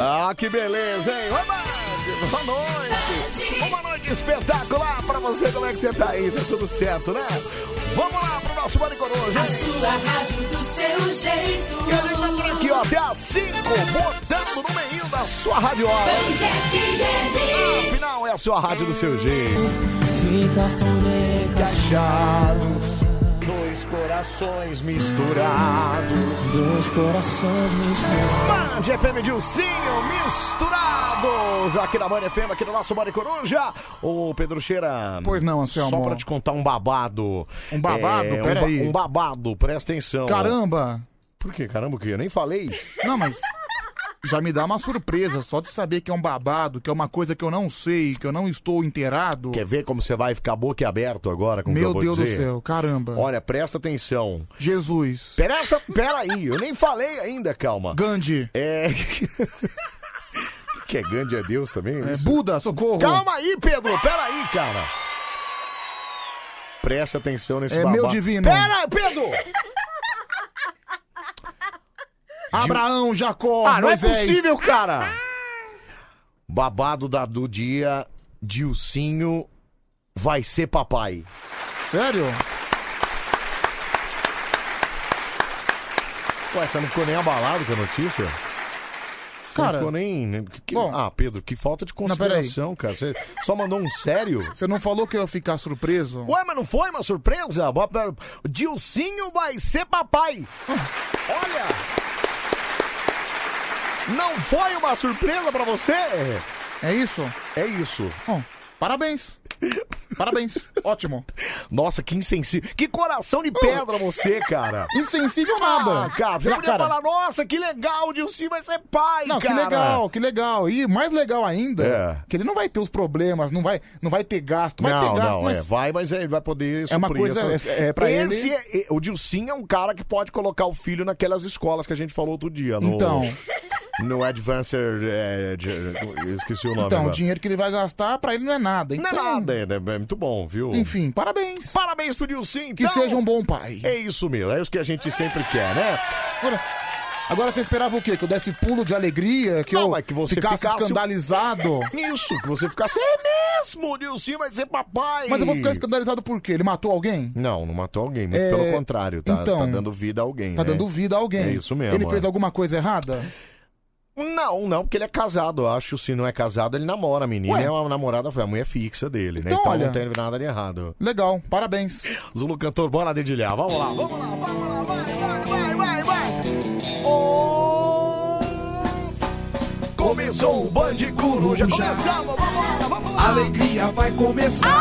Ah, que beleza, hein? Ô, Band, Boa noite! Uma noite espetacular pra você, como é que você tá aí? Tá tudo certo, né? Vamos lá pro nosso Bande Coruja, A hein? sua rádio do seu E a gente tá por jeito. aqui, ó, até às 5, botando no meio da sua rádio hora. Band FM. Afinal, é a sua rádio do seu jeito. Ficar tão Cachados, dois corações misturados. Dois corações misturados. Band FM Dilcinho, misturados aqui na Band FM, aqui no nosso Band Coruja. Ô, Pedro Cheira. Pois não, Anselmo. Só pra te contar um babado. Um babado? um Pera ba- aí. Um babado, presta atenção. Caramba! Por que caramba o quê? Eu nem falei. Não, mas já me dá uma surpresa só de saber que é um babado, que é uma coisa que eu não sei, que eu não estou inteirado. Quer ver como você vai ficar boquiaberto agora com o que eu Meu vou Deus dizer? do céu, caramba. Olha, presta atenção. Jesus. Pera, essa... Pera aí, eu nem falei ainda, calma. Gandhi. É... que é grande é Deus também? É, isso? Buda, socorro. Calma aí, Pedro. Pera aí, cara. Preste atenção nesse É babado. meu divino. Pera, Pedro! Abraão, Jacó, Ah, não é Moisés. possível, cara. Babado da, do dia, Dilcinho vai ser papai. Sério? Ué, você não ficou nem abalado com a notícia? Você não Cara, ficou nem... que- que- bom. ah, Pedro, que falta de Não, pera aí. consideração, cara. Você só mandou um sério? Você não falou que eu ia ficar surpreso? Ué, mas não foi uma surpresa? Bo- pe- Dilcinho vai ser papai. Olha! Não foi uma surpresa pra você? É isso? É isso. Bom, parabéns. Parabéns. Ótimo. Nossa, que insensível. Que coração de pedra você, cara. Insensível Ah, nada. cara, você Já, podia falar, nossa, que legal, o Dilcinho vai ser pai, Não, cara. que legal, que legal. E mais legal ainda, É. que ele não vai ter os problemas, não vai, não vai ter gasto, vai ter Não, gasto, não, mas então, é, vai, mas ele vai poder É uma suprir coisa, é- é pra ele- Esse é- o Dilcinho é um cara que pode colocar o filho naquelas escolas que a gente falou outro dia. No, Então. No Advancer... é, de- eu esqueci o nome então, o agora. dinheiro que ele vai gastar pra ele não é nada. Não Então, é nada, é, é muito bom, viu? Enfim, parabéns. Parabéns pro Dilcinho, que então. seja um bom pai. É isso mesmo, é isso que a gente sempre quer, né? Agora, agora você esperava o quê? Que eu desse pulo de alegria, que Não, eu mas que você ficasse, ficasse- um- escandalizado. Isso, que você ficasse, é mesmo, o Dilcinho vai ser papai. Mas eu vou ficar escandalizado por quê? Ele matou alguém? Não, não matou alguém, muito É, pelo contrário, tá, então, tá dando vida a alguém, Tá né? dando vida a alguém. É isso mesmo, Ele fez é. alguma coisa errada? Não, não, porque ele é casado, eu acho. Se não é casado, ele namora a menina. Ué. É uma namorada, foi a mulher fixa dele, né? Então, Então não olha. tem nada de errado. Legal, parabéns. Zulu cantor, bora dedilhar. Vamos lá, vamos lá, vamos lá, vai, vai, vai, vai, vai. Ô, Começou o Band Coruja. Começamos, vamos lá, vamos lá. Alegria vai começar.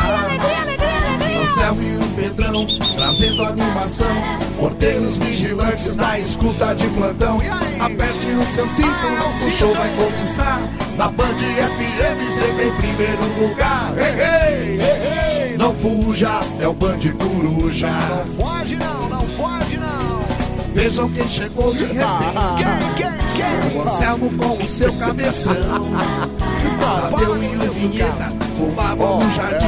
Anselmo e o Pedrão trazendo animação. Porteiros vigilantes na escuta de plantão. E aí? Aperte o seu cinto, Ah, nosso cinto. show vai começar. Na Band FM sempre em primeiro lugar. Ei, ei, ei, ei, não fuja, é o Band Coruja. Não foge não, não foge não. Vejam quem chegou de repente. Quem, quem, quem? O Anselmo com o seu cabeção Bateu em Luzinheta, fumava no jardim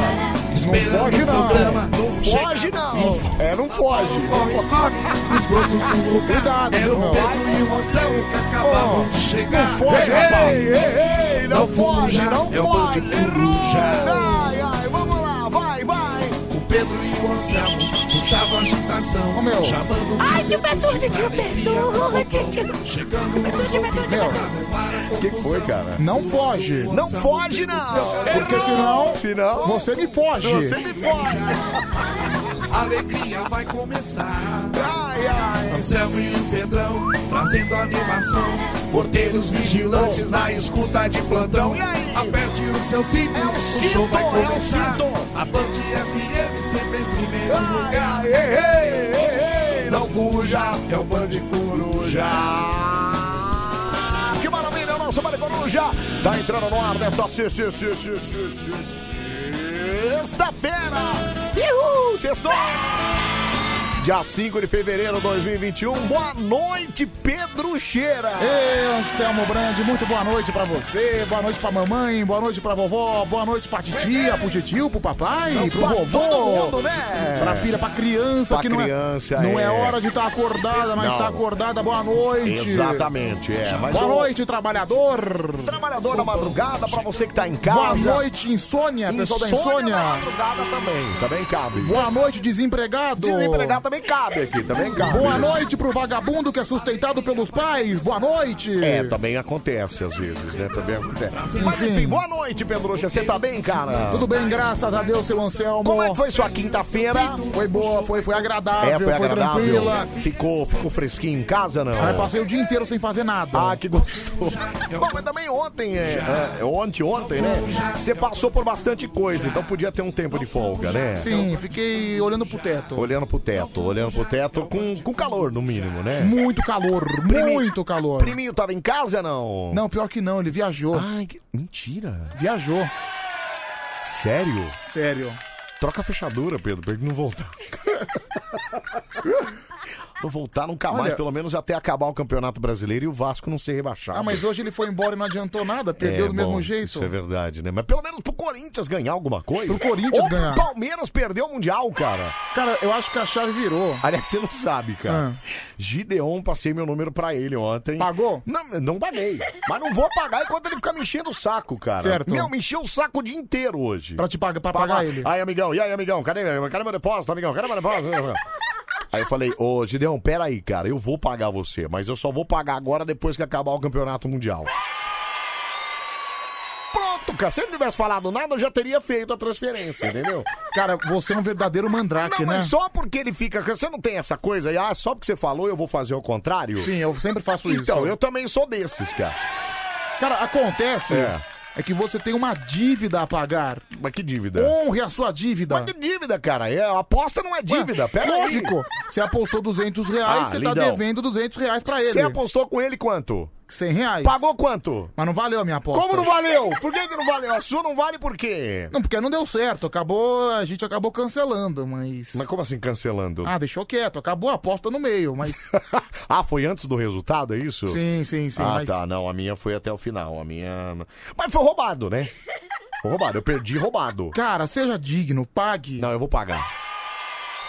Esperando foge, o não. programa Não chegar. foge não. É, não foge. Corre, corre, os brotos do lugar Cuidado, Era o não. Pedro e o Anselmo que acabavam de chegar Foge, rapaz. Ei, ei, ei, não, Não foge, fuja, não eu vou foge. de coruja Ai, ai, vamos lá, vai, vai. O Pedro e o Anselmo puxavam a agitação Ô, meu. Chamando de Ai, que Pedro, betude, de que alegria, betude. Chegando nos Betude, ouvidos betude. para O que que foi, cara? Não foge. Não foge, não. Porque senão, Senão, você me foge. você me foge. Alegria vai começar. Ai, ai. Anselmo e o Pedrão trazendo animação. Porteiros vigilantes na escuta de plantão. E aí? Aperte o seu cinto, É o cinto, show vai é o começar. cinto. A Band FM sempre em primeiro Ai, lugar. ai, ei, ei, ei, ei. Não fuja, é o Band Coruja. Ah, Que maravilha, o nosso Vale Coruja tá entrando no ar nessa se- se- se- se- se- se- sexta-feira. Uhul, sextou. dia 5 de fevereiro de 2021. Boa noite, Pedro Cheira. Ei, Anselmo Brandi, muito boa noite pra você, boa noite pra mamãe, boa noite pra vovó, boa noite pra titia, pro titio, pro papai, Não, pro pra vovô. todo mundo, né? Pra filha, pra criança, Pra que não criança, é. Não é é. hora de estar acordada, mas Não. tá acordada, boa noite. Exatamente, é. Mas boa o- noite, trabalhador. Trabalhador da madrugada, pra você que tá em Boa casa. noite, insônia, pessoal da Insônia da insônia. madrugada também, também cabe. Boa noite, desempregado. Desempregado também cabe aqui, também cabe. Boa noite pro vagabundo que é sustentado pelos pais. Boa noite. É, também acontece às vezes, né? Também acontece. Mas enfim, boa noite, Pedro. Você tá bem, cara? Tudo bem, graças a Deus, seu Anselmo. Como é que foi sua quinta-feira? Foi boa, foi, foi agradável, É, foi agradável. tranquila. Ficou, ficou fresquinho em casa, não? Aí passei o dia inteiro sem fazer nada. Ah, que gostoso. Bom, mas também ontem, é, é, ontem, ontem, né? Você passou por bastante coisa, então podia ter um tempo de folga, né? Sim, fiquei olhando pro teto. Olhando pro teto, olhando pro teto com, com calor, no mínimo, né? Muito calor, Primi- muito calor. Priminho tava em casa, não? Não, pior que não, ele viajou. Ai, que... mentira. Viajou, Sério? sério. Troca a fechadura, Pedro, pra ele não voltar. não voltar nunca mais, Olha- pelo menos até acabar o Campeonato Brasileiro e o Vasco não ser rebaixado. Ah, mas hoje ele foi embora e não adiantou nada, perdeu É, do bom, mesmo jeito. Isso é verdade, né? Mas pelo menos pro Corinthians ganhar alguma coisa. Pro Corinthians Ou pro ganhar. Palmeiras perdeu o Mundial, cara. Cara, eu acho que a chave virou. Ah. Aliás, você não sabe, cara. Gideon, passei meu número pra ele ontem. Pagou? Não, não paguei. Mas não vou pagar enquanto ele ficar me enchendo o saco, cara. Certo. Meu, me encheu o saco o dia inteiro hoje. Pra te pagar, pra pagar ele. Aí, amigão, e aí, amigão? Cadê, cadê meu depósito, amigão? Cadê meu depósito? amigão? Aí eu falei, ô Gideon, peraí, cara, eu vou pagar você, mas eu só vou pagar agora depois que acabar o campeonato mundial. Pronto, cara, se ele não tivesse falado nada, eu já teria feito a transferência, entendeu? Cara, você é um verdadeiro mandrake, Não, né? mas só porque ele fica. Você não tem essa coisa aí, ah, só porque você falou eu vou fazer o contrário? Sim, eu sempre faço isso. Então, eu também sou desses, cara. Cara, acontece É. é. que você tem uma dívida a pagar. Mas que dívida. Honre a sua dívida. Mas que dívida, cara? É, aposta não é dívida, pera aí. Lógico. Você apostou 200 reais, Ah, você tá lindão. devendo 200 reais pra Você ele. apostou com ele quanto? 100 reais. Pagou quanto? Mas não valeu a minha aposta. Como não valeu? Por que, que não valeu? A sua não vale por quê? Não, porque não deu certo. Acabou, a gente acabou cancelando, mas... Mas como assim cancelando? Ah, deixou quieto. Acabou a aposta no meio, mas... ah, foi antes do resultado, é isso? sim, sim, sim. ah, mas... tá. Não, a minha foi até o final. A minha. Mas foi roubado, né? Foi roubado. Eu perdi roubado. Cara, seja digno, pague. Não, eu vou pagar.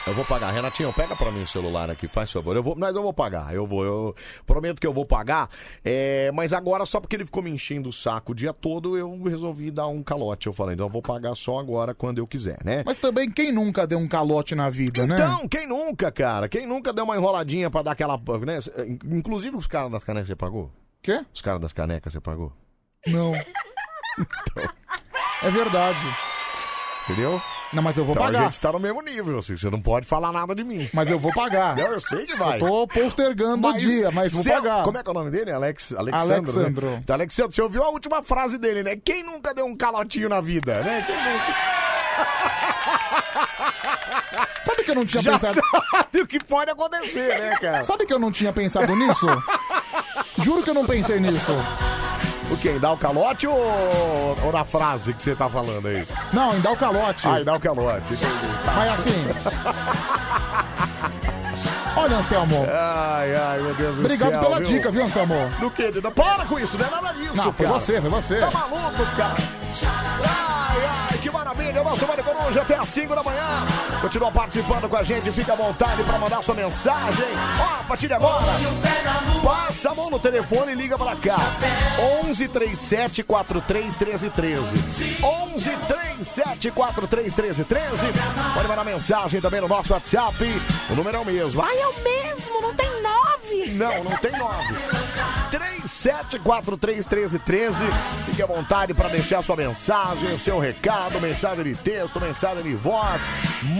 Eu vou pagar. Renatinho, pega pra mim o celular aqui, faz favor. Eu vou, mas eu vou pagar. Eu vou, eu prometo que eu vou pagar. É, mas agora, só porque ele ficou me enchendo o saco o dia todo, eu resolvi dar um calote. Eu falei, então eu vou pagar só agora quando eu quiser, né? Mas também, quem nunca deu um calote na vida, né? Então, quem nunca, cara? Quem nunca deu uma enroladinha pra dar aquela. Né? Inclusive os caras das canecas, você pagou? Quê? Os caras das canecas, você pagou? Não. É verdade. Entendeu? Não, mas eu vou Então a pagar. gente tá no mesmo nível, assim. Você não pode falar nada de mim. Mas eu vou pagar. Não, eu sei que Só vai. tô postergando o dia, mas vou seu- pagar. Como é que é o nome dele? Alex, Alexandro. Alexandro. Né? Então, Alexandro, você ouviu a última frase dele, né? Quem nunca deu um calotinho na vida, né? Quem nunca? Sabe que eu não tinha Já pensado. sabe o que pode acontecer, né, cara? Sabe que eu não tinha pensado nisso? Juro que eu não pensei nisso. O quê? Dá o calote ou, ou na frase que você tá falando aí? Não, em dar o calote. Ai, dá o calote. entendi. Mas assim. Olha, Anselmo. Ai, ai, meu Deus do Ah, céu. Obrigado pela viu? dica, viu, Anselmo? Do quê? Dida? Para com isso, não é nada disso, Não, foi cara. você, foi você. Tá maluco, cara? Ai, ai, que maravilha! O nosso Vale Coruja até às 5 da manhã. Continua participando com a gente, fica à vontade para mandar sua mensagem. Ó, a partir de agora, passa a mão no telefone e liga para cá. 11 37 43 13 13. 11 37 43 13 13. Pode mandar mensagem também no nosso WhatsApp. O número é o mesmo. Ai, é o mesmo, não tem nove. Não, não tem nove. 37431313. Fique à vontade para deixar sua mensagem, seu recado, mensagem de texto, mensagem de voz.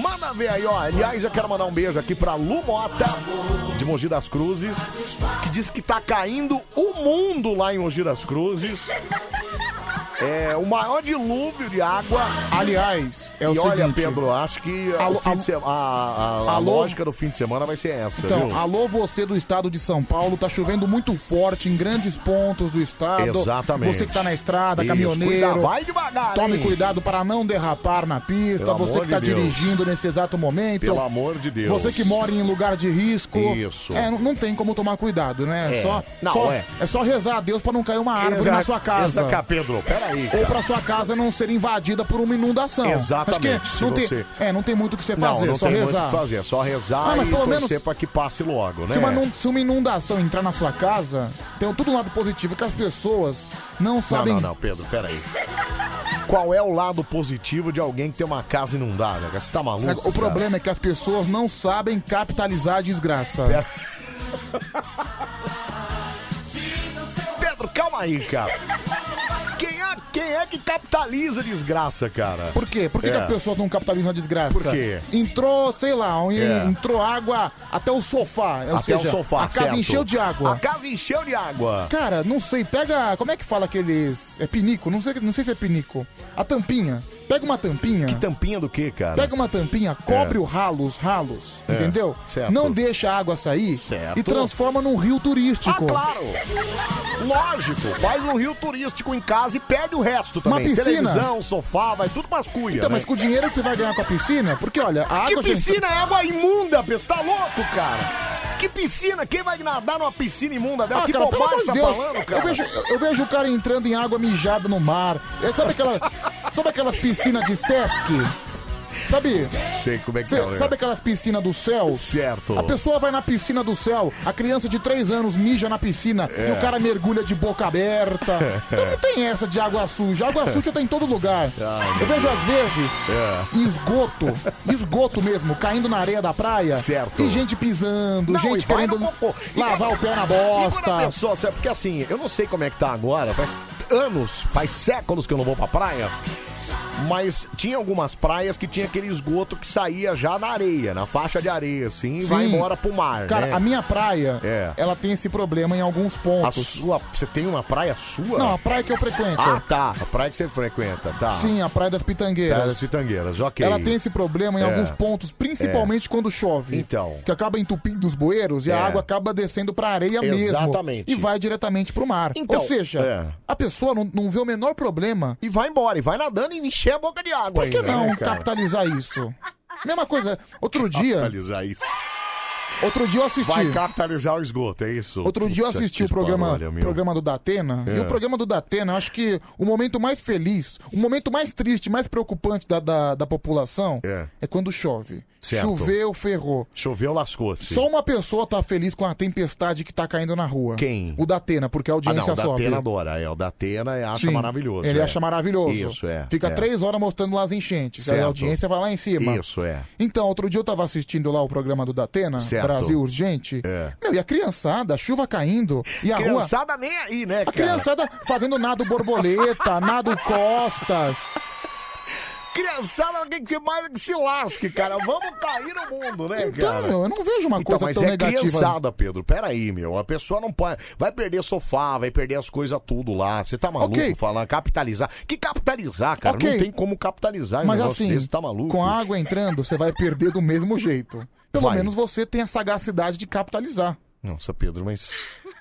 Manda ver aí, ó. Aliás, eu quero mandar um beijo aqui para Lu Mota, de Mogi das Cruzes, que diz que tá caindo o mundo lá em Mogi das Cruzes. É o maior dilúvio de água. Aliás, É o e olha, seguinte. Pedro, acho que a, Alô, o fim de se- a, a- a Alô? lógica do fim de semana vai ser essa, Então, viu? alô você do estado de São Paulo, tá chovendo muito forte em grandes pontos do estado. Exatamente. Você que tá na estrada, Isso, caminhoneiro. cuidado, vai devagar, Tome hein? cuidado para não derrapar na pista. Pelo você amor que tá de Deus. dirigindo nesse exato momento. Pelo amor de Deus. Você que mora em lugar de risco. Isso. É, não- não tem como tomar cuidado, né? É. Só, Não, só- é. só rezar a Deus para não cair uma árvore Exa- na sua casa. exa- cá, Pedro, peraí. Ou cara. pra sua casa não ser invadida por uma inundação. Exatamente, Acho se que não, você- tem, é, não tem muito o que você Não, fazer, não só tem rezar. muito o que fazer, é só rezar Ah, mas e pelo torcer menos- um pra que passe logo, né? Se uma, inun- se uma inundação entrar na sua casa, tem tudo um lado positivo, é que as pessoas não Não, sabem. não, não, Pedro, peraí. Qual é o lado positivo de alguém que tem uma casa inundada? cara? Você tá maluco? Sabe, O cara? problema é que as pessoas não sabem capitalizar a desgraça. É. Pedro, calma aí, cara. Quem é, quem é que capitaliza a desgraça, cara? Por quê? Por que, É. que as pessoas não capitalizam a desgraça? Por quê? Entrou, sei lá, um- É. entrou água até o sofá. Ou Até seja, o sofá, A casa certo. Ah. encheu de água. A casa encheu de água. Cara, não sei, pega. Como é que fala aqueles. É pinico? Não sei, não sei se é pinico. A tampinha. Pega uma tampinha. Tampinha do que, cara? Pega uma tampinha, cobre o ralo, os ralos, É, entendeu? certo. Não deixa a água sair Certo. e transforma num rio turístico. Ah, claro! Lógico, faz um rio turístico em casa e perde o resto Uma também. piscina. Televisão, sofá, vai tudo pras cuias, Então, né? mas com o dinheiro que você vai ganhar com a piscina, porque olha, a Que água. piscina é água imunda, Pedro? Você tá louco, cara? Que piscina? Quem vai nadar numa piscina imunda dessa? Ah, que cara, pelo amor bobagem de você tá Deus. falando, cara? eu, vejo, eu vejo o cara entrando em água mijada no mar. É, sabe aquela. sabe aquelas piscinas de Sesc? Sabe? Sei como é que Cê- é. né? sabe aquelas piscinas do céu? Certo. A pessoa vai na piscina do céu, a criança de 3 anos mija na piscina É. e o cara mergulha de boca aberta. Então não tem essa de água suja. Água suja tem em todo lugar. Ai, meu Eu vejo às vezes É. esgoto, esgoto mesmo, caindo na areia da praia. Certo. E gente pisando, Não, e gente vai querendo no cocô. E lavar quando- o pé na E quando a bosta. pessoa, sabe? Porque assim, eu não sei como é que tá agora, faz anos, faz séculos que eu não vou pra praia. Mas tinha algumas praias que tinha aquele esgoto que saía já na areia, na faixa de areia, assim, e Sim. vai embora pro mar. Cara, né? a minha praia, É. ela tem esse problema em alguns A pontos. sua. Você tem uma praia sua? Não, a praia é que eu frequento. Ah, tá. A praia que você frequenta, tá. Sim, a Praia das Pitangueiras. Praia das Pitangueiras, ok. Ela tem esse problema em É. alguns pontos, principalmente quando chove. Então. Que acaba entupindo os bueiros e É. a água acaba descendo pra areia mesmo. Exatamente. E vai diretamente pro mar. Então, Ou seja, é. a pessoa não, não vê o menor problema. E vai embora, e vai nadando e encher a boca de água Por que ainda, não né, cara? capitalizar isso? Mesma coisa, outro dia, Capitalizar isso. outro dia eu assisti. Vai capitalizar o esgoto, é isso? Outro dia eu Putz, assisti que o programa, barulho, meu. programa do Datena. É. E o programa do Datena, eu acho que o momento mais feliz, o momento mais triste, mais preocupante da, da, da população É. é. quando chove. Certo. Choveu, ferrou. Choveu, lascou-se. Só uma pessoa tá feliz com a tempestade que tá caindo na rua. Quem? O Datena, porque a Ah, não, audiência o da sobe. Atena adora. É, o da Atena é- acha Sim. maravilhoso. Ele é. acha maravilhoso. Isso, é. Fica é. três horas mostrando lá as enchentes. Aí Certo. A audiência vai lá em cima. Isso, é. Então, outro dia eu tava assistindo lá o programa do Datena, Certo. Brasil Urgente. É. Meu, e a criançada, a chuva caindo, e a rua. Criançada nem aí, né, A cara? criançada fazendo nado borboleta, nado costas. Criançada ela tem que ser mais que se lasque, cara. Vamos cair no mundo, né, Então, cara? meu, eu não vejo uma Então, coisa mas tão é negativa. criançada, Pedro. Peraí, meu. A pessoa não pode. Vai perder sofá, vai perder as coisas tudo lá. Você tá maluco Ok. falando? Capitalizar. Que capitalizar, cara? Ok. Não tem como capitalizar. um Mas negócio assim, desse, tá maluco? com a água entrando, você vai perder do mesmo jeito. Pelo Vai. menos você tem a sagacidade de capitalizar. Nossa, Pedro, mas.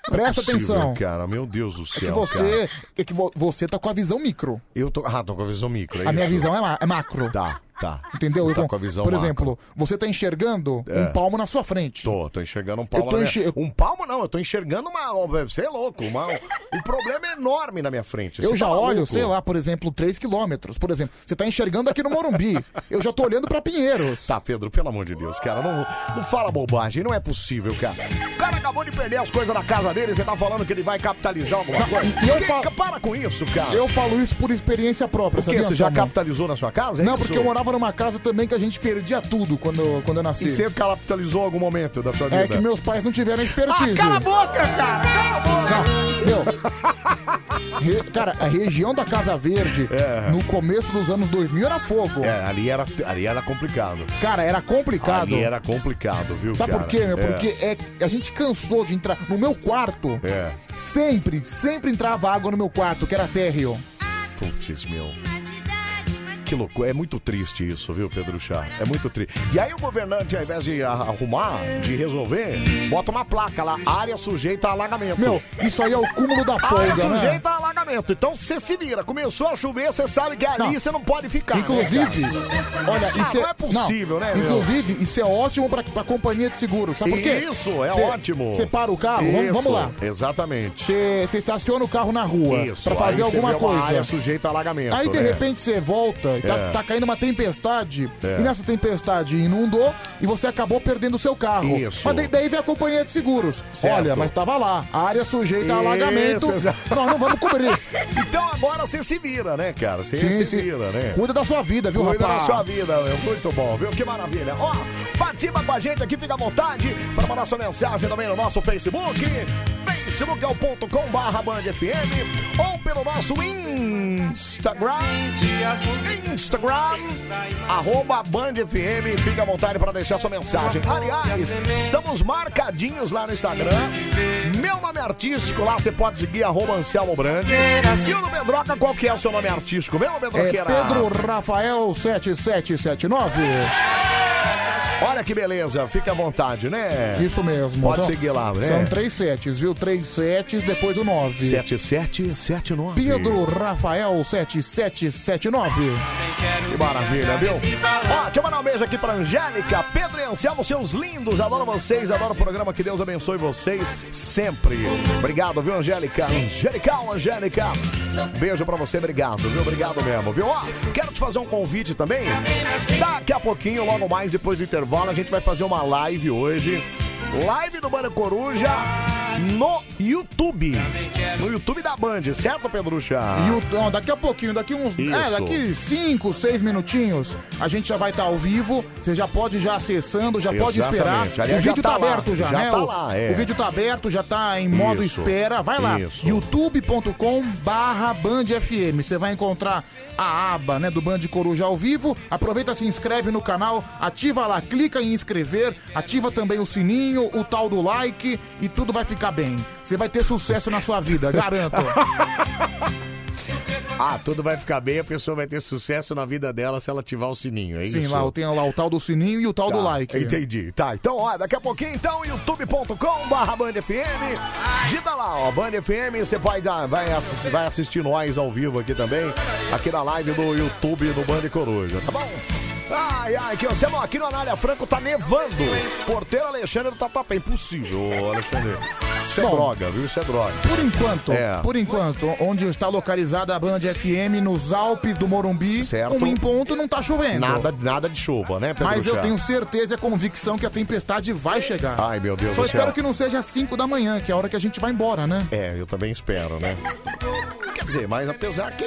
não é Presta possível, atenção. Cara, meu Deus do É que céu. cara. você, é que vo- você tá com a visão micro. Eu tô. Ah, tô com a visão micro. é A minha isso? visão é, ma- é macro. Tá, tá. Entendeu? Tá Eu- com a visão Por macro. exemplo, você tá enxergando É. um palmo na sua frente. Tô, tô enxergando um palmo. Eu tô na minha- enxer- Um palmo não, eu tô enxergando uma. Você é louco, uma... um problema enorme na minha frente. Eu Você já tá olho, maluco? sei lá, por exemplo, 3 quilômetros. Por exemplo, você tá enxergando aqui no Morumbi. Eu já tô olhando pra Pinheiros. Tá, Pedro, pelo amor de Deus, cara, não, não fala bobagem, não é possível, cara. O cara acabou de perder as coisas na casa dele, você tá falando que ele vai capitalizar alguma Não, coisa? e- e eu Que- falo- Para com isso, cara. Eu falo isso por experiência própria, Por quê? sabia? Você já Anselmo? capitalizou na sua casa? é Não, isso? porque eu morava numa casa também que a gente perdia tudo quando, quando eu nasci. E você capitalizou algum momento da sua vida? É que meus pais não tiveram expertise. boca, cara! Cala a boca! Não, meu. Re- cara, a região da Casa Verde, É. no começo dos anos 2000, era fogo. É, ali era, ali era complicado. Cara, era complicado. Ali era complicado, viu, Sabe cara? por quê, meu? É. Porque é, a gente cansou de entrar. No meu quarto, É. sempre, sempre entrava água no meu quarto, que era térreo. Putz, meu. que loucura. É muito triste isso, viu, Pedro Chá? É muito triste. E aí o governante, ao invés de arrumar, de resolver, bota uma placa lá, área sujeita a alagamento. Meu, isso aí é o cúmulo da folga, Área né? sujeita a alagamento. Então você se vira. Começou a chover, você sabe que Ah, ali você não pode ficar. né, Inclusive, cara? olha, Ah, isso é, não é possível, não, né? meu? Inclusive, isso é ótimo pra, pra companhia de seguro, sabe por quê? Isso, é Cê- ótimo. Você para o carro, vamos, Isso, vamos lá. Exatamente. Você você estaciona o carro na rua Isso, pra fazer aí você alguma vê uma coisa. área sujeita a alagamento, Aí de né? repente você volta e tá, É. tá caindo uma tempestade. É. E nessa tempestade inundou e você acabou perdendo o seu carro. Isso. Mas daí- daí vem a companhia de seguros. Certo. Olha, mas tava lá. A área sujeita a Isso, alagamento. exa- Nós não vamos cobrir. Então agora você se vira, né, cara? Você Sim, se sim. vira, né? Cuida da sua vida, viu, Cuida rapaz? da sua vida, meu. Muito bom, viu? Que maravilha. Ó, participa com a gente aqui, fica à vontade para mandar sua mensagem também no nosso Facebook, é facebook.com barra bandfm ou pelo nosso Instagram, Instagram, arroba bandfm. Fica à vontade para deixar sua mensagem. Aliás, estamos marcadinhos lá no Instagram. Meu nome é artístico lá, você pode seguir arroba Anselmo Brandi. E o do Pedroca, qual que é o seu nome artístico mesmo, É Pedroqueira? Pedro Rafael 7779. Olha que beleza, fica à vontade, né? Isso mesmo. Pode São- seguir lá, né? São três sets, viu? Três sets, depois o nove. 7779. Pedro Rafael 7779. Que maravilha, viu? Ó, deixa eu mandar um beijo aqui pra Angélica, Pedro e Anselmo, seus lindos. Adoro vocês, adoro o programa. Que Deus abençoe vocês sempre. Obrigado, viu, Angélica? Angelical, Angélica. Beijo pra você, obrigado, viu? Obrigado mesmo, viu? Ó, quero te fazer um convite também. Daqui a pouquinho, logo mais, depois do intervalo, a gente vai fazer uma live hoje. Live do Banda Coruja no YouTube. No YouTube da Band, certo, Pedrucha? E o- ó, daqui a pouquinho, daqui uns. Isso. É, daqui 5, 6 minutinhos, a gente já vai estar ao vivo. Você já pode ir já acessando, já pode Exatamente. esperar. Aliás, o vídeo já tá, tá lá, aberto já, já né? tá o, lá, é. o vídeo tá aberto, já tá em modo Isso. espera. Vai lá, Isso. youtube.com barra Band FM. Você vai encontrar a aba né, do Band Coruja ao vivo. Aproveita, se inscreve no canal, ativa lá, clica em inscrever, ativa também o sininho, o tal do like e tudo vai ficar bem. Você vai ter sucesso na sua vida, garanto. Ah, tudo vai ficar bem, a pessoa vai ter sucesso na vida dela se ela ativar o sininho, é isso? Sim, lá tem lá o tal do sininho e o tal Tá, do like. né? Entendi. Tá, então, ó, daqui a pouquinho, então, youtube.com barra bandfm. Digita lá, ó, bandfm, você vai, dar, vai, assis- vai assistir nós ao vivo aqui também, aqui na live do YouTube do Band Coruja, tá bom? Ai, ai, que você, aqui no Anália Franco tá nevando. Porteiro Alexandre do Tatuapé. Impossível, ô, Alexandre. Isso é Bom. droga, viu? Isso é droga. Por enquanto, É. por enquanto, onde está localizada a Band FM nos Alpes do Morumbi, Certo. um em ponto não tá chovendo. Nada, nada de chuva, né, Pedro Mas eu Chá? tenho certeza e convicção que a tempestade vai chegar. Ai, meu Deus Só do céu. espero que não seja às 5 da manhã, que é a hora que a gente vai embora, né? É, eu também espero, né? Quer dizer, mas apesar que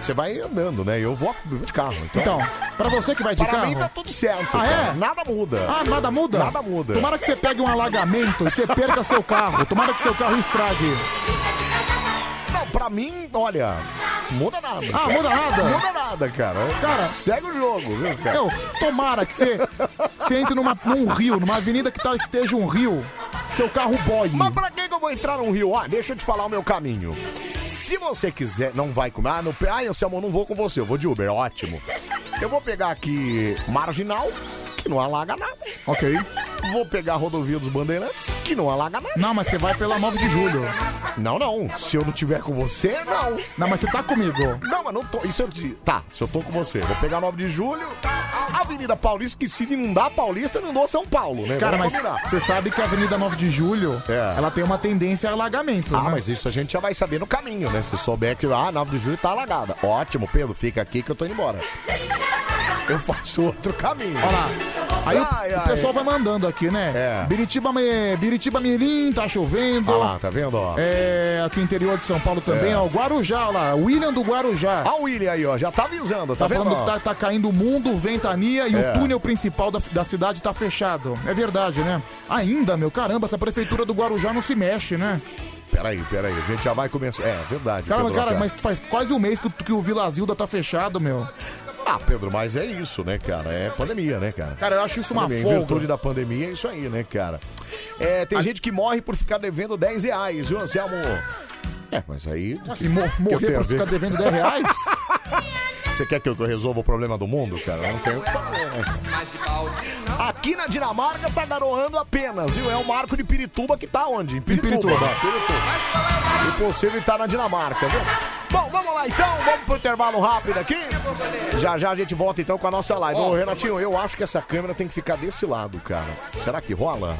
você vai andando, né? Eu vou, eu vou de carro. Então, Então, pra você que vai de para carro. mim tá tudo certo. Ah, é? cara. Nada muda. Ah, nada muda? Nada muda. Tomara que você pegue um alagamento e você perca seu carro. Tomara que seu carro estrague. Não, pra mim, olha, muda nada. Ah, muda nada? Muda nada, cara. Cara, Segue o jogo, viu, cara? Meu, tomara que você, você entre numa, num rio, numa avenida que, tá, que esteja um rio, seu carro boie. Mas pra que que eu vou entrar num rio? Ah, deixa eu te falar o meu caminho. Se você quiser, não vai comer. Ah, não, pe- ah Anselmo, eu não vou com você, eu vou de Uber, ótimo. Eu vou pegar aqui Marginal, que não alaga nada. Ok. Vou pegar a rodovia dos Bandeirantes, que não alaga nada. Não, mas você vai pela 9 de julho. Não, não. Se eu não tiver com você, não. Não, mas você tá comigo. Não, mas não tô. Isso eu te... Tá, se eu tô com você, vou pegar 9 de julho, Avenida Paulista, que se inundar a Paulista, inundou São Paulo, né? Cara, mas Vamos combinar. você sabe que a Avenida 9 de Julho, É. ela tem uma tendência a alagamento, Ah, né? mas isso a gente já vai saber no caminho, né? Se souber que ah, a 9 de julho tá alagada. Ótimo, Pedro, fica aqui que eu tô indo embora. Eu faço outro caminho. Olha lá. Aí o- Ai, o, ai. pessoal vai mandando aqui, né? É. Biritiba, Me- Biritiba Mirim, tá chovendo. Olha lá, tá vendo? Ó. É, aqui no interior de São Paulo também, É. ó. Guarujá, ó lá. William do Guarujá. Olha o William aí, ó. Já tá avisando, tá, Tá vendo? falando que ó? tá, tá caindo o mundo, ventania e É. o túnel principal da, da cidade tá fechado. É verdade, né? Ainda, meu, caramba, essa prefeitura do Guarujá não se mexe, né? Peraí, peraí. A gente já vai começar. É, verdade. Caramba, Pedro, cara, mas faz quase um mês que, o- que o Vila Zilda tá fechado, meu. Ah, Pedro, mas é isso, né, cara? É pandemia, né, cara? Cara, eu acho isso uma Também, Em virtude folga. da pandemia, é isso aí, né, cara? É, tem gente que morre por ficar devendo 10 reais, viu, Anselmo? É, mas aí. Assim, mo- morrer tenho a pra ver? ficar devendo 10 reais? Você Você quer que eu que eu resolva o problema do mundo, cara? Eu não tenho o que fazer. né? Aqui na Dinamarca tá garoando apenas, viu? É o Marco de Pirituba que tá onde? Em Pirituba. Pirituba. é Pirituba. Impossível estar na Dinamarca, viu? Bom, vamos lá então, vamos pro intervalo rápido aqui. Já já a gente volta então com a nossa live. Ô, Renatinho, eu acho que essa câmera tem que ficar desse lado, cara. Será que rola?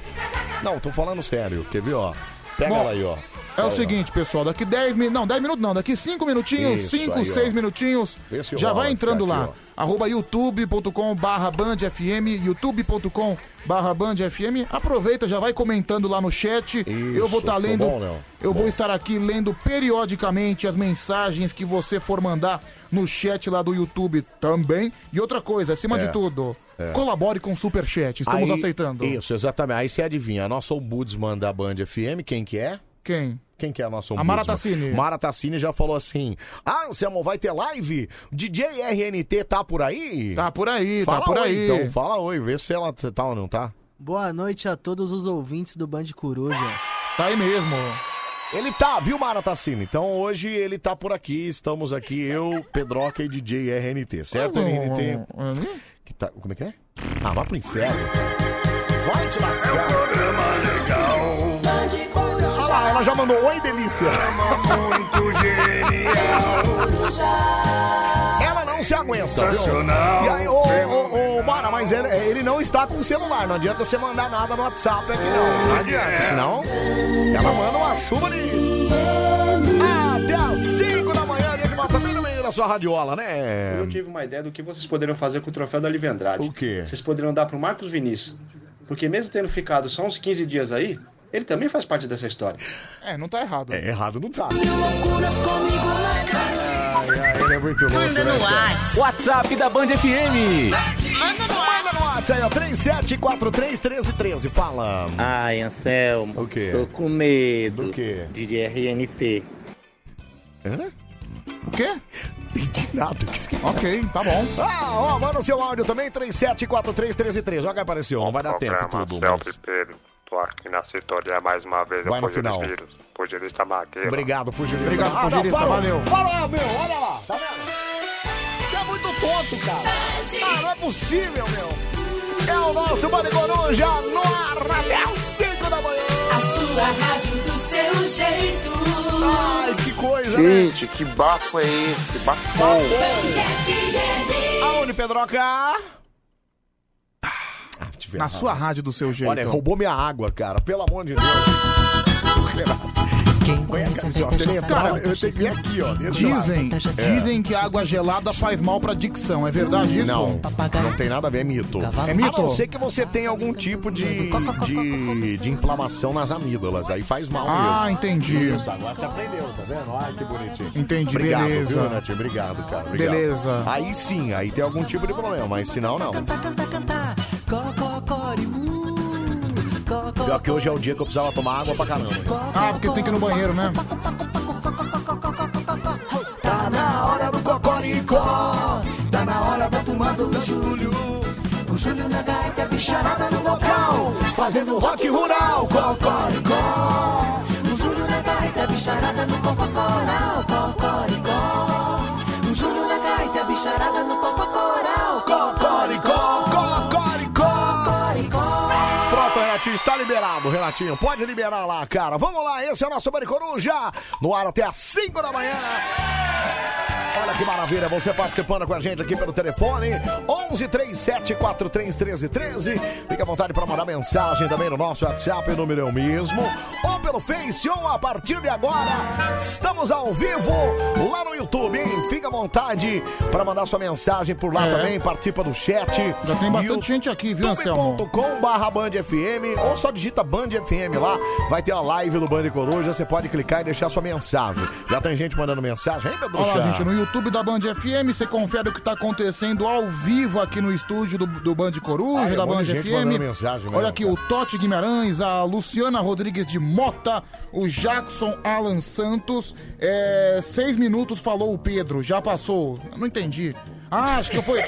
Não, tô falando sério. Quer ver, ó? Pega Bom, ela aí, ó. É Olha lá. o seguinte, pessoal, daqui 10 minutos. Não, 10 minutos não, daqui 5 minutinhos, Isso 5, aí, ó. 6 minutinhos. Vê se Já rola, vai entrando tá aqui, lá. Arroba youtube.com barra bandfm, youtube.com barra bandfm. Aproveita, já vai comentando lá no chat. eu vou estar ficou lendo. bom, Léo? eu vou estar aqui lendo periodicamente as mensagens que você for mandar no chat lá do YouTube também. E outra coisa, acima É. de tudo, É. colabore com o Superchat. Estamos Aí- aceitando. Isso, exatamente. Aí você adivinha, a nossa ombudsman da Band FM, quem que é? Quem? Quem que é a A nossa ombudsman? Mara Tassini. Mara Tassini já falou assim, ah, Anselmo, vai ter live? DJ RNT tá por aí? Tá por aí, fala tá por oi, aí. então, fala oi, vê se ela se tá ou não tá. Boa noite a todos os ouvintes do Band Coruja. Tá aí mesmo. Ele tá, viu, Mara Tassini? Então hoje ele tá por aqui, estamos aqui, eu, Pedroca e DJ RNT, certo, é? RNT? Que tá, como é que é? Ah, vai pro inferno. Vai te lascar. Band Olha Coruja, lá, Ah, ela já mandou oi, delícia. Band Coruja. Ela não se aguenta. Sensacional. E aí, ô, ô, ô, Mara, mas ele, ele não está com o celular. Não adianta você mandar nada no WhatsApp aqui, não. Não adianta, senão ela manda uma chuva ali. Até às 5 da manhã, a gente volta bem no meio da sua radiola, Eu né? tive uma ideia do que vocês poderiam fazer com o troféu da Live Andrade. O quê? Vocês poderiam dar pro Marcos Vinícius. Porque mesmo tendo ficado só uns 15 dias aí, ele também faz parte dessa história. É, não tá errado. É, errado não tá. Loucuras comigo na tarde. Ele é muito louco, Manda no WhatsApp. WhatsApp da Band FM. Manda no Manda no WhatsApp aí, ó, 37431313, fala. Ai, Anselmo, O quê? tô com medo Do quê? de RNT. Hã? O quê? Entendi nada. que esque- Ok, tá bom. Ah, ó, manda o seu áudio também, 37431313. Olha que apareceu, não vai dar tempo Programa tudo. Céu mas- Primeiro. Tô aqui na sintonia mais uma vez. Vai no final. Pugilista Maqueira. Obrigado, pugilista. Obrigado, Ah, não, pugilista, parou, valeu. Parou, meu, olha lá, tá vendo? Você é muito tonto, cara. Ah, não é possível, meu. É o nosso Bande Coruja no ar até às 5 da manhã. A sua rádio do seu jeito. Ai, que coisa, né? Tá Gente, que bafo é esse? Bafão. Band FM. Aonde, Pedroca? Ah, tiver Na errado. sua rádio do seu jeito. Olha, roubou minha água, cara. Pelo amor de Deus. Quem Olha, um conhece cara, se ele entrar, Cara, eu tenho que vir aqui, ó. desse lado. Dizem, É. dizem que água gelada faz mal pra dicção. É verdade isso? Não, não tem nada a ver, é mito. É mito? A não ser que você tenha algum tipo de, de, de inflamação nas amígdolas, aí faz mal Ah, mesmo. entendi. Isso, agora você aprendeu, tá vendo? Ai, que bonitinho. Entendi, Obrigado, beleza. viu, né? Nath? Obrigado, cara. Obrigado. Beleza. Aí sim, aí tem algum tipo de problema, mas sinal não. Ah, Pior que hoje é o dia que eu precisava tomar água pra caramba. Ah, porque tem que ir no banheiro, né? Tá na hora do cocoricó, tá na hora da turma do Júlio. O Júlio na gaita, é bicharada no Vocal, vocal. fazendo rock rural, cocoricó. O Júlio na gaita, é bicharada no cococoral. Cocoricó. O Júlio na gaita, é bicharada no cococoral. Cocoricó, cocoricó. Cocoricó. Pronto, Renatinho, está liberado, Renatinho. Pode liberar lá, cara. Vamos lá, esse é o nosso Bande Coruja. No ar até às 5 da manhã. Olha que maravilha, você participando com a gente aqui pelo telefone 11 37 43 13. Fique à vontade para mandar mensagem também no nosso WhatsApp, o número é o mesmo, ou pelo Face, ou a partir de agora. Estamos ao vivo lá no YouTube, hein? Fique à vontade para mandar sua mensagem por lá É. também, participa do chat. Já tem bastante gente aqui, viu, Anselmo? youtube.com.br Band FM ou só digita Band FM lá, vai ter a live do Band Coruja, você pode clicar e deixar sua mensagem. Já tem gente mandando mensagem, hein, Pedro? Olha lá, gente, no YouTube da Band FM, você confere o que tá acontecendo ao vivo aqui no estúdio do, do Band Coruja, Ah, é um da monte Band de gente mandando mensagem FM. mesmo, Olha aqui cara. o Totti Guimarães, a Luciana Rodrigues de Mota, o Jackson Alan Santos. É, seis minutos falou o Pedro, já passou. Eu Não entendi. Ah, acho que foi.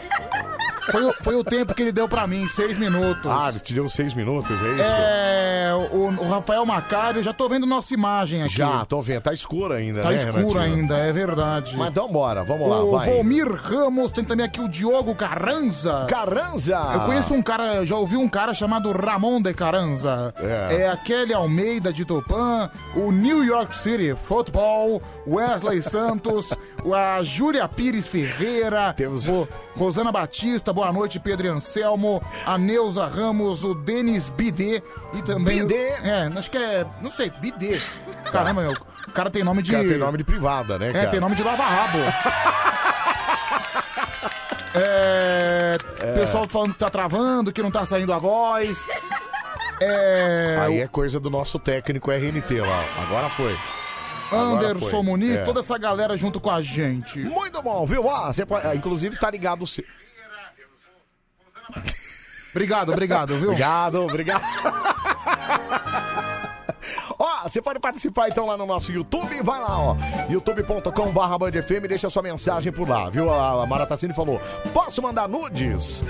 Foi, o- foi o tempo que ele deu pra mim, seis minutos. Ah, te deu seis minutos, é isso? É, o, o Rafael Macário, já tô vendo nossa imagem aqui. Já, tô vendo. Tá escuro ainda, Tá né, escuro Renatinho? ainda, é verdade. Mas então bora, vamos lá, o vai. Volmir Ramos, tem também aqui o Diogo Carranza. Carranza! Eu conheço um cara, já ouvi um cara chamado Ramon de Carranza. É. a Kelly Almeida de Tupã, o New York City Football, Wesley Santos, a Júlia Pires Ferreira, o Rosana Batista, boa noite, Pedro e Anselmo, a Neuza Ramos, o Denis Bidê e também. o- Bidê? Tá. É, acho que é. Não sei, Bidê. Caramba, meu. O cara tem nome de. Cara, tem nome de privada, né, É, cara? tem nome de lava-rabo. é, É. Pessoal falando que tá travando, que não tá saindo a voz. É, Aí é coisa do nosso técnico RNT lá. Agora foi. Agora Anderson foi. Muniz, É. toda essa galera junto com a gente. Muito bom, viu? Ah, você pode- ah, inclusive tá ligado o seu. Obrigado, obrigado, viu? obrigado, obrigado. Ó, você pode participar então lá no nosso YouTube, vai lá, ó, youtube.com barra bandfm, deixa sua mensagem por lá, viu? A a Maratacine falou, posso mandar nudes?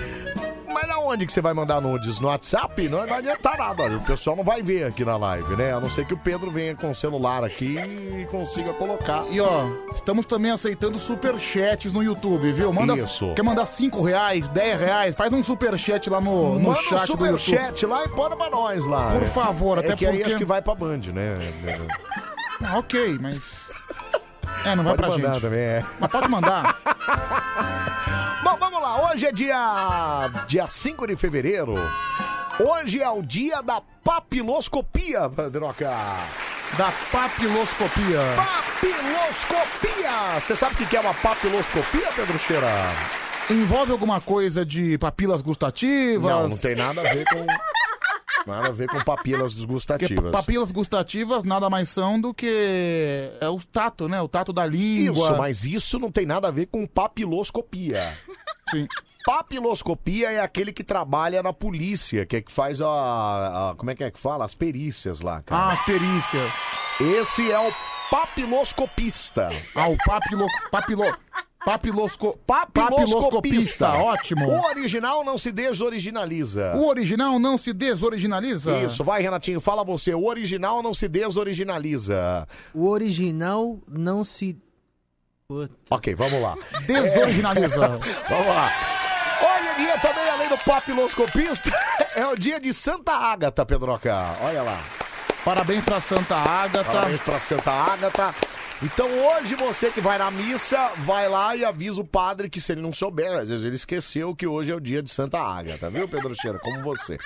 Mas na onde que você vai mandar nudes? No WhatsApp? Não vai adiantar nada, olha, o pessoal não vai ver aqui na live, né? A não ser que o Pedro venha com o celular aqui e consiga colocar. E ó, estamos também aceitando superchats no YouTube, viu? Manda, Isso. Quer mandar 5 reais, 10 reais? Faz um superchat lá no, no Manda chat um do YouTube. superchat lá e põe pra nós lá. Por É. favor, até é que aí porque- acho que vai pra Band, né? Ah, ok, mas. É, não vai Pode pra mandar gente. também, é. Mas pode mandar. Bom, vamos lá. Hoje é dia, dia 5 de fevereiro. Hoje é o dia da papiloscopia, Droca. Da papiloscopia. Papiloscopia! Você sabe o que que é uma papiloscopia, Pedro Cheira? Envolve alguma coisa de papilas gustativas? Não, não tem nada a ver com. Nada a ver com papilas Porque gustativas. pa- papilas gustativas nada mais são do que é o tato, né? O tato da língua. Isso, mas isso não tem nada a ver com papiloscopia. Sim. Papiloscopia é aquele que trabalha na polícia, que é que faz a, a- Como é que é que fala? As perícias lá, cara. Ah, as perícias. Esse é o papiloscopista. Ah, o papilo... papilo... Papilosco... Papiloscopista. Papiloscopista, ótimo. O original não se desoriginaliza. O original não se desoriginaliza? Isso, vai, Renatinho, fala você. O original não se desoriginaliza. O original não se. Puta. Ok, vamos lá. Desoriginaliza. É. vamos lá. Hoje em dia também, além do papiloscopista, é o dia de Santa Ágata, Pedroca. Olha lá. Parabéns pra Santa Ágata. Parabéns pra Santa Ágata. Então hoje você que vai na missa, vai lá e avisa o padre que se ele não souber, às vezes ele esqueceu que hoje é o dia de Santa Ágata, viu, Pedro Cheira? Como você.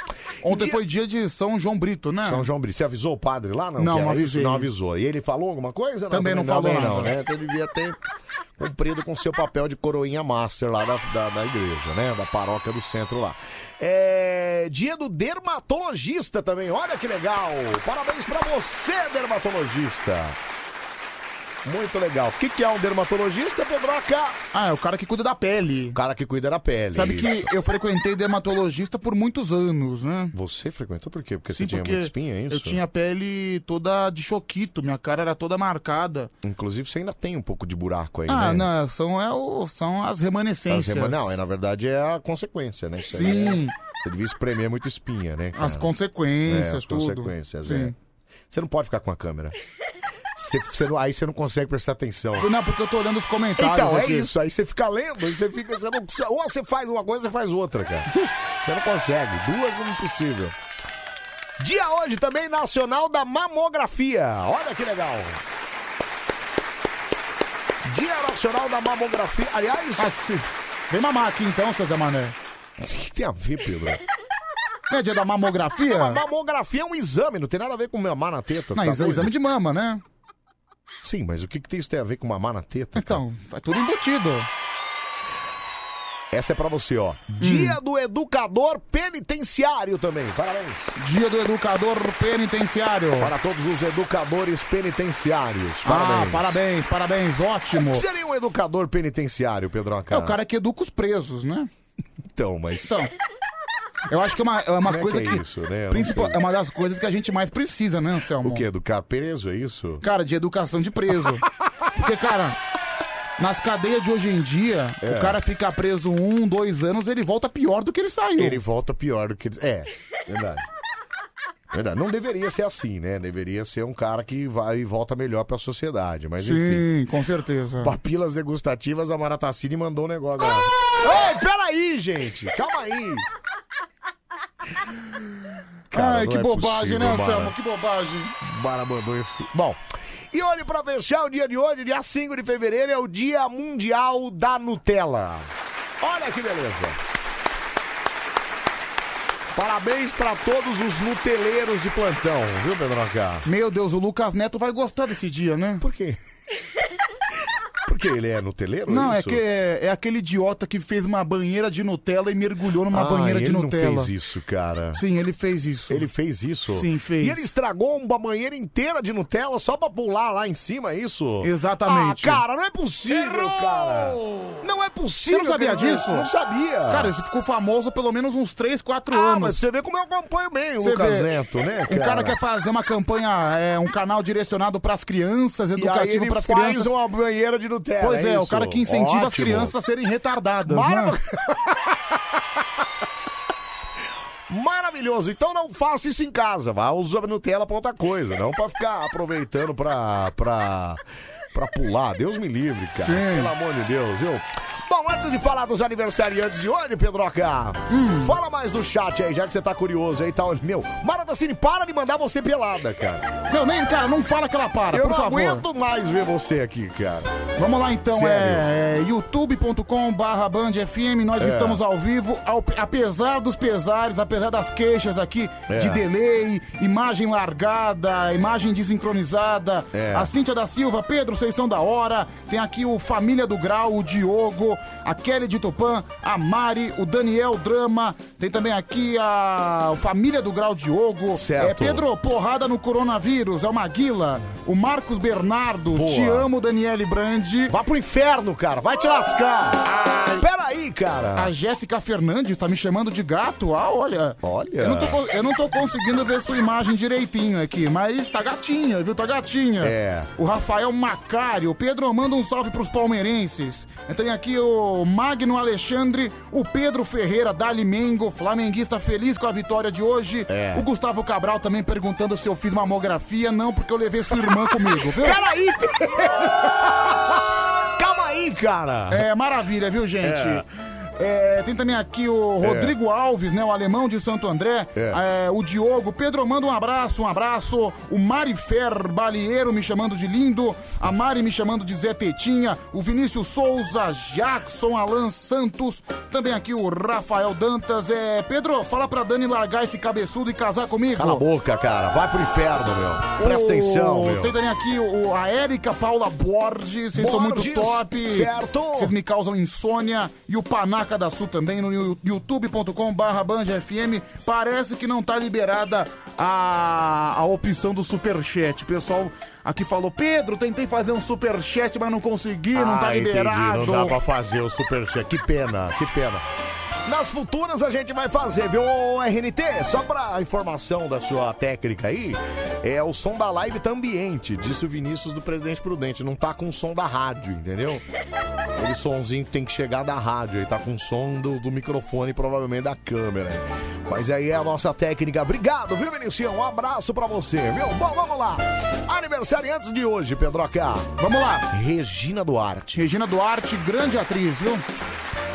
Ontem foi dia de São João Brito, né? São João Brito, você avisou o padre lá? Não, Não, que era não isso? avisei. Não avisou. E ele falou alguma coisa? Também não falou também nada. né? Você devia ter cumprido com seu papel de coroinha master lá da, da, da igreja, né? Da paróquia do centro lá. É... Dia do dermatologista também, olha que legal! Parabéns pra você, dermatologista! Muito legal. O que, que é um dermatologista, Pedroca? Ah, é o cara que cuida da pele. O cara que cuida da pele. Sabe que eu frequentei dermatologista por muitos anos, né? Você frequentou por quê? Porque Sim, você tinha porque muita espinha, é isso? eu tinha a pele toda de choquito, minha cara era toda marcada. Inclusive, você ainda tem um pouco de buraco aí, Ah, né? não, são, é o- são as As remanescências. rema- Não, é, na verdade é a consequência, né? Isso aí Sim. é- Você devia espremer muito espinha, né? cara? As consequências, É, as tudo. consequências, Sim. é. Você não pode ficar com a câmera. Você- você não- aí você não consegue prestar atenção. Não, porque eu tô olhando os comentários Então, é aqui. isso. Aí você fica lendo, aí você fica. Você não, ou você faz uma coisa, você faz outra, cara. Você não consegue. Duas é impossível. Dia hoje também nacional da mamografia. Olha que legal. Dia nacional da mamografia. Aliás, Ah, sim. Vem mamar aqui então, seu Zé Mané. o que tem a ver, Pedro? Não é dia da mamografia? Mas mamografia é um exame, não tem nada a ver com mamar na teta. Não, tá exa- doido? exame de mama, né? Sim, mas o que, que tem- isso tem a ver com mamar na teta? cara? Então, é tudo embutido. Essa é pra você, ó. Hum. Dia do educador penitenciário também. Parabéns. Dia do educador penitenciário. Para todos os educadores penitenciários. Ah, Parabéns. parabéns, parabéns, ótimo. O que seria um educador penitenciário, Pedro É o cara que educa os presos, né? Então, mas. Então. Eu acho que é uma, é uma Como é coisa que que. é isso, né? Eu não principal- sei. é uma das coisas que a gente mais precisa, né, Anselmo? O que? Educar preso, é isso? Cara, de educação de preso. Porque, cara, Nas cadeias de hoje em dia, É. o cara fica preso um, dois anos, ele volta pior do que ele saiu. Ele volta pior do que. É, verdade. Verdade. Não deveria ser assim, né? Deveria ser um cara que vai e volta melhor pra sociedade. Mas enfim. Sim, com certeza. Papilas degustativas, a Maratacine mandou um negócio. Ah! Ei, peraí, gente! Calma aí! Cara, Ai, não que é bobagem, possível, né, Mara. Anselmo? Que bobagem. Bara mandou isso. Bom. E olha, pra fechar o dia de hoje, dia 5 de fevereiro, é o Dia Mundial da Nutella. Olha que beleza. Parabéns pra todos os nuteleiros de plantão, viu, Pedroca? Meu Deus, o Lucas Neto vai gostar desse dia, né? Por quê? Porque ele é nuteleiro? Não, é isso? que é, é aquele idiota que fez uma banheira de Nutella e mergulhou numa Ah, banheira de ele Nutella. não fez isso, cara. Sim, ele fez isso. Ele fez isso? Sim, fez. E ele estragou uma banheira inteira de Nutella só pra pular lá em cima, é isso? Exatamente. Ah, cara, não é possível, cara. Não é possível. Você não sabia que ele- disso? Não sabia. Cara, isso ficou famoso pelo menos uns 3, 4 ah, anos. mas você vê como eu acompanho bem o Você Lucas vê, Neto, né, Um cara quer fazer uma campanha, é, um canal direcionado pras crianças, E aí educativo ele pras faz crianças. uma banheira de Nutella. Pois é, o isso? cara que incentiva as Ótimo. crianças a serem retardadas, né? Mara- né? Maravilhoso. Então não faça isso em casa. Vá usar Nutella pra outra coisa. Não pra ficar aproveitando pra, pra, pra pular. Deus me livre, cara. Sim. Pelo amor de Deus, viu? Bom, antes de falar dos aniversariantes de hoje, Pedroca, Hum. fala mais do chat aí, já que você tá curioso aí e tal. Meu, Maratacine, para de mandar você pelada, cara. Não, nem, cara, não fala que ela para, Eu por não favor. aguento mais ver você aqui, cara. Vamos lá então, é, Sério. é youtube.com barra Band FM, nós É. estamos ao vivo, ao- apesar dos pesares, apesar das queixas aqui É. de delay, imagem largada, imagem desincronizada, É. a Cíntia da Silva, Pedro Seição da Hora, tem aqui o Família do Grau, o Diogo, a Kelly de Tupã, a Mari, o Daniel Drama, tem também aqui a o Família do Grau Diogo, Certo. é Pedro Porrada no Coronavírus, é o Maguila, o Marcos Bernardo, Boa. te amo Daniele Brandi, Vá pro inferno, cara. Vai te lascar. Peraí, cara. A Jéssica Fernandes tá me chamando de gato. Ah, olha. Olha. Eu não, tô, con- eu não tô conseguindo ver sua imagem direitinho aqui, mas tá gatinha, viu? Tá gatinha. É. O Rafael Macário. Pedro, manda um salve pros palmeirenses. Tem aqui o Magno Alexandre, o Pedro Ferreira da Limengo, flamenguista feliz com a vitória de hoje. É. O Gustavo Cabral também perguntando se eu fiz mamografia. Não, porque eu levei sua irmã comigo, viu? Peraí. Calma aí, cara. É, maravilha, viu, gente? É. É, tem também aqui o Rodrigo Alves, né? O alemão de Santo André. É. É, o Diogo. Pedro, manda um abraço, um abraço. O Marifer Balieiro me chamando de lindo. A Mari me chamando de Zé Tetinha. O Vinícius Souza, Jackson, Alan Santos. Também aqui o Rafael Dantas. É, Pedro, fala pra Dani largar esse cabeçudo e casar comigo. Cala a boca, cara. Vai pro inferno, meu. Presta O- atenção, meu. Tem também aqui o, a Érica Paula Borges, vocês são muito Borges, top. certo. Vocês me causam insônia. E o Panaca da Sul também no you- youtube.com barra FM. Parece que não tá liberada a, a opção do superchat. O pessoal aqui falou, Pedro, tentei fazer um superchat, mas não consegui, não tá Ah, entendi. liberado. Não dá pra fazer o superchat. Que pena, que pena. Nas futuras a gente vai fazer, viu, ô, RNT? Só pra informação da sua técnica aí, é o som da live tá ambiente, disse o Vinícius do Presidente Prudente. Não tá com o som da rádio, entendeu? Aquele sonzinho que tem que chegar da rádio, aí tá com o som do, do microfone, provavelmente da câmera. Mas aí é a nossa técnica. Obrigado, viu, Vinicius? Um abraço pra você, viu? Bom, vamos lá. Aniversariantes de hoje, Pedroca. Vamos lá. Regina Duarte. Regina Duarte, grande atriz, viu?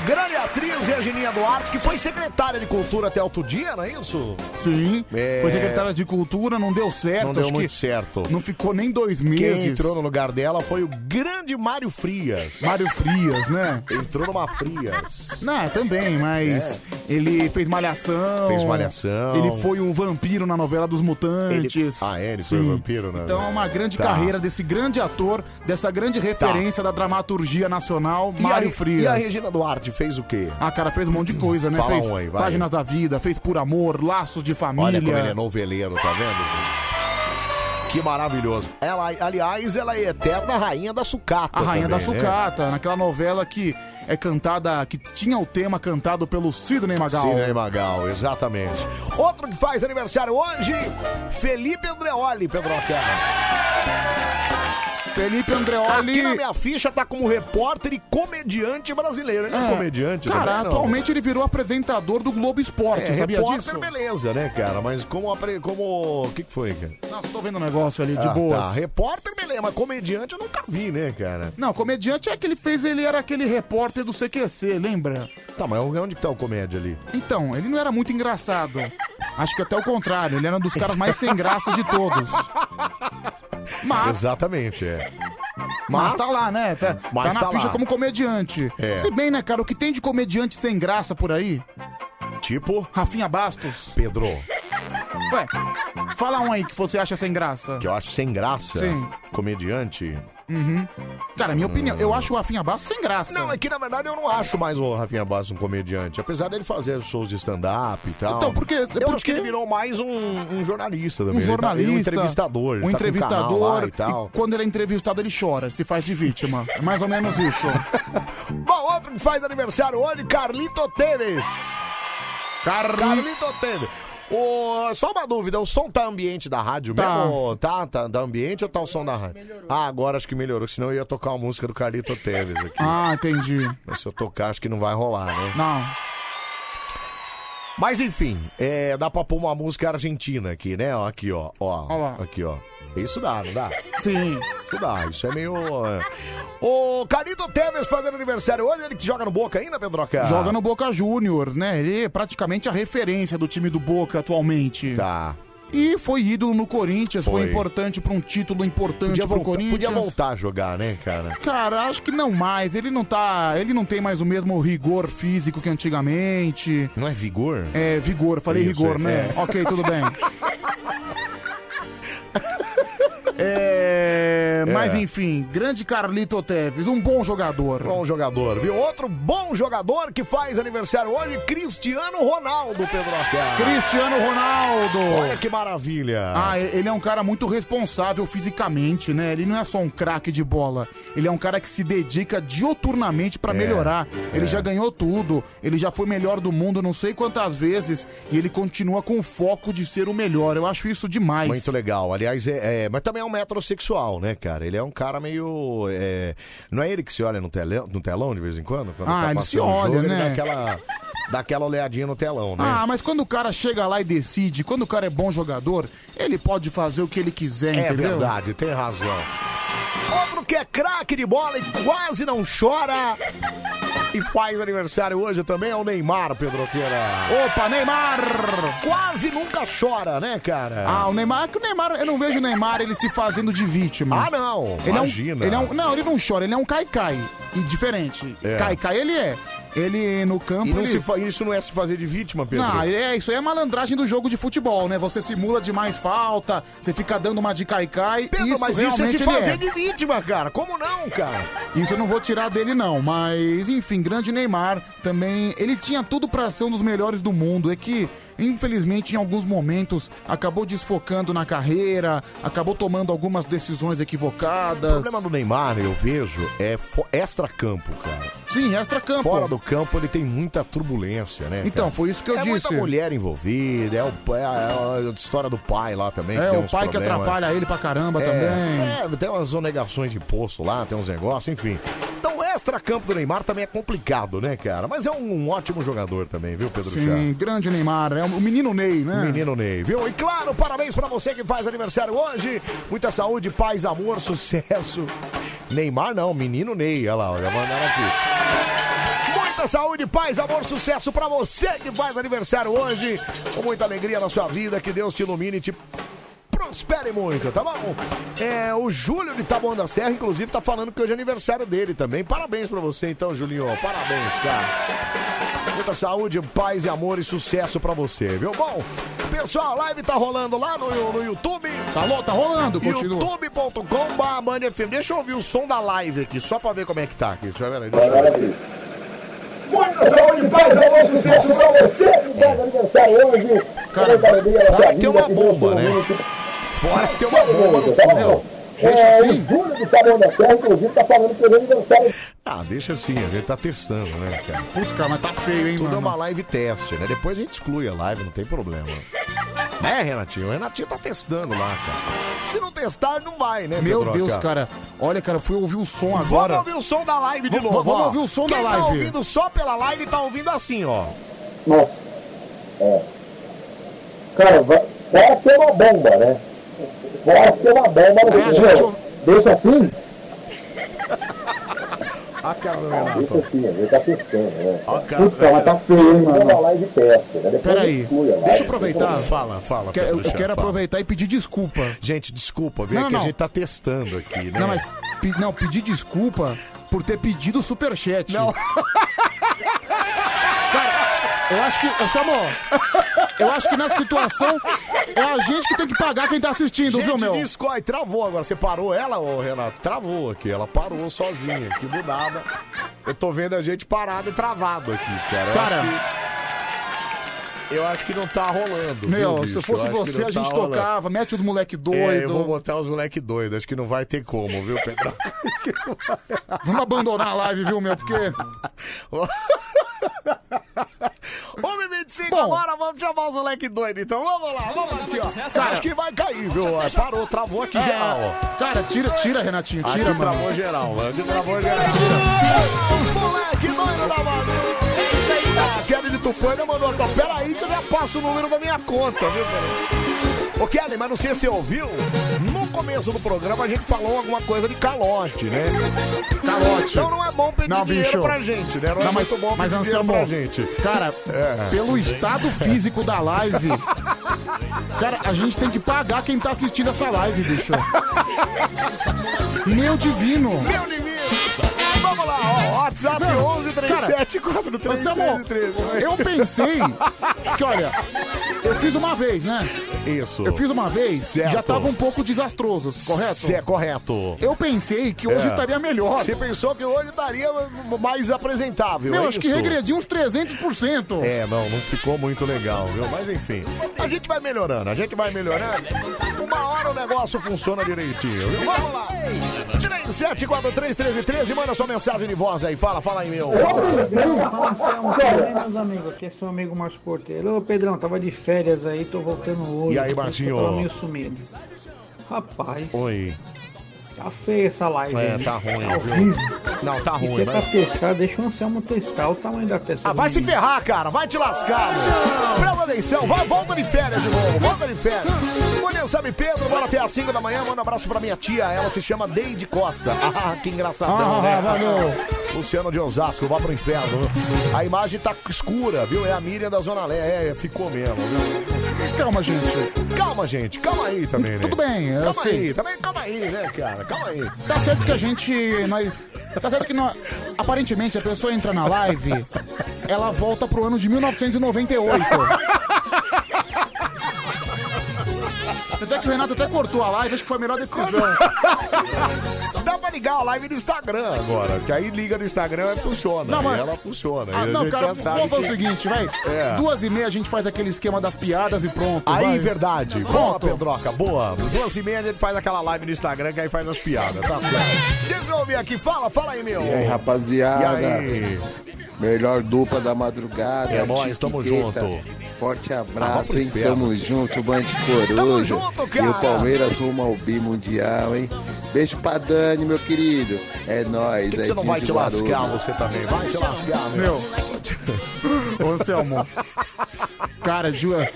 Grande atriz Virginia Duarte, que foi secretária de cultura até outro dia, não é isso? Sim. É. Foi secretária de cultura, não deu certo. Não deu acho muito que certo. Não ficou nem dois Quem meses. entrou no lugar dela foi o grande Mário Frias. Mário Frias, né? Entrou numa Frias. Não, também, mas ele fez malhação. É. Fez Malhação. Ele foi um vampiro na novela dos Mutantes. Ele- Ah, é, ele foi Sim. vampiro, né? Então é uma grande Tá. carreira desse grande ator, dessa grande referência da dramaturgia nacional, E Mário a- Frias. E a Regina Duarte fez o quê? Ah, cara, fez um monte de coisa, né? Fala fez um aí, vai. Páginas da Vida, fez Por Amor, Laços de Família. Olha como ele é noveleiro, tá vendo? Que maravilhoso. Ela, aliás, ela é eterna rainha da sucata. A Rainha da também, né? Sucata, naquela novela que é cantada, que tinha o tema cantado pelo Sidney Magal. Sidney Magal, exatamente. Outro que faz aniversário hoje, Felipe Andreoli, Pedroca. Felipe Andreoli. Aqui na minha ficha tá como repórter e comediante brasileiro. Ele não é, comediante, Cara, também, não. atualmente ele virou apresentador do Globo Esporte, É, sabia repórter, disso? beleza, né, cara? Mas como. apre- como... O que, que foi, cara? Nossa, tô vendo um negócio ali de Ah, boas. tá. Repórter, beleza, mas comediante eu nunca vi, né, cara? Não, comediante é que ele fez, ele era aquele repórter do CQC, lembra? Tá, mas onde que tá o comédia ali? Então, ele não era muito engraçado. Acho que até o contrário, ele era um dos caras mais sem graça de todos. Mas- Exatamente, é. Mas, tá lá, né? Tá, Mas tá na tá ficha lá. como comediante. É. Se bem, né, cara, o que tem de comediante sem graça por aí? Tipo? Rafinha Bastos. Pedro, Ué, fala um aí que você acha sem graça. que eu acho sem graça. Sim. Comediante. Uhum. Cara, minha opinião, eu acho o Rafinha Bastos sem graça. Não, é que na verdade eu não acho mais o Rafinha Bastos um comediante. Apesar dele fazer shows de stand-up e tal. Então, por quê? Eu Por acho que quê? ele virou mais um, um jornalista também. Um Ele tá- jornalista. ele é um entrevistador. ele Um tá com entrevistador. canal lá e e tal. quando ele é entrevistado, ele chora, se faz de vítima. É mais ou menos isso. Bom, outro que faz aniversário hoje, Carlito Teres. Carlito Teres. Ô, só uma dúvida, o som tá ambiente da rádio Tá. mesmo? Tá, tá, tá ambiente ou tá o som da rádio? Ah, agora acho que melhorou, senão eu ia tocar uma música do Carlito Teres aqui. Ah, entendi. Mas se eu tocar, acho que não vai rolar, né? Não. Mas enfim, é, dá pra pôr uma música argentina aqui, né? Ó, Aqui, ó. ó Ó lá. Aqui, ó. Isso dá, não dá? Sim. Isso dá, isso é meio. é. O Carlito Teves fazendo aniversário hoje, ele que joga no Boca ainda, Pedroca? Joga no Boca Juniors, né? Ele é praticamente a referência do time do Boca atualmente. Tá. E foi ídolo no Corinthians, foi, Foi. importante pra um título importante Podia pro voltar, Corinthians. podia voltar a jogar, né, cara? Cara, acho que não mais. Ele não tá. Ele não tem mais o mesmo rigor físico que antigamente. Não é vigor? É, vigor, falei Isso, rigor, é. né? É. Ok, tudo bem. É, Mas É. enfim, grande Carlito Teves, um bom jogador. Bom jogador, viu? Outro bom jogador que faz aniversário hoje, Cristiano Ronaldo, Pedroca. Cristiano Olha Ronaldo! que maravilha. Ah, e- ele é um cara muito responsável fisicamente, né? Ele não é só um craque de bola. Ele é um cara que se dedica dioturnamente É, pra melhorar. Ele já ganhou tudo, ele já foi melhor do mundo não sei quantas vezes e ele continua com o foco de ser o melhor. Eu acho isso demais. Muito legal. Aliás, é, é- mas também é um metrosexual, né, cara? Ele é um cara meio. é, não é ele que se olha no telão, no telão de vez em quando? Quando Ah, ele se passando olha, o ele né? dá aquela, dá aquela olhadinha no telão, né? Ah, mas quando o cara chega lá e decide, quando o cara é bom jogador, ele pode fazer o que ele quiser, é entendeu? verdade, tem razão. Outro que é craque de bola e quase não chora. E faz aniversário hoje também é o Neymar, Pedro Queira. Opa, Neymar! Quase nunca chora, né, cara? Ah, o Neymar, que o Neymar, eu não vejo o Neymar ele se fazendo de vítima. Ah, não. Ele Imagina. É um, ele é um, não, ele não chora, ele é um caicai. E diferente. É. Caicai ele é. Ele no campo. E não ele... se fa- Isso não é se fazer de vítima, Pedro. Não, é, isso aí é malandragem do jogo de futebol, né? Você simula demais falta, você fica dando uma de caicai. Pedro, isso mas isso é realmente se ele fazer é. de vítima, cara. Como não, cara? Isso eu não vou tirar dele, não. Mas, enfim, grande Neymar também. Ele tinha tudo pra ser um dos melhores do mundo. É que, infelizmente, em alguns momentos, acabou desfocando na carreira, acabou tomando algumas decisões O equivocadas. problema do Neymar, eu vejo, é fo- extra-campo, cara. Sim, extra-campo. Fora do campo, ele tem muita turbulência, né? cara? Então, foi isso que eu é disse. muita mulher envolvida, é, o, é a- é a história do pai lá também. que É, tem o uns pai que problemas. atrapalha ele pra caramba também. É, é, tem umas onegações de imposto lá, tem uns negócios, enfim. Então, o extra-campo do Neymar também é complicado, né, cara? Mas é um ótimo jogador também, viu, Pedro Chá? Sim, grande Neymar. É o menino Ney, né? Menino Ney, viu? E claro, parabéns pra você que faz aniversário hoje. Muita saúde, paz, amor, sucesso. Neymar não, menino Ney, olha lá, ó, já mandaram aqui. Muita saúde, paz, amor, sucesso pra você que faz aniversário hoje. Com muita alegria na sua vida, que Deus te ilumine e te prospere muito, tá bom? É, o Júlio de Taboão da Serra, inclusive, tá falando que hoje é aniversário dele também. Parabéns pra você então, Julinho. Parabéns, cara. Muita saúde, paz e amor e sucesso pra você, viu? Bom, pessoal, a live tá rolando lá no, no YouTube. Tá, lo- tá rolando, continua. youtube.com.br FM. Deixa eu ouvir o som da live aqui, só pra ver como é que tá aqui. Deixa eu ver aí. Deixa eu ver aí. Muita saúde, paz, amor, sucesso pra você que faz aniversário hoje. Cara, fora que tem uma bomba, né? Fora que tem uma bomba no fundo. Deixa é, assim? o Júlio do Sabão da Terra, inclusive, tá falando que o Leandro Gonçalves Ah, deixa assim, a gente tá testando, né, cara? Putz, cara, mas tá feio, hein, Tudo mano? é uma live teste, né? Depois a gente exclui a live, não tem problema. Né, Renatinho? O Renatinho tá testando lá, cara. Se não testar, não vai, né, Meu Pedroca? Deus, cara. Olha, cara, eu fui ouvir o som Vamos agora. ouvir o som da live de Vamos- novo, Vamos ó. ouvir o som Quem da tá live. ouvindo só pela live tá ouvindo assim, ó. Nossa. É. Cara, vai, vai ser uma bomba, né? Vai ser uma bomba no É, a Rio. gente- Deixa assim? A cara do Ah, deixa assim, ele tá testando, né? Ó, cara, Putz, ela tá feia, hein, mano? Uma live teste, né? Depois Peraí, exclui a live. deixa eu aproveitar. Fala, fala, Que- eu, Pedro eu Chá, quero fala. aproveitar e pedir desculpa. Gente, desculpa, viu? É Não, que a não. gente tá testando aqui, né? Não, mas pe- não, pedir desculpa por ter pedido o superchat. Não. Cara, eu acho que. Ô, Samuel, eu acho que nessa situação é a gente que tem que pagar quem tá assistindo, Gente, viu, meu? Discord, travou agora. Você parou ela, ô Renato? Travou aqui. Ela parou sozinha aqui do nada. Eu tô vendo a gente parada e travado aqui, cara. Eu Cara. acho que- Eu acho que não tá rolando. Meu, viu, se bicho? eu fosse acho que você, não a gente tá rolando. tocava, mete os moleque É, eu doido. vou botar os moleque doido. Acho que não vai ter como, viu, Pedro? Vamos abandonar a live, viu, meu? Porque. Um minuto e cinco agora, vamos chamar os moleque doido. Então vamos lá, vamos aqui, ó. Cara, é acho que vai cair, viu? Parou, travou aqui geral, É. ó. Cara, tira, tira, Renatinho, tira, Aqui mano. travou geral, mano. Aqui travou geral. é Moleque doido da bagunça. É isso aí, tá? A Kelly de Tufana mandou aqui, ó. Peraí que eu já passo o número da minha conta, viu, cara? Ô, Kelly, mas não sei se você ouviu, no começo do programa a gente falou alguma coisa de calote, né? Calote. Então não é bom pedir Não, dinheiro bicho. pra gente, né? Não, é Não, mas- muito bom mas, pedir dinheiro Anselmo, pra gente. Cara, É. pelo estado físico da live. Cara, a gente tem que pagar quem tá assistindo essa live, bicho. Meu divino. Meu divino. Vamos lá, ó. WhatsApp Não, 11 37 4 3 Anselmo, 3 3. é eu pensei que, olha, eu fiz uma vez, né? Isso. Eu fiz uma vez, Certo. já tava um pouco desastroso, correto? Cê é correto. Eu pensei que hoje É. estaria melhor. Você pensou que hoje estaria mais apresentável. Meu, é acho que isso? regredi uns 300%. É, não, não ficou muito legal, viu? Mas enfim, a gente vai melhorando, a gente vai melhorando. Uma hora o negócio funciona direitinho, viu? Vamos lá! 37431313, manda sua mensagem de voz aí, fala, fala aí, meu. Anselmo, um tudo bem, meus amigos? Aqui é um seu amigo Márcio Porteiro. Ô, Pedrão, tava de férias aí, tô voltando hoje. E aí, por isso que Marcinho? Eu tava meio sumido. Rapaz, Oi. tá feia essa live É, aí. tá ruim, tá viu? horrível. Não, tá E ruim, você é pra né? testar, deixa o Anselmo testar o tamanho da testa. Ah, vai se ferrar, cara, vai te lascar. meu. Presta atenção, vai, volta de férias de novo, volta de férias. Olha, sabe, Pedro, bora até às 5 da manhã, manda um abraço pra minha tia, ela se chama Deide Costa. Ah, que engraçadão, Ah, né? valeu. Luciano de Osasco, vá pro inferno. viu? A imagem tá escura, viu? É a Miriam da Zona Leste, é, ficou mesmo, viu? Calma, gente. Calma, gente, calma aí também, né? Tudo bem, eu calma sei. aí, também, calma aí, né, cara? Calma aí. Tá certo que a gente. Nós, tá certo que nós, aparentemente a pessoa entra na live, ela volta pro ano de 1998. Até é que o Renato até cortou a live, acho que foi a melhor decisão. Dá pra ligar a live no Instagram agora, que aí liga no Instagram e funciona. Não, e mas- ela funciona. Ah, e a não, gente cara, já sabe vamos fazer que- o seguinte, vai. É. Duas e meia a gente faz aquele esquema das piadas e pronto. Aí, vai. verdade. Boa, Pronto. Pedroca, boa. Duas e meia a gente faz aquela live no Instagram que aí faz as piadas, tá certo? Deixa eu ouvir aqui, fala, fala aí, meu. E aí, rapaziada? E aí? Melhor dupla da madrugada. É nóis, tamo Tiquiteta. junto. Forte Ah, vamos abraço, pro hein? inferno. Tamo junto, Band Coruja. Tamo E junto, o cara. Palmeiras rumo ao bimundial, hein? Beijo pra Dani, meu querido. É nóis, Por é que que você não Dinho vai de te Guarulhos. lascar, você também? Vai se lascar, meu. Ô, Anselmo. É, Cara, Jua.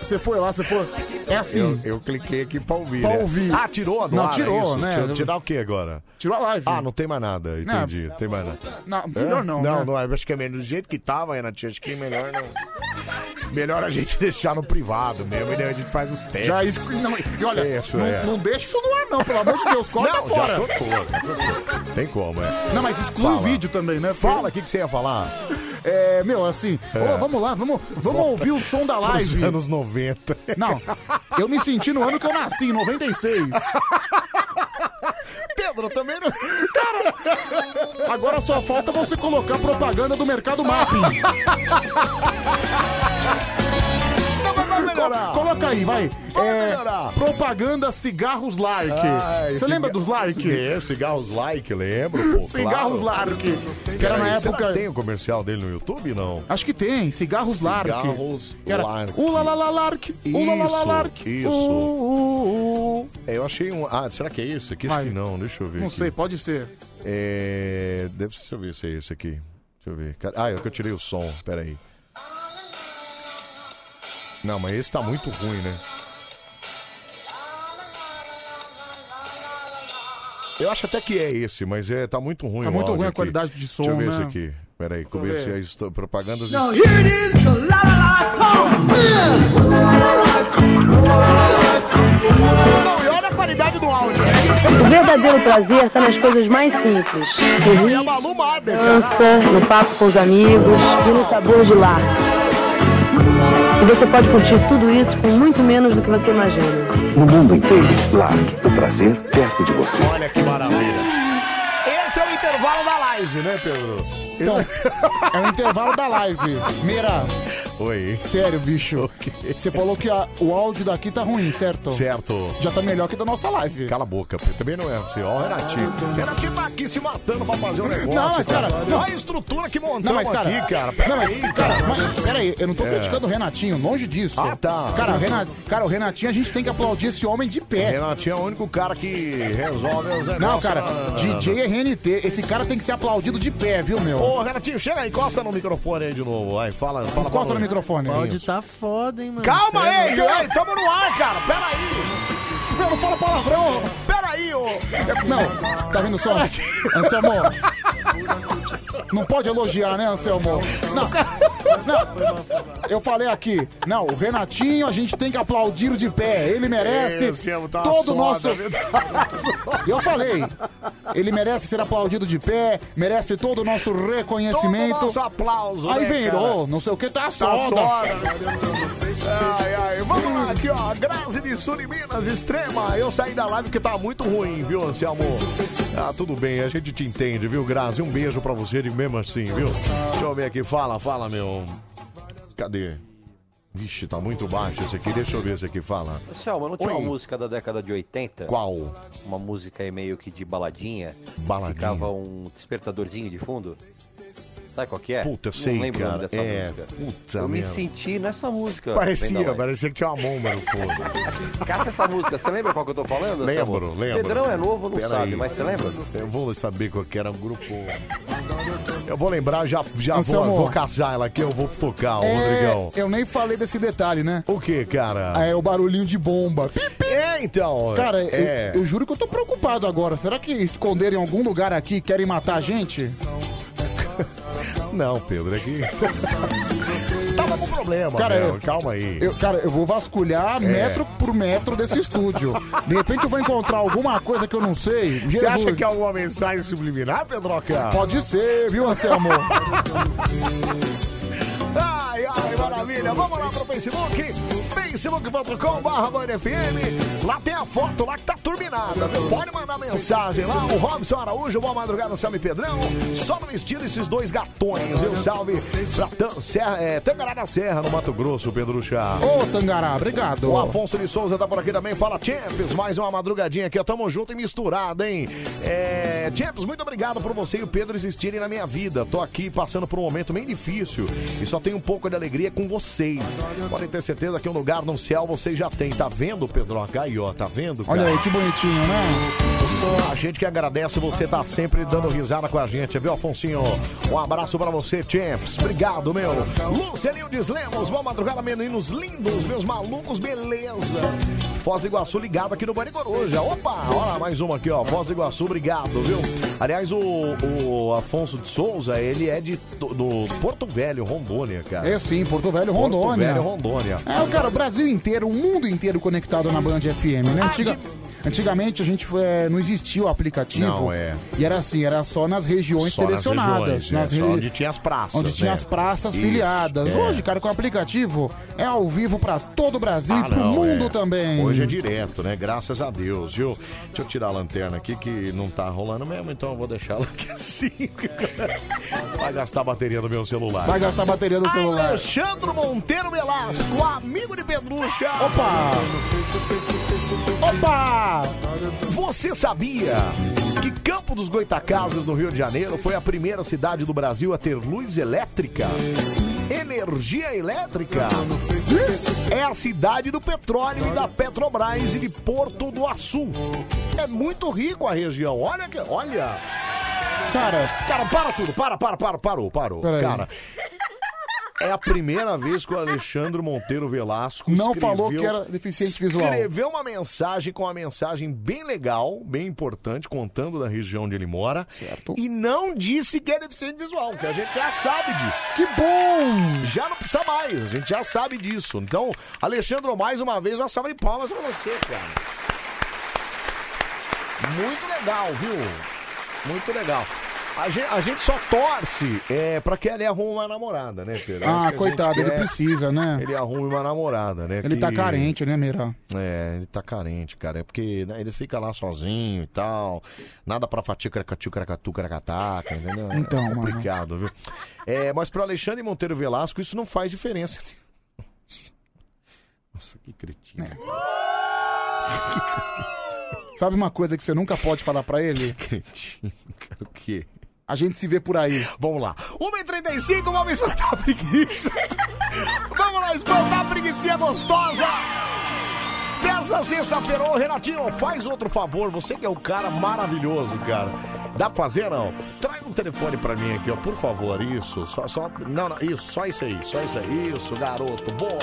Você foi lá, você foi. É assim. Eu, eu cliquei aqui pra ouvir. Pra né? ouvir. Ah, tirou do Não, ar, é tirou, isso? né? Tirou- Tirar o que agora? Tirou a live. Ah, não tem mais nada, entendi. Não, tem mais nada. Não, melhor É? não, Não, né? não, eu acho que é melhor. Do jeito que tava, Renatinho, acho que é melhor não. Melhor a gente deixar no privado mesmo, e daí a gente faz os testes. Já isso. Não, e olha, Isso, não, é. não deixa isso no ar, não, pelo amor de Deus. Corta não, Tá fora. já tô fora. já tô fora. Tem como, é. Não, mas exclui o Fala. vídeo também, né? Fala, o que, que você ia falar? É, meu, assim, É. ô, vamos lá, vamos, vamos ouvir o som da Dos live. anos 90. Não, eu me senti no ano que eu nasci, em 96. Pedro, também não... Cara, agora só falta você colocar propaganda do Mercado Mapping. Então Não, mas vai melhorar, melhorar. Coloca aí, vai. Vai É, melhorar. propaganda cigarros like. Ah, Você ciga- lembra dos like? Sim, cigarros like, lembro, pô. Cigarros claro. Lark, que era Peraí, na será época- que tem o comercial dele no YouTube, não? Acho que tem, cigarros Lark. Cigarros Que era Lark. Ulalalark. Ulalalark. Isso, Uh, uh, uh. É, Eu achei um... Ah, será que é isso aqui? Acho que não, deixa eu ver Não aqui. sei, pode ser. É... Deve... Deixa eu ver se é esse aqui. Deixa eu ver. Cara- Ah, é que eu tirei o som, peraí. Não, mas esse tá muito ruim, né? Eu acho até que é esse, mas é, tá muito ruim Tá o muito áudio ruim a aqui. qualidade de som, Deixa eu ver né? esse aqui. Peraí, ver. comerciais, to- propagandas... No, here it is, the la la la pom. Não, e olha a qualidade do áudio. O verdadeiro prazer está nas coisas mais simples. E a Malu Mader, Dança, no papo com os amigos e no sabor de lá. E você pode curtir tudo isso com muito menos do que você imagina. No mundo inteiro, Lark, o prazer é. perto de você. Olha que maravilha. Esse é o intervalo da live, né, Pedro? Então, é o intervalo da live. Mira, Oi. sério, bicho. Você falou que a- o áudio daqui tá ruim, certo? Certo. Já tá melhor que da nossa live. Cala a boca, Pedro. Também não é assim. Ó, o Renatinho. Renatinho tá aqui se matando pra fazer um negócio. Não, mas, cara, não. Olha a estrutura que montamos Não, mas, cara. aqui, cara. Pera não, mas, aí, cara, mas, pera aí, eu não tô É. criticando o Renatinho, longe disso. Ah, tá. Cara, o Rena- cara, o Renatinho, a gente tem que aplaudir esse homem de pé. Renatinho é o único cara que resolve os negócios. Não, cara, Não, não, não, DJ é RNT. Esse cara tem que ser aplaudido de pé, viu, meu? Ô, Renatinho, chega aí, encosta no microfone aí de novo. Vai, fala, fala. Encosta pra no nós. microfone. O áudio Isso. tá foda, hein, mano. Calma Cê é aí, louco. ei, tamo no ar, cara. Pera aí. Meu, não fala palavrão. Pera aí, ô. Não, tá vendo só? Anselmo. Não pode elogiar, né, Anselmo? Não, não. Eu falei aqui, não, o Renatinho a gente tem que aplaudir de pé. Ele merece Ei, Anselmo, tá uma todo o soda, nosso. viu? Eu falei, ele merece ser aplaudido de pé, merece todo o nosso reconhecimento. Todo o nosso aplauso, Aí né, vem, ele, cara? ô, não sei o que, tá Tá soda. soda. Ai, ai, vamos lá aqui, ó. Grazi de Suriminas, extrema. Eu saí da live que tá muito ruim, viu, Anselmo? Ah, tudo bem, a gente te entende, viu, Grazi? Um beijo pra você de mesmo assim, viu? Deixa eu ver aqui, fala, fala, meu. Cadê? Vixe, tá muito baixo esse aqui. Deixa eu ver esse aqui, fala. Selma, não tinha Oi. uma música da década de 80? Qual? Uma música aí meio que de baladinha. Baladinha. Ficava um despertadorzinho de fundo. Sabe qual que é? Puta, eu não sei, lembro o cara. nome dessa É, música. puta Eu me merda. senti nessa música. vendo Parecia, a live. parecia que tinha uma bomba no fundo. Caça essa música, você lembra qual que eu tô falando? Selma? Lembro, lembro. Pedrão é novo, não Pera sabe, aí. mas você lembra? Eu vou saber qual que era o grupo. Eu vou lembrar, já, já vou, Anselmo. vou casar ela aqui, eu vou tocar, Tá, É, ô, Rodrigão. eu nem falei desse detalhe, né? O que, cara? É o barulhinho de bomba. Pi, pi. É, então. Cara, eu- é. eu, juro que eu tô preocupado agora. Será que esconderam em algum lugar aqui e querem matar a gente? Não, Pedro, é que. Tava com problema, Cara, meu, eu- calma aí. Eu- cara, eu vou vasculhar É. metro por metro desse estúdio. De repente eu vou encontrar alguma coisa que eu não sei. Você acha que é alguma mensagem subliminar, Pedroca? Pode ser, viu, Anselmo? assim? Ai, ai, maravilha. Vamos lá pro Facebook, facebook.com.br. Lá tem a foto lá que tá turbinada. viu? Pode mandar mensagem lá. O Robson Araújo, boa madrugada, Sam e Pedrão. Só não estilo esses dois gatões. Eu salve pra Tan- Serra, é, Tangará da Serra, no Mato Grosso, Pedro Chá. Ô, Tangará, obrigado. O Afonso de Souza tá por aqui também. Fala, Champs, mais uma madrugadinha aqui. ó. Tamo junto e misturado, hein? É, Champs, muito obrigado por você e o Pedro existirem na minha vida. Tô aqui passando por um momento bem difícil e só tenho um pouco de alegria com vocês. Podem ter certeza que um lugar no céu vocês já têm. Tá vendo, Pedro? Aí, ó, tá vendo, cara? Olha aí, que bonitinho, né? A gente que agradece você tá sempre dando risada com a gente, viu, Afonsinho? Um abraço pra você, Champs. Obrigado, meu. Lucelinho de Lemos, boa madrugada, meninos lindos, meus malucos, beleza. Foz do Iguaçu ligado aqui no Bani Coruja. Opa, olha mais uma aqui, ó. Foz do Iguaçu, obrigado, viu? Aliás, o, o Afonso de Souza, ele é de, to- do Porto Velho, Rondônia, cara. É sim, Porto Velho, Porto Rondônia. Velho, Rondônia. É, cara, o Brasil inteiro, o mundo inteiro conectado na Band FM, né? Antiga- Antigamente a gente foi, é, não existia o aplicativo. Não, é. E era assim, era só nas regiões Só nas selecionadas. regiões, é, re- só onde tinha as praças, Onde tinha né? as praças Isso, filiadas. é. Hoje, cara, com o aplicativo é ao vivo pra todo o Brasil Ah, e pro não, mundo é. também. Hoje é direto, né? Graças a Deus, viu? Deixa eu tirar a lanterna aqui que não tá rolando mesmo, então eu vou deixá-la aqui assim. Vai gastar a bateria do meu celular. Vai gastar a bateria do celular. Alexandre Monteiro Velasco, amigo de Pedrucha. Opa! Opa! Você sabia que Campo dos Goitacazes, no Rio de Janeiro, foi a primeira cidade do Brasil a ter luz elétrica? Energia elétrica é a cidade do petróleo e da Petrobras e de Porto do Açu. É muito rico a região. Olha que, olha. Cara, cara, para tudo. Para, para, para, parou, parou. Peraí. Cara, é a primeira vez que o Alexandre Monteiro Velasco Não falou que era deficiente visual. Escreveu uma mensagem com uma mensagem bem legal, bem importante, contando da região onde ele mora. Certo. E não disse que é deficiente visual, que a gente já sabe disso. Que bom! Já não precisa mais, a gente já sabe disso. Então, Alexandre, mais uma vez, uma salva de palmas pra você, cara. Muito legal, viu? Muito legal. A gen- a gente, só torce é, pra que ele arrume uma namorada, né, Pedro? Acho que a Ah, gente coitado, ele quer- precisa, né? Ele arrume uma namorada, né? Ele tá que- carente, né, Mira? É, ele tá carente, cara. É porque né, ele fica lá sozinho e tal. Nada pra fatia, cracatu, cracatu, cracataca, entendeu? Então, é mano. complicado, viu? É, mas pro Alexandre Monteiro Velasco, isso não faz diferença. Nossa, que cretino. É. Sabe uma coisa que você nunca pode falar pra ele? Cretino, cara, o quê? A gente se vê por aí. Vamos lá. 1h35, vamos escutar a preguiça. vamos lá escutar a preguiça é gostosa. Dessa sexta-feira, ô Renatinho, faz outro favor. Você que é um cara maravilhoso, cara. Dá pra fazer, não? Traz um telefone pra mim aqui, ó, por favor. Isso, só, só. Não, não, isso, só isso aí, só isso aí. Isso, garoto, boa.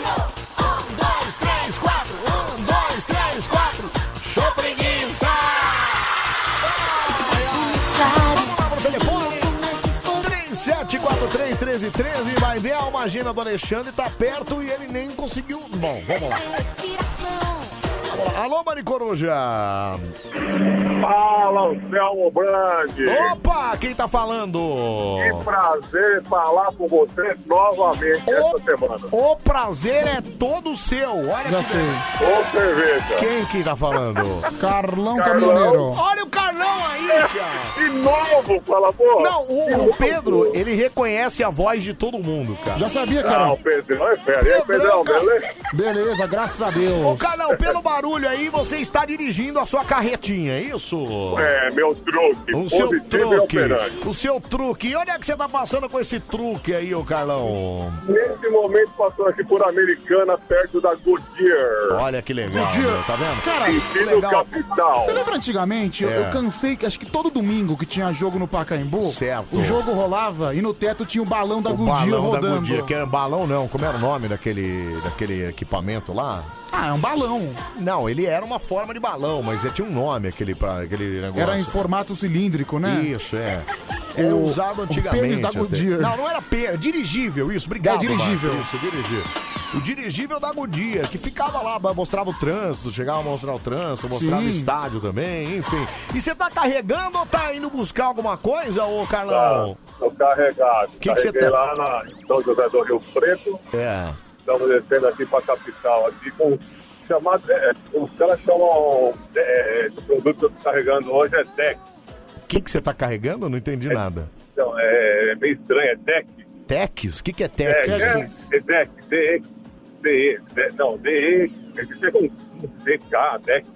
dois, três, quatro. Um, dois, três, quatro. Show preguiça. Vamos lá pro telefone. 37431313 vai ver a alma gêmea do Alexandre, tá perto e ele nem conseguiu. Bom, vamos lá. Vamos lá. Alô, Maricoruja! Fala, Anselmo Brandi! Opa, quem tá falando? Que prazer falar com você novamente essa semana. O prazer é todo seu, olha Já que sei. Ô, cerveja! Quem que tá falando? Carlão Caminhoneiro. Olha o Carlão aí, cara! De novo, fala, pô! Não, De o, o novo. Pedro, ele reconhece a voz de todo mundo, cara. Já sabia, Não, cara. Pedrão é fera. E aí, Pedrão, beleza? Beleza, graças a Ô, Deus. Carlão, pelo barulho aí, você está dirigindo a sua carretinha, é isso? É, meu truque. O seu positivo e truque. operante. O seu truque. E onde é que você tá passando com esse truque aí, ô Carlão? Nesse momento, passou aqui por Americana, perto da Goodyear. Olha que legal, Good meu, tá vendo? Cara, Sentido legal. capital. Você lembra antigamente? Eu, É. eu cansei, que acho que todo domingo que tinha jogo no Pacaembu, Certo. o jogo rolava e no teto tinha o balão da O Goodyear balão da rodando. Goodyear, que é era balão não, como era o nome daquele, daquele equipamento lá? Ah, é um balão. Não, ele era uma forma de balão, mas ele tinha um nome aquele, pra, aquele negócio. Era em formato cilíndrico, né? Isso, é. Era O- usado o antigamente. pênis da até. Goodyear. Não, não era pênis, dirigível, isso, obrigado. É, dirigível. Marcos, isso, dirigível. O dirigível da Goodyear, que ficava lá, mostrava o trânsito, chegava a mostrar o trânsito, mostrava Sim. o estádio também, enfim. E você tá carregando ou tá indo buscar alguma coisa, ô Carlão? Tô carregado. Que que você Carreguei tá- lá na em São José do Rio Preto. É. Estamos descendo aqui para a capital, aqui com chamado. É, os caras chamam. É, esse produto que eu estou carregando hoje é Tech. O que que você tá carregando? Eu não entendi nada. Então, é, é meio estranho, é Tech. Tex? O que que é É, Tex? é, é Tech, DE. DE. de- Não, é, DE. Chega um DK, Tech.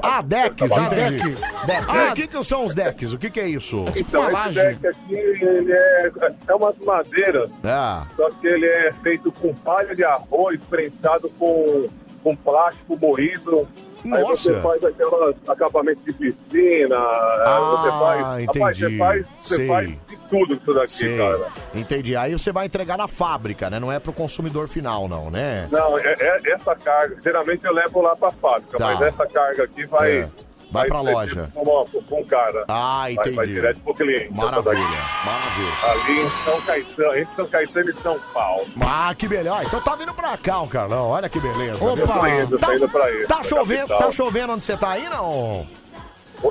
Ah, Dex, Ah, entendi. Dex. Dex. Ah, o que que são os decks? O que que é isso? Então, esse deck aqui ele é, é umas madeiras, Ah, só que ele é feito com palha de arroz prensado com, com plástico moído. Aí você Nossa. faz aquelas acabamentos de piscina, você faz, Ah, rapaz, você entendi. faz, você Sei. faz de tudo isso daqui, sei. cara. Entendi. Aí você vai entregar na fábrica, né? Não é pro consumidor final, não, né? Não, é, é- essa carga, geralmente eu levo lá pra fábrica, Tá. mas essa carga aqui vai. É. Vai pra ser loja. feita Com, com um cara. Ah, Vai- entendi. Vai, direto pro cliente. essa Maravilha, daqui. maravilha. Ali em São Caetano, entre São Caetano e São Paulo. Ah, que beleza. Ó, Então tá vindo pra cá, o Carlão. Olha que beleza. Opa! Tá indo pra isso, tá pra chovendo, capital. tá chovendo onde você tá aí, não?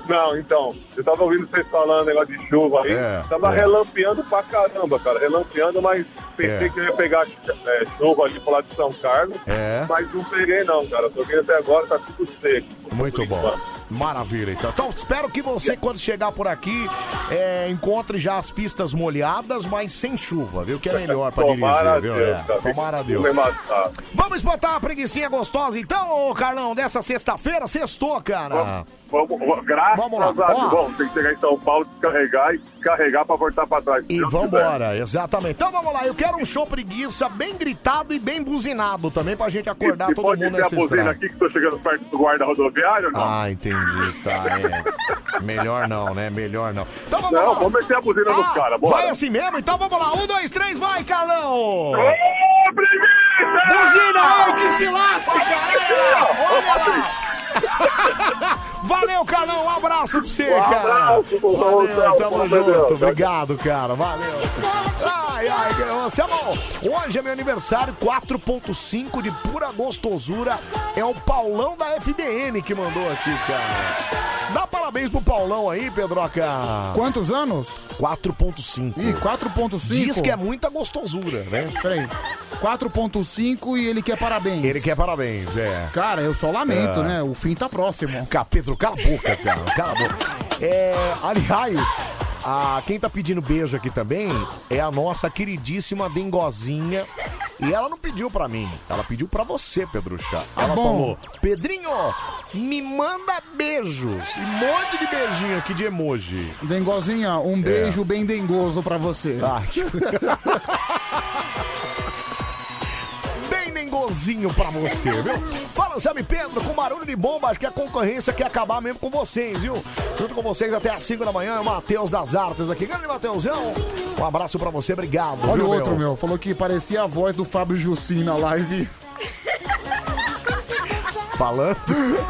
Não, então, eu tava ouvindo vocês falando negócio de chuva aí. É, tava é. relampeando pra caramba, cara. Relampeando, mas pensei É. que eu ia pegar é, chuva ali pro lado de São Carlos. É. Mas não peguei não, cara. Toquei até agora, tá tudo seco. Muito bom. Maravilha, então. Então, espero que você, quando chegar por aqui, é, encontre já as pistas molhadas, mas sem chuva, viu? Que é melhor pra Tomara dirigir, viu? a Deus, É, cara. Tomara a Deus. Não me matar. Vamos espantar a preguiçinha gostosa, então, ô Carlão, dessa sexta-feira, sextou, cara. Vamos, vamos- graças Ah. Vamos lá, a Deus. ó. Bom, tem que chegar em São Paulo, descarregar e carregar pra voltar pra trás. E vambora, exatamente. Então vamos lá, eu quero um show preguiça bem gritado e bem buzinado também pra gente acordar e todo pode mundo ter a nessa buzina estrada. aqui que tô chegando perto do guarda rodoviário ou não? Ah, entendi, tá, é. Melhor não, né? Melhor não. Então vamos não, lá. vamos meter a buzina dos Ah, caras, cara, bora. Vai assim mesmo? Então vamos lá. Um, dois, três, vai, Carlão! Buzina, ai, que se lasque, cara! Olha lá! Valeu, Carlão, um abraço pra você, Um cara! abraço, Bolsonaro. Valeu, tamo Valeu. junto, obrigado, cara, valeu! Ai, ai, cara, Samuel, hoje é meu aniversário, 4.5 de pura gostosura, é o Paulão da FBN que mandou aqui, cara! Dá parabéns pro Paulão aí, Pedroca! Ah. Quantos anos? 4.5. Ih, 4.5? Diz que é muita gostosura, né? Peraí. 4.5 e ele quer parabéns. Ele quer parabéns, é. Cara, eu só lamento, É. né? O fim tá próximo. Cara, Pedro, cala a boca, cara. Cala a boca. É, aliás, a, quem tá pedindo beijo aqui também é a nossa queridíssima Dengozinha. E ela não pediu pra mim, ela pediu pra você, Pedro Chá. Ela bom. falou: Pedrinho, me manda beijos. E um monte de beijinho aqui de emoji. É. Dengozinha, um beijo bem dengoso pra você. Ah, Bem nengozinho pra você, viu? Fala, Sabe Pedro, com barulho de bomba, acho que a concorrência quer acabar mesmo com vocês, viu? Junto com vocês até às 5 da manhã, é o Matheus das Artes aqui. Grande Matheusão, um abraço pra você, obrigado. Olha viu, o outro, meu. Falou que parecia a voz do Fábio Jussi na live. Falando.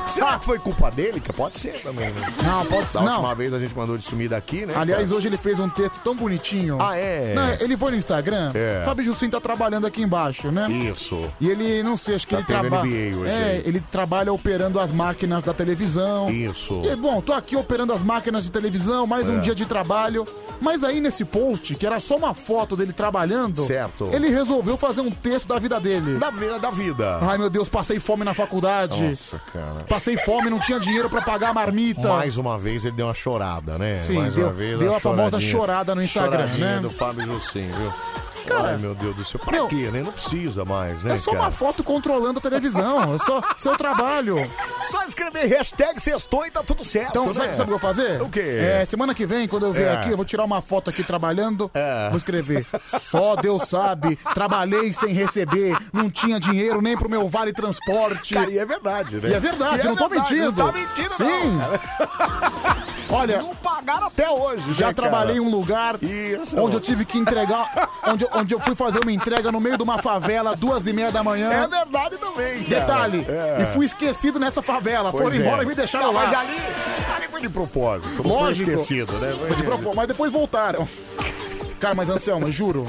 Será que foi culpa dele? Que pode ser também, né? Não, pode ser, Da não. última vez a gente mandou de sumir daqui, né? Aliás, cara? hoje ele fez um texto tão bonitinho. Ah, é? Não, ele foi no Instagram. É. Fábio Jussim tá trabalhando aqui embaixo, né? Isso. E ele, não sei, acho que Tá ele tendo trabalha. NBA hoje, É, aí. ele trabalha operando as máquinas da televisão. Isso. E, bom, tô aqui operando as máquinas de televisão, mais É. um dia de trabalho. Mas aí nesse post, que era só uma foto dele trabalhando, Certo. ele resolveu fazer um texto da vida dele. Da, vi- da vida. Ai meu Deus, passei fome na faculdade. Nossa, cara. Passei fome, não tinha dinheiro pra pagar a marmita. Mais uma vez ele deu uma chorada, né? Então. Sim, Mais deu- uma vez, deu uma a famosa choradinha. chorada no Instagram, Choradinha né? do Fábio Jussim, viu? Cara, Ai, meu Deus do céu. Pra quê, né? Não precisa mais, né, É só cara? uma foto controlando a televisão. É só seu trabalho. Só escrever hashtag sextou e tá tudo certo, Então, né? sabe, sabe o que eu vou fazer? O quê? É, semana que vem, quando eu vier É. aqui, eu vou tirar uma foto aqui trabalhando. Vou escrever. Só Deus sabe. Trabalhei sem receber. Não tinha dinheiro nem pro meu vale transporte. Cara, e é verdade, né? E é verdade, E é não tô verdade, mentindo. não tá mentindo, Sim. Olha, Não pagaram até hoje, já né, trabalhei em cara? um lugar Isso. onde eu tive que entregar. onde, onde eu fui fazer uma entrega no meio de uma favela, duas e meia da manhã. É verdade também, cara. Detalhe, É. e fui esquecido nessa favela. Pois Foram é. embora e me deixaram Não, lá. Mas ali, ali foi de propósito. não Lógico. Foi esquecido, né? Foi de propósito, mas depois voltaram. Cara, mas Anselmo, eu juro.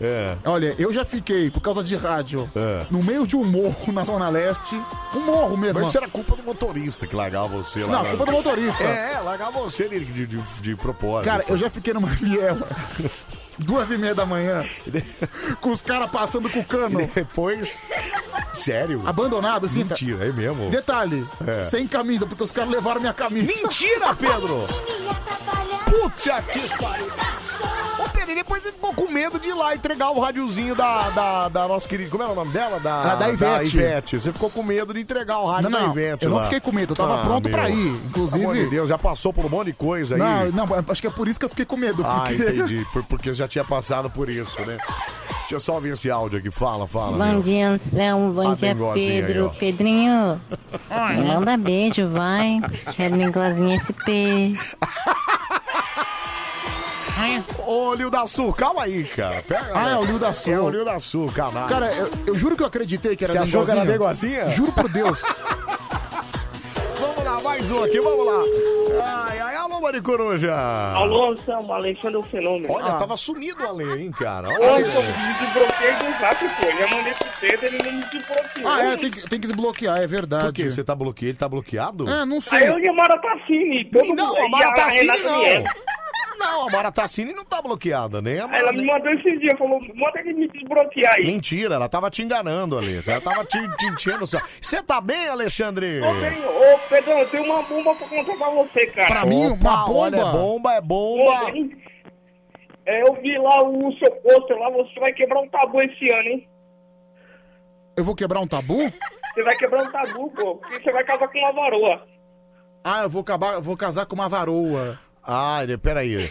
É. Olha, eu já fiquei, por causa de rádio, É. no meio de um morro na Zona Leste. Um morro mesmo. Mas isso era culpa do motorista que largava você lá. Não, na- culpa do motorista. É, é, largava você de, de, de, de propósito. Cara, eu já fiquei numa viela. Duas e meia da manhã. com os caras passando com o cano. depois. Sério? Abandonado, assim. tá? Mentira, é mesmo? Detalhe, É. sem camisa, porque os caras levaram minha camisa. Mentira, Pedro! Putz, que pariu. Ô, Pedro, e depois você ficou com medo de ir lá entregar o rádiozinho da, da, da nossa querida. Como era o nome dela? Da, Ah, da Ivete. Você ficou com medo de entregar o rádio Não, da não, Ivete. eu não lá. Ah, fiquei com medo, eu tava pronto pra ir, inclusive- Pelo amor de Deus, já passou por um monte de coisa aí. Não, não, acho que é por isso que eu fiquei com medo. Ah, porque- entendi. Por- porque já tinha passado por isso, né? Deixa eu só ouvir esse áudio aqui. Fala, fala. Bom meu. dia, Anselmo. Bom Ah, dia, Dengozinho aí, Pedro. ó. Pedrinho, me manda beijo, vai. Quero um negozinho SP. Ô, Lio da Sul, calma aí, cara. Pega, Ah, é o Lio da Sul. É o Lio da Sul, caralho. Cara, eu, eu juro que eu acreditei que era Você achou que era negocinha? Juro por Deus. Vamos lá, mais um aqui, vamos lá. Ai, ai, alô, Chama de coruja. Alô, Anselmo, Alexandre é o Fenômeno. Olha, tava sumido o Ale, hein, cara. Olha Hoje eu aí. me desbloqueei do zap, pô. Já mandei pro Pedro, ele não me desbloqueou. Ah, é, tem que, tem que desbloquear, é verdade. Por quê? Você tá bloqueado? Ele tá bloqueado? É, não Aí sei. eu e a Mara Tassini. Todo Não, mundo- a Mara e Tassini Renata não. Miele. Não, a Mara Tassini não tá bloqueada, né? A Mara- Ela me mandou esses dias, falou, manda ele me desbloquear aí. Mentira, ela tava te enganando, Ale. Ela tava te, te enchendo o saco. Você tá bem, Alexandre? Ô, bem, ô, Pedrão, eu tenho uma bomba pra contar pra você, cara. Pra mim, uma Opa, olha, bomba? é bomba, é bomba. Ô, bem, é, eu vi lá o seu pôster lá, você vai quebrar um tabu esse ano, hein? Eu vou quebrar um tabu? Você vai quebrar um tabu, pô, porque você vai casar com uma varoa. Ah, eu vou, acabar, vou casar com uma varoa. Ah, ele- peraí.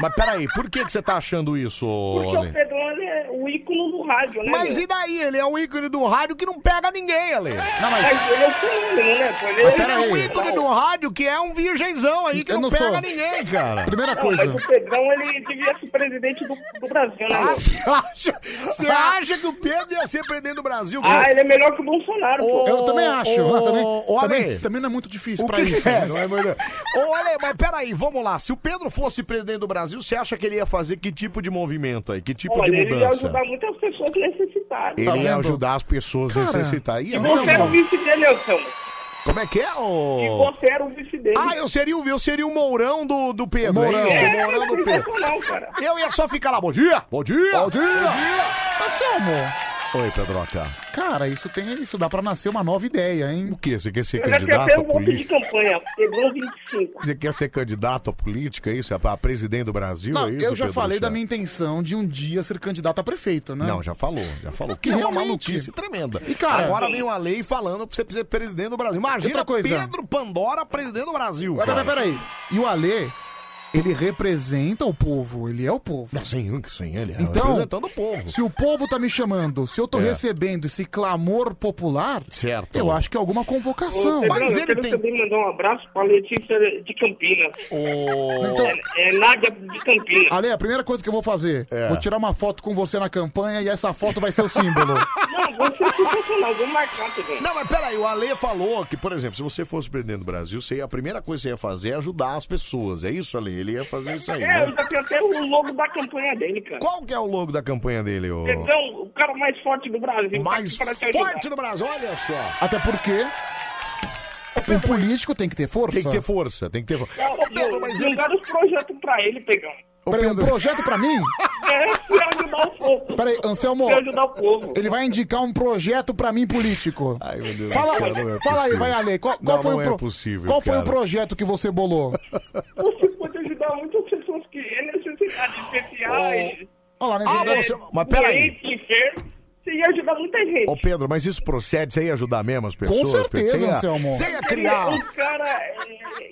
Mas peraí, por que, que você tá achando isso, Porque o Ale? Pedrão, ele é o ícono do rádio, né? Mas meu? e daí? Ele é um ícone do rádio que não pega ninguém, Ale. Não, mas... ele é o fenômeno, né? pô? Ele Mas é peraí. Um ícone do rádio que é um virgenzão aí que Eu não, não pega sou. ninguém, cara. Primeira Não, mas o Pedrão, ele devia ser presidente do, do Brasil, né? meu? Você acha, você Ah. acha que o Pedro ia ser presidente do Brasil? Ah, ele é melhor que o Bolsonaro, pô. eu também acho. ô, ah, também, ô, também- Ale. também não é muito difícil O pra que isso. que é? Não é verdade. Ô, Ale, mas peraí, vamos lá. Se o Pedro fosse presidente do Brasil, você acha que ele ia fazer que tipo de movimento aí? Que tipo Olha, de ele ia mudança? ajudar muitas pessoas necessitadas. Ele ia ajudar as pessoas a Tá Cara, necessitar. Ih, E você era o Anselmo, vice dele, Anselmo. Como é que é, E ô? você era o vice dele. Ah, eu seria, o- eu seria o Mourão do, do Pedro. Mourão. é isso? É, o Mourão do Pedro. sensacional, cara. Eu ia só ficar lá, bom dia, bom dia, bom dia. Anselmo, Oi, Pedroca. Tá cara, isso tem isso dá pra nascer uma nova ideia, hein? O quê? Você quer ser Eu já tinha até candidato a um golpe de política? campanha. Pedrão 25. Você quer ser candidato a política, é isso? A presidente do Brasil, Não, é isso, eu já Pedro falei Luciano? da minha intenção de um dia ser candidato a prefeito, né? Não, já falou, já falou. Que é uma Realmente. maluquice tremenda. E, cara, agora vem uma lei falando pra você ser presidente do Brasil. Imagina Outra coisa. Pedro Pandora presidente do Brasil. Mas, cara. mas, peraí. E o Alê, ele representa o povo, ele é o povo. Não, sim, sim, ele é Então, representando o povo. Se o povo tá me chamando, se eu tô É. recebendo esse clamor popular, Certo. eu acho que é alguma convocação. Ô, Pedrão, eu quero também mandar um abraço pra Letícia de Campinas. Então- É, é Nádia de Campinas. Ale, a primeira coisa que eu vou fazer, É. vou tirar uma foto com você na campanha e essa foto vai ser o símbolo. Não, você é sensacional. Vamos marcar, tá Pedrão. Não, mas peraí, o Ale falou que, por exemplo, se você fosse presidente do Brasil, você ia- a primeira coisa que você ia fazer é ajudar as pessoas. É isso, Ale? Ele ia fazer isso aí, É, eu né? já tenho até o logo da campanha dele, cara. Qual que é o logo da campanha dele, ô? Pedrão, o cara mais forte do Brasil. Mais tá aqui pra te ajudar. forte do Brasil, olha só. Até porque um político tem que ter força. Tem que ter força, tem que ter força. Não, Pedro, mas ele... Mandaram os projetos pra ele, Pedrão. Peraí, um projeto pra mim? É, se ajudar o povo. Peraí, Anselmo. Se ajudar o povo. Ele vai indicar um projeto pra mim político. Ai, meu Deus fala do céu, não é fala aí, possível. vai, Ale. Qual, qual Não, foi não o é pro- possível, Qual foi o cara. projeto que você bolou? Você pode ajudar muitas pessoas que têm necessidades especiais. Ah, Olha lá, necessidade- Mas peraí. doente, enfermo. Você ia ajudar muita gente. Ô, Pedro, mas isso procede? Você ia ajudar mesmo as pessoas? Pedro? certeza, Você ia- Anselmo. Você ia criar... Um cara é,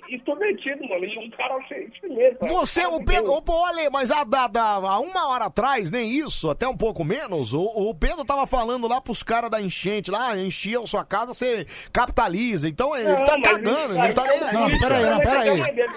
extrovertido, mano. E um cara sem firmeza. Você, o Pedro. Ô, pô, Ale, mas há, da- da- há uma hora atrás, nem isso, até um pouco menos, o, o Pedro tava falando lá pros caras da enchente lá, enchiam sua casa, você capitaliza. Então ele Não, tá mas cagando, ele não tá nem aí. Não, cara. peraí, não, peraí.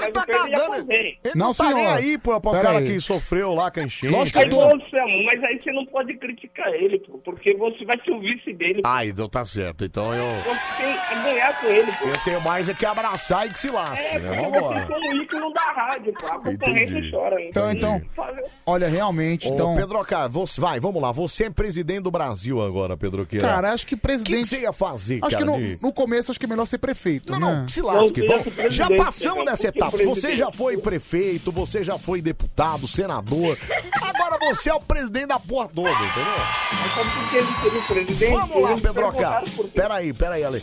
Ele tá cagando. Ele Ele Não, não, tá nem senhor. aí pro, pro Pera cara aí. que sofreu lá com a enchente. Lógico que eu né? tô- Anselmo, é mas aí você não pode criticar ele, pô, porque você vai ser o vice dele. Ah, então tá certo. Então eu, Você tem a ganhar com ele, pô. eu tenho mais é que abraçar e que se lasque, É, né? porque Vambora. vocês são o ícono da rádio, pô. A concorrência Entendi. chora. né? Então, então. Valeu. Olha, realmente, Ô, então. Pedro, cara, você, vai, vamos lá. Você é presidente do Brasil agora, Pedro Queira. Cara, acho que presidente. O que você ia fazer, acho que cara, no, de- no começo acho que é melhor ser prefeito. Não, né? não, se lasque. Não, vamos- presidente, Já passamos Pedro, dessa por que etapa. presidente? Você já foi prefeito, você já foi deputado, senador. Agora você é o presidente da porra toda, entendeu? Sabe por que ele seria o presidente? Vamos lá, Eles é Pedroca. perguntaram por quê. Peraí, peraí, Ale.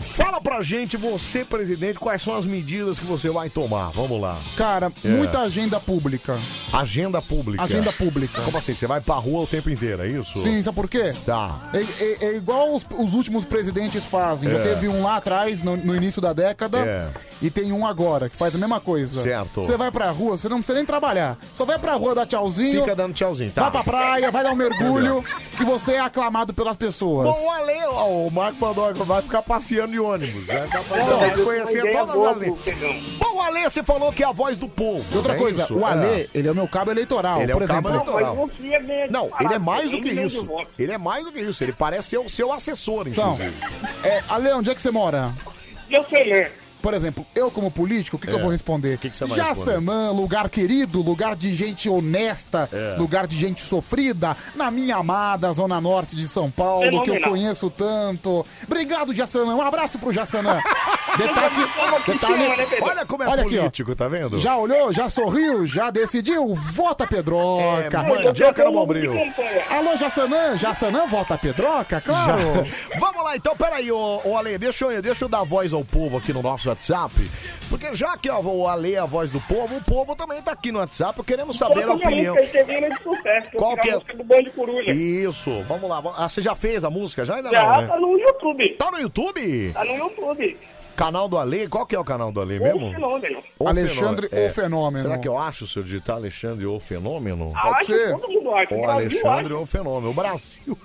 Fala pra gente, você, presidente, quais são as medidas que você vai tomar? Vamos lá. Cara, É. muita agenda pública. Agenda pública. Agenda pública. Como assim? Você vai pra rua o tempo inteiro, é isso? Sim, sabe por quê? Tá. É, é- é igual os, os últimos presidentes fazem. Já É. teve um lá atrás, no, no início da década, É. e tem um agora, que faz a mesma coisa. Certo. Você vai pra rua, você não precisa nem trabalhar. Só vai pra rua dar tchauzinho, Fica dando tchauzinho, tá? vai pra praia, vai dar um mergulho, que você é aclamado pelas pessoas. Bom, o Ale, ó, o Marco Pandora vai ficar passeando de ônibus. né? Vai ficar passeando, Não, vai mas Uma conhecer ideia todas boa, as linhas. pô, Pedrão. Bom, o Ale, você falou que é a voz do povo. E outra é coisa, isso? o Alê, É. ele é o meu cabo eleitoral. Ele é o por cabo exemplo. eleitoral. Mas você ia ganhar Não, disparado, ele é mais do um que milhão de isso. votos. Ele é mais do que isso. Ele parece ser o seu assessor, Então, inclusive. é, Ale, onde é que você mora? Eu sei, né? Por exemplo, eu como político, o que, que É. eu vou responder? que Tá você vai né? Jaçanã, lugar querido, lugar de gente honesta, É. lugar de gente sofrida, na minha amada Zona Norte de São Paulo, que eu Fenomenal. conheço tanto. Obrigado, Jaçanã. Um abraço pro Jaçanã. detalhe, detalhe. Olha como é aqui, ó. político, tá vendo? Já olhou, já sorriu, já decidiu? Vota Pedroca. É, mandioca no bombril. Alô, Jaçanã, Jaçanã, vota Pedroca, claro. Já. Vamos lá, então, peraí, ô, ô Ale, deixa eu, deixa eu dar voz ao povo aqui no nosso WhatsApp. Porque já que ó, o Ale é a voz do povo, o povo também tá aqui no WhatsApp, queremos saber a opinião. de sucesso. Qual que é? Do Band Coruja. Isso, vamos lá. Ah, você já fez a música? Já ainda Já, não, né? tá no YouTube. Tá no YouTube? Tá no YouTube. Canal do Ale, qual que é o canal do Ale O mesmo? fenômeno. O Alexandre Fenômeno, é. O Fenômeno. Será que eu acho se eu digitar Alexandre o Fenômeno? Pode Acho, ser. todo mundo acha, o O Brasil Alexandre acha. o Fenômeno. O Brasil.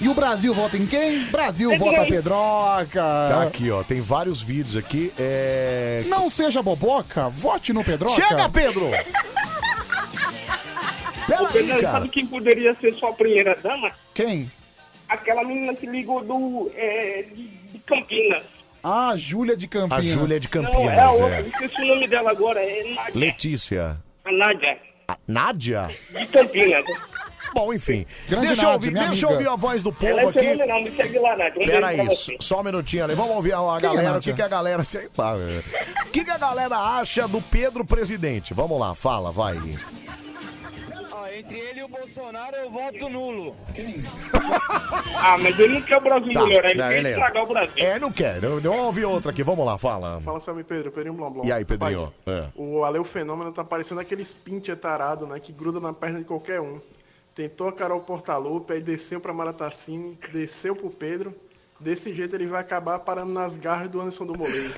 E o Brasil vota em quem? Brasil Tem vota quem? Pedroca. Tá aqui, ó. Tem vários vídeos aqui. É. Não seja boboca, vote no Pedroca. Chega, Pedro! Ô, Fernando, sabe quem poderia ser sua primeira dama? Quem? Aquela menina que ligou do. É, de, de Campinas. Ah, a Júlia de Campinas. A Júlia de Não, Campinas. é a outra, é. esqueci o nome dela agora. É Nádia. Letícia. A Nádia. A Nádia? De Campinas. Bom, enfim. Grande deixa eu Nádia, ouvir, minha deixa eu amiga. ouvir a voz do Ela povo é aqui. fenomenal, me segue lá, Nádia. Um Pera beijo pra aí, você. só um minutinho ali. Vamos ouvir a, a é Quem, galera. O Nádia? que, que a galera. Sei lá. velho. O que, que a galera acha do Pedro presidente? Vamos lá, fala, vai. Entre ele e o Bolsonaro eu voto nulo. Ah, mas ele não quer o Brasil Tá, melhorar, ele tá, quer beleza. estragar o Brasil. É, não quer. Eu, eu ouvi outra aqui. Vamos lá, fala. Fala, Selma e Pedro, Pedrinho Blom Blom. E aí, Pedrinho? Rapaz, É. O Aleu Fenômeno tá parecendo aqueles pinche tarado, né? Que gruda na perna de qualquer um. Tentou a Carol Portalupe, aí desceu pra Maratacine, desceu pro Pedro. Desse jeito ele vai acabar parando nas garras do Anderson do Moleiro.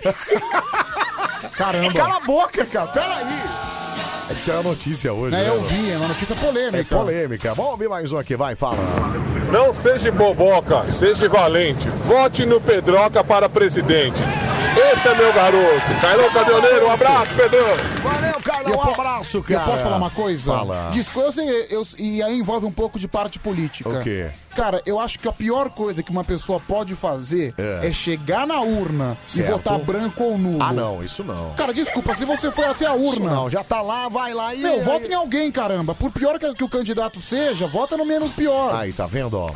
Caramba. Cala a boca, cara. Peraí. É que isso é uma notícia hoje. É, né, eu mano? vi, é uma notícia polêmica. É polêmica. Vamos ouvir mais um aqui, vai, fala. Não seja boboca, seja valente. Vote no Pedroca para presidente. Esse é meu garoto. Cairão Caminhoneiro, um abraço, Pedrão. Valeu, Carlão, um abraço, cara. Eu posso falar uma coisa? Fala. Discurso e- eu- e aí envolve um pouco de parte política. O quê? Cara, eu acho que a pior coisa que uma pessoa pode fazer é, chegar na urna Certo. e votar branco ou nulo. Ah, não, isso não. Cara, desculpa, se você foi até a urna. não, já tá lá, vai lá e. Meu, vota em alguém, caramba. Por pior que, que o candidato seja, vota no menos pior. Aí, tá vendo, ó?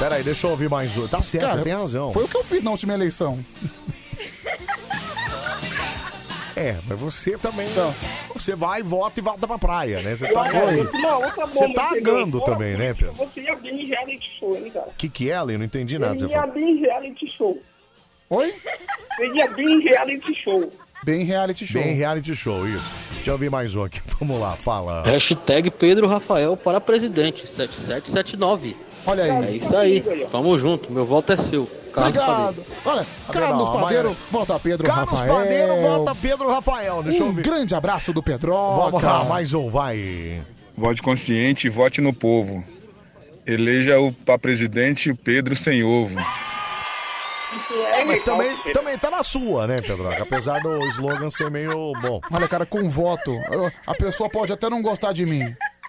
Peraí, deixa eu ouvir mais um. Tá certo, Cara, você tem razão. Foi o que eu fiz na última eleição. É, mas você também. Você vai, vota e volta pra praia, né? Você Eu tá, acho que uma outra você bomba tá que ganhou agando fora também, né, Pedro? Você ia bem em reality show, hein, cara? O que, que é, Ale? Eu Não entendi nada. que Ele Você ia falou. bem em reality show. Oi? Ele ia bem em reality show. Bem reality show. Bem reality show, isso. Deixa eu ouvir mais um aqui. Vamos lá, fala. Hashtag Pedro Rafael para presidente 7779. Olha aí. É isso aí. Tamo junto. Meu voto é seu. Carlos Padeiro. Obrigado. Olha, Tá Carlos amanhã- Padeiro, volta Pedro Carlos Rafael. Padeiro, volta Pedro Rafael. Deixa eu um ver. grande abraço do Pedro. Vamos lá, mais um, vai. Vote consciente, vote no povo. Eleja o para presidente o Pedro sem ovo. É, mas também, também tá na sua, né, Pedro? Apesar do slogan ser é meio bom. Olha, cara, com voto, eu- a pessoa pode até não gostar de mim.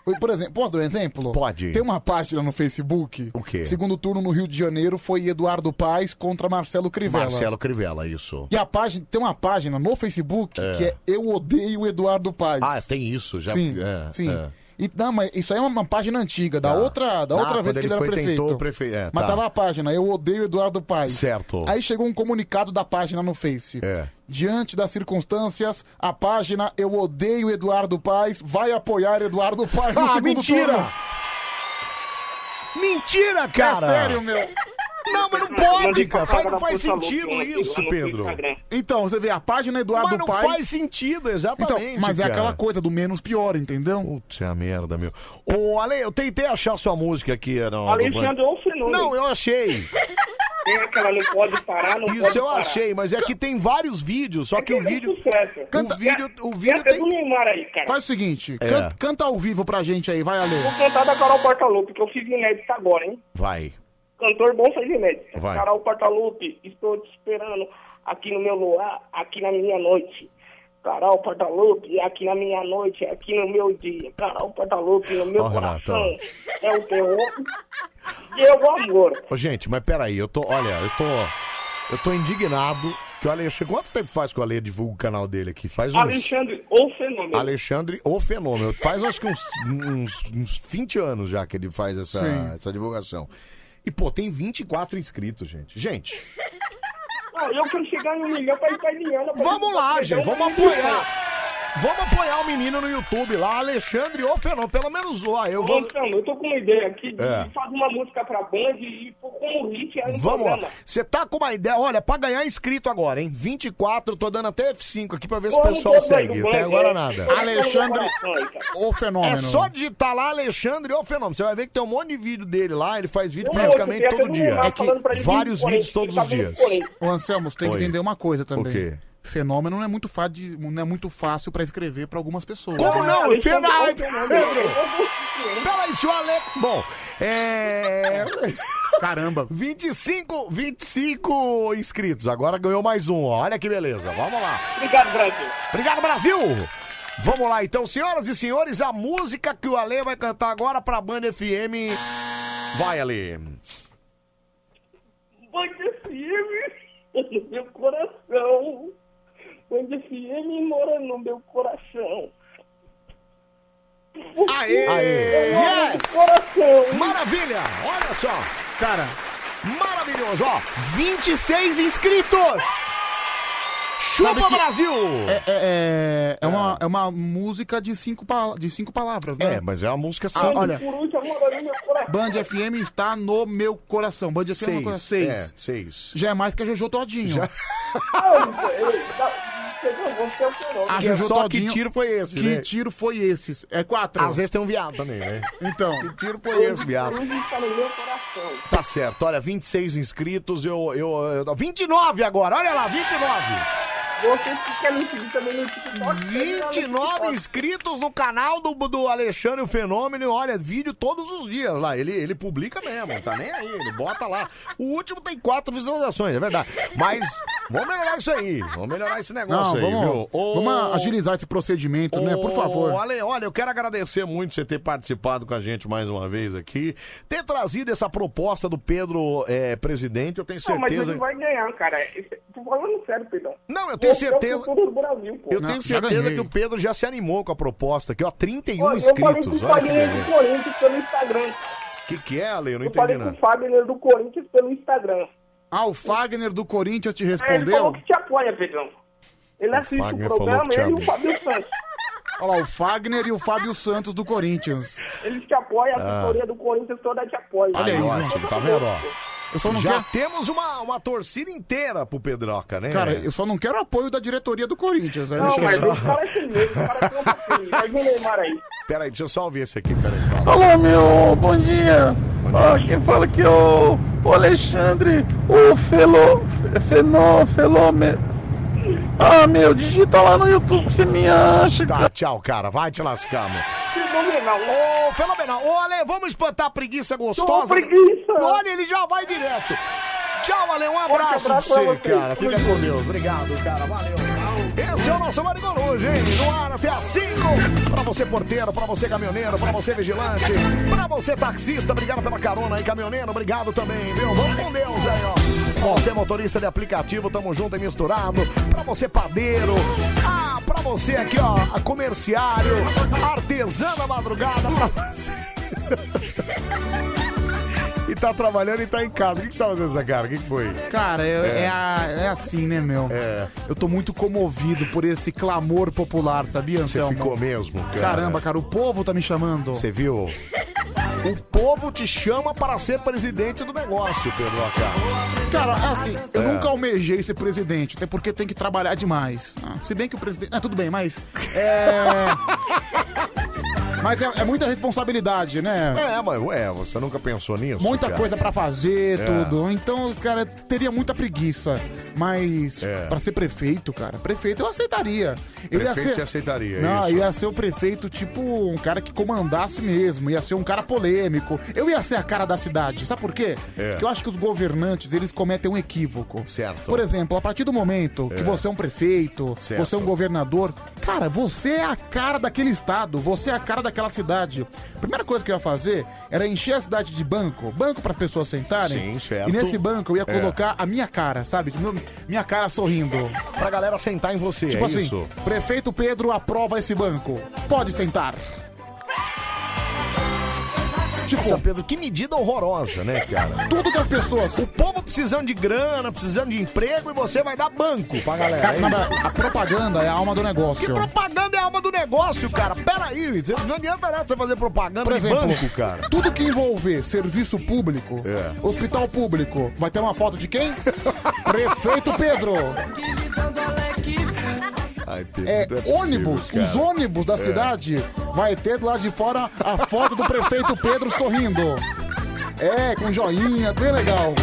Por- Por exemplo, posso dar um exemplo? Pode. Tem uma página no Facebook. O quê? Segundo turno no Rio de Janeiro foi Eduardo Paes contra Marcelo Crivella. Marcelo Crivella, isso. E a página, tem uma página no Facebook que é Eu Odeio Eduardo Paes. Ah, tem isso já. Sim, é, sim. é. E, não, mas isso aí é uma página antiga, da outra, da Ah, outra quando vez que ele ele era foi, prefeito. tentou o prefe- é, mas tá. tava a página, eu odeio Eduardo Paes. Certo. É. Aí chegou um comunicado da página no Face. Diante das circunstâncias, a página Eu Odeio Eduardo Paes vai apoiar Eduardo Paes no Ah, segundo mentira! turno. Mentira, cara! É sério, meu. Não, mas não pode, cara. Faz- não faz né? sentido isso, Pedro. Então, você vê, a página Eduardo Mas não Paes... faz sentido, exatamente, Então, mas é cara. aquela coisa do menos pior, entendeu? Puta merda, meu. Ô, Ale, eu tentei achar sua música aqui. é, Não, Alexandre ou Fenômeno. Não, eu achei. Tem aquela não pode parar, não Isso pode eu parar. É achei, mas é que tem vários vídeos, só que o vídeo. Canta- O vídeo, o vídeo tem... do Neymar aí, cara. Faz o seguinte, É. canta, canta ao vivo pra gente aí, vai, Ale. Vou cantar da Carol Portalupe, que eu fiz inédita agora, hein? Vai. Cantor bom faz inédita. Vai. Carol Portalupe, estou te esperando aqui no meu luar, aqui na minha noite. Carol Portalupe, aqui na minha noite, é aqui no meu dia. Carol Portalupe, no meu Ó, Renato, coração. É o terror e é o amor. Ô, gente, mas peraí, eu tô. Olha, eu tô. Eu tô indignado Que o Alexandre, quanto tempo faz que o Ale divulga o canal dele aqui? Faz uns... Alexandre, o fenômeno. Alexandre, o fenômeno. Faz acho que uns, uns, uns 20 anos já que ele faz essa, Sim. essa divulgação. E, pô, tem 24 inscritos, gente. Gente, Não, eu quero chegar em um milhão pra ir pra Eliana. pra vamos gente lá, pegar gente. um Vamos milhão. apoiar. Vamos apoiar o menino no YouTube lá, Alexandre o fenômeno. Pelo menos lá, eu Ô, vou. Anselmo, eu tô com uma ideia aqui de É. fazer uma música pra band e pôr como hit aí no Vamos lá. um programa. Você tá com uma ideia? Olha, pra ganhar inscrito agora, hein? 24, tô dando até F5 aqui pra ver se o Como pessoal todo segue. mundo Até é. agora nada. Alexandre, o fenômeno. É só digitar lá Alexandre o Fenômeno. Você vai ver que tem um monte de vídeo dele lá. Ele faz vídeo Não, praticamente eu tô todo vendo dia. lá É que falando pra ele vários vir com vídeos ele, todos ele os tá vindo dias. com ele. Ô Anselmo, você tem Oi. que entender uma coisa também. O quê? Fenômeno não é muito, fa- de- não é muito fácil pra escrever pra algumas pessoas. Como não? Enfia na hype, Pedro! Pedro. Peraí, se o Ale... Bom, é... Caramba! 25, 25 inscritos. Agora ganhou mais um. ó. Olha que beleza. Vamos lá. Obrigado, Brasil. Obrigado, Brasil! Vamos lá, então, senhoras e senhores, a música que o Ale vai cantar agora pra Band FM. Vai, Ale. Band FM no meu coração. Band FM mora no meu coração. Aê! Mora no Yes! coração. Maravilha! Olha só! Cara, maravilhoso! Ó, 26 inscritos! Chupa, Sabe que- Brasil! É, é, é, é uma, é uma música de cinco, pa- de cinco palavras, né? É, mas é uma música ah, simples. Olha, Coruja mora no meu coração. Band FM está no meu coração. Band FM é uma coisa- seis. É, seis. Já é mais que a Jojo Todinho. Não, ei, tá- Pedro, você é o fenômeno. A Que é Jojo só Todinho- que tiro foi esse, Que né? tiro foi esse? É quatro. Às vezes tem um viado também, né? Então. Que tiro foi esse, viado? Coruja está no meu coração. Tá certo, olha, 26 inscritos, eu, eu, eu. 29 agora, olha lá, 29! Vocês que querem seguir também no TikTok. segue lá né, no 29 inscritos no canal do, do Alexandre o Fenômeno, olha, vídeo todos os dias lá, ele, ele publica mesmo, tá nem aí, ele bota lá. O último tem quatro visualizações, é verdade, mas vamos melhorar isso aí, vamos melhorar esse Não, negócio aí, vamos, viu? Ô, vamos agilizar esse procedimento, né? Por favor. Ô, Ale, olha, eu quero agradecer muito você ter participado com a gente mais uma vez aqui, ter trazido essa proposta do Pedro eh, presidente, eu tenho Não, mas certeza. ele vai ganhar, cara. Esse- Tô falando sério, Pedro. Não, eu tenho Você É certeza- o futuro do Brasil, pô. Eu tenho certeza que o Pedro já se animou com a proposta aqui, ó. 31 Olha, Eu falei com o inscritos. Olha que Fagner do beleza. Corinthians pelo Instagram. que, que é, Ale? Eu não Eu entendi falei com o nada. Fagner do Corinthians pelo Instagram. Ah, o Fagner do Corinthians te É, Ele falou respondeu? que te apoia, Pedrão. Ele assiste Fagner o falou programa, que te ele e o apoia. Fábio Santos. Olha lá, o Fagner e o Fábio Santos do Corinthians. Eles te apoiam, a Ah. assessoria do Corinthians toda te apoia. Olha aí, Então, ótimo, Tá vendo, ó? Eu só não já quero- temos uma, uma torcida inteira pro Pedroca, né? Cara, eu só não quero apoio da diretoria do Corinthians. Não, mas eu... o cara é esse mesmo, o cara tem um patrocínio. Mas o Neymar aí. Peraí, deixa eu só ouvir esse aqui, peraí. Fala. Alô, meu, bom dia. Ah, quem fala aqui é o, o Alexandre, o Felo, Fenô, Felome. Ah, meu, digita lá no YouTube que você me acha. Tá, tchau, cara. Vai te lascar, mano. é Fenomenal. né? Ô, fenomenal. Ô, Ale, vamos espantar a preguiça gostosa. preguiça. Olha, ele já vai direto. Tchau, Ale. Um abraço, abraço pra pra você, vocês. cara. Fica Muito com Deus. Obrigado, cara. Valeu. Esse é o nosso Mário Coruja, hein? No ar até às 5. Pra você porteiro, pra você caminhoneiro, pra você vigilante, pra você taxista. Obrigado pela carona aí, caminhoneiro. Obrigado também, viu? Vamos com Deus aí, ó. Pra Você é motorista de aplicativo, tamo junto e misturado. Pra você padeiro. Ah, pra você aqui, ó, a comerciário, artesã da madrugada. Pra você... E tá trabalhando e tá em casa. O que, que você tá fazendo essa cara? O que, que foi? Cara, é, É. é a- é assim, né, meu? Eu tô muito comovido por esse clamor popular, sabia, Você Anselmo? ficou mesmo, cara. Então, Caramba, cara, o povo tá me chamando. Você viu? O povo te chama para ser presidente do negócio, Pedro Acá. Cara, assim, eu É. nunca almejei ser presidente, até porque tem que trabalhar demais. Ah, se bem que o presidente. Ah, tudo bem, mas. É. mas é, é muita responsabilidade, né? É, mas ué, você nunca pensou nisso? Muita cara? coisa pra fazer, É. tudo. Então, cara, teria muita preguiça. Mas É. pra ser prefeito, cara, prefeito eu aceitaria. Eu ia Prefeito ser- você aceitaria, é Não, isso. eu ia ser o prefeito, tipo, um cara que comandasse mesmo. Ia ser um cara polêmico. Eu ia ser a cara da cidade. Sabe por quê? É. Porque eu acho que os governantes, eles cometem um equívoco. Certo. Por exemplo, a partir do momento que É. você é um prefeito, Certo. você é um governador, Cara, você é a cara daquele estado, você é a cara daquela cidade. A primeira coisa que eu ia fazer era encher a cidade de banco, banco para pessoas sentarem. Sim, certo. E nesse banco eu ia É. colocar a minha cara, sabe? Tipo, meu- Minha cara sorrindo. Pra galera sentar em você, Tipo é assim, isso? prefeito Pedro aprova esse banco. Pode sentar. Tipo, Nossa, Pedro, que medida horrorosa, né, cara? Tudo das pessoas. O povo precisando de grana, precisando de emprego e você vai dar banco pra galera. Cara, é mas isso? a propaganda é a alma do negócio. Que propaganda é a alma do negócio, cara? Peraí, você não adianta nada você fazer propaganda Por de exemplo, banco, cara. É. tudo que envolver serviço público, hospital público, vai ter uma foto de quem? Prefeito Pedro. É, ônibus, os ônibus É. da cidade vai ter do lado de fora a foto do prefeito Pedro sorrindo. É, com joinha, bem legal.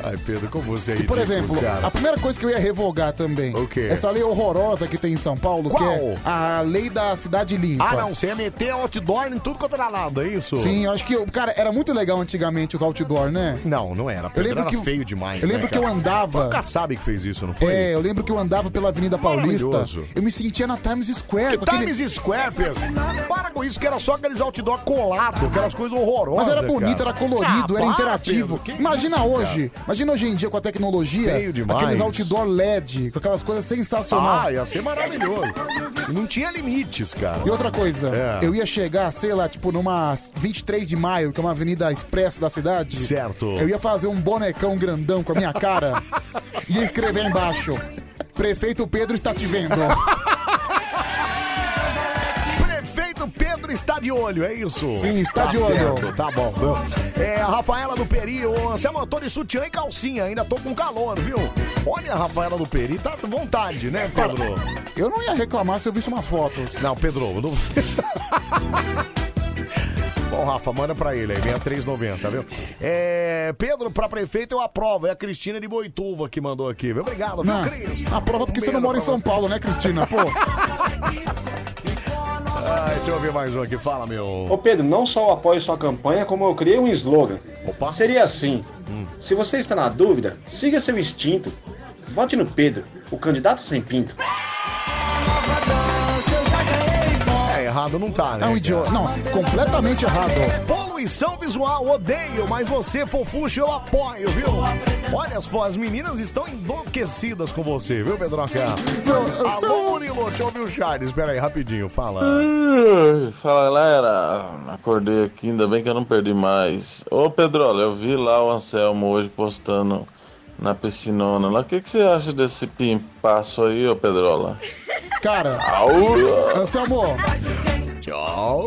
Ai, Pedro, como você é E, por exemplo, a primeira coisa que eu ia revogar também, essa lei horrorosa que tem em São Paulo, que é a lei da cidade limpa. Ah, não, você ia meter outdoor em tudo quanto era lado, é isso? Sim, eu acho que, cara, era muito legal antigamente os outdoor, né? Não, não era. Eu Pedro lembro era que- feio demais. eu lembro né, que eu cara? andava- Foi O Kassab que fez isso, não foi? É, eu lembro que eu andava pela Avenida Paulista. Maravilhoso. Eu me sentia na Times Square. Que com aquele- Times Square, Pedro. Para com isso, que era só aqueles outdoor colado, aquelas coisas horrorosas. Mas era bonito, cara. era colorido, era Ah, para, interativo. Pedro, que imagina isso, hoje, cara? imagina hoje em dia com a tecnologia, Feio demais. aqueles outdoor LED, com aquelas coisas sensacionais. Ah, ia ser maravilhoso. E não tinha limites, cara. E outra coisa, É. eu ia chegar, sei lá, tipo numa 23 de maio, que é uma avenida expressa da cidade. Certo. Eu ia fazer um bonecão grandão com a minha cara e ia escrever embaixo: Prefeito Pedro está te vendo. Prefeito Pedro está de olho, é isso? Sim, está Tá de olho. certo, tá bom. viu? É, a Rafaela do Peri, ô, Anselmo Antônio, sutiã e calcinha, ainda tô com calor, viu? Olha a Rafaela do Peri, tá com vontade, né, Pedro? Eu não ia reclamar se eu visse umas fotos. Não, Pedro, eu não... Bom, Rafa, manda pra ele aí, 6390, viu? É, Pedro, pra prefeito eu aprovo. É a Cristina de Boituva que mandou aqui, viu? Obrigado, viu, Não, Cris? A prova porque Um você não beijo mora em pra São Paulo, né, Cristina? Pô. Ai, deixa eu ouvir mais um aqui. Fala, meu. Ô Pedro, não só eu apoio sua campanha, como eu criei um slogan. Seria assim: Hum. se você está na dúvida, siga seu instinto. Vote no Pedro, o candidato sem pinto. É, errado não tá, né? É um cara? idiota. Não, completamente errado. Poluição visual, odeio, mas você, fofuxo, eu apoio, viu? Olha, as, fo- as meninas estão enlouquecidas com você, viu, Pedroca? Alô, Murilo, deixa eu ouvir o Charles, pera aí, rapidinho, fala. Ih, Fala galera, acordei aqui, ainda bem que eu não perdi mais. Ô Pedrola, eu vi lá o Anselmo hoje postando na piscinona lá. O que, que você acha desse pimpaço aí, ô Pedrola? Cara, Au! Anselmo, Tchau.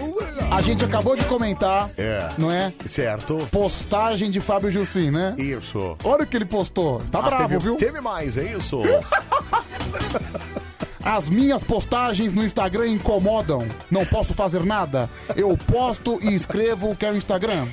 a gente acabou de comentar, É. não é? Certo. Postagem de Fábio Jussim, né? Isso. Olha o que ele postou. Tá Ah, bravo, teve, viu? Teve mais, é isso? As minhas postagens no Instagram incomodam. Não posso fazer nada. Eu posto e escrevo o que é o Instagram.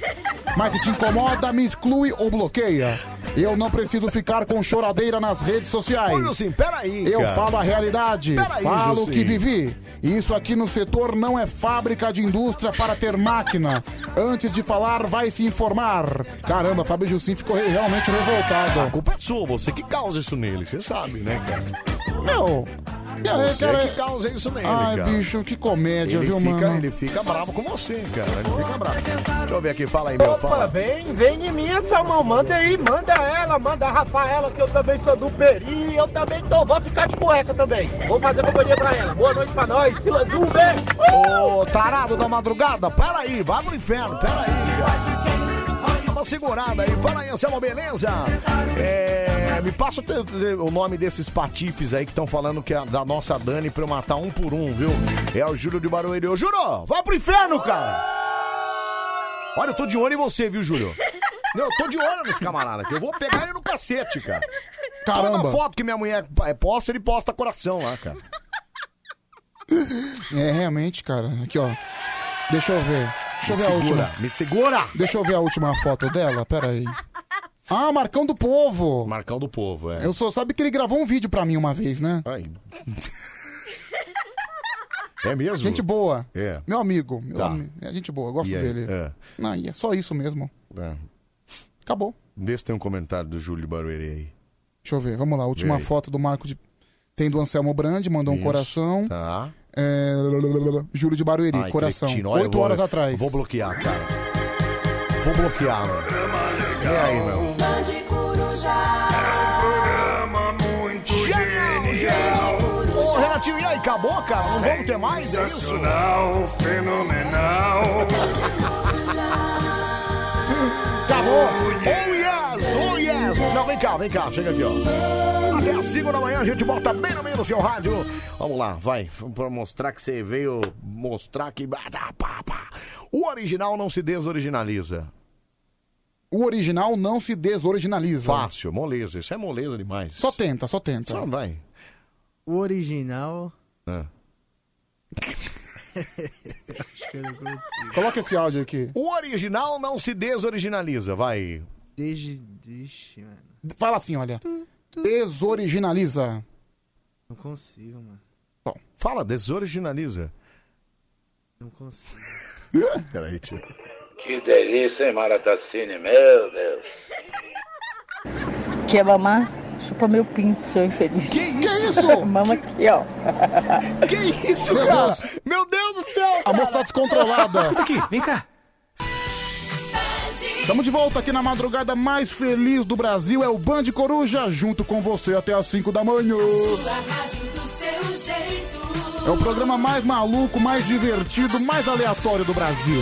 Mas se te incomoda, me exclui ou bloqueia. Eu não preciso ficar com choradeira nas redes sociais. Ô, Jussim, peraí, Eu cara. falo a realidade. Peraí, falo o Jussim. que vivi. Isso aqui no setor não é fábrica de indústria para ter máquina. Antes de falar, vai se informar. Caramba, Fábio Jussim ficou re- realmente revoltado. A culpa é sua, você que causa isso nele, você sabe, né, cara? Meu, e aí, Você cara, que causa isso nele, Ah, Ai, cara. bicho, que comédia, ele viu, fica, mano? Ele fica bravo com você, cara. Ele fica bravo. Deixa eu ver aqui, fala aí, meu. Fala. Vem, vem de mim, Salmão. Manda aí, manda ela, manda a Rafaela, que eu também sou do Peri. Eu também tô, vou ficar de cueca também. Vou fazer companhia pra ela. Boa noite pra nós, Sila Zumbi. Ô, tarado da madrugada, para aí, vai pro inferno, pera aí. Dá Uma segurada aí, fala aí, Anselmo, beleza? É, me passa o, teu- o nome desses patifes aí que estão falando que é da nossa Dani pra eu matar um por um, viu? É o Júlio de Barueri. Ô, Júlio, vai pro inferno, cara! Olha, eu tô de olho em você, viu, Júlio? Não, eu tô de olho nesse camarada aqui. Eu vou pegar ele no cacete, cara. Caramba. Toda foto que minha mulher eh, posta, ele posta coração lá, cara. É, realmente, cara. Aqui, ó. Deixa eu ver. Deixa eu ver a segura, última. Me segura! Deixa eu ver a última foto dela, pera aí. Ah, Marcão do Povo. Marcão do Povo, é. Eu só sabe que ele gravou um vídeo pra mim uma vez, né? É mesmo? Gente boa. É. Meu amigo. Meu Tá. ami- É gente boa, eu gosto E aí? dele. É. Não, e é só isso mesmo. É. Acabou. Vê se tem um comentário do Júlio de Barueri aí. Deixa eu ver, vamos lá. Última Vê aí. foto do Marco de... Tem do Anselmo Brandi, mandou um Isso, coração. Tá. É, Júlio de Barueri, Ai, coração. cretino, olha, eu Oito vou- horas atrás. Vou bloquear, cara. Vou bloquear, mano. E aí, meu? Bande Coruja. É um programa muito genial. Ô, Renatinho, e aí, acabou, cara? Não vamos ter mais? É isso? Sensacional, fenomenal. Acabou. Oh, yes, oh, yes. Não, vem cá, vem cá, chega aqui, ó. Até as 5 da manhã a gente bota bem no meio do seu rádio. Vamos lá, vai. Pra mostrar que você veio mostrar que... Ah, pá, pá. O original não se desoriginaliza. O original não se desoriginaliza. Fácil, moleza. Isso é moleza demais. Só tenta, só tenta. Só vai. O original. É. Acho que eu não consigo. Coloca esse áudio aqui. O original não se desoriginaliza, vai. Desde. Ixi, mano. Fala assim, olha. Desoriginaliza. Não consigo, é mano. Bom, fala, desoriginaliza. Não consigo. Peraí, tio. Que delícia, hein, Maratacine? Meu Deus. Quer mamar? Chupa meu pinto, seu infeliz. Que isso? Mama aqui, ó. Que isso, Meu cara? Deus. Meu Deus do céu! A moça tá descontrolada. Escuta aqui, vem cá. Estamos de volta aqui na madrugada mais feliz do Brasil. É o Band Coruja, junto com você até as 5 da manhã. É o programa mais maluco, mais divertido, mais aleatório do Brasil.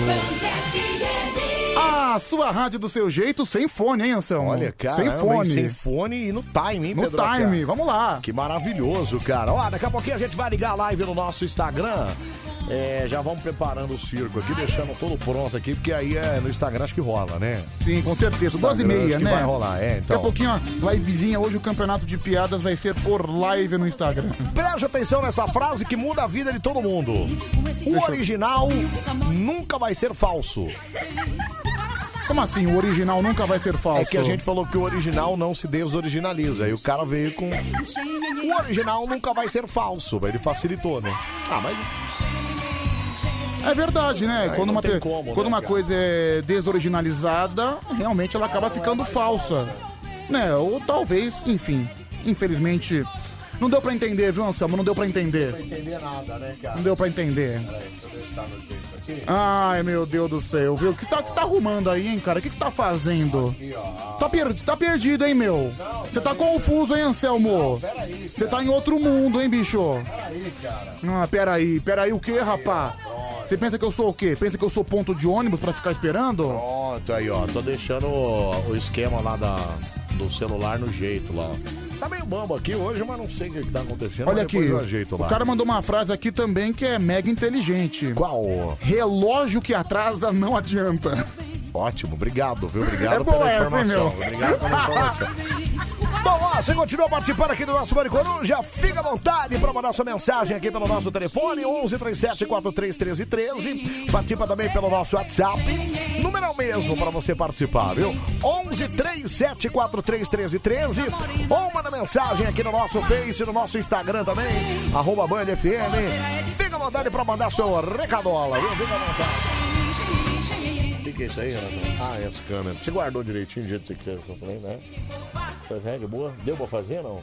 Ah, sua rádio do seu jeito, sem fone, hein, Anselmo? Olha, cara, Sem fone. sem fone e no time, hein, No Pedro? time, vamos lá. Que maravilhoso, cara. Ó, daqui a pouquinho a gente vai ligar a live no nosso Instagram. É, já vamos preparando o circo aqui, deixando todo pronto aqui, porque aí é no Instagram acho que rola, né? Sim, com certeza. 12 e Instagram, meia, acho que né? vai rolar, é, então. Daqui a pouquinho, ó, livezinha. Hoje o campeonato de piadas vai ser por live no Instagram. Preste atenção nessa frase que muda a vida de todo mundo. O original nunca vai ser falso. Como assim? O original nunca vai ser falso? É que a gente falou que o original não se desoriginaliza. E o cara veio com. O original nunca vai ser falso. Ele facilitou, né? Ah, mas. É verdade, né? Aí quando não uma, tem pe- como, quando né, uma cara? coisa é desoriginalizada, realmente ela acaba ficando falsa. Né? Ou talvez, enfim, infelizmente. Não deu pra entender, viu, Anselmo? Não deu pra entender. entender nada, né, cara? Não deu pra entender. Peraí, deixa eu deixar meu texto aqui. Ai, meu Deus do céu, viu? O que tá- que você tá, arrumando aí, hein, cara? O que você tá fazendo? Tá, per- tá perdido, hein, meu? Você tá confuso, hein, Anselmo? Você tá em outro mundo, hein, bicho? Aí, cara. Ah, peraí, peraí o quê, rapá? Você pensa que eu sou o quê? Pensa que eu sou ponto de ônibus pra ficar esperando? Pronto, aí, ó. Tô deixando o, o esquema lá da, do celular no jeito lá. ó. Tá meio bambo aqui hoje, mas não sei o que que tá acontecendo. Olha mas aqui, depois eu ajeito o lá. cara mandou uma frase aqui também que é mega inteligente. Qual? Relógio que atrasa não adianta. Ótimo, obrigado, viu? É Obrigado boa pela essa, hein, informação. meu? Obrigado pela informação. Bom, ó, você continua participando aqui do nosso Bande Coruja. Fica à vontade para mandar sua mensagem aqui pelo nosso telefone, 1137-431313. Participa também pelo nosso WhatsApp. Número é o mesmo para você participar, viu? 1137-431313. Ou manda mensagem aqui no nosso Face, no nosso Instagram também, arroba Band FM. Fica à vontade para mandar seu recadola, viu? Fica à vontade. O que, que é isso aí, Renato? Ah, essa câmera. Você guardou direitinho do jeito que você quer, que eu falei, né? Foi bem, de boa? Deu pra fazer, não?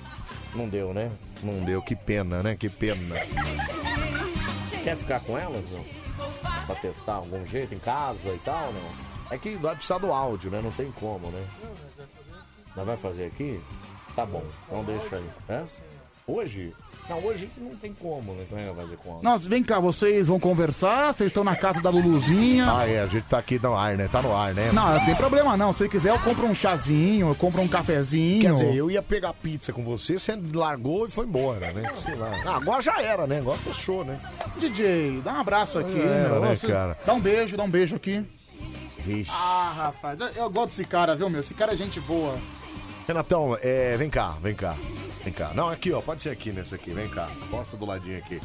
Não deu, né? Não deu, que pena, né? Que pena. Quer ficar com elas, não? Pra testar algum jeito em casa e tal, não? É que vai precisar do áudio, né? Não tem como, né? Nós vai fazer aqui? Tá bom, então deixa aí. Hã? Hoje? Não, hoje que não tem como, né? Como é que vai fazer com áudio? Nossa, vem cá, vocês vão conversar, vocês estão na casa da Luluzinha. Ah, é, a gente tá aqui no ar, né? Tá no ar, né? Não, não tem problema não. Se quiser, eu compro um chazinho, eu compro um cafezinho. Quer dizer, eu ia pegar pizza com você, você largou e foi embora, né? Sei lá. Ah, agora já era, né? Agora fechou, né? DJ, dá um abraço aqui, Já era, meu. né, Você- cara? Dá um beijo, dá um beijo aqui. Vixe. Ah, rapaz, eu gosto desse cara, viu, meu? Esse cara é gente boa. Renatão, é, vem cá, vem cá. Vem cá. Não, aqui, ó. Pode ser aqui nesse aqui. Vem cá. Posta do ladinho aqui.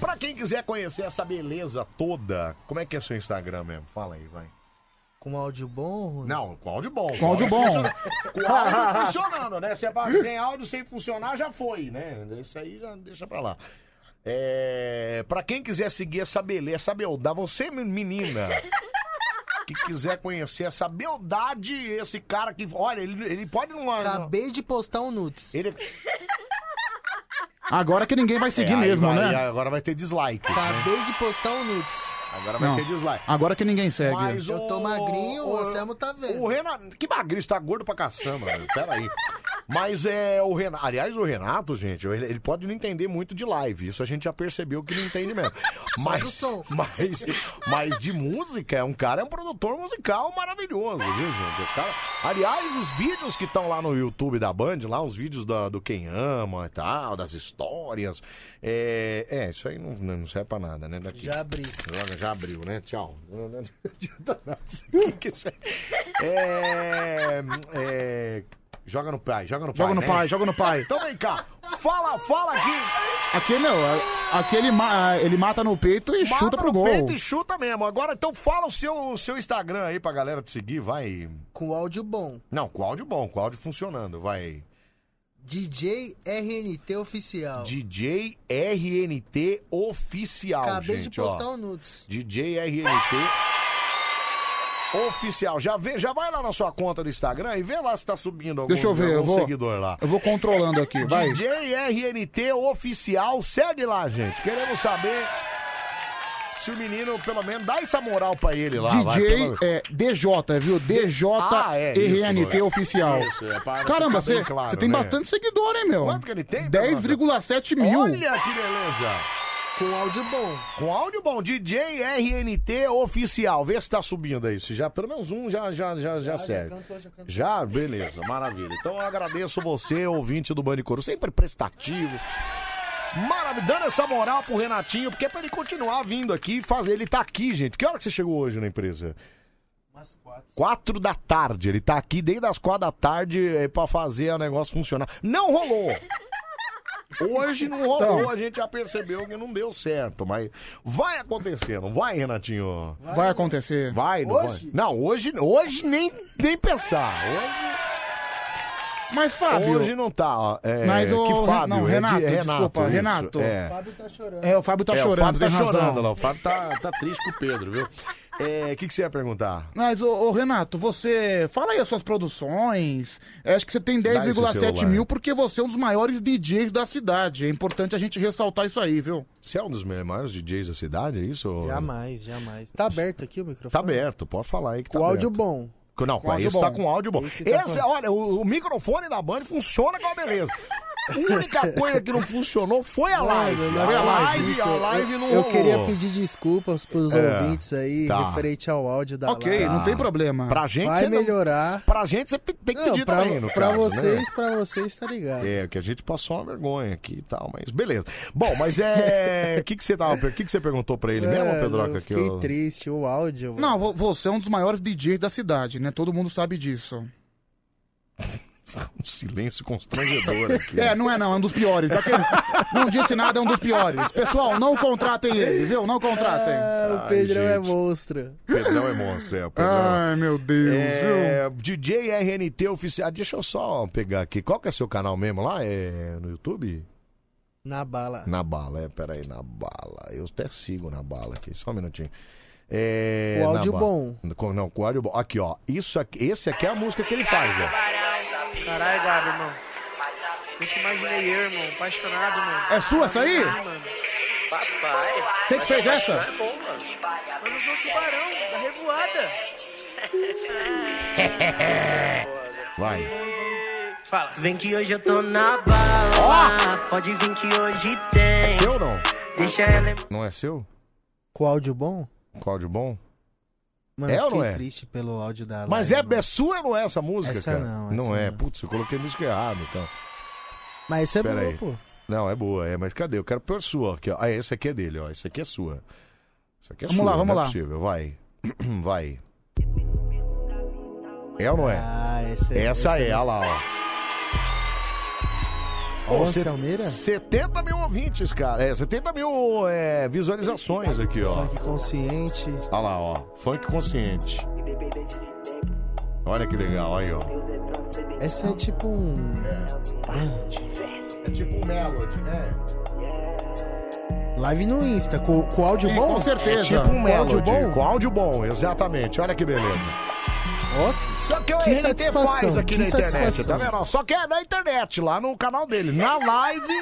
Pra quem quiser conhecer essa beleza toda, como é que é seu Instagram mesmo? Fala aí, vai. Com áudio bom? Rony? Não, com áudio bom. Com áudio bom. funciona- Com áudio funcionando, né? Se é pra- sem áudio, sem funcionar, já foi, né? Isso aí já deixa pra lá. É, pra quem quiser seguir essa beleza, essa beldade, você menina... Que quiser conhecer essa beldade, esse cara que. Olha, ele, ele pode não. Acabei de postar um nudes. Ele... Agora que ninguém vai seguir É, aí mesmo, vai- né? Agora vai ter dislike. Acabei de postar um nudes. Agora vai Não. ter dislike. Agora que ninguém segue. Mas Eu tô magrinho, o Anselmo tá vendo. O Renan, que magrinho, tá gordo pra caçamba, velho. Pera aí. Mas é o Renato. Aliás, o Renato, gente, ele, ele pode não entender muito de live. Isso a gente já percebeu que não entende mesmo. Mas, do som. Mas, mas de música, é um cara é um produtor musical maravilhoso, viu, gente? O cara- aliás, os vídeos que estão lá no YouTube da Band, lá, os vídeos da- do Quem Ama e tal, das histórias. É, é, isso aí não, não serve pra nada, né? Daqui. Já abri. Joga, já abriu, né? Tchau. Não adianta nada. O que que isso é? É, é, Joga no pai, joga no pai. Joga no né? pai, joga no pai. Então vem cá. Fala, fala aqui. Aqui não, a- aqui ele, ma- ele mata no peito e Mata chuta pro no gol. peito e chuta mesmo. Agora, então fala o seu, o seu Instagram aí pra galera te seguir, vai. Com áudio bom. Não, com áudio bom, com áudio funcionando, vai. DJ RNT Oficial. DJ RNT Oficial, Acabei gente, de postar ó. um nudes. DJ RNT Oficial. Já, vê, já vai lá na sua conta do Instagram e vê lá se tá subindo algum, Deixa eu ver, eu algum vou. um seguidor lá. Eu vou controlando aqui, vai. DJ RNT Oficial, segue lá, gente. Queremos saber se o menino, pelo menos, dá essa moral pra ele lá. vai, DJ pelo- é DJ, viu? DJ Ah, é, isso, RNT é. oficial. Isso, é, para Caramba, ficar você bem claro, você tem né? bastante seguidor, hein, meu? Quanto que ele tem? 10,7 mil. Olha que beleza. Com áudio bom. Com áudio bom, DJ RNT Oficial. Vê se tá subindo aí. Se já, pelo menos um já, já, já, já, serve. Já, beleza, maravilha. Então eu agradeço você, ouvinte do Bande Coru, sempre prestativo. Maravilha, dando essa moral pro Renatinho, porque é pra ele continuar vindo aqui e fazer. Ele tá aqui, gente. Que hora que você chegou hoje na empresa? Quatro da tarde. Ele tá aqui desde as quatro da tarde é, pra fazer o negócio funcionar. Não rolou! Hoje não rolou, Então. a gente já percebeu que não deu certo, mas vai acontecer, não vai, Renatinho? Vai acontecer. Vai, não Hoje? vai? Não, hoje, hoje nem, nem pensar. Hoje... Mas, Fábio- Hoje não tá, ó. É, Mas, ô, que Re- Fábio? não, É de- Renato, é desculpa, isso, Renato. É. Fábio tá chorando. É, o Fábio tá É, chorando, o Fábio tá tem razão. chorando lá. O Fábio tá, tá triste com o Pedro, viu? É, O que, que você ia perguntar? Mas, ô, ô, Renato, você. Fala aí as suas produções. Eu Acho que você tem esse 10,7 celular. mil porque você é um dos maiores DJs da cidade. É importante a gente ressaltar isso aí, viu? Você é um dos maiores DJs da cidade, é isso? ô? Jamais, jamais. Tá aberto aqui o microfone? Tá aberto, pode falar aí que tá Com áudio aberto. bom. Não, Com áudio esse tá bom. com áudio bom. Esse Esse, tá com- olha, o, o microfone da Band funciona com a beleza. A única coisa que não funcionou foi a live. Olha, a, olha lá, live é Vitor, a live eu- não Eu rolou. queria pedir desculpas pros É, ouvintes aí, tá. referente ao áudio da Ok, live. não tem problema. Pra gente Vai você não- melhorar. Pra gente você tem que Não, pedir pra, também, no pra caso, vocês, né? pra vocês, tá ligado. É, que a gente passou uma vergonha aqui e tal, mas beleza. Bom, mas é. O que, que você tava. O que, que você perguntou pra ele mesmo, É, Pedroca? eu que fiquei eu- triste, o áudio. mano. Não, vo- você é um dos maiores DJs da cidade, né? Todo mundo sabe disso. Um silêncio constrangedor aqui. É, não é não, é um dos piores. Aquele- Não disse nada, é um dos piores. Pessoal, não contratem ele, viu? Não contratem. o Pedrão é monstro. Pedrão é monstro, é. o Pedrão. Ai, meu Deus, É, DJ RNT oficial. Deixa eu só pegar aqui. Qual que é seu canal mesmo lá? É no YouTube? Na bala. Na bala, é, peraí, na bala. Eu até sigo na bala aqui, só um minutinho. É, O na áudio bala. bom. Com- Não, com o áudio bom. Aqui, ó. Isso aqui, esse aqui é a música que ele faz, ó. Caralho, Gabi, irmão. Nunca imaginei eu, irmão. Apaixonado, mano. É sua essa aí? Papai. Você que fez essa? É bom, mano. Mas eu sou o tubarão, da revoada. Vai. Fala. Vem que hoje eu tô na bala. Pode vir que hoje tem. É seu ou não? Deixa ela. Não é seu? Com áudio bom? Com áudio bom? Mano, É eu ou fiquei não é? triste pelo áudio da Mas live, é, é sua ou não é essa música, Tá Essa cara? não, essa é. Putz, eu coloquei música errada, então. Mas esse é Pera bom, aí. pô. Não, é boa, é, mas cadê? Eu quero pôr sua aqui, ó. Ah, esse aqui é dele, ó. Esse aqui é sua. Esse aqui é Vamos sua, lá, vamos não lá. é possível, vai. vai. É ou não é? Ah, essa é. Essa é, mesmo. olha lá, ó. Ô, é Ó, set- Selmeira? 70 mil ouvintes, cara. É, 70 mil é, visualizações aqui, ó. Funk consciente. Olha lá, ó. Funk consciente. Olha que legal, aí, ó. Essa é tipo um. É tipo melody, né? Live no Insta, com, com áudio Sim, bom? com certeza. É tipo um Com áudio melody, bom? com áudio bom, exatamente. Olha que beleza. Ó, Só que o Que RNT faz satisfação, aqui tá que na internet, satisfação. tá vendo? Só que é na internet, lá no canal dele. Na live,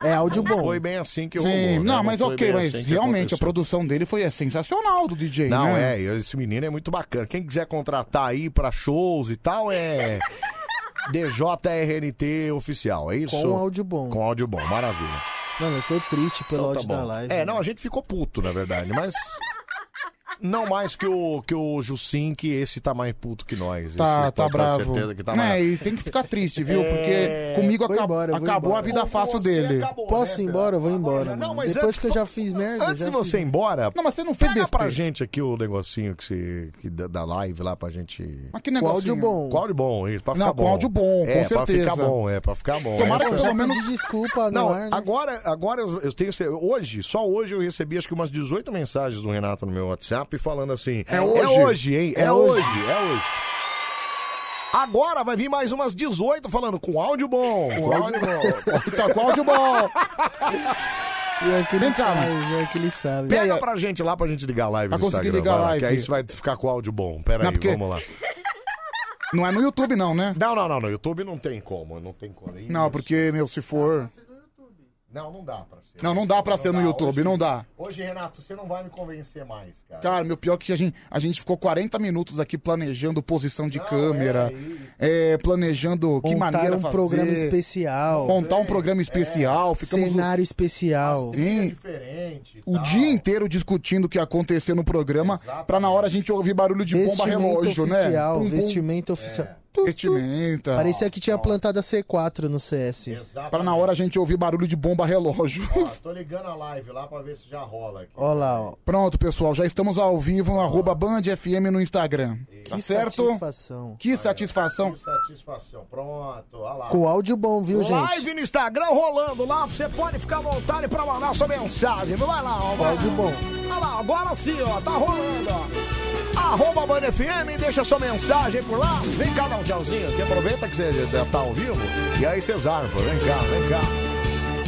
É áudio bom. Foi bem assim que Sim, rolou, né? não, mas Não foi ok, bem mas assim que realmente a aconteceu. produção dele foi é, sensacional do DJ, Não, né? é, esse menino é muito bacana. Quem quiser contratar aí pra shows e tal é DJRNT oficial, é isso? Com áudio bom. Com áudio bom, maravilha. Mano, eu tô triste pelo Então tá áudio da bom. live. É, não, a gente ficou puto, na verdade, mas não mais que o que o Jussim, que esse tá mais puto que Tá, nós. Esse tá né? pode ter bravo. certeza que tá Né, mais. e tem que ficar triste, viu? Porque É, comigo vou aca- embora, vou acabou embora. a vida fácil dele. né, Posso ir embora? Eu Tá vou embora. Não, Não, mas mas Depois antes- que eu já fiz né? merda. Antes já de você ir fiz- embora. um- Não, mas você não fez pega besteira. pra gente aqui o negocinho que se que da, da live lá pra gente. Mas que Com negocinho? áudio bom. Com áudio bom, isso, pra Não, ficar com bom. áudio bom, é, com Pra certeza. ficar bom, é, pra ficar bom. Tomara Essa- que pelo menos- Pedi desculpa, Ah, Não, é, é? né? não. agora, agora eu, eu tenho cer- hoje, só hoje eu recebi acho que umas 18 mensagens do Renato no meu WhatsApp falando assim: É hoje? hein? É, É hoje. hoje. é hoje. Agora vai vir mais umas 18 falando com áudio bom, com, áudio bom. Tá com áudio bom. Pior que ele Vem cá, sabe, pior que ele sabe. Pega pra gente lá pra gente ligar a live Pra no conseguir Instagram, Tá ligar a vai lá, live. Que aí você vai ficar com o áudio bom. Pera Não, aí, porque- vamos lá. Não é no YouTube, não, né? Não, não, não, no YouTube não tem como, não tem como. Aí- Não, porque, meu, se for. Não, não dá pra ser. Não, não dá pra ser no YouTube, não dá. Hoje, Renato, você não vai me convencer mais, cara. Cara, meu pior que a gente, a gente ficou 40 minutos aqui planejando posição de câmera, é, planejando que Montar maneira um fazer, programa especial. montar um programa especial, ficamos o- Cenário especial. Sim, o dia inteiro discutindo o que ia acontecer no programa, pra na hora a gente ouvir barulho de bomba Vestimento relógio, né? oficial, Pum, pum. vestimento oficial. Vestimenta. Parecia que tinha plantado a C4 no CS. Pra na hora a gente ouvir barulho de bomba relógio. Ó, tô ligando a live lá pra ver se já rola aqui. Olha lá, ó. Pronto, pessoal, já estamos ao vivo, arroba Band FM no Instagram. Tá Que certo? satisfação. Que satisfação. Que satisfação. Pronto, olha lá. Com áudio bom, viu, gente? Live no Instagram rolando lá, você pode ficar à vontade pra mandar sua mensagem. Vai lá, ó. vai Áudio lá. bom. Olha lá, agora sim, ó, tá rolando, ó. Arroba Band FM, deixa sua mensagem por lá. Vem cá, dá um tchauzinho, que aproveita que você já tá ao vivo. E aí vocês armam, vem cá, vem cá.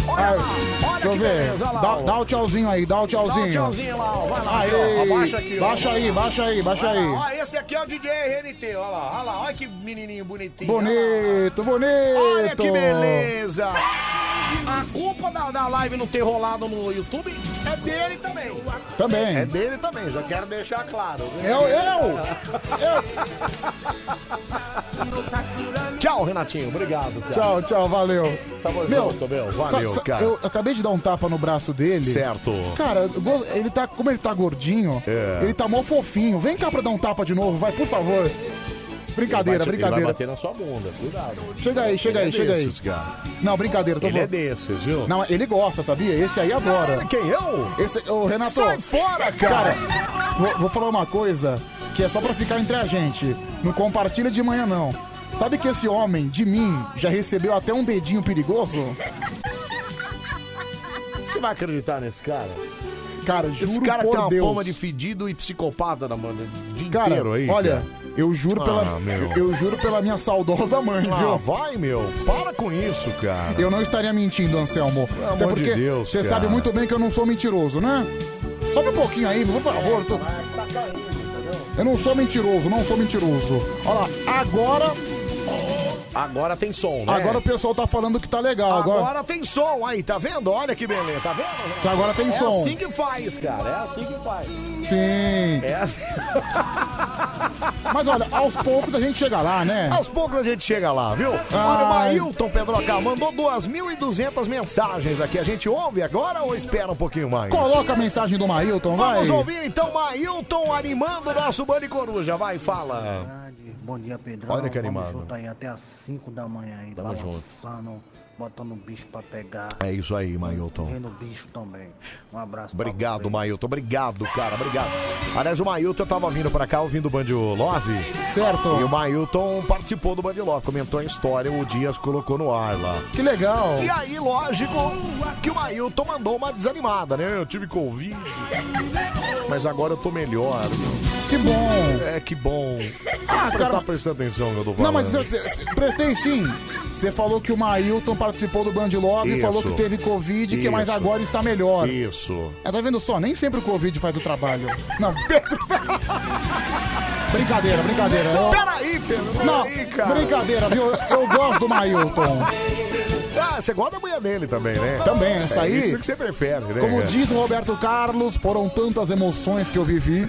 Olha lá, olha Deixa eu que ver. beleza, olha lá. Dá, ó. dá o tchauzinho aí, dá o tchauzinho. Dá um tchauzinho lá, ó, vai lá, Aê, ó, abaixa aqui, ó. Baixa aí, baixa aí, baixa Olha aí. lá, ó, esse aqui é o DJ RNT, olha lá, olha lá, olha que menininho bonitinho. Bonito, bonito. Olha que beleza! A culpa da, da live não ter rolado no YouTube é dele também. Também. É dele também, já quero deixar claro. É Eu, É eu! Tchau, Renatinho. Obrigado. cara. Tchau, tchau, valeu. Tá bom, junto, meu. Valeu, sa- sa- cara. Eu acabei de dar um tapa no braço dele. Certo. Cara, eu go- ele tá. Como ele tá gordinho, É. ele tá mó fofinho. Vem cá pra dar um tapa de novo, vai, por favor. Brincadeira, Ele vai te- Ele vai brincadeira. bater na sua bunda, cuidado. Chega aí, chega aí, Ele é chega aí. desses, cara. Não, brincadeira, tô Ele é falando. desses, viu? Não, ele gosta, sabia? Esse aí adora. Quem eu? Esse, ô, Renato. Sai fora, cara. vou, vou falar uma coisa que é só pra ficar entre a gente. Não compartilha de manhã, não. Sabe que esse homem, de mim, já recebeu até um dedinho perigoso? Você vai acreditar nesse cara? Cara, juro Esse cara por tem uma Deus. fama de fedido e psicopata na banda o dia Cara, inteiro aí. olha, cara. eu juro pela. Ah, meu. eu juro pela minha saudosa mãe, Ah, viu? vai, meu. Para com isso, cara. Eu não estaria mentindo, Anselmo. Até amor de porque Deus, você cara. sabe muito bem que eu não sou mentiroso, né? Sobe um pouquinho aí, por favor. tô- Eu não sou mentiroso, não sou mentiroso. Olha lá, agora, Agora tem som, né? agora o pessoal tá falando que tá legal. Agora, Agora tem som aí, tá vendo? Olha que beleza, tá vendo? Que agora tem é som. assim que faz, cara. É assim que faz. Sim. É assim. Mas olha, aos poucos a gente chega lá, né? Aos poucos a gente chega lá, viu? Olha, o Mailton Pedroca mandou 2.200 mensagens aqui. A gente ouve agora ou espera um pouquinho mais? Coloca a mensagem do Mailton, vai. Vamos ouvir então Mailton animando o nosso Bande Coruja. Vai, fala. Bom dia, Pedrão. Olha que animado. Vamos junto aí até as 5 da manhã aí, Tamo balançando, botando o bicho pra pegar, É isso aí, Mailton. vendo o bicho também. Um abraço Obrigado, Mailton. Obrigado, cara. Obrigado. Aliás, o Mailton tava vindo pra cá ouvindo o Band Love. Certo. E o Mailton participou do Band Love, comentou a história, o Dias colocou no ar lá. Que legal. E aí, lógico, que o Mailton mandou uma desanimada, né? Eu tive Covid, mas agora eu tô melhor. Que bom. É, que bom. Ah, Você cara, tá prestando atenção, meu Não, mas eu- cê- cê- prestei sim. Você falou que o Mailton participou do Band Love, Isso. falou que teve Covid, que mas Isso. agora está melhor. Isso. É, tá vendo só? Nem sempre o Covid faz o trabalho. Não, Pedro. brincadeira, brincadeira. Eu- Peraí, Pedro. Não, peraí, cara. brincadeira, viu? Eu gosto do Mailton. Ah, Ah, você gosta da mulher dele também, né? Também, essa É aí- isso que você prefere, né? Como É. diz o Roberto Carlos, foram tantas emoções que eu vivi.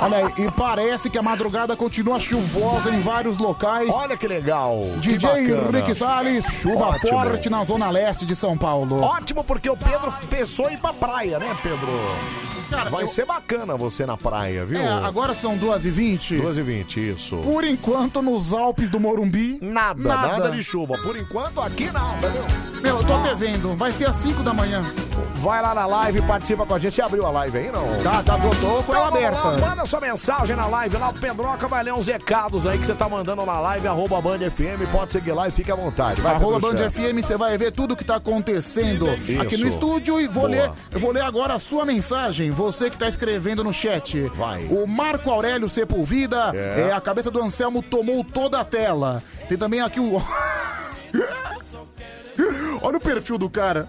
Olha aí, e parece que a madrugada continua chuvosa em vários locais. Olha que legal. que DJ bacana. Henrique Salles, chuva Ótimo. forte na zona leste de São Paulo. Ótimo, porque o Pedro pensou em ir pra praia, né, Pedro? Vai ser bacana você na praia, viu? É, agora são 2h20. 2h20, isso. Por enquanto, nos Alpes do Morumbi, nada. Nada. de chuva. Por enquanto, aqui nada, viu? Meu, eu tô devendo. Vai ser às 5 da manhã. Vai lá na live, participa com a gente. Você abriu a live aí, não? Tá, tá, botou com ela vamos lá, aberta. manda sua mensagem na live lá. O Pedroca vai ler uns recados aí que você tá mandando na live, arroba Band FM. Pode seguir lá e fica à vontade. Vai, Arroba Pedro Band Chan. FM, você vai ver tudo que tá acontecendo Isso. aqui no estúdio e vou Boa. ler, eu vou ler agora a sua mensagem, você que tá escrevendo no chat. Vai. O Marco Aurélio Sepulveda, É. é, a cabeça do Anselmo tomou toda a tela. Tem também aqui o Olha o perfil do cara.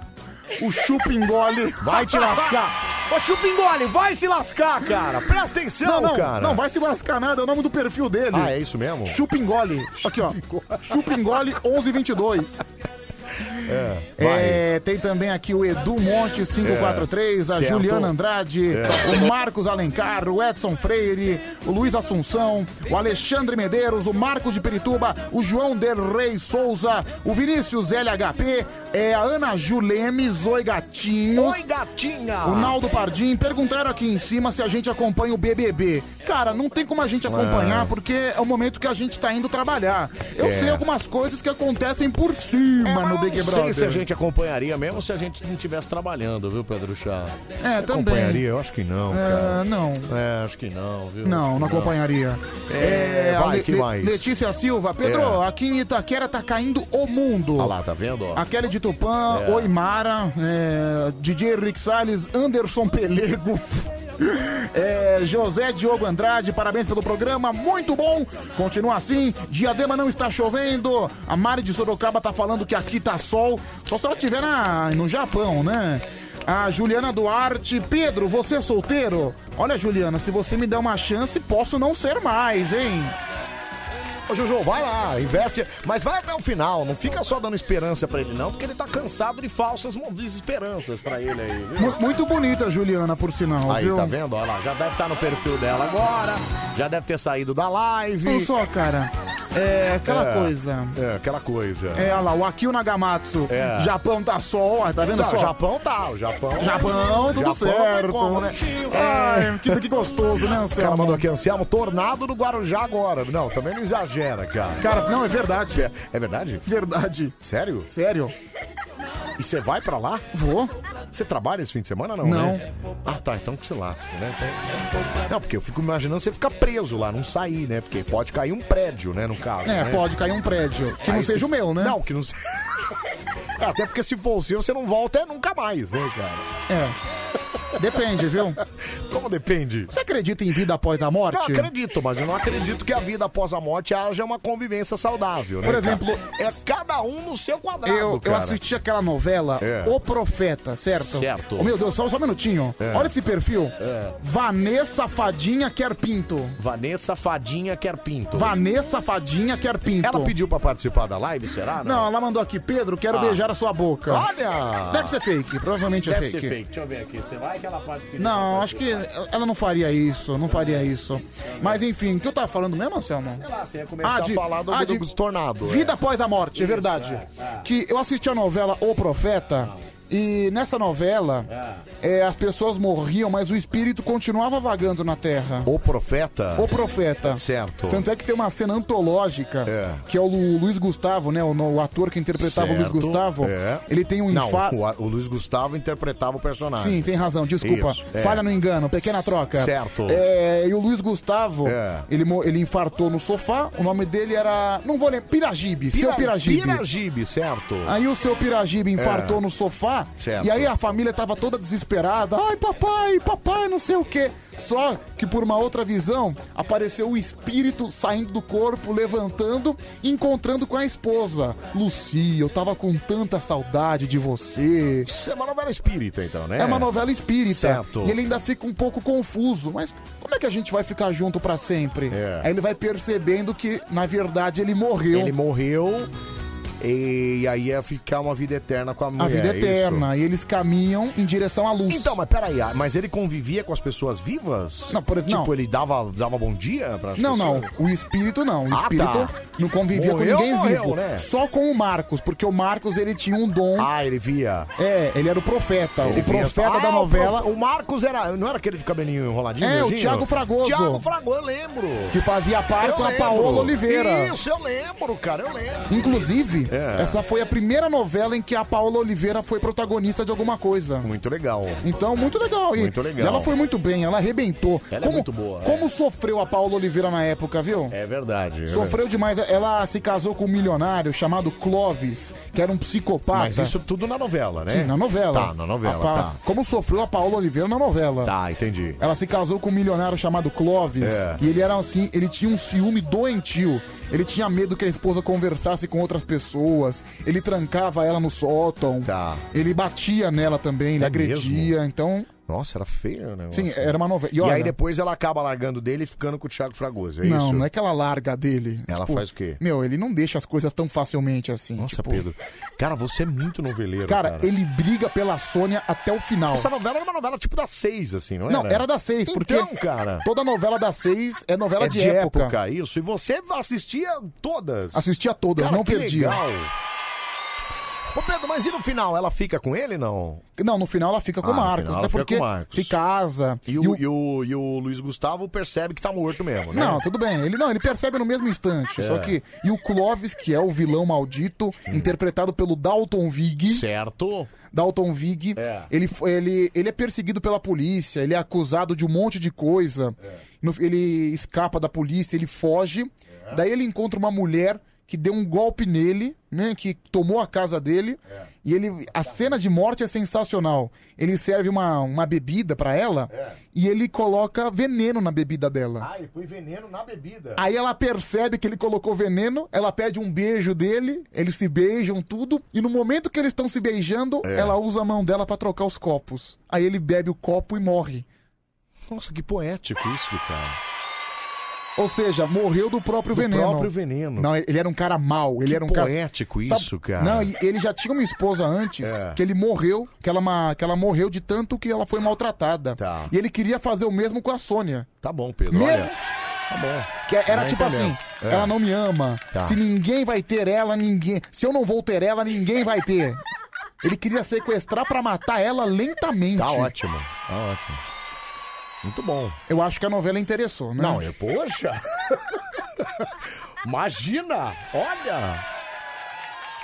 O chupa engole. Vai te lascar. Ô, Chupingole, vai se lascar, cara. Presta atenção, Não, não, cara. não vai se lascar nada, é o nome do perfil dele. Ah, é isso mesmo? Chupa engole. Aqui, ó. Chupa engole 1122. É, vai. É, tem também aqui o Edu Monte 543, É, a certo. Juliana Andrade, É. o Marcos Alencar, o Edson Freire, o Luiz Assunção, o Alexandre Medeiros, o Marcos de Pirituba, o João Del Rey Souza, o Vinícius LHP, é, a Ana Julemes, oi gatinhos. Oi, gatinha. O Naldo Pardim perguntaram aqui em cima se a gente acompanha o BBB. Cara, não tem como a gente acompanhar É. porque é o momento que a gente tá indo trabalhar. Eu É. sei algumas coisas que acontecem por cima no Big Não Brother. sei se a gente acompanharia mesmo se a gente não estivesse trabalhando, viu, Pedro Chá? É, Você também. Acompanharia? Eu acho que não, É, cara. não. É, acho que não, viu? Acho Não, que não acompanharia. É, a vai, Le- que Le- mais? É. Letícia Silva, Pedro, aqui em Itaquera tá caindo o mundo. Olha lá, tá vendo? Ó. A Kelly de Tupã, É. Oi Mara, é, DJ Rick Salles, Anderson Pelego. é, José Diogo Andrade, parabéns pelo programa, muito bom. Continua assim. Diadema não está chovendo. A Mari de Sorocaba tá falando que aqui tá sol. Só se ela estiver na- no Japão, né? A Juliana Duarte, Pedro, você é solteiro? Olha, Juliana, se você me der uma chance, posso não ser mais, hein? Ô, Jojo, vai lá, investe, mas vai até o final, não fica só dando esperança pra ele não, porque ele tá cansado de falsas mo- desesperanças pra ele aí, viu? Mu- muito bonita, a Juliana, por sinal, Aí, viu? tá vendo? Olha lá, já deve estar no perfil dela agora, já deve ter saído da live. Olha só, cara. É aquela É, coisa. É, aquela coisa. É, olha lá, o Akio Nagamatsu. É. Japão tá sol, ó, tá vendo Não, só? Japão tá, o Japão. Japão, tudo não tem certo. como, né? Ai, que, que gostoso, né, O cara Anselmo? mandou aqui, Anselmo, tornado do Guarujá agora. Não, também não exagera, cara. Cara, não, é verdade. É, é verdade? Verdade. Sério? Sério. E você vai pra lá? Vou. Você trabalha esse fim de semana, não, Não. né? Ah, tá, então que se lasca, né? Então- Não, porque eu fico imaginando você ficar preso lá, não sair, né? Porque pode cair um prédio, né, no caso. É, né? pode cair um prédio. Que não Aí seja você- o meu, né? Não, que não seja... É, Até porque se for o seu, você não volta é nunca mais, né, cara? É. Depende, viu? Como depende? Você acredita em vida após a morte? Não acredito, mas eu não acredito que a vida após a morte haja uma convivência saudável, né? Por cara? exemplo, é cada um no seu quadrado, Eu, eu cara. assisti aquela novela É. O Profeta, certo? Certo. Oh, meu Deus, só, só um minutinho. É. Olha esse perfil. É. Vanessa Fadinha Quer Pinto. Vanessa Fadinha Quer Pinto. Vanessa Fadinha Quer Pinto. Ela pediu pra participar da live, será? Não, ela mandou aqui, Pedro, quero Ah. beijar a sua boca. Olha! Deve ser fake, provavelmente Deve é fake. ser fake. Deixa eu ver aqui. Você vai que ela pode pedir Não, pra acho que participar? ela não faria isso, não faria isso. Mas enfim, o que eu tava falando mesmo, Anselmo? Sei lá, você ia começar a falar do, ah, do, dos tornado. Vida é. após a morte, é Isso, verdade. é, é. Que eu assisti a novela O Profeta e nessa novela é, as pessoas morriam, mas o espírito continuava vagando na terra. O profeta. O Profeta. Certo. Tanto é que tem uma cena antológica, que é o Lu- Luiz Gustavo, né? O, no- o ator que interpretava o Luiz Certo, Gustavo. é. Ele tem um Não, infarto. o, o Luiz Gustavo interpretava o personagem. Sim, tem razão, desculpa. Isso, é. Falha no engano, pequena troca. Certo. É, e o Luiz Gustavo, É. ele, mo- ele infartou no sofá, o nome dele era. Não vou lembrar. Piragibe, seu Piragibe. Piragibe, certo. Aí o seu Piragibe infartou no sofá, É. Certo. e aí a família tava toda desesperada. Ai, papai, papai, não sei o quê. Só que por uma outra visão, apareceu o espírito saindo do corpo, levantando, e encontrando com a esposa. Lucia, eu tava com tanta saudade de você. Isso é uma novela espírita, então, né? É uma novela espírita. Certo. E ele ainda fica um pouco confuso. Mas como é que a gente vai ficar junto pra É. sempre? Aí ele vai percebendo que, na verdade, ele morreu. Ele morreu E aí ia ficar uma vida eterna com a mulher. A vida é isso? eterna. E eles caminham em direção à luz. Então, mas peraí, ah, mas ele convivia com as pessoas vivas? Não, por ex- exemplo. não. Tipo, ele dava, dava bom dia para Não, não. O espírito não. O assim. Ah, espírito tá. não convivia Morreu, com ninguém morreu, vivo. né? Só com o Marcos, porque o Marcos ele tinha um dom. Ah, ele via. É, ele era o profeta. Ele o via- profeta Ah, da o novela. prof- O Marcos era. Não era aquele de cabelinho enroladinho? É, o verdinho? Thiago Fragoso. Thiago Fragoso, eu lembro. Que fazia par Eu com a lembro. Paola Oliveira. Isso, eu lembro, cara, eu lembro. Inclusive, É. essa foi a primeira novela em que a Paola Oliveira foi protagonista de alguma coisa. Muito legal. Então, muito legal. E Muito legal. Ela foi muito bem, ela arrebentou. Ela é muito boa, é. Como sofreu a Paola Oliveira na época, viu? É verdade. Sofreu demais. Ela se casou com um milionário chamado Clovis, que era um psicopata. Mas isso tudo na novela, né? Sim, na novela. Tá, na novela, A Pa- tá. Como sofreu a Paola Oliveira na novela. Tá, entendi. Ela se casou com um milionário chamado Clovis. É. E ele era assim, ele tinha um ciúme doentio. Ele tinha medo que a esposa conversasse com outras pessoas. Ele trancava ela no sótão. Tá. Ele batia nela também, ele É agredia. Então. Nossa, era feio, né? Sim, era uma novela. E E, olha- aí depois ela acaba largando dele e ficando com o Thiago Fragoso, é não, isso? não é que ela larga dele. Tipo, Ela faz o quê? Meu, ele não deixa as coisas tão facilmente assim. Nossa, Pedro. Cara, você é muito noveleiro, Cara, cara. ele briga pela Sônia até o final. Essa novela era uma novela tipo da seis, assim, não era? Não, era da seis, porque Então, cara... toda novela da seis é novela é de, época. Isso, e você assistia todas. Assistia todas, Cara, não que perdia. legal. Ô Pedro, mas e no final? Ela fica com ele, não? Não, no final ela fica com Ah, o no Marcos, final até ela fica porque com o Marcos. se casa. E o, e, o, e o Luiz Gustavo percebe que tá morto mesmo, né? Não, tudo bem. Ele não, ele percebe no mesmo instante. É. Hum. Só que e o Clovis, que é o vilão maldito, interpretado pelo Dalton Vig. Certo. Dalton Vig, ele, fo- ele, ele é perseguido pela polícia, ele é acusado de um monte de coisa. É. No- ele escapa da polícia, ele foge. É. Daí ele encontra uma mulher que deu um golpe nele, né, que tomou a casa dele. É. E ele a cena de morte é sensacional. Ele serve uma, uma bebida pra ela É. e ele coloca veneno na bebida dela. Ah, ele põe veneno na bebida. Aí ela percebe que ele colocou veneno, ela pede um beijo dele, eles se beijam tudo, e no momento que eles estão se beijando, É. ela usa a mão dela pra trocar os copos. Aí ele bebe o copo e morre. Nossa, que poético isso, cara. Ou seja, morreu do próprio Do veneno. próprio veneno. Não, ele era um cara mau, ele Que era um poético cara... isso, cara. Não, e ele já tinha uma esposa antes, É. que ele morreu, que ela, ma- que ela morreu de tanto que ela foi maltratada. E ele queria fazer o mesmo com a Sônia. Tá bom, Pedro, Me- olha. Tá bom. Que era Já tipo assim, entendemos. É. ela não me ama. Tá. Se ninguém vai ter ela, ninguém. Se eu não vou ter ela, ninguém vai ter. Ele queria sequestrar pra matar ela lentamente. Tá ótimo, tá ótimo. Muito bom. Eu acho que a novela interessou, né? Não, é eu, poxa! Imagina! Olha!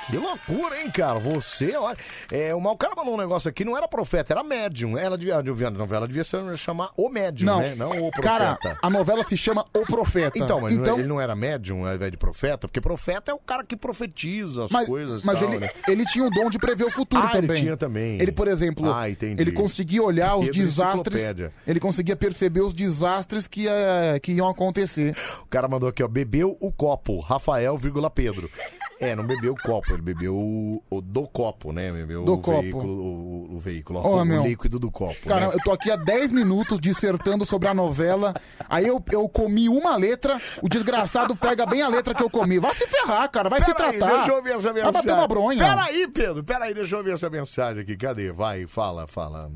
Que loucura, hein, cara? Você, olha. É, o Mal cara mandou um negócio aqui, não era profeta, era médium. Ela devia, devia- a novela devia ser, chamar o médium, Não. né? Não o profeta. Cara, a novela se chama O Profeta. Então, mas ele não era médium, ao invés de profeta, porque profeta é o cara que profetiza as mas, coisas e mas tal, ele, né? ele tinha o dom de prever o futuro Ah, ele também. tinha também. Ele, por exemplo, Ah, entendi. ele conseguia olhar os Pedro desastres. Enciclopédia. Ele conseguia perceber os desastres que, eh, que iam acontecer. O cara mandou aqui, ó, bebeu o copo, Rafael, vírgula, Pedro. É, não bebeu o copo, ele bebeu o, o do copo, né? Bebeu Do o copo. veículo, o, o- o veículo, ó, Ó, o meu. líquido do copo. Cara, né? eu tô aqui há 10 minutos dissertando sobre a novela. Aí eu, eu comi uma letra, o desgraçado pega bem a letra que eu comi. Vai se ferrar, cara, vai se Peraí, tratar. deixa eu ouvir essa Vai mensagem. bater uma bronha. Peraí, Pedro, peraí, deixa eu ouvir essa mensagem aqui. Cadê? Vai, fala, fala.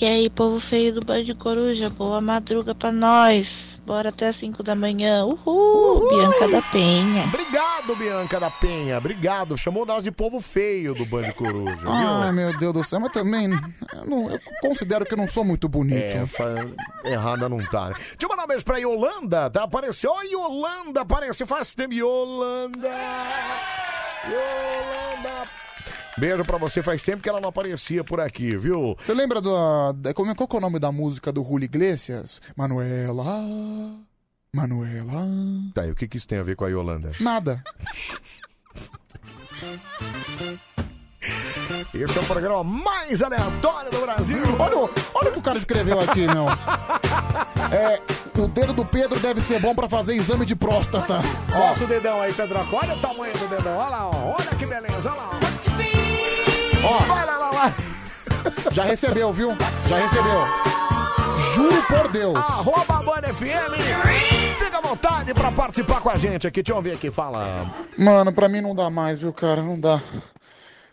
E aí, povo feio do Band Coruja, boa madruga pra nós. Bora até as 5 da manhã. Uhul, Bianca da Penha. Obrigado, Bianca da Penha. Obrigado. Chamou nós de povo feio do Band Coruja, viu? Ah, meu Deus do céu, mas também eu, não- eu considero que eu não sou muito bonito. É, fa- errada não tá. né? Deixa eu mandar um beijo pra Yolanda, tá? Apareceu. Ó, Yolanda, apareceu faz tempo. Yolanda! Yolanda! Beijo pra você, faz tempo que ela não aparecia por aqui, viu? Você lembra do. da- Como, qual que é o nome da música do Julio Iglesias? Manuela. Manuela. Tá, e o que, que isso tem a ver com a Yolanda? Nada. Esse é o programa mais aleatório do Brasil. Olha, o- olha o que o cara escreveu aqui, meu. É, o dedo do Pedro deve ser bom pra fazer exame de próstata. Ó, Nossa o dedão aí, Pedro. Olha o tamanho do dedão. Olha lá, ó. olha que beleza. Olha lá. ó. Vai lá, lá, lá. Já recebeu, viu? Já recebeu. Juro por Deus. Arroba Band FM. Fica à vontade pra participar com a gente aqui. Deixa eu ver aqui, fala. Mano, pra mim não dá mais, viu, cara? Não dá.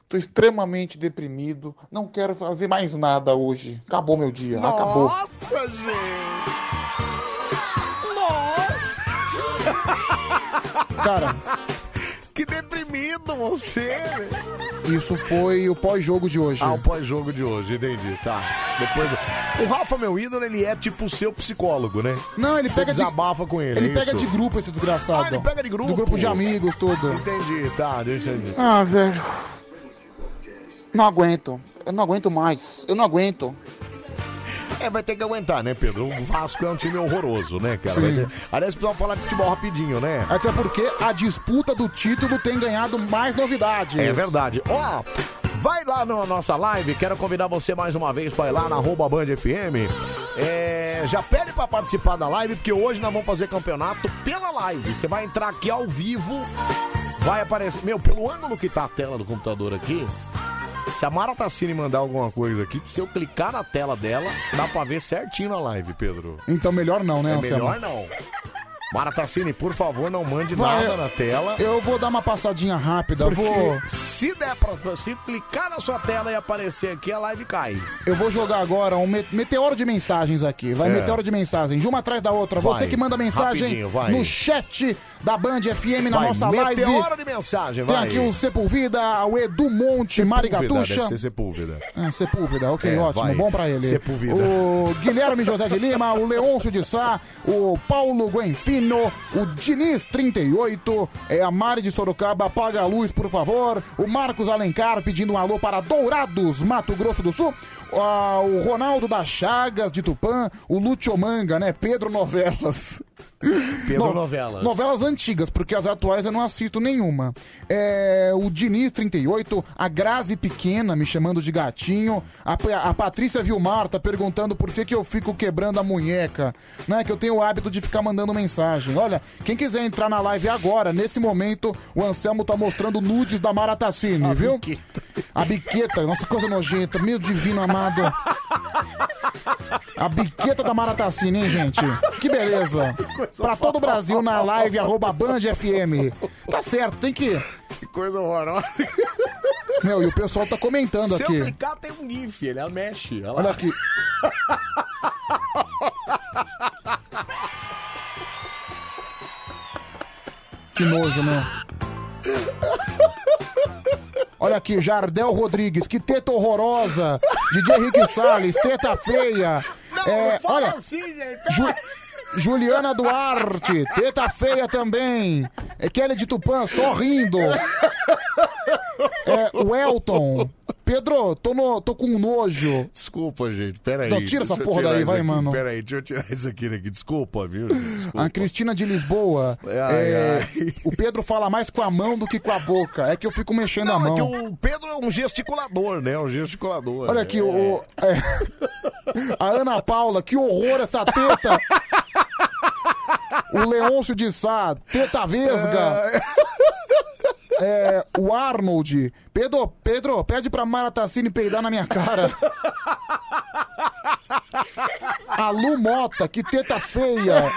Tô extremamente deprimido. Não quero fazer mais nada hoje. Acabou meu dia. Acabou. Nossa, gente. Nossa. Cara. Que deprimido você. Isso foi o pós-jogo de hoje. Ah, o pós-jogo de hoje, entendi. Tá. Depois. O Rafa, meu ídolo, ele é tipo o seu psicólogo, né? Não, ele Você pega de- desabafa com ele. Ele é pega isso? de grupo esse desgraçado. Ah, ele pega de grupo? Do grupo de amigos, tudo. Entendi, tá, entendi. Ah, velho. Não aguento. Eu não aguento mais. Eu não aguento. É, vai ter que aguentar, né, Pedro? O Vasco é um time horroroso, né, cara? Vai Sim. ter- Aliás, precisamos falar de futebol rapidinho, né? Até porque a disputa do título tem ganhado mais novidades. É verdade. Ó, vai lá na nossa live. Quero convidar você mais uma vez para ir lá na arroba Band FM. É, já pede para participar da live, porque hoje nós vamos fazer campeonato pela live. Você vai entrar aqui ao vivo. Vai aparecer. Meu, pelo ângulo que tá a tela do computador aqui. Se a Mara Tassini mandar alguma coisa aqui, se eu clicar na tela dela, dá pra ver certinho na live, Pedro. Então melhor não, né, É Anselmo? melhor não. Mara Tassini, por favor, não mande Vai, nada na tela. Eu vou dar uma passadinha rápida. Porque Vou, se der pra, se clicar na sua tela e aparecer aqui, a live cai. eu vou jogar agora um me- meteoro de mensagens aqui. Vai, É. meteoro de mensagens. De uma atrás da outra. Vai. Você que manda mensagem Rapidinho, vai. no chat da Band FM na Vai, nossa live. meteoro de mensagem, vai. Tem aqui o Sepulveda, o Edu Monte, Mari Deve Gatucha. ser Sepúlveda. Ah, Sepúlveda, ok, É, ótimo, vai. bom pra ele. Sepúlveda. O Guilherme José de Lima, o Leôncio de Sá, o Paulo Guenfino, o Diniz 38, é a Mari de Sorocaba, apaga a luz, por favor. O Marcos Alencar pedindo um alô para Dourados, Mato Grosso do Sul. Ah, o Ronaldo das Chagas de Tupã, o Lúcio Manga, né? Pedro Novelas. Pedro Novelas. Novelas antigas, porque as atuais eu não assisto nenhuma. É, o Diniz 38, a Grazi Pequena me chamando de gatinho, a, Pa- a Patrícia Vilmar tá perguntando por que, que eu fico quebrando a munheca, né? Que eu tenho o hábito de ficar mandando mensagem. Olha, quem quiser entrar na live agora, nesse momento, o Anselmo tá mostrando nudes da Maratacine, viu? A biqueta, nossa coisa nojenta, meu divino amado. A biqueta da Maratacina, hein, gente? Que beleza. Pra todo o Brasil na live, arroba Band FM. Tá certo, tem que... Que coisa horrorosa. Meu, e o pessoal tá comentando Se eu aqui. clicar, tem um GIF, ele mexe. Olha, lá. Olha aqui. Que nojo, né? Olha aqui, Jardel Rodrigues, que teta horrorosa. DJ Henrique Salles, teta feia. É, olha, assim, assim, Ju- Juliana Duarte, teta feia também. É Kelly de Tupã, sorrindo. É, o Elton. Pedro, tô, no- tô com um nojo. Desculpa, gente, peraí. Então tira essa Deixa eu porra tirar daí, isso vai, aqui. mano. Peraí, deixa eu tirar isso aqui daqui. Desculpa, viu? gente? Desculpa. A Cristina de Lisboa. Ai, é, ai. O Pedro fala mais com a mão do que com a boca. É que eu fico mexendo a Não, é mão. que o Pedro é um gesticulador, né? Um gesticulador. Olha né? aqui, o. é. A Ana Paula, que horror essa teta! O Leôncio de Sá, teta vesga! É, o Arnold. Pedro, Pedro, pede pra Maratacine peidar na minha cara. A Lu Mota, que teta feia.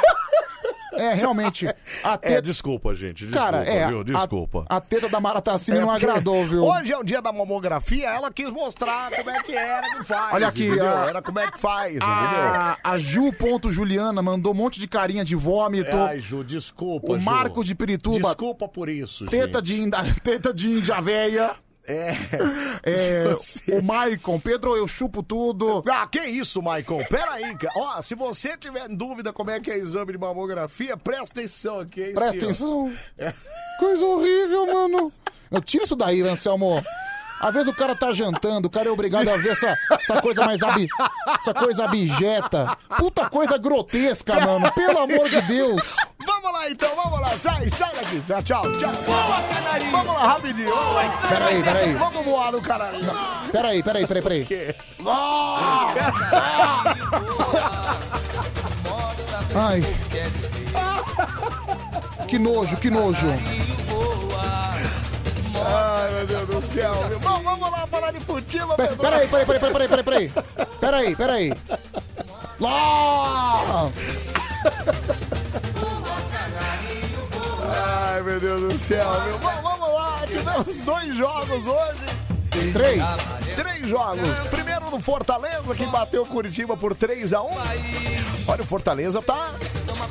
É, realmente. A teta... É, desculpa, gente. Desculpa, Cara, é. viu? a- Desculpa. A, teta da Maratacine É Assim não porque agradou, viu? Hoje é o dia da mamografia, ela quis mostrar como é que era que faz. Olha aqui, entendeu? a- Era como é que faz, A, a Ju ponto Juliana mandou um monte de carinha de vômito. entendeu? Ai, É, Ju, desculpa. o Ju. Marco de Pirituba. Desculpa por isso. Teta gente. de, inda, teta de índia véia. É. É, o Maicon, Pedro, eu chupo tudo. Ah, que isso, Michael? Pera aí, cara. Ó, se você tiver dúvida como é que é exame de mamografia, presta atenção aqui. é isso Presta aí, ó. atenção. É. Coisa horrível, mano. Não, tira isso daí, Anselmo. Às vezes o cara tá jantando, o cara é obrigado a ver essa, essa coisa mais abi, essa coisa abjeta. Puta coisa grotesca, mano. Pelo amor de Deus. Vamos lá então, vamos lá. Sai, sai daqui. Tchau, tchau. tchau. Vamos lá, rapidinho. Peraí, peraí. Vamos voar no canarinho. Peraí, peraí, peraí, peraí. Ai. Que nojo, que nojo. Ai, meu Deus do céu. meu. Bom, vamos lá falar de futebol, Pe- Pedro. Peraí, peraí, peraí, peraí, peraí, peraí. Peraí, peraí. Lá! Ai, meu Deus do céu, meu. Bom, vamos lá, tivemos dois jogos hoje. Três. Três jogos. Primeiro no Fortaleza, que bateu o Curitiba por 3x1. Olha, o Fortaleza tá.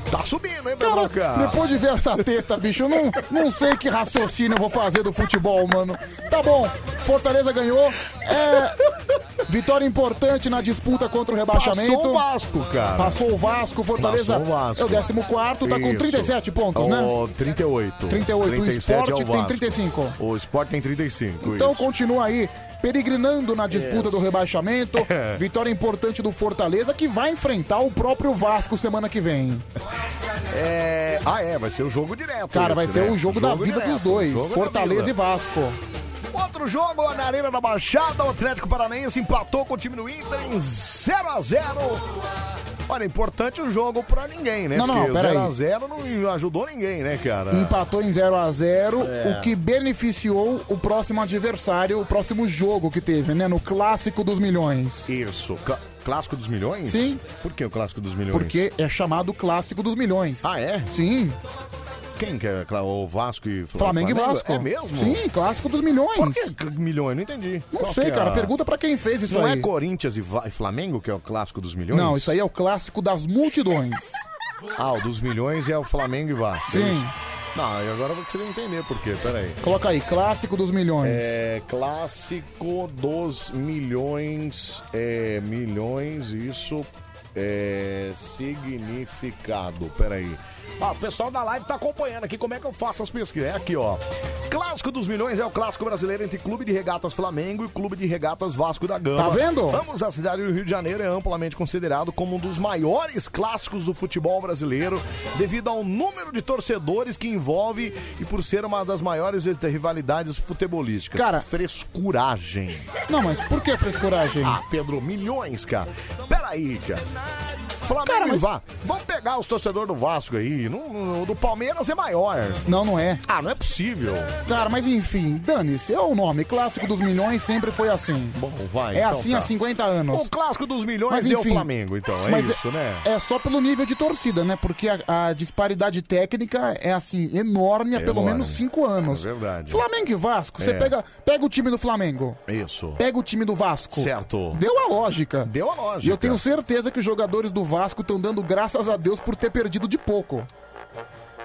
Tá subindo, hein, Pedroca? Depois de ver essa teta, bicho, eu não, não sei que raciocínio eu vou fazer do futebol, mano. Tá bom, Fortaleza ganhou. É, vitória importante na disputa contra o rebaixamento. Passou o Vasco, cara. Passou o Vasco, Fortaleza Passou o Vasco. é o 14, tá com Isso. 37 pontos, né? Ô, 38. 38, o 37 Sport é o tem Vasco. 35. O Sport tem 35. Então isso. continua aí peregrinando na disputa Isso. É. do rebaixamento. Vitória importante do Fortaleza que vai enfrentar o próprio Vasco semana que vem. É... Ah, é, vai ser o jogo direto. Cara, vai esse, ser né? o jogo da vida direto, dos dois, jogo da Fortaleza vida. e Vasco. Outro jogo na Arena da Baixada, o Atlético Paranaense empatou com o time do Inter em 0x0. Olha, importante o jogo pra ninguém, né? Não, não, Porque pera aí. 0x0 não ajudou ninguém, né, cara? Empatou em 0 a 0 É. o que beneficiou o próximo adversário, o próximo jogo que teve, né? No clássico dos milhões. Isso. Cla- clássico dos milhões? Sim. Por que o clássico dos milhões? Porque é chamado clássico dos milhões. Ah, é? Sim. Quem que é? Cla- O Vasco e Fla- Flamengo, e Vasco. É mesmo? Sim, clássico dos milhões. Por que c- milhões? Não entendi. Não Qual sei, que é cara. a- Pergunta pra quem fez isso Não aí. é Corinthians e Va- e Flamengo que é o clássico dos milhões? Não, isso aí é o clássico das multidões. Ah, o dos milhões é o Flamengo e Vasco. Sim. é isso? Não, e agora eu queria entender por quê, peraí. Coloca aí, clássico dos milhões. É, clássico dos milhões, é, milhões, isso é significado, peraí. Ó, o pessoal da live tá acompanhando aqui, como é que eu faço as pesquisas? É aqui, ó. Clássico dos Milhões é o clássico brasileiro entre Clube de Regatas Flamengo e Clube de Regatas Vasco da Gama. Tá vendo? Ambos a cidade do Rio de Janeiro é amplamente considerado como um dos maiores clássicos do futebol brasileiro, devido ao número de torcedores que envolve e por ser uma das maiores rivalidades futebolísticas. Cara- frescuragem. Não, mas por que frescuragem? Ah, Pedro, milhões, cara. Peraí, cara. Flamengo Cara, e mas- Vasco. Vamos pegar os torcedores do Vasco aí. Não- não- O do Palmeiras é maior. Não, não é. Ah, não é possível. Cara, mas enfim, dane-se, é o nome. Clássico dos milhões sempre foi assim. Bom, vai. É então assim tá. há 50 anos. O clássico dos milhões deu Flamengo, então. É mas isso, né? É só pelo nível de torcida, né? Porque a, a disparidade técnica é assim, enorme há É pelo enorme. menos 5 anos. É verdade. Flamengo e Vasco, você É. pega, pega o time do Flamengo. Isso. Pega o time do Vasco. Certo. Deu a lógica. Deu a lógica. E eu tenho certeza que os jogadores do Vasco estão dando graças a Deus por ter perdido de pouco.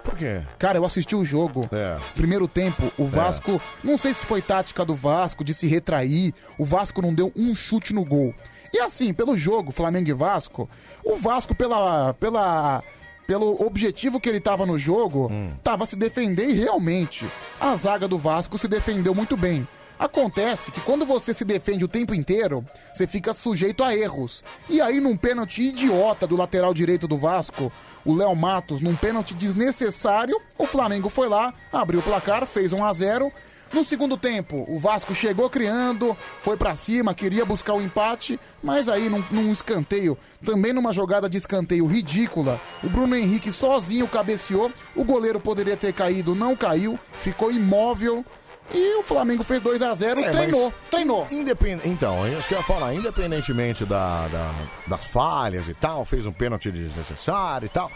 Por quê? Cara, eu assisti o jogo. É. Primeiro tempo, o Vasco. Não sei se foi tática do Vasco de se retrair. O Vasco não deu um chute no gol. E assim, pelo jogo, Flamengo e Vasco, o Vasco, pela. pela pelo objetivo que ele tava no jogo, Hum. tava se defender e realmente. A zaga do Vasco se defendeu muito bem. Acontece que quando você se defende o tempo inteiro, você fica sujeito a erros. E aí, num pênalti idiota do lateral direito do Vasco, o Léo Matos, num pênalti desnecessário, o Flamengo foi lá, abriu o placar, fez 1 a 0 No segundo tempo, o Vasco chegou criando, foi pra cima, queria buscar o empate, mas aí num, num escanteio, também numa jogada de escanteio ridícula, o Bruno Henrique sozinho cabeceou, o goleiro poderia ter caído, não caiu, ficou imóvel. E o Flamengo fez 2 a 0 É, treinou, mas treinou. Independ... Então, é isso que eu ia falar, independentemente da, da- das falhas e tal, fez um pênalti desnecessário e tal.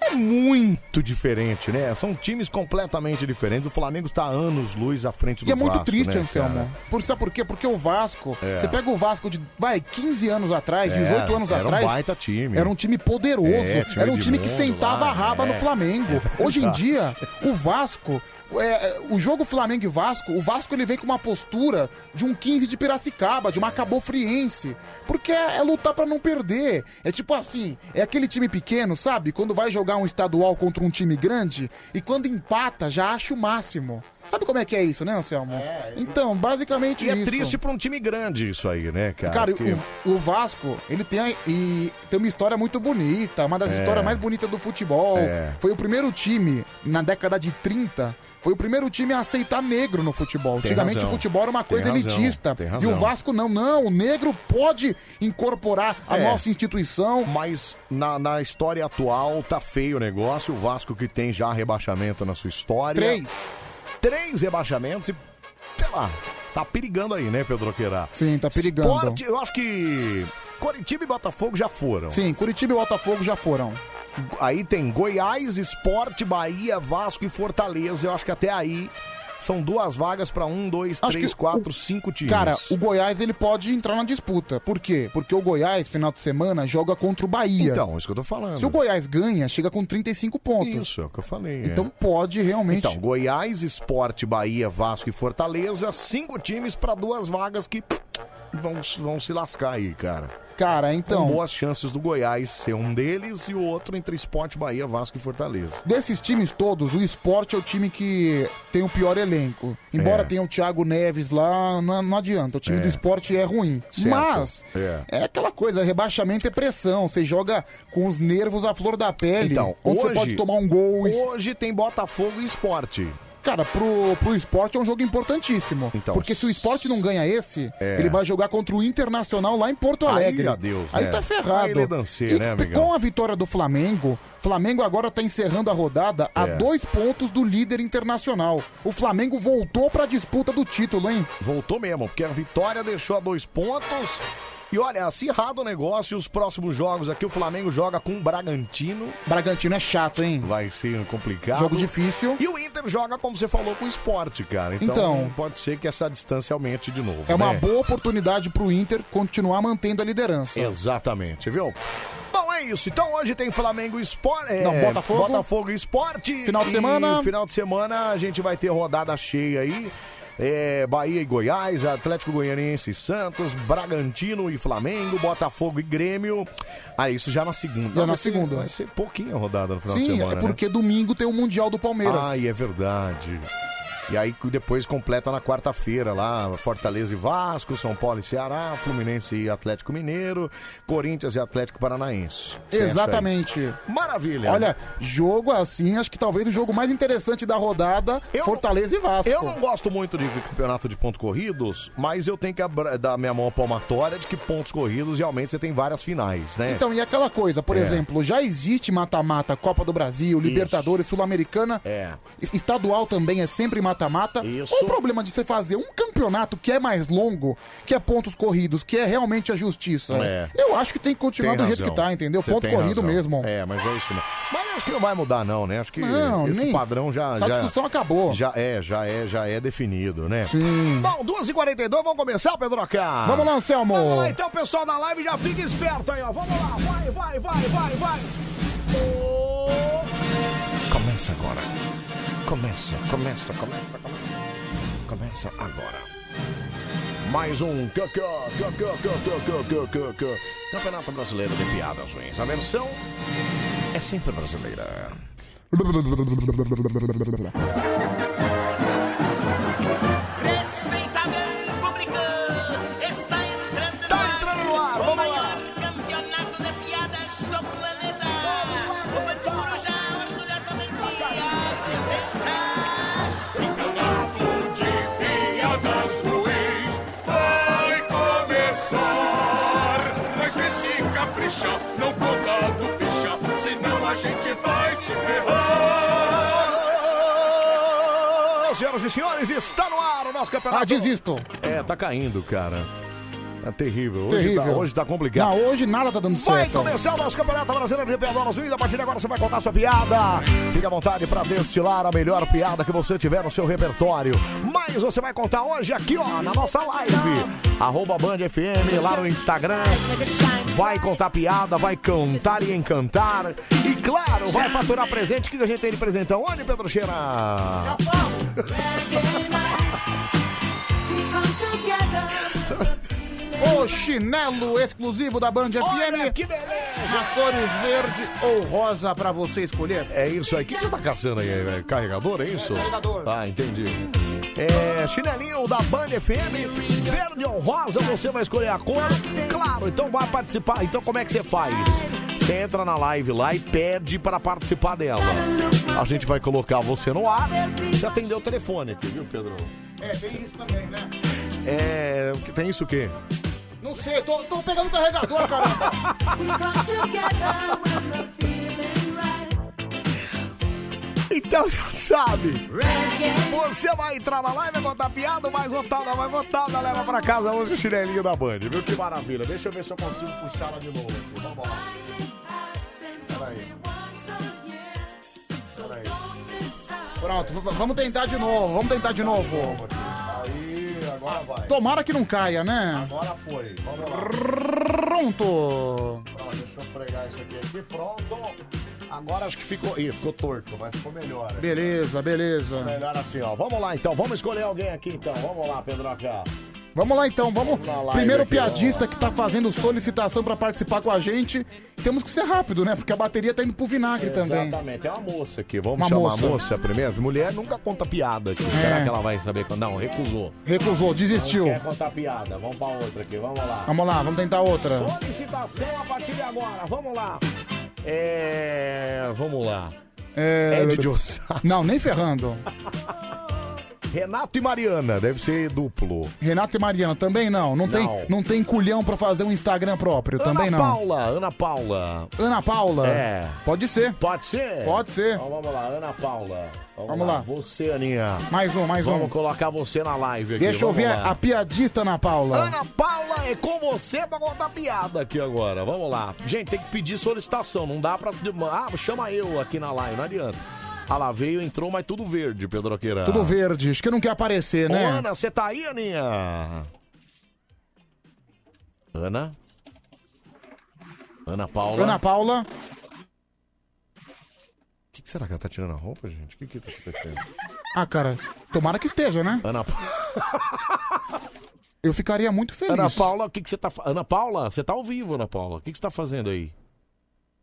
É muito diferente, né? São times completamente diferentes. O Flamengo está anos luz à frente do E é muito Vasco, triste, né, Anselmo. cara? Por, sabe por quê? Porque o Vasco, É. você pega o Vasco de, vai, 15 anos atrás, 18 É, anos era um atrás. baita time. Era um time poderoso. É, tinha era um time que Edmundo sentava lá, a raba é. no Flamengo. É Hoje em verdade. dia, o Vasco, é, é, o jogo Flamengo e Vasco, o Vasco ele vem com uma postura de um 15 de Piracicaba, de uma cabofriense. Porque é, é lutar pra não perder. É tipo assim, é aquele time pequeno, sabe? Quando vai jogar um estadual contra um time grande e quando empata, já acha o máximo. Sabe como é que é isso, né, Anselmo? então, basicamente É, E é isso. triste pra um time grande isso aí, né, cara? Cara, Porque- o, o Vasco, ele tem, a- e tem uma história muito bonita, uma das É. histórias mais bonitas do futebol. É. Foi o primeiro time, na década de 30, foi o primeiro time a aceitar negro no futebol. Tem Antigamente razão. o futebol era uma Tem coisa razão. elitista. Tem E razão. o Vasco não, não. O negro pode incorporar a É. nossa instituição. Mas na, na história atual tá feio o negócio. O Vasco que tem já rebaixamento na sua história. Três. Três rebaixamentos e, sei lá, tá perigando aí, né, Pedro Queira? Sim, tá perigando. Sport, eu acho que Coritiba e Botafogo já foram. Sim, Curitiba e Botafogo já foram. Aí tem Goiás, Esporte, Bahia, Vasco e Fortaleza. Eu acho que até aí são duas vagas pra um, dois, Acho três, que quatro, o- cinco times. Cara, o Goiás ele pode entrar na disputa. Por quê? Porque o Goiás, final de semana, joga contra o Bahia. Então, isso que eu tô falando. Se o Goiás ganha, chega com 35 pontos. Isso, é o que eu falei. Então é. pode realmente. Então, Goiás, Esporte, Bahia, Vasco e Fortaleza, cinco times pra duas vagas que pff, vão, vão se lascar aí, cara. Cara, então- Com boas chances do Goiás ser um deles e o outro entre Esporte, Bahia, Vasco e Fortaleza. Desses times todos, o esporte é o time que tem o pior elenco. Embora É. tenha o Thiago Neves lá, não, não adianta. O time É. do esporte é ruim. Certo. Mas É. é aquela coisa, rebaixamento é pressão. Você joga com os nervos à flor da pele. Então, onde você hoje- pode tomar um gol. Hoje tem Botafogo e Esporte. Cara, pro, pro esporte é um jogo importantíssimo. Então. porque se o esporte não ganha esse, É. ele vai jogar contra o Internacional lá em Porto Aí, Alegre. adeus, Aí né? tá ferrado. Aí ele dancei, E né, amigão? com a vitória do Flamengo, Flamengo agora tá encerrando a rodada a É. dois pontos do líder internacional. O Flamengo voltou pra disputa do título, hein? Voltou mesmo, porque a vitória deixou a dois pontos. E olha, acirrado o negócio, os próximos jogos aqui, o Flamengo joga com o Bragantino. Bragantino é chato, hein? Vai ser complicado. Jogo difícil. E o Inter joga, como você falou, com o esporte, cara. Então, Então. pode ser que essa distância aumente de novo. É uma né? boa oportunidade pro Inter continuar mantendo a liderança. Exatamente, viu? Bom, é isso. Então hoje tem Flamengo é, Esporte. Não, Botafogo. Botafogo e Esporte. Final de E semana. Final de semana a gente vai ter rodada cheia aí. É, Bahia e Goiás, Atlético Goianiense e Santos, Bragantino e Flamengo, Botafogo e Grêmio. Ah, isso já na segunda. Já na Ah, vai ser- segunda. Vai ser pouquinha rodada no final de Sim, semana. é né? porque domingo tem o Mundial do Palmeiras. Ai, é verdade. E aí que depois completa na quarta-feira lá, Fortaleza e Vasco, São Paulo e Ceará, Fluminense e Atlético Mineiro, Corinthians e Atlético Paranaense. Fecha aí. Exatamente. Maravilha. Olha, jogo assim, acho que talvez o jogo mais interessante da rodada, Fortaleza e Vasco. Eu não gosto muito de campeonato de pontos corridos, mas eu tenho que abra- dar minha mão palmatória de que pontos corridos realmente você tem várias finais, né? Então, e aquela coisa, por É. exemplo, já existe mata-mata, Copa do Brasil, Libertadores, Sul-Americana, É. e- estadual também é sempre mata-mata. Qual o problema de você fazer um campeonato que é mais longo, que é pontos corridos, que é realmente a justiça? É. Eu acho que tem que continuar Tem do jeito que razão. tá, entendeu? Você Ponto tem corrido razão. mesmo. É, mas é isso mesmo. Mas acho que não vai mudar, não, né? Acho que Não, esse nem- padrão já. Essa já- discussão acabou. Já é, já é, já é definido, né? Sim. Bom, 2h42, vamos começar, Pedroca? Vamos lá, Anselmo. Vamos lá, então, pessoal da live, já fica esperto aí, ó. Vamos lá, vai, vai, vai, vai, vai. Começa agora. é? Começa, começa, começa, começa. Começa agora. Mais um cã, cã, cã, cã, cã, cã, cã, cã, cã. Campeonato Brasileiro de Piadas Ruins. A versão é sempre brasileira. Respeitável público, está entrando Tá no ar, o maior campeonato de piadas do planeta. O Bande Coruja orgulhosamente apresenta. Campeonato de piadas ruins vai começar. Mas vê se caprichar, não conta do pichar, senão a gente vai se ferrar. Senhoras e senhores, está no ar o nosso campeonato. Ah, desisto. É, tá caindo, cara. É terrível. Hoje, Terrível. Tá, hoje tá complicado. Não, hoje nada tá dando Vai certo. começar o nosso Campeonato Brasileiro de Piadoras Ruins. A partir de agora você vai contar sua piada. Fique à vontade para destilar a melhor piada que você tiver no seu repertório. Mas você vai contar hoje aqui, ó, na nossa live. Arroba Band FM lá no Instagram. Vai contar piada, vai cantar e encantar. E claro, vai faturar presente. O que a gente tem de presentão? Olha, Pedro Cheira. O chinelo exclusivo da Band FM. Que beleza! As cores verde ou rosa pra você escolher. É isso aí. O que que você tá caçando aí? É carregador, é isso? carregador. Ah, entendi. É, chinelinho da Band FM, verde ou rosa, você vai escolher a cor? Claro, então vai participar. Então como é que você faz? Você entra na live lá e pede para participar dela. A gente vai colocar você no ar. Você atendeu o telefone aqui, viu, Pedro? É, tem isso também, né? É. Tem isso o quê? Não sei, tô, tô pegando o carregador, caramba. E Então já sabe. Você vai entrar na live, vai contar piada, vai votar, não vai votar, não leva pra casa hoje o chinelinho da Band, viu? Que maravilha. Deixa eu ver se eu consigo puxar ela de novo aqui. Vamos lá. Peraí. Peraí. Pronto, v- vamos tentar de novo, vamos tentar de novo. Aí, agora vai. Ah, Tomara que não caia, né? Agora foi. Vamos lá. Pronto. Ó, deixa eu pregar isso aqui. aqui. Pronto. Agora acho que ficou. Ih, ficou torto, mas ficou melhor. hein? Beleza, beleza. Melhor assim, ó. Vamos lá então, vamos escolher alguém aqui então. Vamos lá, Pedroca. Vamos lá então, vamos. live Primeiro aqui, piadista que tá fazendo solicitação pra participar com a gente. Temos que ser rápido, né? Porque a bateria tá indo pro vinagre também. Exatamente, é uma moça aqui. Vamos Uma chamar moça. É. a moça primeiro. Mulher nunca conta piada aqui. Será que ela vai saber? quando- Não, recusou. Recusou, desistiu. Não quer contar piada. Vamos pra outra aqui, vamos lá. Vamos lá, vamos tentar outra. Solicitação a partir de agora, vamos lá. É. Vamos lá. É... Ed de Osasco. Não, nem ferrando. Renato e Mariana, deve ser duplo. Renato e Mariana também não. Não, Não. Tem, não tem culhão pra fazer um Instagram próprio, também Ana não. Paula, Ana Paula. Ana Paula? É. Pode ser. Pode ser? Pode ser. Então vamos lá, Ana Paula. Vamos, Vamos lá. lá. Você, Aninha. Mais um, mais vamos um. colocar você na live aqui. Deixa eu vamos ver lá. a piadista Ana Paula. Ana Paula, é com você pra contar piada aqui agora. Vamos lá. Gente, tem que pedir solicitação. Não dá pra. Ah, chama eu aqui na live, não adianta. Ah lá, veio, entrou, mas tudo verde, Pedro Aqueira. Tudo verde, acho que não quer aparecer, Ô, né? Ana, você tá aí, Aninha? Ana? Ana Paula? Ana Paula. O que, que será que ela tá tirando a roupa, gente? O que que tá acontecendo? Ah, cara, tomara que esteja, né? Ana Paula. Eu ficaria muito feliz. Ana Paula, o que, que você tá fa- Ana Paula, você tá ao vivo, Ana Paula. O que, que você tá fazendo aí?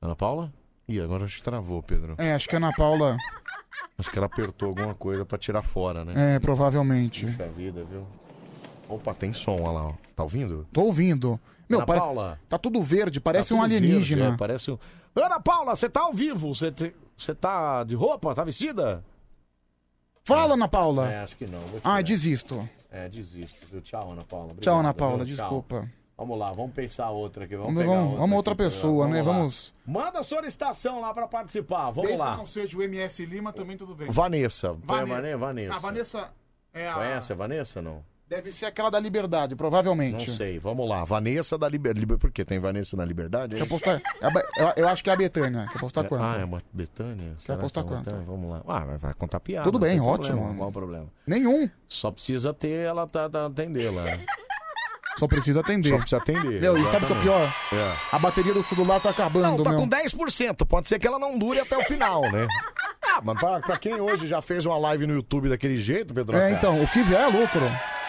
Ana Paula? Ih, agora acho que travou, Pedro. É, acho que a Ana Paula. Acho que ela apertou alguma coisa pra tirar fora, né? É, provavelmente. Puxa vida, viu? Opa, tem som, olha lá, ó. Tá ouvindo? Tô ouvindo. Meu, Ana pare- Paula. tá tudo verde, parece Tá um tudo alienígena. verde, é, parece um... Ana Paula, você tá ao vivo? Você, te- você tá de roupa? Tá vestida? Fala, Ana Paula. É, acho que não. Vou tirar. Ai, desisto. É, desisto. viu? Tchau, Ana Paula. Obrigado, Tchau, Ana Paula, viu? Tchau. desculpa. Vamos lá, vamos pensar outra aqui. Vamos, Vamos, pegar vamos- outra, vamos outra aqui, Pedro. pessoa, né? Vamos- Manda solicitação lá pra participar. Vamos Desde lá. que não seja o MS Lima, também tudo bem. Vanessa. Põe a Vane- A Vanessa. Vanessa é a- Conhece a Vanessa ou não? deve ser aquela da Liberdade, provavelmente. Não sei, vamos lá. Vanessa da Liberdade. Por quê? Tem Vanessa na Liberdade? é Quer isso? apostar? é a Ba- eu- Eu acho que é a Betânia. Quer apostar quanto? Ah, é uma Betânia? Será que apostar é uma quanto? Betânia? Vamos lá. Ah, vai- vai contar piada. Tudo não bem, tem ótimo. problema, Qual o problema? Nenhum. Só precisa ter ela tá, tá, atendê-la. Só precisa atender. Só precisa atender. Meu, e sabe o que é pior? É. A bateria do celular tá acabando, Não, tá meu. com 10%. Pode ser que ela não dure até o final, né? Ah, mas pra, pra quem hoje já fez uma live no YouTube daquele jeito, Pedro É, então, o que vier é lucro.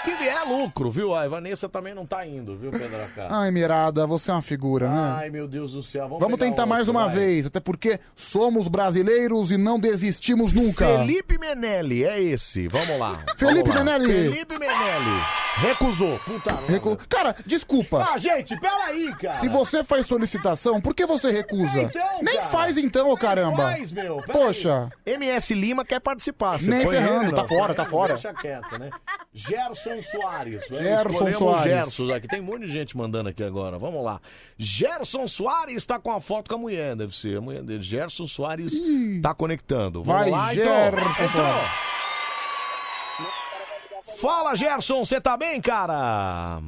Que vier é lucro, viu? A Vanessa também não tá indo, viu, Pedro Ai, Mirada, você é uma figura, né? Ai, meu Deus do céu. Vamos, Vamos pegar tentar mais outro, uma vai. vez, até porque somos brasileiros e não desistimos nunca. Felipe Menelli, é esse. Vamos lá. Felipe Vamos lá. Menelli. Felipe Menelli. Recusou. Puta merda. Recu- Cara, desculpa. Ah, gente, peraí, cara. Se você faz solicitação, por que você recusa? então, Nem cara. faz então, ô caramba. Faz, meu. peraí. Poxa. MS Lima quer participar. Você Nem põe ferrando, ele, não? tá fora, tá fora. Deixa quieto, né? Gerson Soares. né? Gerson Escolhemos Soares. Gerson aqui. Tem um monte de gente mandando aqui agora. Vamos lá. Gerson Soares tá com a foto com a mulher, deve ser. A mulher dele. Gerson Soares tá conectando. Vamos Vai, lá, Gerson então. Soares. Então. Fala, Gerson. Você tá bem, cara?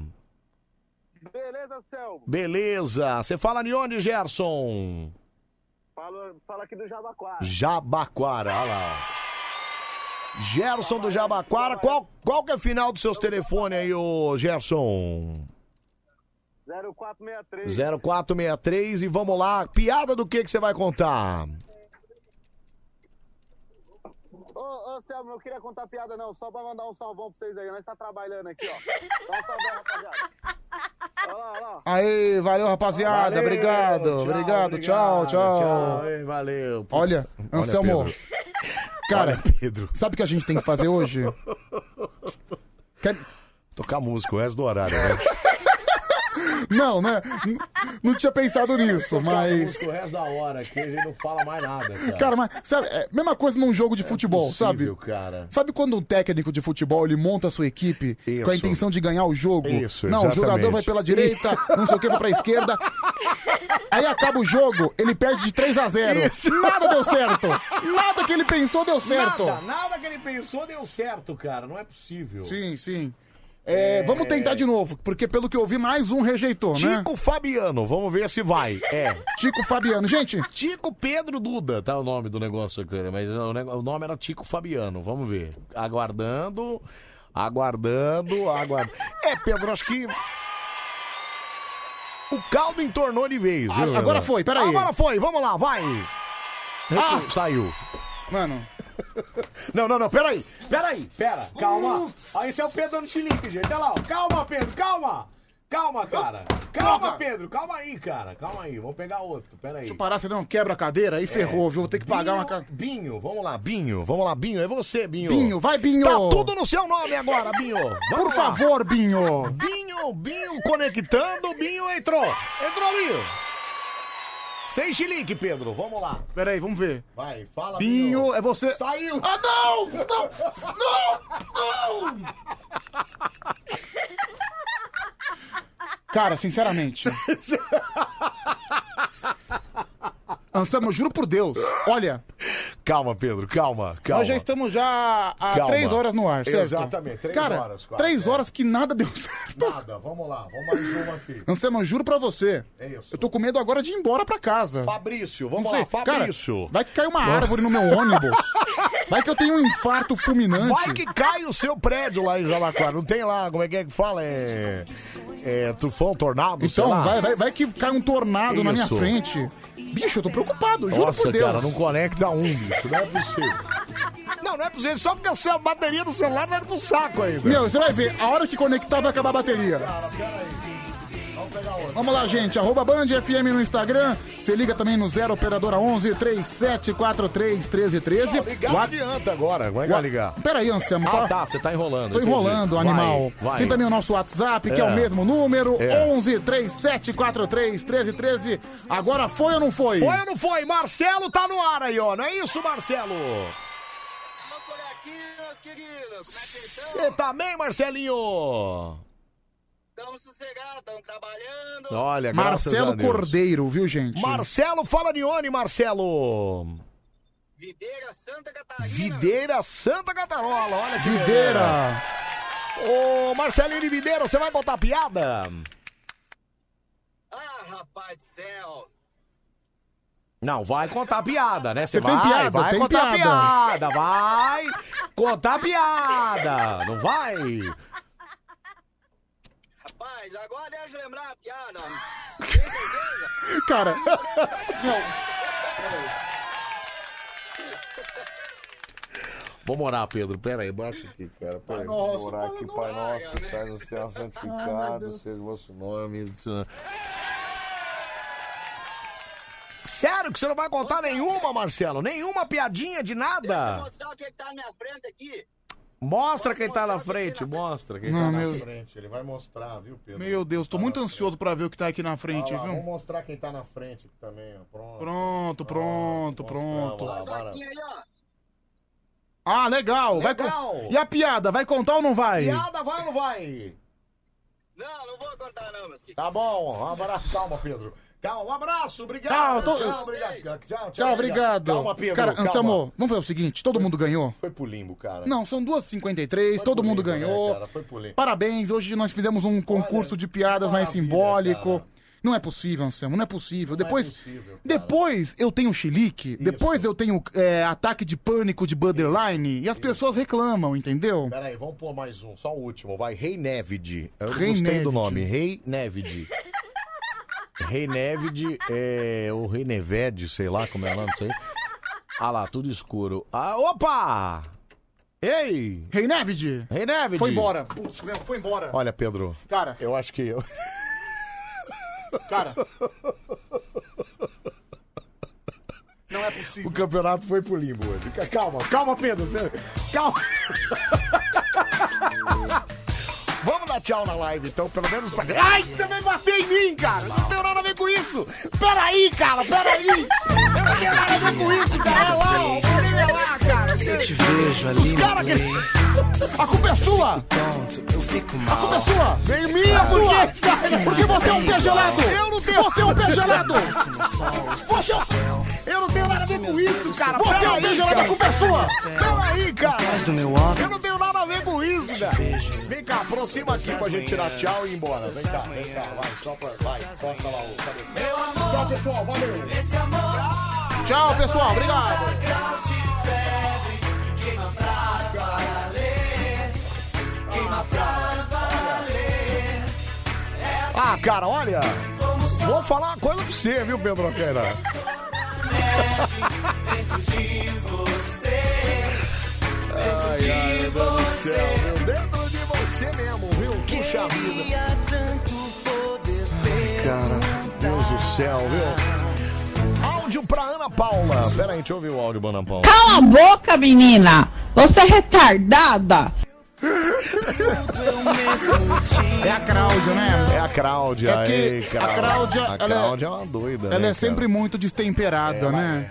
Beleza, Selmo? Beleza. Você fala de onde, Gerson? Fala, fala aqui do Jabaquara. Jabaquara, olha lá. ó. Gerson do Jabaquara, qual, qual que é o final dos seus telefones aí, ô Gerson? 0463. 0463 e vamos lá. Piada do que que você vai contar? Ô, ô, Selmo, não queria contar piada não, só pra mandar um salvão pra vocês aí. Nós tá trabalhando aqui, ó. Dá um salvão, rapaziada. Olha lá, olha lá. Aê, valeu, rapaziada. Valeu, obrigado, tchau, obrigado, tchau, tchau. Tchau, hein, valeu. Puta. Olha, Anselmo. Pedro. Cara, Olha, Pedro. sabe o que a gente tem que fazer hoje? Tocar música o resto do horário, né? Não, né? N- Não tinha pensado nisso, mas. O resto da hora aqui a gente não fala mais nada. Cara, Cara, mas sabe, é, mesma coisa num jogo de futebol, possível, sabe? cara. Sabe quando um técnico de futebol ele monta a sua equipe com a intenção de ganhar o jogo? Isso, Não, o jogador exatamente. vai pela direita, não sei o que, vai pra esquerda. Aí acaba o jogo, ele perde de 3 a 0 Isso. Nada deu certo! Nada que ele pensou deu certo! Nada, nada que ele pensou deu certo, cara. Não é possível. Sim, sim. É, Vamos tentar de novo, porque pelo que eu vi, mais um rejeitou, né? Tico Fabiano, vamos ver se vai. É. Tico Fabiano, gente. Tico Pedro Duda, tá o nome do negócio, cara. Mas o, nego- o nome era Tico Fabiano, vamos ver. Aguardando, aguardando, aguardando. É, Pedro, acho que. O caldo entornou de vez. viu, Ah, agora Pedro? foi, peraí. Agora foi, vamos lá, vai. Ah! Recu- Saiu. Mano. Não, não, não, peraí, peraí, pera, calma. Ah, esse é o Pedro no Chilique, gente, olha lá, ó. calma, Pedro, calma. Calma, cara. Calma, Pedro, calma aí, cara, calma aí, vamos pegar outro, peraí. Parar, senão quebra a cadeira, aí ferrou, viu? Vou ter que pagar uma É. Binho, Binho, vamos lá, Binho, vamos lá, Binho, é você, Binho. Binho, vai, Binho! Tá tudo no seu nome agora, Binho. Por Vamos lá. favor, Binho! Binho, Binho, conectando, Binho entrou. Entrou, Binho. Sem chilique, Pedro, vamos lá. Peraí, vamos ver. Vai, fala, Binho, é você. Saiu! Ah, não! Não! Não! Não! Cara, sinceramente. Anselmo, eu juro por Deus. Olha, Calma, Pedro, calma, calma. nós já estamos já há Calma. três horas no ar, certo? Exatamente, três Cara, horas, quase, é. Três horas que nada deu certo. Nada, vamos lá, vamos mais uma aqui. Anselmo, eu juro pra você. É isso. Eu tô com medo agora de ir embora pra casa. Fabrício, vamos Não lá, sei, cara, Fabrício. vai que cai uma árvore no meu ônibus. Vai que eu tenho um infarto fulminante. Vai que cai o seu prédio lá em Jabaquara. Não tem lá, como é que é que fala? É, é tufão, tornado, sei Então, lá. vai, vai, vai que cai um tornado na minha Isso. frente. Bicho, eu tô preocupado, juro Nossa, por Deus. cara, não conecta um, bicho. Não é possível. Não, não é possível. Só porque a bateria do celular vai pro saco aí. Meu, você vai ver, a hora que conectar vai acabar a bateria. Vamos lá, gente. Arroba Band FM no Instagram. Você liga também no 0 Operadora 11 3743 1313. Não, ligar não adianta agora. Como é que vai ligar? Peraí, Anselmo. Ah, fala- tá, você tá enrolando. Tô entendi. enrolando, Vai, animal. Vai. Tem também o nosso WhatsApp, que é, É. o mesmo número: É. 11 3743 1313. Agora foi ou não foi? Foi ou não foi? Marcelo tá no ar aí, ó. Não é isso, Marcelo? Você também, tá Marcelinho? Tamo sossegado, tamo trabalhando. Olha, graças a Marcelo Deus. Cordeiro, viu, gente? Marcelo, fala de onde, Marcelo? Videira, Santa Catarina. Videira, Santa Catarola, olha que Videira. beleza. Ô, Marcelinho de Videira, você vai botar piada? Não, vai contar piada, né? Você Você tem vai, piada, vai tem contar piada. piada. vai contar piada, não vai? Cara. Vamos orar, Pedro, pera aí, baixa aqui, cara. Pera aí. Nossa, Vamos orar aqui, Pai Nosso, que estás no céu, Ah, meu santificado Deus. seja o vosso nome. Sério que você não vai contar nenhuma, Marcelo? Nenhuma piadinha de nada? tá Mostra quem tá na frente, mostra quem tá Não, na meu- frente. Ele vai mostrar, viu, Pedro? Meu Deus, tô muito ansioso pra ver o que tá aqui na frente, Olha lá, Vamos viu? mostrar quem tá na frente aqui também, ó. Pronto. Pronto, pronto, pronto. Olha lá, bora. Ah, legal. Vai Legal. con- E a piada, vai contar ou não vai? Piada, vai ou não vai? Tá bom, um abraço. Calma, Pedro. Calma, um abraço, obrigado. Tá, eu tô- Tchau, obrigado. Tchau, tchau, Tchau, obrigado. Calma, Pedro. Cara, calma. Anselmo, vamos fazer o seguinte, todo mundo ganhou? Foi pro limbo, cara. Não, são 2h53, todo mundo limbo, né, ganhou. cara? Foi pro limbo. Parabéns, hoje nós fizemos um concurso de piadas mais simbólico. Não é possível, Anselmo, não é possível. depois, depois eu tenho chilique, depois eu tenho é, ataque de pânico de borderline e as pessoas reclamam, entendeu? Pera aí, vamos pôr mais um, só o último, vai. Rei Nevid. Eu Rei gostei Nevid. do nome, Rei Nevid. Rei Nevid é. O Rei Neved, sei lá como é o nome disso aí. Ah lá, tudo escuro. Ah, opa! Ei! Rei Nevid! Rei Nevid! Foi embora. Putz, meu, foi embora. Olha, Pedro. Cara. Eu acho que eu. Cara. Não é possível. O campeonato foi pro limbo hoje. Calma, calma, Pedro. você- Calma. Vamos dar tchau na live, então, pelo menos pra. Ai, você vai bater em mim, cara! Não tem nada a ver com isso! Peraí, cara, peraí! Eu não tenho nada a ver com isso, cara! Olha lá, ó, olha lá, cara! Eu te vejo ali Os caras que. A culpa é sua! Eu fico A mal. culpa é sua! Vem minha, porque. sai, Porque você é um pé gelado! Eu não tenho. Você é um pé gelado! Você é um- Eu não tenho nada a ver com isso, cara! Você é um pé gelado, a culpa é um sua! Peraí, cara! Atrás do meu óculos. Eu não tenho nada a ver com isso, velho. Vem cá, aproxima aqui pra gente tirar tchau e ir embora. Vem cá, vem cá, vai, só pra. Vai, posta lá o cabeça. Meu amor! Tchau, pessoal, valeu! Esse amor! Tchau, pessoal, obrigado! Ah, cara, olha! Vou falar uma coisa pra você, viu, Pedro Queira? Ai, ai, meu Deus do céu, meu Dentro de você mesmo, viu? Puxa vida. Cara, Deus do céu, viu? Áudio pra Ana Paula. Pera aí, deixa eu ouvir o áudio pra Ana Paula. Cala a boca, menina! Você é retardada! É a Cláudia, né? É a Cláudia, É que ei, a Cláudia. Cláudia, A ela é- Cláudia é uma doida, Ela né, é sempre cara? É, muito destemperada, Ela né?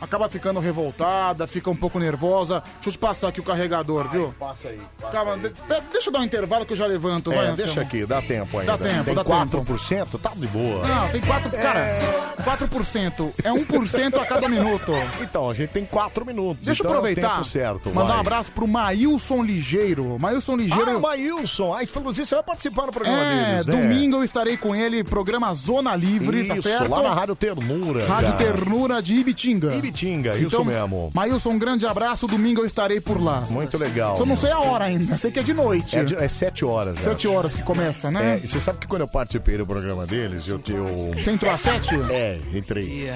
Acaba ficando revoltada, fica um pouco nervosa. Deixa eu te passar aqui o carregador, viu? Passa aí. Calma, de- espera, deixa eu dar um intervalo que eu já levanto, vai, É, Anselmo. deixa aqui, dá tempo ainda. Dá tempo, tem dá 4%, tá de boa. Não, tem 4. Cara, 4%. É 1% a cada minuto. Então, a gente tem 4 minutos. Deixa eu então é o aproveitar. tempo certo, mandar um vai. abraço pro Maílson Ligeiro. Maílson Ligeiro. Ah, o Maílson. Ah, inclusive você vai participar do programa É, deles, né? domingo eu estarei com ele, programa Zona Livre, tá Isso, certo? lá na Rádio Ternura. Rádio cara. Ternura de Ibitinga. Então, Ibitinga, isso mesmo. Maílson, um grande abraço. Domingo eu estarei por lá. Muito legal. Só não sei a hora ainda. Sei que é de noite. É, de- é sete horas. né? Sete horas que começa, É, né? e você sabe que quando eu participei do programa deles, eu. eu... Você entrou às sete? É, entrei.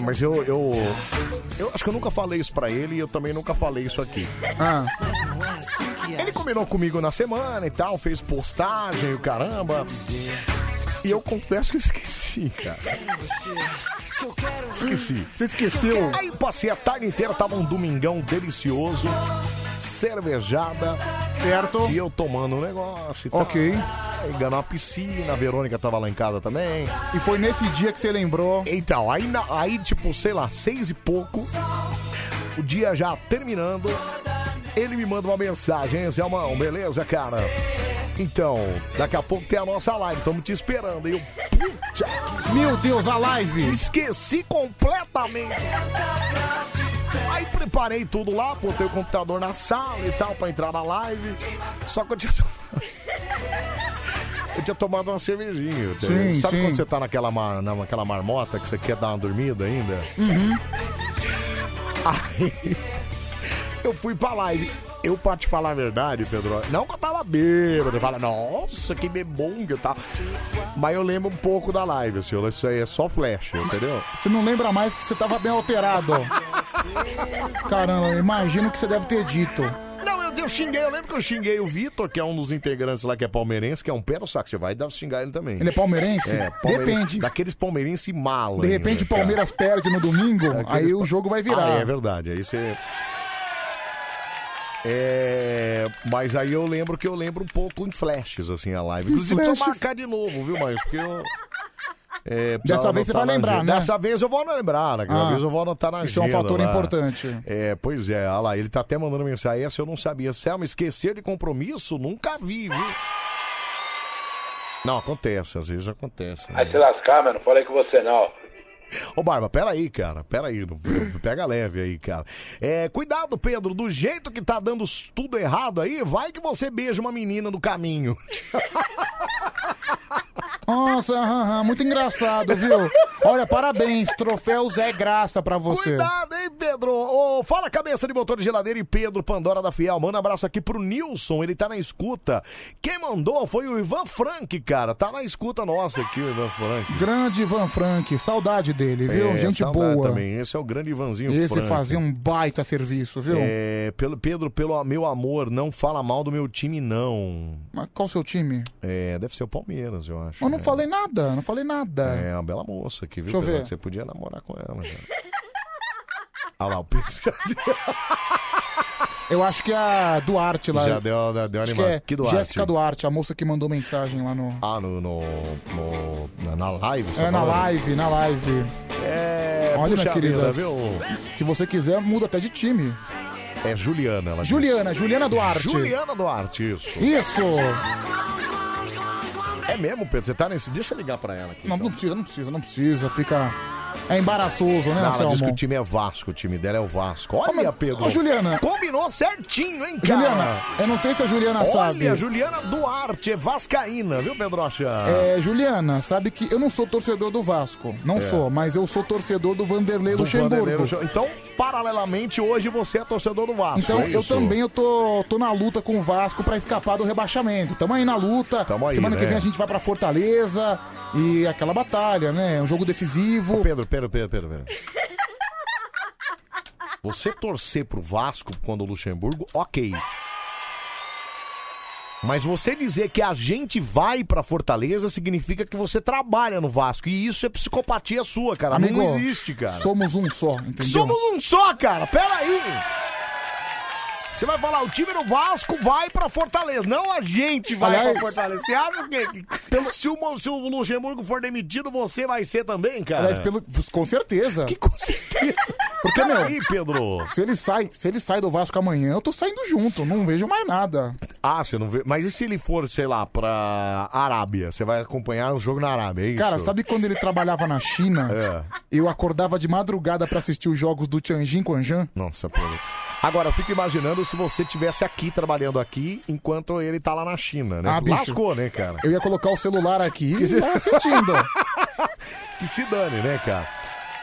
Mas eu, eu. Eu acho que eu nunca falei isso pra ele e eu também nunca falei isso aqui. Ah. Ele combinou comigo na semana e tal, fez postagem e o caramba. E eu confesso que eu esqueci, cara. Esqueci. Você esqueceu? Aí passei a tarde inteira, tava um domingão delicioso, cervejada. Certo. E eu tomando um negócio. Ok. Enganou a piscina, a Verônica tava lá em casa também. E foi nesse dia que você lembrou. Então, aí, na- aí tipo, sei lá, seis e pouco, o dia já terminando, ele me manda uma mensagem, hein, Zelmão, beleza, cara? Então, daqui a pouco tem a nossa live, estamos te esperando. E eu, puta, Meu Deus, a live! Esqueci completamente. Aí preparei tudo lá, botei o computador na sala e tal pra entrar na live. Só que eu tinha tomado, eu tinha tomado uma cervejinha. entendeu? Sim, Sabe sim. quando você tá naquela, mar, naquela marmota que você quer dar uma dormida ainda? Uhum. Aí eu fui pra live. Eu, pra te falar a verdade, Pedro, não que eu tava bêbado, fala, nossa, que bebonga e tal. Mas eu lembro um pouco da live, assim, isso aí é só flash, entendeu? Você não lembra mais que você tava bem alterado. Caramba, eu imagino o que você deve ter dito. Não, eu, eu xinguei, eu lembro que eu xinguei o Vitor, que é um dos integrantes lá que é palmeirense, que é um pé no saco. Você vai dar xingar ele também. Ele é palmeirense? É, palmeirense. Depende. Daqueles palmeirense mala. De repente o ainda, né, cara. Palmeiras perde no domingo, Daqueles aí pa- o jogo vai virar. Ah, é verdade, aí você. É, mas aí eu lembro que eu lembro um pouco em flashes, assim, a live. Inclusive, Flashes. precisa marcar de novo, viu, Mães? Porque eu. é, Dessa precisava vez você vai anotar na lembrar, agenda. né? Dessa vez eu vou lembrar, daquela Ah, vez eu vou anotar na isso é um agenda fator lá. importante. É, pois é, olha lá, ele tá até mandando mensagem. Essa eu não sabia. Selma, esquecer de compromisso? Nunca vi, viu? Não, acontece, às vezes acontece. né? Aí se lascar, mano, não falei com você não. Ô, Barba, peraí, cara. Peraí. não- Pega leve aí, cara. É, cuidado, Pedro. Do jeito que tá dando s- tudo errado aí, vai que você beija uma menina no caminho. Nossa, aham, aham, muito engraçado, viu? Olha, parabéns, troféu Zé Graça pra você. Cuidado, hein, Pedro? Ô, fala cabeça de motor de geladeira e Pedro Pandora da Fiel. Manda um abraço aqui pro Nilson, ele tá na escuta. Quem mandou foi o Ivan Frank, cara. Tá na escuta nossa aqui, o Ivan Frank. Grande Ivan Frank, saudade dele, viu? É, Gente saudade boa. Também. Esse é o grande Ivanzinho Esse Frank. fazia um baita serviço, viu? É, pelo, Pedro, pelo meu amor, não fala mal do meu time, não. Mas qual o seu time? É, deve ser o Palmeiras, eu acho. Eu não falei nada, não falei nada. É uma bela moça aqui, viu? Deixa eu Pedro? ver. Você podia namorar com ela. Olha ah lá, o Pedro já Eu acho que é a Duarte lá. Já deu, deu, deu Acho que animado. é Que Duarte? Jéssica Duarte, a moça que mandou mensagem lá no. Ah, no, no, no- na- na live? você É, tá na falando? live, na live. É, Olha, puxa minha querida. vida, viu? Se você quiser, muda até de time. É Juliana. Ela Juliana, disse. Juliana Duarte. Juliana Duarte, isso. Isso! É mesmo, Pedro? Você tá nesse... Deixa eu ligar pra ela aqui. Não, não precisa, não precisa, não precisa. Fica. É embaraçoso, né, Não, ela Anselmo? disse que o time é Vasco, o time dela é o Vasco. Ô, Olha, mas- Pedro. Ô, Juliana. Combinou certinho, hein, cara? Juliana, eu não sei se a Juliana Olha, sabe. Juliana Duarte, é vascaína, viu, Pedrocha? É, Juliana, sabe que eu não sou torcedor do Vasco. Não É. sou, mas eu sou torcedor do Vanderlei Do Luxemburgo. Vanderlei Luxemburgo. Então, paralelamente, hoje você é torcedor do Vasco. Então é eu isso? também eu tô, tô na luta com o Vasco pra escapar do rebaixamento. Tamo aí na luta. Tamo aí, Semana que né? vem a gente vai pra Fortaleza e aquela batalha, né? É Um jogo decisivo. Pedro, Pedro, Pedro, Pedro, Pedro. Você torcer pro Vasco quando o Luxemburgo, ok. Mas você dizer que a gente vai pra Fortaleza significa que você trabalha no Vasco. E isso é psicopatia sua, cara. Amigo, não existe, cara. Somos um só, entendeu? Somos um só, cara. Pera aí. Você vai falar, o time do Vasco vai pra Fortaleza. Não a gente vai Aliás- pra Fortaleza. Você acha que, que- se, o, se o Luxemburgo for demitido, você vai ser também, um, cara? Aliás, pelo- com certeza. Que com certeza. Porque, meu, Peraí, Pedro. se ele sai, se ele sai do Vasco amanhã, eu tô saindo junto, não vejo mais nada. Ah, você não vê. Mas e se ele for, sei lá, pra Arábia? Você vai acompanhar um jogo na Arábia, é isso? Cara, sabe quando ele trabalhava na China? É. Eu acordava de madrugada pra assistir os jogos do Tianjin Quanjan. Nossa, Pedro. Agora, eu fico imaginando se você tivesse aqui, trabalhando aqui, enquanto ele tá lá na China, né? Ah, bicho. Lascou, né, cara? Eu ia colocar o celular aqui e ia assistindo. Que se dane, né, cara?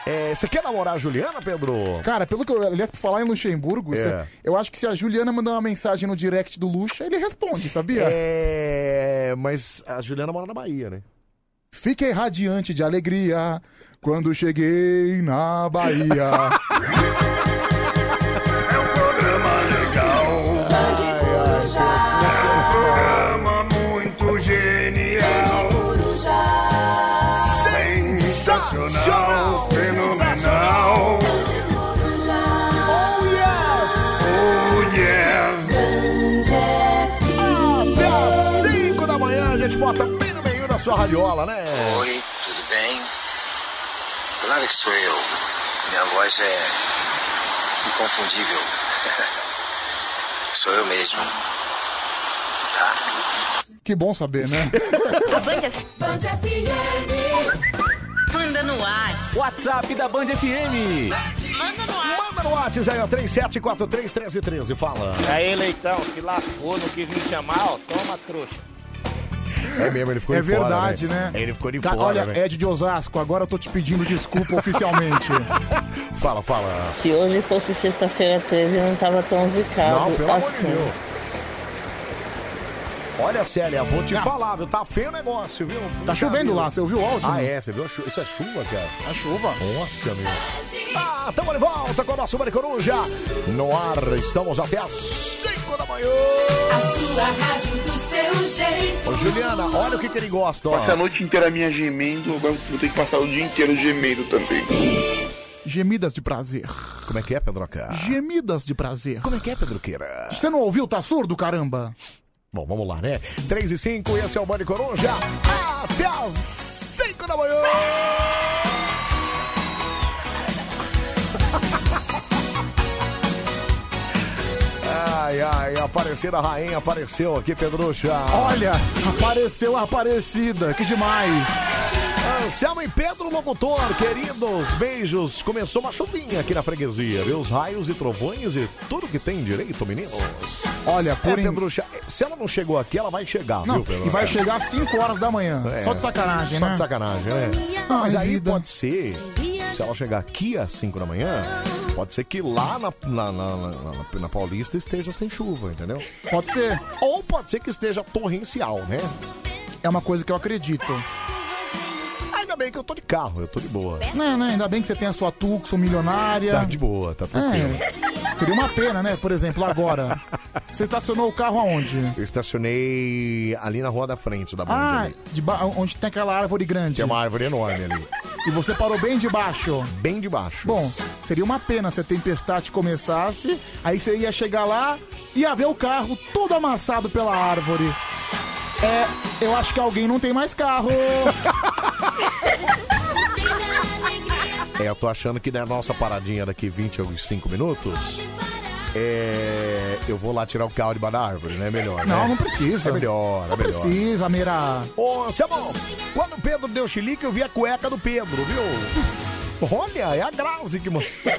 É, você quer namorar a Juliana, Pedro? Cara, pelo que eu aliás, por falar em Luxemburgo, É. se- eu acho que se a Juliana mandar uma mensagem no direct do Luxa, ele responde, sabia? É, mas a Juliana mora na Bahia, né? Fiquei radiante de alegria quando cheguei na Bahia. Muito genial. Sensacional, fenomenal. Oh yes! Oh yeah! Até às 5 da manhã a gente bota bem no meio da sua radiola, né? Oi, tudo bem? Claro que sou eu. Minha voz é inconfundível. sou eu mesmo. Tá. que bom saber, né? A Band F- Band FM. Manda no ar. WhatsApp da Band FM. Manda no ar. Manda Tá no WhatsApp aí, ó, 37431313, fala. E É aí, Leitão, se lascou, não quis me chamar, ó, toma, trouxa. É mesmo, ele ficou é de fora, verdade, né? Ele ficou de Ca- fora, Olha, é- né? Ed de Osasco, agora eu tô te pedindo desculpa oficialmente. Fala, fala. Se hoje fosse sexta-feira 13, eu não tava tão zicado Não, pelo amor assim. de Deus. Olha, Célia, vou te falar, viu? Tá feio o negócio, viu? Tá chovendo lá, você ouviu o áudio? Ah, é, você viu a chuva? Isso é chuva, cara. A chuva. Nossa, meu. Ah, tamo de volta com o nosso Maricoruja. No ar, estamos até as... 5 da manhã! A sua rádio do seu jeito. Ô, Juliana, olha o que, que ele gosta, ó. Passei a noite inteira minha gemendo, agora vou ter que passar o dia inteiro gemendo também. Gemidas de prazer. Como é que é, Pedroca? Gemidas de prazer. Como é que é, Pedroqueira? Você não ouviu? Tá surdo, caramba? Bom, vamos lá, né? 3 e 5, esse é o Bande Coruja. Até as 5 da manhã! Ai, ai, Aparecida Rainha apareceu aqui, Pedrucha. Olha, apareceu a Aparecida, que demais. Anselmo e Pedro Locutor, queridos, beijos. Começou uma chuvinha aqui na freguesia, viu? Os raios e trovões e tudo que tem direito, meninos. Olha, por é, en- Pedrucha, se ela não chegou aqui, ela vai chegar, Não, Ah, viu, Pedro? e vai chegar às 5 horas da manhã. É, Só de sacanagem, Só né? de sacanagem, né? Não, mas aí pode ser, se ela chegar aqui às 5 da manhã, pode ser que lá na, na, na, na- na- na Paulista esteja sem chuva, entendeu? Pode ser. Ou pode ser que esteja torrencial, né? É uma coisa que eu acredito. Ainda bem que eu tô de carro, eu tô de boa. Não, não, ainda bem que você tem a sua Tucson milionária. Tá de boa, tá tranquilo. É, seria uma pena, né? Por exemplo, agora. Você estacionou o carro aonde? Eu estacionei ali na rua da frente da Band Ah, ali. de ba- onde tem aquela árvore grande. Tem uma árvore enorme ali. E você parou bem de baixo. Bem de baixo. Bom, seria uma pena se a tempestade começasse, aí você ia chegar lá e ia ver o carro todo amassado pela árvore. É, eu acho que alguém não tem mais carro. É, eu tô achando que na nossa paradinha daqui 20 ou 5 minutos. É. Eu vou lá tirar o carro debaixo da árvore, né? Melhor. Não, né? não precisa. É melhor, é Não melhor. precisa, Mira. Ô, Anselmo, quando o Pedro deu chilique, eu vi a cueca do Pedro, viu? Olha, é a Grazi que mandou.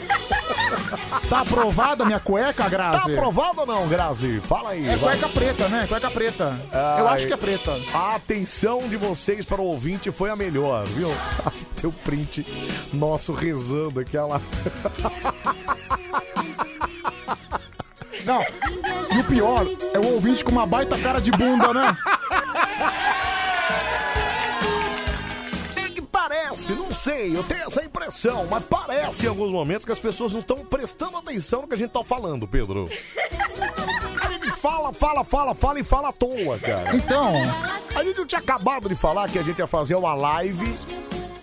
Tá aprovada a minha cueca, Grazi? Tá aprovado ou não, Grazi? Fala aí. É vai. cueca preta, né? Cueca preta. Eu Ai. acho que é preta. A atenção de vocês para o ouvinte foi a melhor, viu? Teu print nosso rezando aqui, olha lá. Não. E o pior é o ouvinte com uma baita cara de bunda, né? É que parece, não sei, eu tenho essa impressão, mas parece em alguns momentos que as pessoas não estão prestando atenção no que a gente tá falando, Pedro. A gente fala, fala, fala, fala e fala à toa, cara. Então. A gente não tinha acabado de falar que a gente ia fazer uma live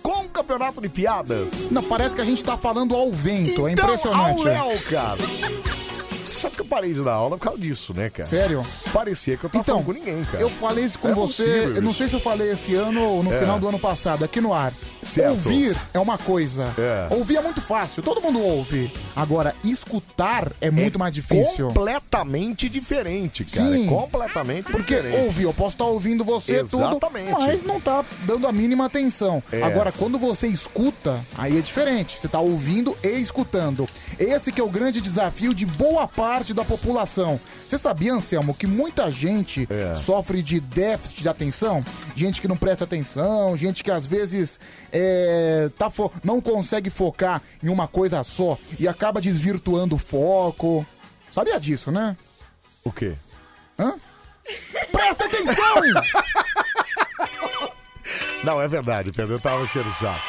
com o campeonato de piadas. Não, parece que a gente tá falando ao vento. é Então, impressionante. ao Léo, cara. Sabe que eu parei de dar aula por causa disso, né, cara? Sério? Então, Parecia que eu tava falando com ninguém, cara. Eu falei isso com É você, possível, eu não bicho. sei se eu falei esse ano ou no É. final do ano passado, aqui no ar. Certo. Ouvir é uma coisa. É. Ouvir é muito fácil, todo mundo ouve. Agora, escutar é muito mais difícil. Completamente diferente, cara. Sim. É completamente Porque diferente. ouvir, eu posso estar ouvindo você Exatamente. tudo, mas não tá dando a mínima atenção. É. Agora, quando você escuta, aí é diferente. Você tá ouvindo e escutando. Esse que é o grande desafio de boa parte da população. Você sabia, Anselmo, que muita gente É. sofre de déficit de atenção? Gente que não presta atenção, gente que às vezes é, tá fo- não consegue focar em uma coisa só e acaba desvirtuando o foco. Sabia disso, né? O quê? Hã? Presta atenção! Não, é verdade, Pedro. Eu tava cheiro saco.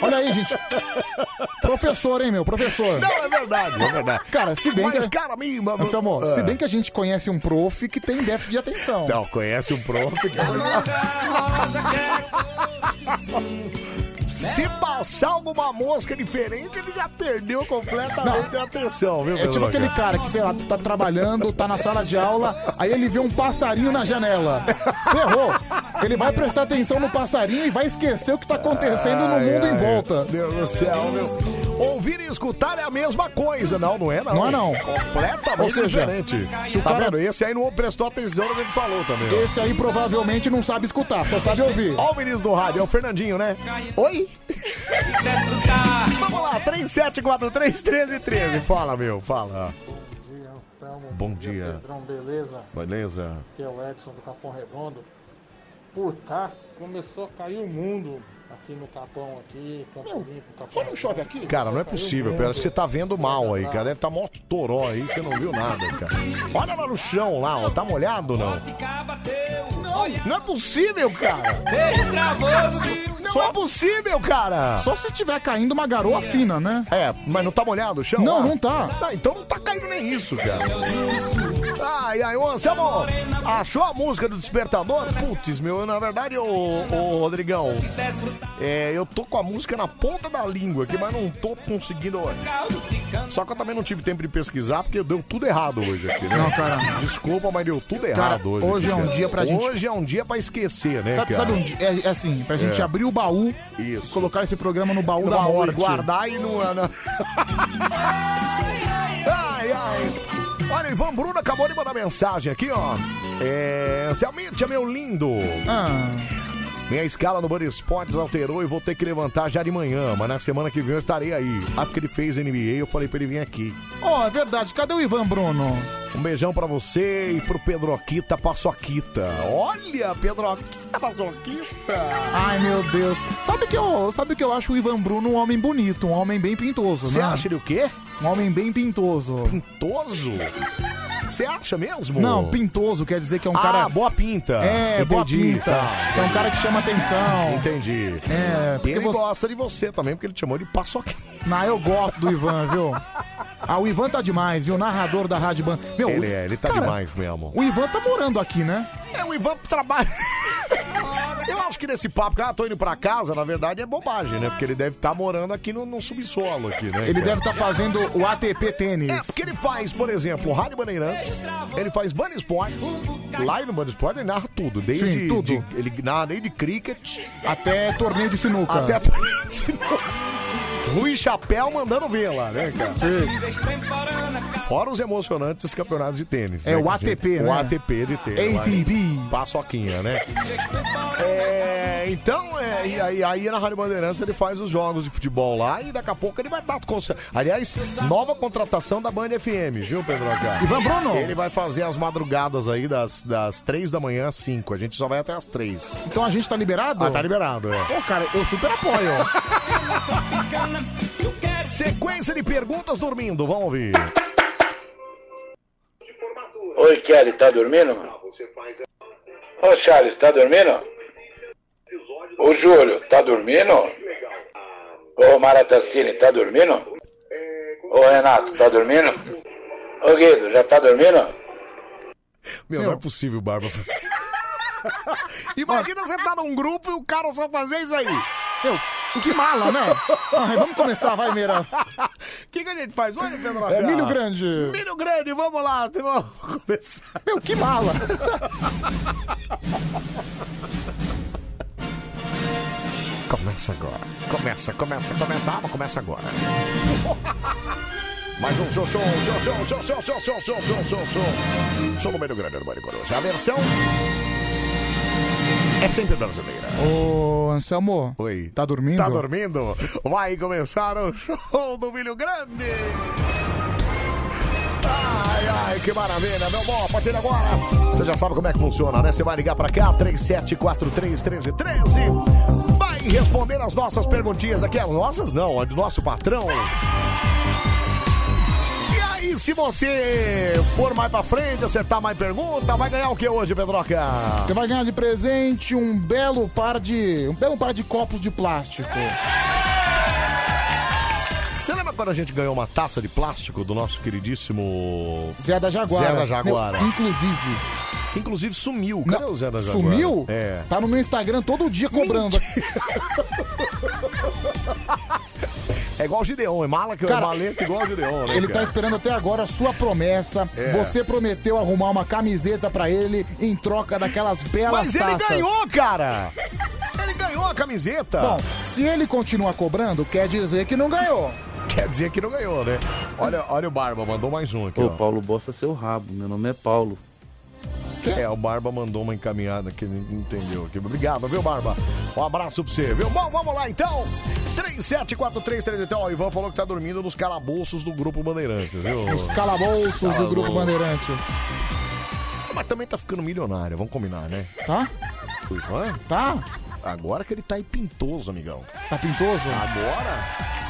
Olha aí, gente. Professor, hein, meu? Professor. Não, é verdade, é verdade. Cara, se bem Mas, que... é- cara, minha... Anselmo, Ah. se bem que a gente conhece um prof que tem déficit de atenção. Não, conhece um prof, Se passar alguma mosca diferente, ele já perdeu completamente a atenção, viu, É tipo Pedroca? aquele cara que, sei lá, tá trabalhando, tá na sala de aula, aí ele vê um passarinho na janela. Ferrou! Ele vai prestar atenção no passarinho e vai esquecer o que tá acontecendo no Ai, mundo em ai, volta. Deus do céu, meu. Ouvir e escutar é a mesma coisa, não, não é não. Não é, não. Completamente Ou seja, diferente. se o tá cara- vendo? Esse aí não prestou atenção no que ele falou também. ó. Esse aí provavelmente não sabe escutar, só sabe ouvir. Ó o menino do rádio, é o Fernandinho, né? Oi? Vamos lá, 37431313. Fala, meu, fala. Bom dia, Anselmo. Bom dia. Pedrão, beleza? Beleza? Aqui é o Edson do Capão Redondo. Por cá começou a cair o mundo aqui no Capão, aqui, Campo Limpo, Capão. Só não chove aqui? Cara, não é possível, Pedro. Acho que você tá vendo mal aí, cara. Deve tá mó toró aí, você não viu nada, cara. Olha lá no chão, lá, ó. Tá molhado ou não? Não, não é possível, cara. Só é possível, cara. Só se tiver caindo uma garoa fina, né? É, mas não tá molhado o chão? Não, lá? não tá. Ah, então não tá caindo nem isso, cara. Ai, ai, ô Anselmo, achou a música do despertador? Putz, meu, na verdade, ô, ô Rodrigão, é, eu tô com a música na ponta da língua aqui, mas não tô conseguindo. Só que eu também não tive tempo de pesquisar, porque deu tudo errado hoje aqui, né? Não, cara. Desculpa, mas deu tudo Cara, errado hoje. hoje é um cara. dia pra gente- Hoje é um dia pra esquecer, né, Sabe, cara? sabe um dia- é, é assim, pra gente É. abrir o baú, Isso. colocar esse programa no baú No da baú e morte. guardar e não- é, né? não- Ai, ai. Olha, o Ivan Bruno acabou de mandar mensagem aqui, ó. É, Anselmite, meu lindo. Ah. Minha escala no Band Esportes alterou e vou ter que levantar já de manhã, mas na semana que vem eu estarei aí. Ah, porque ele fez NBA, eu falei pra ele vir aqui. Ó, é verdade, cadê o Ivan Bruno? Um beijão pra você e pro Pedroquita Paçoquita. Olha, Pedroquita Paçoquita. Ai, meu Deus. Sabe que eu, sabe que eu acho o Ivan Bruno um homem bonito, um homem bem pintoso, Você né? acha ele o quê? Um homem bem pintoso. Pintoso? Você acha mesmo? Não, pintoso quer dizer que é um Ah, cara... boa pinta. É, boa Entendi, pinta. tá. É um cara que chama atenção. Entendi. É, E porque ele você- gosta de você também, porque ele te chamou de paçoquinha. Não, eu gosto do Ivan, viu? Ah, o Ivan tá demais, viu? Narrador da Rádio Ban... Meu, Ele é, ele tá cara, demais mesmo. O Ivan tá morando aqui, né? É, o Ivan trabalha. Eu acho que nesse papo, ah, tô indo pra casa, na verdade é bobagem, né? Porque ele deve estar morando aqui no, no subsolo aqui, né? Ele deve estar fazendo o ATP tênis. É, porque ele faz, por exemplo, Rádio Bandeirantes, ele faz Band Esportes, lá no Band Esportes ele narra tudo, desde Sim, tudo. de- ele narra desde cricket até torneio de sinuca. Até torneio de sinuca. Rui Chapéu mandando vê-la, né, cara? Fora os emocionantes campeonatos de tênis. É né, o que ATP, gente- né? O ATP de tênis. ATP. lá, Paçoquinha, né? É, então, é, e aí, aí na Rádio Bandeirantes ele faz os jogos de futebol lá e daqui a pouco ele vai estar com. Aliás, nova contratação da Band FM, viu, Pedro H? Ivan Bruno. Ele vai fazer as madrugadas aí das, das 3 da manhã às 5. A gente só vai até às 3. Então a gente tá liberado? Ah, tá liberado, é. Pô, cara, eu super apoio. Sequência de perguntas dormindo, vamos ouvir. Oi, Kelly, tá dormindo? Ô, Charles, tá dormindo? Ô, Júlio, tá dormindo? Ô, Maratacine, tá dormindo? Ô, Renato, tá dormindo? Ô, Guido, já tá dormindo? Meu, não é possível, Barba. Imagina você tá num grupo e o cara só fazer isso aí. Eu, o que mala, né? Ai, vamos começar, vai, Meira. O que, que a gente faz? Olha, Pedro É H. milho grande. Milho grande, vamos lá. Vamos começar. Meu, que mala. Começa agora. Começa, começa, começa. Ah, mas começa agora. Mais um show, show, show, show, show, show, show, show, show, show, show, show. Show no meio do grande do Mário Coruja. A versão é sempre brasileira. Ô, Anselmo. Oi. Tá dormindo? Tá dormindo? Vai começar o show do Milho Grande. Ai, ai, que maravilha, meu bom, a partir de agora. Você já sabe como é que funciona, né? Você vai ligar pra cá, 37431313. Vai responder as nossas perguntinhas aqui. As nossas não, a do nosso patrão. E aí, se você for mais pra frente, acertar mais pergunta, vai ganhar o que hoje, Pedroca? Você vai ganhar de presente um belo par de. um belo par de copos de plástico. Você lembra quando a gente ganhou uma taça de plástico do nosso queridíssimo Zé da Jaguara. Zé da Jaguara. Meu, inclusive. Que inclusive sumiu. Cadê o Zé da Jaguara? Sumiu? É. Tá no meu Instagram todo dia cobrando. É igual o Gideon, é mala que Cara, é maleta igual o Gideon, né? Ele tá cara? esperando até agora a sua promessa. É. Você prometeu arrumar uma camiseta pra ele em troca daquelas belas Mas taças. ele ganhou, cara! Ele ganhou a camiseta! Bom, se ele continuar cobrando, quer dizer que não ganhou. Quer dizer que não ganhou, né? Olha, olha o Barba, mandou mais um aqui, Ô, ó. Paulo Bosta, seu rabo. Meu nome é Paulo. É, o Barba mandou uma encaminhada que ele não entendeu aqui. Obrigado, viu, Barba? Um abraço pra você, viu? Bom, vamos lá então! 374333. Então, ó, o Ivan falou que tá dormindo nos calabouços do Grupo Bandeirantes, viu? Os calabouços do Grupo Bandeirantes. Mas também tá ficando milionário, vamos combinar, né? Tá? O Ivan? Tá. Agora que ele tá aí pintoso, amigão. Tá pintoso? Agora?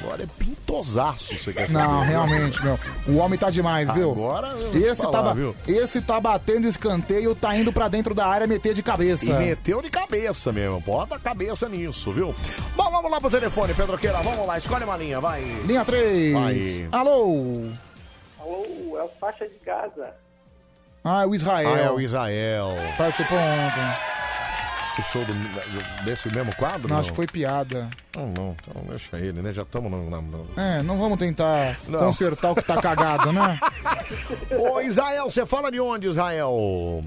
Agora é pintosaço, você quer saber? Não, viu? realmente, meu. O homem tá demais, viu? Agora eu vou esse, falar, tá, ba- viu? esse tá batendo escanteio, tá indo pra dentro da área meter de cabeça. E meteu de cabeça mesmo. Bota a cabeça nisso, viu? Bom, vamos lá pro telefone, Pedro Queira. Vamos lá, escolhe uma linha, vai. Linha 3. Vai. Alô? Alô, é o faixa de Gaza. Ah, é o Israel. Ah, é o Israel. Participou ontem. O show do- desse mesmo quadro? Não, acho que foi piada. Não, não, então deixa ele, né? Já estamos no. no- no- É, não vamos tentar Não. consertar o que tá cagado, né? Ô, Israel, você fala de onde, Israel?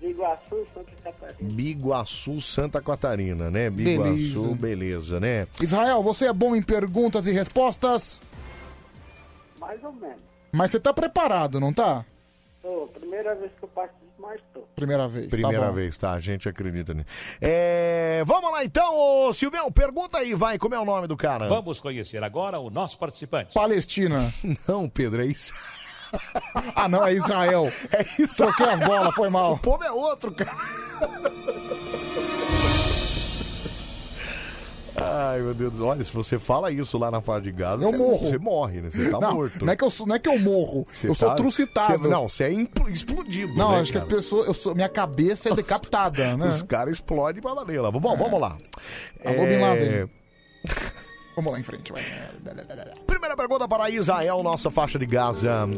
De Iguaçu, Santa Catarina. Biguaçu, Santa Catarina, né? Beleza. Biguaçu, beleza né? Israel, você é bom em perguntas e respostas, Mais ou menos. mas você tá preparado, não tá? Tô, primeira vez que eu passo disso, mas tô. Primeira vez. Primeira tá bom. vez, tá? A gente acredita nisso. É, vamos lá então, ô Silvião, pergunta aí, vai, como é o nome do cara? Vamos conhecer agora o nosso participante. Palestina. Não, Pedro, é isso. Ah, não, é Israel. É isso. Troquei as bolas, foi mal. O povo é outro, cara. Ai, meu Deus, olha, se você fala isso lá na fase de Gaza, Eu você, morro. você morre, né? Você tá não, morto. Não é que eu, sou- não é que eu morro, Você eu sou tá- trucitado. você- não, você é impl- explodido. Não, né, acho que cara? as pessoas. Eu sou, minha cabeça é decapitada, né? Os caras explodem pra valer lá. Bom, É. vamos lá. Alô, Bin Laden. É, Vamos lá em frente, vai. Primeira pergunta para Israel, nossa faixa de Gaza.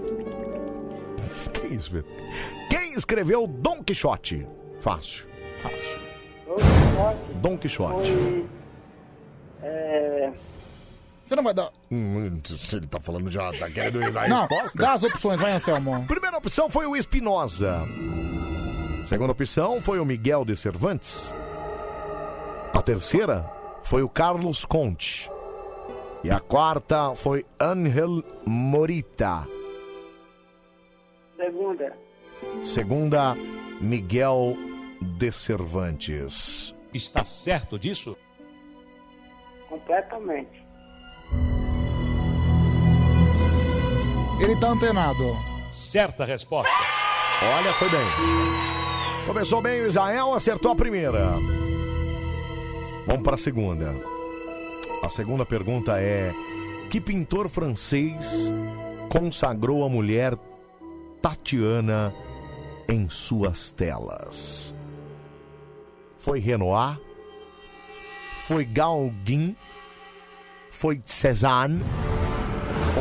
Que isso, Pedro? Quem escreveu Dom Quixote? Fácil. Fácil. Quixote Dom Quixote. foi. É, Você não vai dar. Hum, se ele tá falando já, tá querendo ir lá Não, dá as opções, vai, Anselmo. Primeira opção foi o Espinosa. Segunda opção foi o Miguel de Cervantes. A terceira foi o Carlos Conte. E a quarta foi Ángel Morita. segunda. Segunda, Miguel de Cervantes. Está certo disso? Completamente. Ele tá antenado. Certa resposta. Olha, foi bem. Começou bem o Israel, acertou a primeira. Vamos para a segunda. A segunda pergunta é: Que pintor francês consagrou a mulher Tatiana em suas telas? Foi Renoir? Foi Gauguin? Foi Cézanne?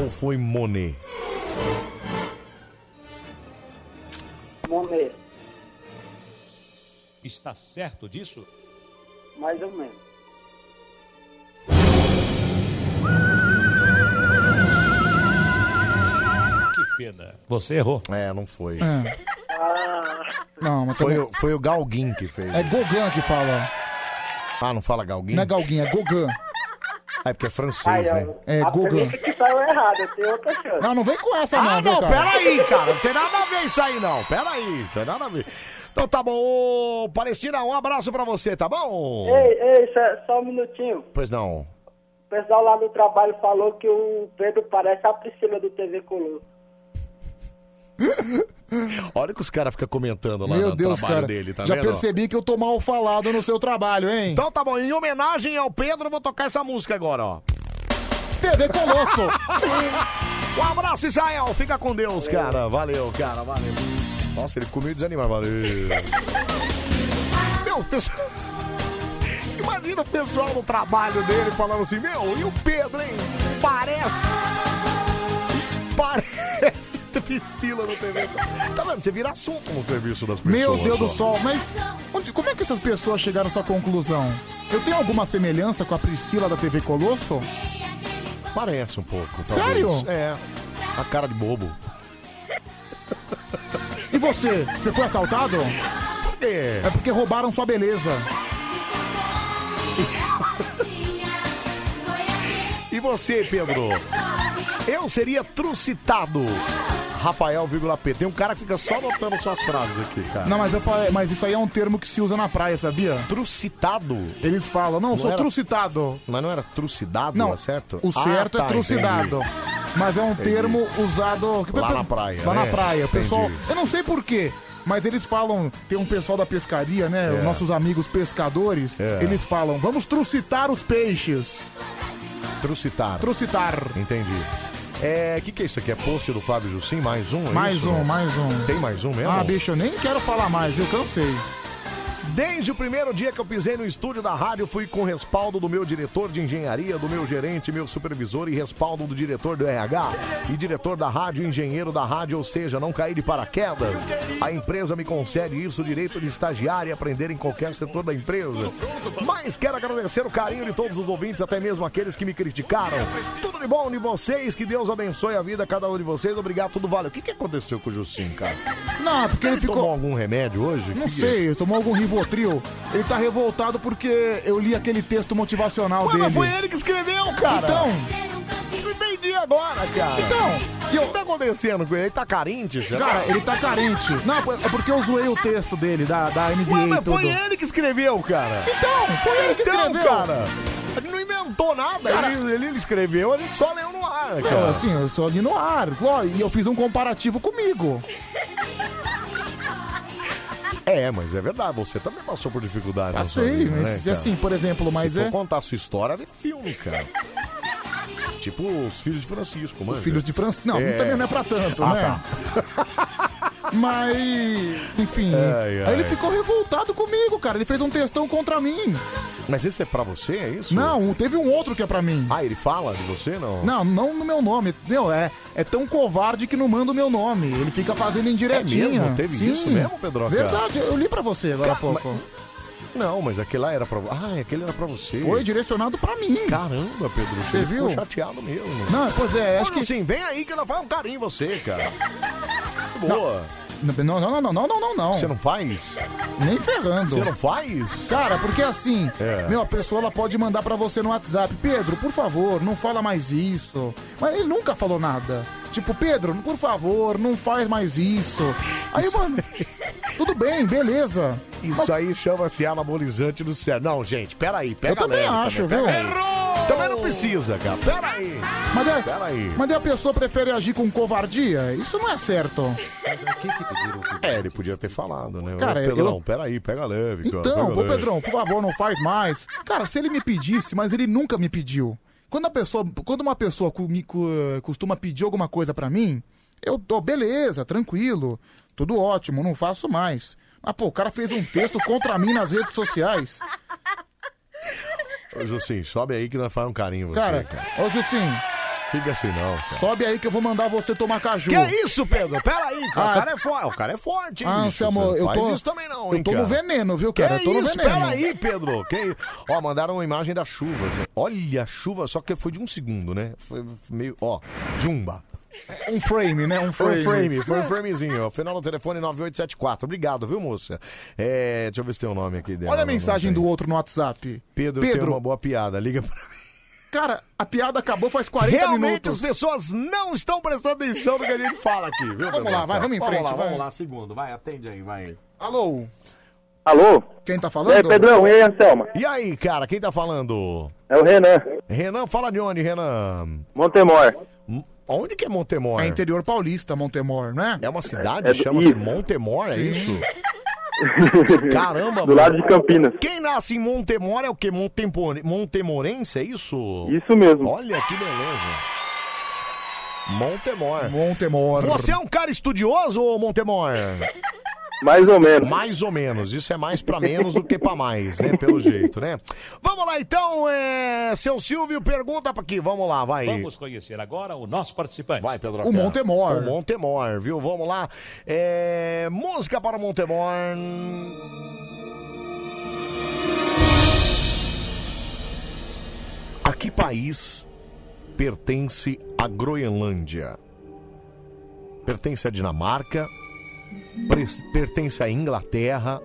Ou foi Monet? Monet, Está certo disso? mais ou menos. Que pena. Você errou. É, não foi. Ah. Não, mas Foi, também- o- foi o Galguin que fez. É Gauguin que fala. Ah, não fala Galguin? Não é Gauguin, é Gauguin. Ah, é porque é francês, né? É Gauguin. Que saiu errado, eu tenho outra chance. Não, não vem com essa, não, Ah, viu, não, cara? peraí, cara. Não tem nada a ver isso aí, não. Peraí, não tem nada a ver. Então tá bom. Ô, Palestina, um abraço pra você, tá bom? Ei, ei, só, só um minutinho. Pois não. O pessoal lá do trabalho falou que o Pedro parece a Priscila do TV Colosso. Olha que os caras ficam comentando lá Meu no Deus, trabalho cara. dele, tá já vendo? percebi que eu tô mal falado no seu trabalho, hein? Então tá bom, em homenagem ao Pedro, eu vou tocar essa música agora, ó. TV Colosso! um abraço, Israel. Fica com Deus, cara. Valeu, cara, valeu. Nossa, ele ficou meio desanimado, valeu. Meu, pessoal. Imagina o pessoal no trabalho dele falando assim: Meu, e o Pedro, hein? Parece. Parece Priscila no TV. Tá vendo? Você vira assunto no serviço das pessoas. Meu Deus do ó. sol, mas onde- como é que essas pessoas chegaram a essa conclusão? Eu tenho alguma semelhança com a Priscila da TV Colosso? Parece um pouco. talvez. Sério? É. A cara de bobo. E você? Você foi assaltado? Por quê? É porque roubaram sua beleza. E você, Pedro? Eu seria trucitado. Rafael, vírgula P. Tem um cara que fica só anotando suas frases aqui, cara. Não, mas eu falei, mas isso aí é um termo que se usa na praia, sabia? Trucitado? Eles falam, não, eu Não sou era- trucitado. Mas não era trucidado, Não, é certo? o certo Ah, tá, é trucidado. entendi. Mas é um Entendi. termo usado. que- Lá na praia, Lá né? na praia. O pessoal. Entendi. Eu não sei porquê. Mas eles falam, tem um pessoal da pescaria, né? É. Os nossos amigos pescadores, É. eles falam, vamos trucitar os peixes. Trucitar. Trucitar. Entendi. É, o que, que é isso aqui? É post do Fábio Jussim? Mais um? é Mais isso? um, mais um. Tem mais um mesmo? Ah, bicho, eu nem quero falar mais, eu cansei. Desde o primeiro dia que eu pisei no estúdio da rádio, fui com respaldo do meu diretor de engenharia, do meu gerente, meu supervisor e respaldo do diretor do RH e diretor da rádio, engenheiro da rádio, ou seja, não caí de paraquedas. A empresa me concede isso, o direito de estagiar e aprender em qualquer setor da empresa. Mas quero agradecer o carinho de todos os ouvintes, até mesmo aqueles que me criticaram. Tudo de bom de vocês, que Deus abençoe a vida a cada um de vocês. Obrigado, tudo vale. O que, que aconteceu com o Justin, cara? Não, porque ele ficou- tomou algum remédio hoje? Não Que que- sei, tomou algum Rivotril. Ele tá revoltado porque eu li aquele texto motivacional Ué, dele. mas foi ele que escreveu, cara. Então. Não entendi agora, cara. Então, e o que tá acontecendo com ele? Ele tá carente, será? Cara, ele tá carente. Não, é porque eu zoei o texto dele, da, da NBA Ué, e mas tudo. foi ele que escreveu, cara. Então, foi ele que Então, escreveu. cara. Ele não inventou nada. Ele, ele escreveu, a gente só leu no ar, Eu, Então, É, cara. assim, eu sou ali no ar. Ló, E eu fiz um comparativo comigo. É, mas é verdade, você também passou por dificuldade. na sua Passei, vida, mas né, cara? assim, por exemplo, mas Se for é- contar a sua história, vem um filme, cara. Tipo os filhos de Francisco, mano. Os filhos de França. Não, É. também não é pra tanto, Ah, né? tá. Mas, enfim. Ai, ai. Aí ele ficou revoltado comigo, cara. Ele fez um textão contra mim. Mas esse é pra você, é isso? Não, teve um outro que é pra mim. Ah, ele fala de você, não? Não, não no meu nome. Não, é, é tão covarde que não manda o meu nome. Ele fica fazendo indiretinha. É mesmo? Teve isso mesmo, Pedroca? Verdade, eu li pra você agora há Cara, pouco. Não, mas aquele lá era pra... Ah, aquele era pra você. Foi direcionado pra mim. Caramba, Pedro. Você ficou viu? chateado mesmo. Não, pois é, Mas acho que- assim, vem aí que ela faz um carinho em você, cara. Boa. Não, não, não, não, não, não, não, não. Você não faz? Nem ferrando. Você não faz? Cara, porque assim, É. meu, a pessoa ela pode mandar pra você no WhatsApp, Pedro, por favor, não fala mais isso. Mas ele nunca falou nada. Tipo, Pedro, por favor, não faz mais isso. Aí, mano, é- tudo bem, beleza. Isso aí chama-se anabolizante do cérebro. Não, gente, peraí, pega Eu também leve acho, também, pega viu? aí. Também não precisa, cara. Peraí. Mas é- daí, Peraí. mas daí a pessoa prefere agir com covardia? Isso não é certo. É, ele podia ter falado, né? Cara, Ô, eu- Pedrão, peraí, pega leve, cara. Então, pega pô, leve. Pedrão, por favor, não faz mais. Cara, se ele me pedisse, mas ele nunca me pediu. Quando, a pessoa, quando uma pessoa cu- me cu- costuma pedir alguma coisa pra mim, eu dou, beleza, tranquilo, tudo ótimo, não faço mais. Mas, pô, o cara fez um texto contra mim nas redes sociais. Ô, Jussim, sobe aí que nós faz um carinho em você, Cara, cara. ô, Jussim. Fica assim não, cara. Sobe aí que eu vou mandar você tomar caju. Que é isso, Pedro? Peraí, cara. Ah, o cara é forte. O cara é forte, hein, Ah, bicho? Anselmo, Você não eu faz tô- isso também não, eu hein, tô no cara. veneno, viu, cara? Que Eu tô no isso? veneno. Peraí, Pedro. Que... Ó, mandaram uma imagem da chuva. gente. Olha a chuva, só que foi de um segundo, né? Foi meio... Ó, jumba. Um frame, né? Um frame. Foi um frame, foi um framezinho. ó. Final do telefone 9874. Obrigado, viu, moça? É, deixa eu ver se tem o nome aqui dela. Olha a Não, não mensagem tem. do outro no WhatsApp. Pedro, tem uma boa piada. Liga pra mim. Cara, a piada acabou faz 40 Realmente minutos. as pessoas não estão prestando atenção no que a gente fala aqui, viu? Vamos Pedro? lá, vai, vamos em frente, Vamos lá, vai. vamos lá, segundo. Vai, atende aí, vai. Alô? Alô? Quem tá E aí, Pedrão? E aí, Anselmo? E aí, cara, quem tá falando? É o Renan. Renan, fala de onde, Renan? Montemor. Onde que é Montemor? É interior paulista, Montemor, não é? É uma cidade? É do- Chama-se isso. Montemor, é Sim. isso? Caramba, Do lado de Campinas. Quem nasce em Montemor é o quê? Montempor... Montemorense, é isso? Isso mesmo. Olha que beleza. Montemor. Montemor. Você é um cara estudioso, ô Montemor? Mais ou menos. Mais ou menos. Isso é mais pra menos do que pra mais, né? Pelo jeito, né? Vamos lá, então. É... Seu Silvio, pergunta pra aqui. Vamos lá, vai. Vamos conhecer agora o nosso participante. Vai, Pedro. O Montemor. O Montemor, viu? Vamos lá. É, Música para o Montemor. A que país pertence a Groenlândia? Pertence à Dinamarca? Pres- Pertence à Inglaterra?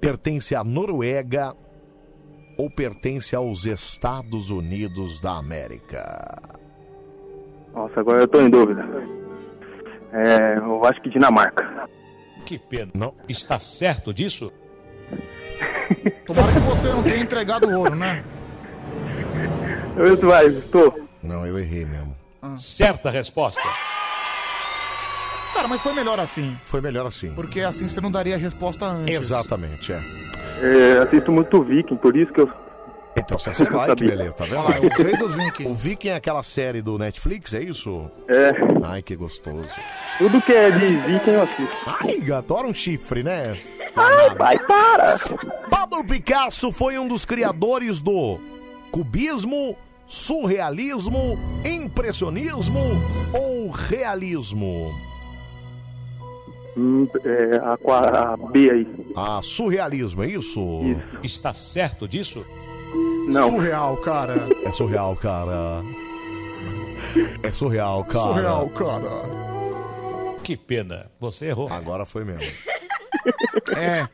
Pertence à Noruega? Ou pertence aos Estados Unidos da América? Nossa, agora eu tô em dúvida. É, eu acho que Dinamarca. Que pena. Não. Está certo disso? Tomara que você não tenha entregado o ouro, né? Eu vai, estou. Não, eu errei mesmo. Ah. Certa resposta. Cara, mas foi melhor assim. Foi melhor assim. Porque assim você não daria a resposta antes. Exatamente, é. É, assisto muito Viking, por isso que eu. Então você vai, que Sabia. beleza, tá vendo? Ah, o rei dos Vikings. O Viking é aquela série do Netflix, é isso? É, Ai, que gostoso. tudo que é de Viking eu assisto. Ai, adora um chifre, né? Ai, vai, para! Pablo Picasso foi um dos criadores do cubismo, surrealismo, impressionismo ou realismo? Hum, é, a, qua- a B aí. Ah, surrealismo, é isso? Isso. Está certo disso? Não. Surreal, cara. É surreal, cara. É surreal, cara. Surreal, cara. Que pena. Você errou. Agora foi mesmo. É,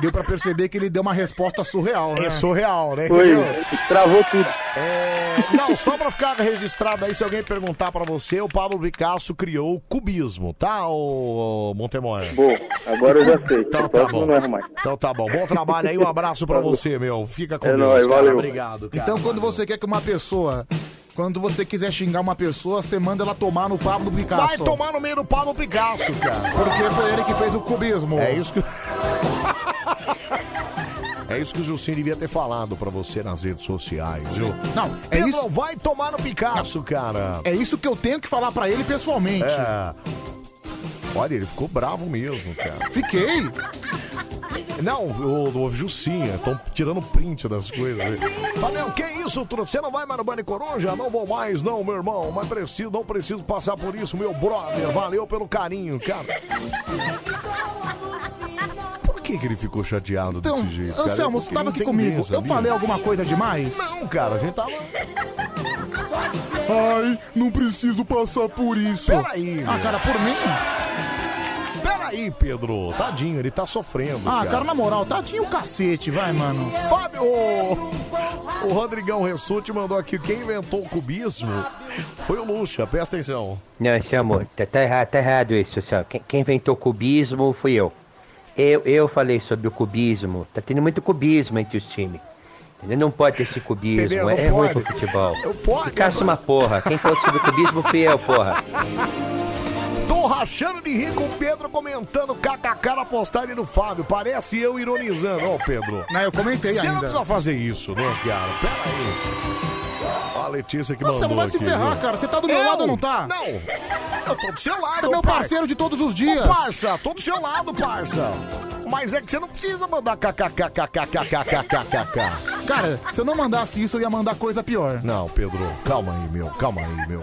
deu pra perceber que ele deu uma resposta surreal, né? É surreal, né? Foi, Entendeu? travou tudo. É, Não, só pra ficar registrado aí, se alguém perguntar pra você, o Pablo Picasso criou o cubismo, tá, ô Montemor? Bom, agora eu já sei. Então O tá próximo bom. não erro mais. Tá Então tá bom. Bom trabalho aí, um abraço pra você, meu. Fica com É Deus, nóis, cara. valeu. Obrigado, cara. Então, quando você quer que uma pessoa. Quando você quiser xingar uma pessoa, você manda ela tomar no Pablo Picasso. Vai tomar no meio do Pablo Picasso, cara. Porque foi ele que fez o cubismo. É isso que... É isso que o Jussim devia ter falado pra você nas redes sociais, viu? Não, é Pedro, isso, vai tomar no Picasso, cara. é isso que eu tenho que falar pra ele pessoalmente. É. Olha, ele ficou bravo mesmo, cara. Fiquei. Não, o, o Jucinha, estão tirando print das coisas. aí. Falei, o que é isso, truta? Você não vai mais no Bane Coruja? Não vou mais, não, meu irmão. Mas preciso, não preciso passar por isso, meu brother. Valeu pelo carinho, cara. Por que que, que ele ficou chateado Então, desse jeito? cara? Anselmo, Eu você tava aqui queria comigo. entender, Eu sabia? falei alguma coisa demais? Não, cara, a gente tava. Ai, não preciso passar por isso. Peraí. Ah, cara, por mim? Peraí, Pedro. Tadinho, ele tá sofrendo. Ah, cara, na moral, tadinho o cacete, vai, mano. Fábio! O Rodrigão Ressute mandou aqui: quem inventou o cubismo foi o Lucha, presta atenção. Não, Samu, tá, tá errado, tá errado isso, Samu. Quem, quem inventou o cubismo fui eu. eu. Eu falei sobre o cubismo. Tá tendo muito cubismo entre os times. Entendeu? Não pode ter esse cubismo. Entendeu? Não É ruim pode. pro futebol. Não pode. E caça uma porra. Quem falou sobre o cubismo fui eu, porra. Tô rachando de rir com o Pedro comentando kkk na postagem do Fábio. Parece eu ironizando. Ó, Pedro. Não, eu comentei Você não ainda. precisa fazer isso, né, cara? Pera aí. Ó, A Letícia que Nossa, mandou vai se aqui, ferrar, viu? cara. Você tá do meu Eu? lado ou não tá? Não. Eu tô do seu lado, Você é meu par- parceiro de todos os dias. Ô, parça, tô do seu lado, parça. Mas é que você não precisa mandar kkkkkkkkkkk. Cara, se eu não mandasse isso, eu ia mandar coisa pior. Não, Pedro, calma aí, meu, calma aí, meu.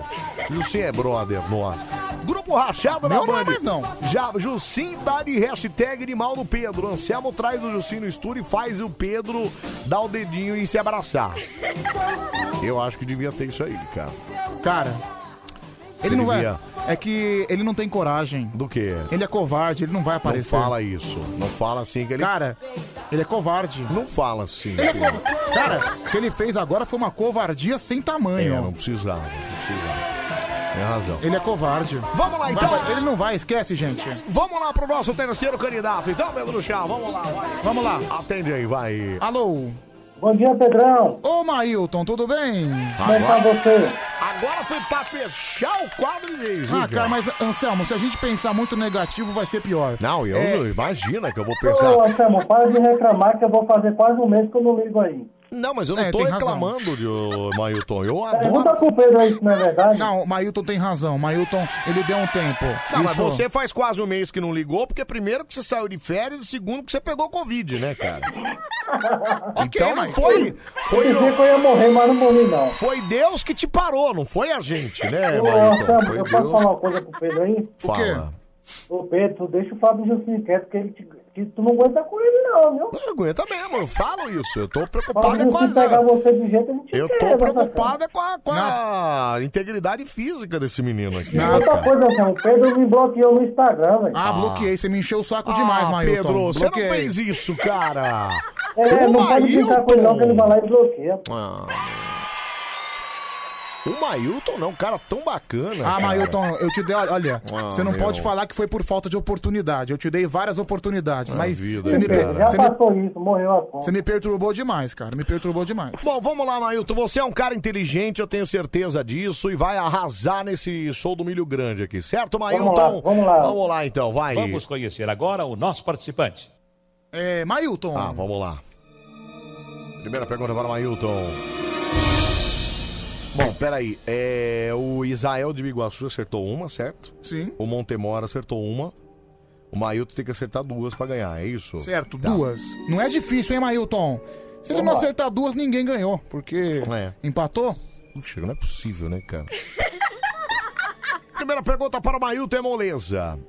Jussim é brother nosso. Grupo Rachado na Meu não é Band. mais não. Já, Jussim dá de hashtag de mal no Pedro. Anselmo traz o Jussim no estúdio e faz o Pedro dar o dedinho e se abraçar. Eu acho que devia ter isso aí, cara. Cara, Você ele não vai. devia- É que ele não tem coragem. Do quê? Ele é covarde, ele não vai Não aparecer. fala isso. Não fala assim que ele. Cara, ele é covarde. Não fala assim. Ele é Pedro. co- Cara, o que ele fez agora foi uma covardia sem tamanho. É, não precisava, não precisava. Tem razão. Ele é covarde. Vamos lá, Vai, então. vai, ele não vai, esquece, gente. Vamos lá pro nosso terceiro candidato, então, Pedro Chá, vamos lá, vai. Vamos lá. Atende aí, vai. Alô? Bom dia, Pedrão. Ô, Mailton, tudo bem? Como é que tá você? Agora foi pra fechar o quadro de vez, Ah, hein, cara, mas Anselmo, se a gente pensar muito negativo, vai ser pior. Não, eu É. não imagina que eu vou pensar. Ô, Anselmo, para de reclamar que eu vou fazer quase um mês que eu não ligo aí. Não, mas eu não É, tô tem razão. reclamando de ô, Mailton. Eu adoro. Pergunta pro Pedro aí se não é verdade. Não, o Mailton tem razão. Mailton, ele deu um tempo. Não, Tá, mas Isso- você faz quase um mês que não ligou, porque primeiro que você saiu de férias e segundo que você pegou Covid, né, cara? então não foi. Foi, Eu pensei que eu ia morrer, mas não morri não. foi Deus que te parou, não foi a gente, né, Ô, Mailton? Anselmo, Foi eu posso falar Deus. uma coisa pro Pedro aí? O quê? Fala. Ô, Pedro, tu deixa o Fábio Justin quieto, porque ele te- que tu não aguenta com ele não, viu? Não aguenta mesmo, eu falo isso. Eu tô preocupado é Fábio com Justin a. pegar você de jeito, ele te quebra, Eu tô Anselmo. preocupado é com a, com a integridade física desse menino aqui. E outra coisa, Anselmo, o Pedro me bloqueou no Instagram, velho. é Ah, bloqueei. Você me encheu o saco demais, Mailton. Ah, Pedro, você não Bloqueei. fez isso, cara. É, o não pode brincar com ele não, que ele vai lá e bloqueia. Ah. O Mailton não, um cara tão bacana. Ah, cara. Mailton, eu te dei. Olha, Ah, você não meu. pode falar que foi por falta de oportunidade. Eu te dei várias oportunidades, Ah, mas vida, você, me, cara. per- Já você, me, passou isso, morreu a conta. você me perturbou demais, cara. Me perturbou demais. Bom, vamos lá, Mailton. Você é um cara inteligente, eu tenho certeza disso, e vai arrasar nesse show do milho grande aqui, certo, Mailton? lá, vamos lá. Vamos lá, então, vai. Vamos conhecer agora o nosso participante. É, Mailton. Ah, vamos lá. Primeira pergunta para o Mailton. Bom, peraí. É, o Israel de Biguaçu acertou uma, certo? Sim. O Montemora acertou uma. O Mailton tem que acertar duas para ganhar, é isso? Certo, Tá. duas. Não é difícil, hein, Mailton? Se ele Vamos não lá. acertar duas, ninguém ganhou, porque É. empatou. Puxa, não é possível, né, cara? Primeira pergunta para o Mailton é moleza.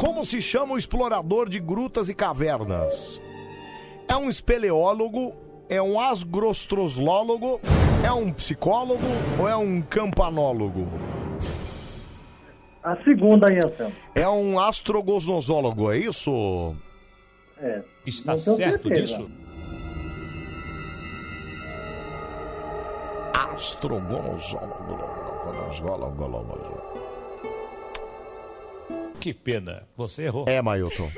Como se chama o explorador de grutas e cavernas? É um espeleólogo? É um asgrostroslólogo? É um psicólogo? Ou é um campanólogo? A segunda aí, Anselmo. É um astrogosnosólogo, é isso? É. Está Não tenho certo certeza. disso? Astrogonosólogo. Que pena, você errou. É, Mailton. Um,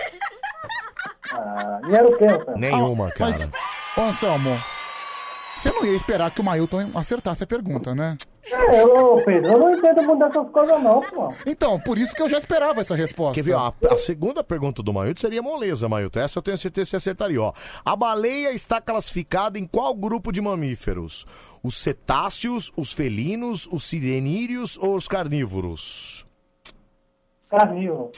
Ah, e era o quê, Anselmo? Nenhuma, Né, cara. Ah, Mas, ô Anselmo, você não ia esperar que o Mailton acertasse a pergunta, né? É, ô, Pedro, eu não entendo muito dessas coisas não, pô. Então, por isso que eu já esperava essa resposta. Quer ver? ó, A, a segunda pergunta do Mailton seria moleza, Mailton. Essa eu tenho certeza que você acertaria. Ó. A baleia está classificada em qual grupo de mamíferos? Os cetáceos, os felinos, os sirenídeos ou os carnívoros? Carnívoro.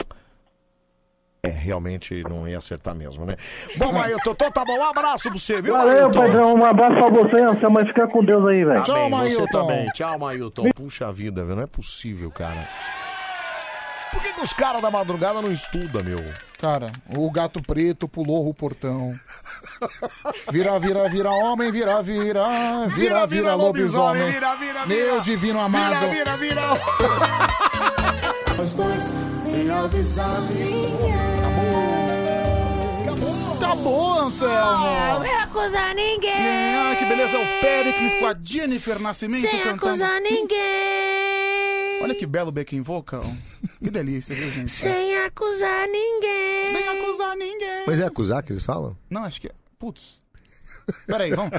É, realmente não ia acertar mesmo, né? Bom, Mailton, então tá bom. Um abraço pra você, viu, Valeu, então. Mailton? Pedrão. Um abraço pra você, Anselmo, mas fica com Deus aí, velho. Tá bem, você também. Tchau, Mailton. Puxa vida, velho. Não é possível, cara. Por que, que os caras da madrugada não estudam, meu? Cara, o gato preto pulou o portão. Vira, vira, vira homem, vira, vira. Vira, vira, lobisomem. Vira, vira, vira. Meu divino amado. Vira, vira, vira. Os dois sem avisar Tá bom, Não Anselmo. vai acusar ninguém. Ah, que beleza. O Péricles com a Jennifer Nascimento Sem cantando. acusar ninguém. Olha que belo backing vocal. Que delícia, viu, gente? Sem acusar ninguém. Sem acusar ninguém. Mas é acusar que eles falam? Não, acho que é. Putz. Peraí, vamos.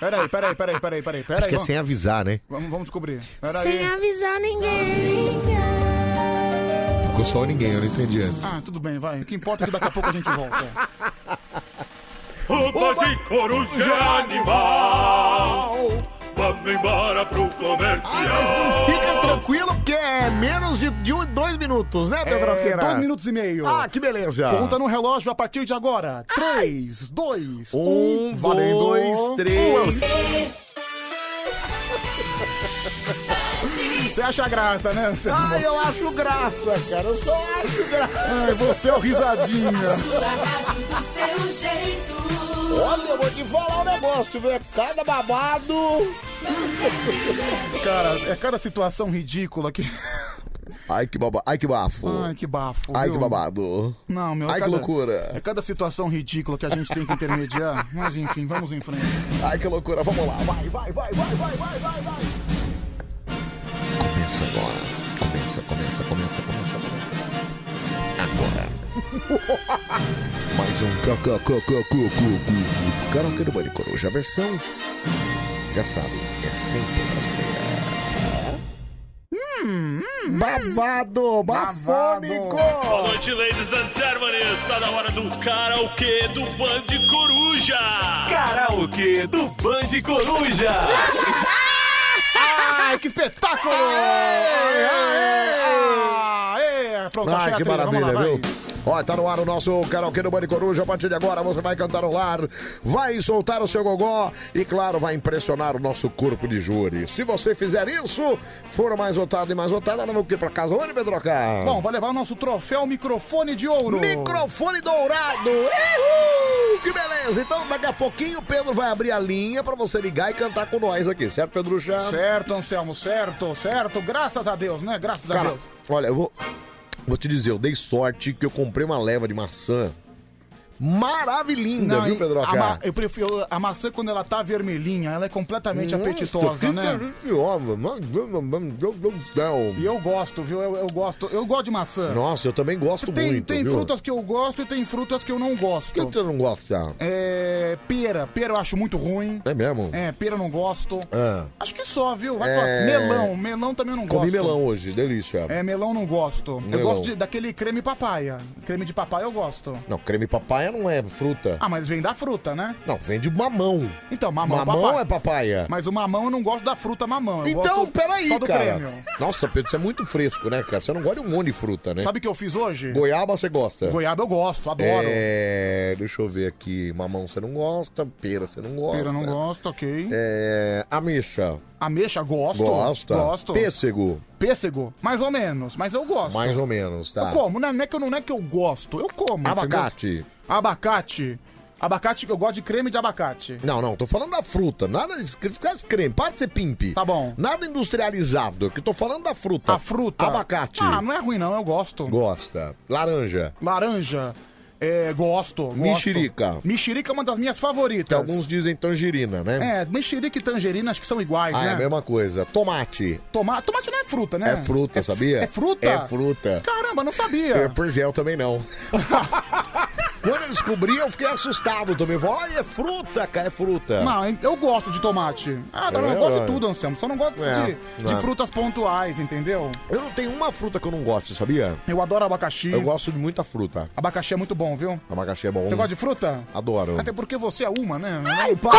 Peraí, peraí, peraí, peraí, peraí. peraí Acho que é vamos. sem avisar, né? Vamos, vamos descobrir. Peraí. Sem avisar ninguém. Ficou só o ninguém, eu não entendi antes. Ah, tudo bem, vai. O que importa é que daqui a pouco a gente volta. Oba de coruja é animal. Vamos embora pro comercial. Fica tranquilo porque é menos de, de um, dois minutos, né, Pedro É, Alqueira? dois minutos e meio. Ah, que beleza. Conta no relógio a partir de agora. Três, dois, um. Um, valendo, dois, três. Você acha graça, né? Anselmo? Ah, eu acho graça, cara. Eu só acho graça. Ai, você é o risadinha. do seu jeito. Olha, eu vou te falar um negócio, viu? É Cada babado. Cara, é cada situação ridícula que. Ai, que babado. Ai, que bafo. Ai, que bafo. Ai, viu? que babado. Não, meu. é Ai, que cada- loucura. É cada situação ridícula que a gente tem que intermediar. Mas enfim, vamos em frente. Ai, que loucura. Vamos lá, vai. Vai, vai, vai, vai, vai, vai, vai. Começa agora. Começa, começa, começa, começa, começa. Agora. Mais um KKKKKKK. Karaokê do Bande Coruja, a versão. Já sabe, é sempre brasileira. Bavado, bafônico. Boa noite, ladies and gentlemen. Está na hora do karaokê do Band Coruja. Karaokê do Band Coruja. Ai, que espetáculo! Aê, aê, aê. Pronto, achei Ai, a que trilha, vamos maravilha, lá, vai. viu? Ó, tá no ar o nosso karaokê do Bande Coruja. A partir de agora você vai cantar o lar, vai soltar o seu gogó e, claro, vai impressionar o nosso corpo de júri. Se você fizer isso, for mais votado e mais votada, não vai o que pra casa. Onde, Pedroca? Bom, vai levar o nosso troféu microfone de ouro. Microfone dourado! Uhul! Que beleza! Então, daqui a pouquinho o Pedro vai abrir a linha pra você ligar e cantar com nós aqui, certo, Pedro Chá? Certo, Anselmo, certo, certo. Graças a Deus, né? Graças a Cara, Deus. olha, eu vou, vou te dizer, eu dei sorte que eu comprei uma leva de maçã maravilhinda, Não, viu, e Pedro? a, ma- eu prefiro a maçã quando ela tá vermelhinha, ela é completamente apetitosa, né? E eu gosto, viu? Eu, eu gosto. Eu gosto de maçã. Nossa, eu também gosto Tem, muito, tem viu? Então. frutas que eu gosto e tem frutas que eu não gosto. Por que você não gosta? É. Pera. Pera eu acho muito ruim. É mesmo? É, pera eu não gosto. Ah. Acho que só, viu? Vai É. falar. Melão. Melão também eu não Comi gosto. melão hoje, delícia. É, melão não gosto. Eu Melão. gosto de- daquele creme papaya. Creme de papaya eu gosto. Não, creme papaya não é fruta. Ah, mas vem da fruta, né? Não, vende mamão. Então, mamão, mamão papai. é papaya. Mas o mamão eu não gosto da fruta mamão. Eu Então, gosto peraí, só do cara. creme. Nossa, Pedro, você é muito fresco, né, cara? Você não gosta de um monte de fruta, né? Sabe o que eu fiz hoje? Goiaba você gosta? Goiaba eu gosto, adoro. É, deixa eu ver aqui. Mamão você não gosta, pera você não gosta. Pera não gosto, ok. É, ameixa. Ameixa, gosto. Gosta. Gosto. Pêssego. Pêssego, mais ou menos, mas eu gosto. Mais ou menos, Eu tá? como, não é, não é que eu, não é que eu gosto, eu como. Abacate. entendeu? Abacate. Abacate que eu gosto de creme de abacate. Não, não, tô falando da fruta. Nada de esquece creme. Para de ser pimpe. Tá bom. Nada industrializado. Que eu tô falando da fruta. A fruta. Abacate. Ah, não é ruim não, eu gosto. Gosta. Laranja. Laranja. É, gosto, gosto. Mexerica. Mexerica é uma das minhas favoritas. Alguns dizem tangerina, né? É, mexerica e tangerina acho que são iguais, Ah, é né? a mesma coisa. Tomate. Tomate, tomate não é fruta, né? É fruta, f- sabia? É fruta? É fruta. Caramba, não sabia. É, pois é, eu também não. Quando eu descobri, eu fiquei assustado também. Falei, Olha, é fruta, cara, é fruta. Não, eu gosto de tomate. Ah, não, É, eu gosto olha. de tudo, Anselmo. Só não gosto É, de, de é. frutas pontuais, entendeu? Eu não tenho uma fruta que eu não gosto, sabia? Eu adoro abacaxi. Eu gosto de muita fruta. Abacaxi é muito bom, viu? Abacaxi é bom. Você gosta de fruta? Adoro. Até porque você é uma, né? Ai, para!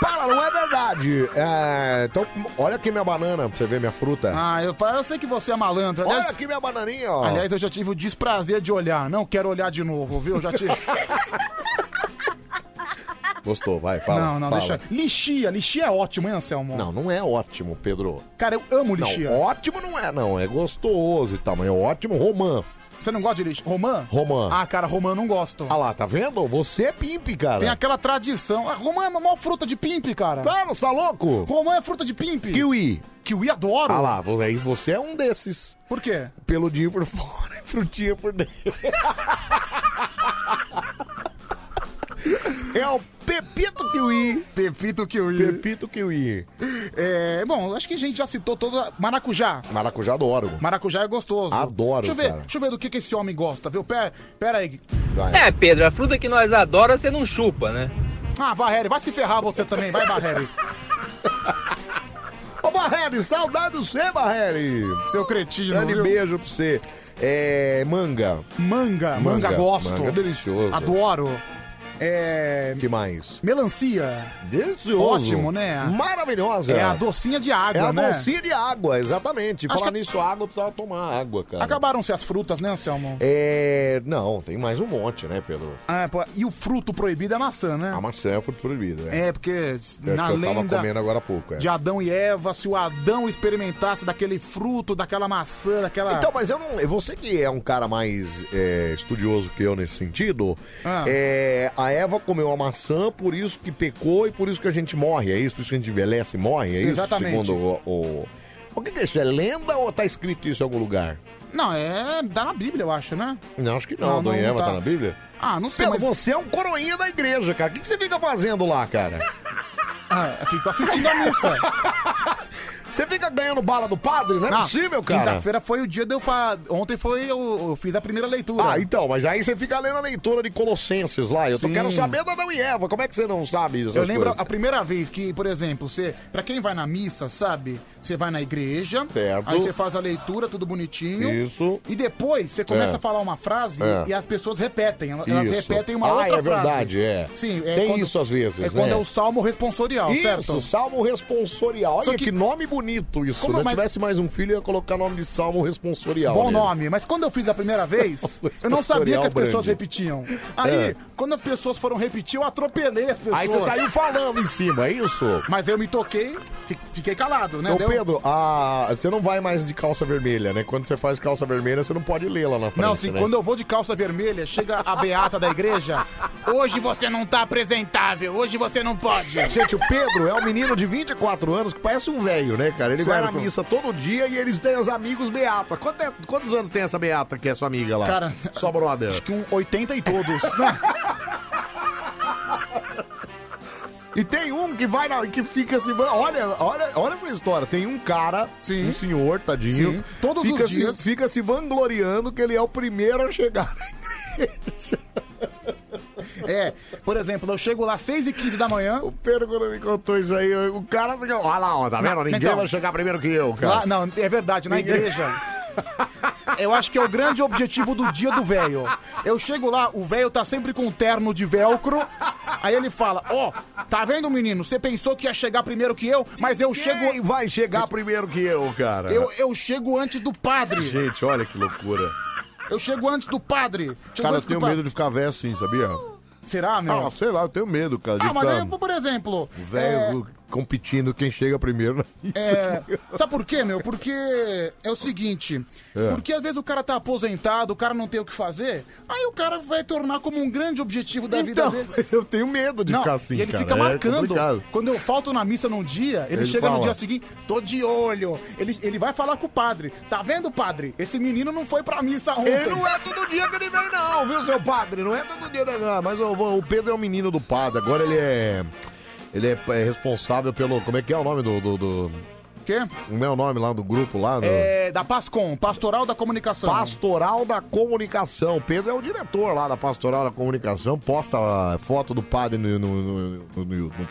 para, não é verdade. É, então, olha aqui minha banana, pra você ver minha fruta. Ah, eu, eu sei que você é malandro. olha Aliás, aqui minha bananinha, ó. aliás, eu já tive o desprazer de olhar. Não quero olhar de novo, viu? Eu já tive. Gostou, vai, fala. não, não, fala. deixa. Lixia, lixia é ótimo, hein, Anselmo? Não, não é ótimo, Pedro. Cara, eu amo lixia. Não, ótimo não é, não. É gostoso e tal, mas é ótimo romã. Você não gosta de lixo? Romã? Romã. Ah, cara, romã eu não gosto. Ah lá, tá vendo? Você é pimpe, cara. Tem aquela tradição. Ah, romã é a maior fruta de pimpe, cara. Claro, você tá louco? Romã é fruta de pimpe. Kiwi. Kiwi adoro. Ah lá, vo- aí você é um desses. Por quê? Pelo dia por fora e frutinha por dentro. É o Pepito Kiwi. Pepito Kiwi. Pepito Kiwi. É, bom, acho que a gente já citou toda. Maracujá. Maracujá adoro. Maracujá é gostoso. Adoro, Deixa eu ver, cara. deixa eu ver do que, que esse homem gosta, viu? Pera, pera aí. É, Pedro, a fruta que nós adora, você não chupa, né? Ah, Barreri, vai se ferrar você também, vai, Barreri. Tá Ô, Barreri, saudade do você, Barreri. Seu cretino, Grande viu? beijo pra você. É. Manga. Manga, manga, Manga, gosto. manga é delicioso. Adoro. É. que mais? Melancia. Delicioso. Ótimo, né? Maravilhosa. É a docinha de água, É a né? docinha de água, exatamente. Acho Falar que- é nisso, água, eu precisava tomar água, cara. Acabaram-se as frutas, né, Anselmo? É. Não, tem mais um monte, né, Pedro? Ah, pô, e o fruto proibido é a maçã, né? A maçã é o fruto proibido, né? É, porque Eu acho na que eu tava lenda comendo agora há pouco, é. de Adão e Eva, se o Adão experimentasse daquele fruto, daquela maçã, daquela. Então, mas eu não. Você que é um cara mais é, estudioso que eu nesse sentido, Ah. é, a Eva comeu a maçã, por isso que pecou e por isso que a gente morre, é isso? Por isso que a gente envelhece e morre, é isso? Exatamente. Segundo o. o... O que, que é isso? É lenda ou tá escrito isso em algum lugar? Não, é. Dá na Bíblia, eu acho, né? Não, acho que não. Não, a Dona não Eva tá. tá. na Bíblia? Ah, não sei, Pedro, mas- você é um coroinha da igreja, cara. O que, que você fica fazendo lá, cara? Ah, fico assistindo a missa. Você fica ganhando bala do padre? Não é Não, possível, cara. Quinta-feira foi o dia de eu fa... Ontem foi eu, eu fiz a primeira leitura. Ah, então, mas aí você fica lendo a leitura de Colossenses lá. Eu tô Sim. quero saber da Adão e Eva. Como é que você não sabe isso? Eu lembro a primeira vez que, por exemplo, você, para quem vai na missa, sabe? Você vai na igreja, Certo. aí você faz a leitura, tudo bonitinho. Isso. E depois você começa É. a falar uma frase É. e as pessoas repetem. Elas repetem uma ah, outra é frase. verdade, é. Sim, é Tem quando- isso às vezes, É né? quando é o salmo responsorial, Isso, certo? salmo responsorial. Olha Só que... que- nome bonito isso. Como Se eu mais- tivesse mais um filho, eu ia colocar o nome de salmo responsorial. né? Bom nele. nome, mas quando eu fiz a primeira vez, eu não sabia que as pessoas Brandi. repetiam. Aí, É. quando as pessoas foram repetir, eu atropelei as pessoas. Aí você saiu falando em cima, é isso? Mas eu me toquei, fi- fiquei calado, né? Então, Deu- Pedro, a- você não vai mais de calça vermelha, né? Quando você faz calça vermelha, você não pode ler lá na frente, Não, sim, né? quando eu vou de calça vermelha, chega a beata da igreja. Hoje você não tá apresentável, hoje você não pode. Gente, o Pedro é um menino de 24 anos que parece um velho, né, cara? Ele vai Certo. na missa todo dia e eles têm os amigos Beata. Quanto é- quantos anos tem essa Beata que é sua amiga lá? Cara, sua brother. Acho que um 80 e todos, né? E tem um que vai na, que fica assim, olha, olha, olha essa história. Tem um cara, Sim. um senhor, tadinho, Sim. Todos fica os se- dias. fica se vangloriando que ele é o primeiro a chegar. É, por exemplo, eu chego lá às 6 e 15 da manhã. O Pedro, quando me contou isso aí, eu- o cara. fica, Olha lá, ó, tá vendo? Não, Ninguém então- vai chegar primeiro que eu, cara. Lá, não, é verdade, na Ninguém- igreja. Eu acho que é o grande objetivo do dia do velho. Eu chego lá, o velho tá sempre com um terno de velcro. Aí ele fala: Ó, tá vendo, menino? Você pensou que ia chegar primeiro que eu, mas eu Quem chego. vai chegar primeiro que eu, cara? Eu, eu chego antes do padre. Gente, olha que loucura. Eu chego antes do padre. Chego Cara, eu antes do tenho padre. medo um de ficar velho assim, sabia? Será, meu? Ah, sei lá, eu tenho medo, cara. De Ah, mas ficar aí, por exemplo. é, velho competindo quem chega primeiro. né? é, sabe por quê, meu? Porque é o seguinte. É. Porque às vezes o cara tá aposentado, o cara não tem o que fazer, aí o cara vai tornar como um grande objetivo da vida Então, dele. eu tenho medo de Não, ficar assim, e ele cara. fica É marcando. complicado. Quando eu falto na missa num dia, ele, Ele chega fala. no dia seguinte, tô de olho. Ele, ele vai falar com o padre. Tá vendo, padre? Esse menino não foi pra missa ontem. Ele não é todo dia que ele vem, não, viu, seu padre? Não é todo dia, né? Ah, Mas o, o Pedro é o menino do padre. Agora ele é. Ele é, é responsável pelo. Como é que é o nome do. do, do Quê? Como é o nome lá do grupo lá? do- É, da Pascom, Pastoral da Comunicação. Pastoral da Comunicação. O Pedro é o diretor lá da Pastoral da Comunicação. Posta a foto do padre no, no- no- no- no- no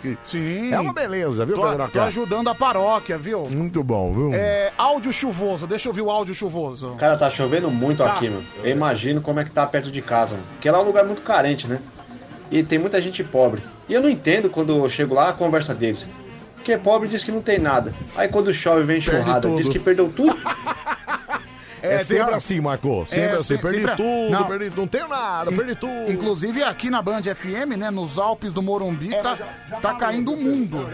Facebook. Sim. É uma beleza, viu, Tô, Pedro? tô Acá? ajudando a paróquia, viu? Muito bom, viu? É, áudio chuvoso, deixa eu ouvir o áudio chuvoso. Cara, tá chovendo muito Tá. aqui, meu. Eu imagino como é que tá perto de casa, mano. Porque lá é um lugar muito carente, né? E tem muita gente pobre. E eu não entendo quando eu chego lá a conversa deles. Porque pobre diz que não tem nada. Aí quando chove vem enxurrada, diz tudo. que perdeu tudo. É, sempre sempre assim, Marco. Sempre assim. se- Perdi É, sempre- tudo, perdi- não tenho nada, In- perdi tudo. Inclusive aqui na Band FM, né, nos Alpes do Morumbi, É, tá, tá caindo o mundo.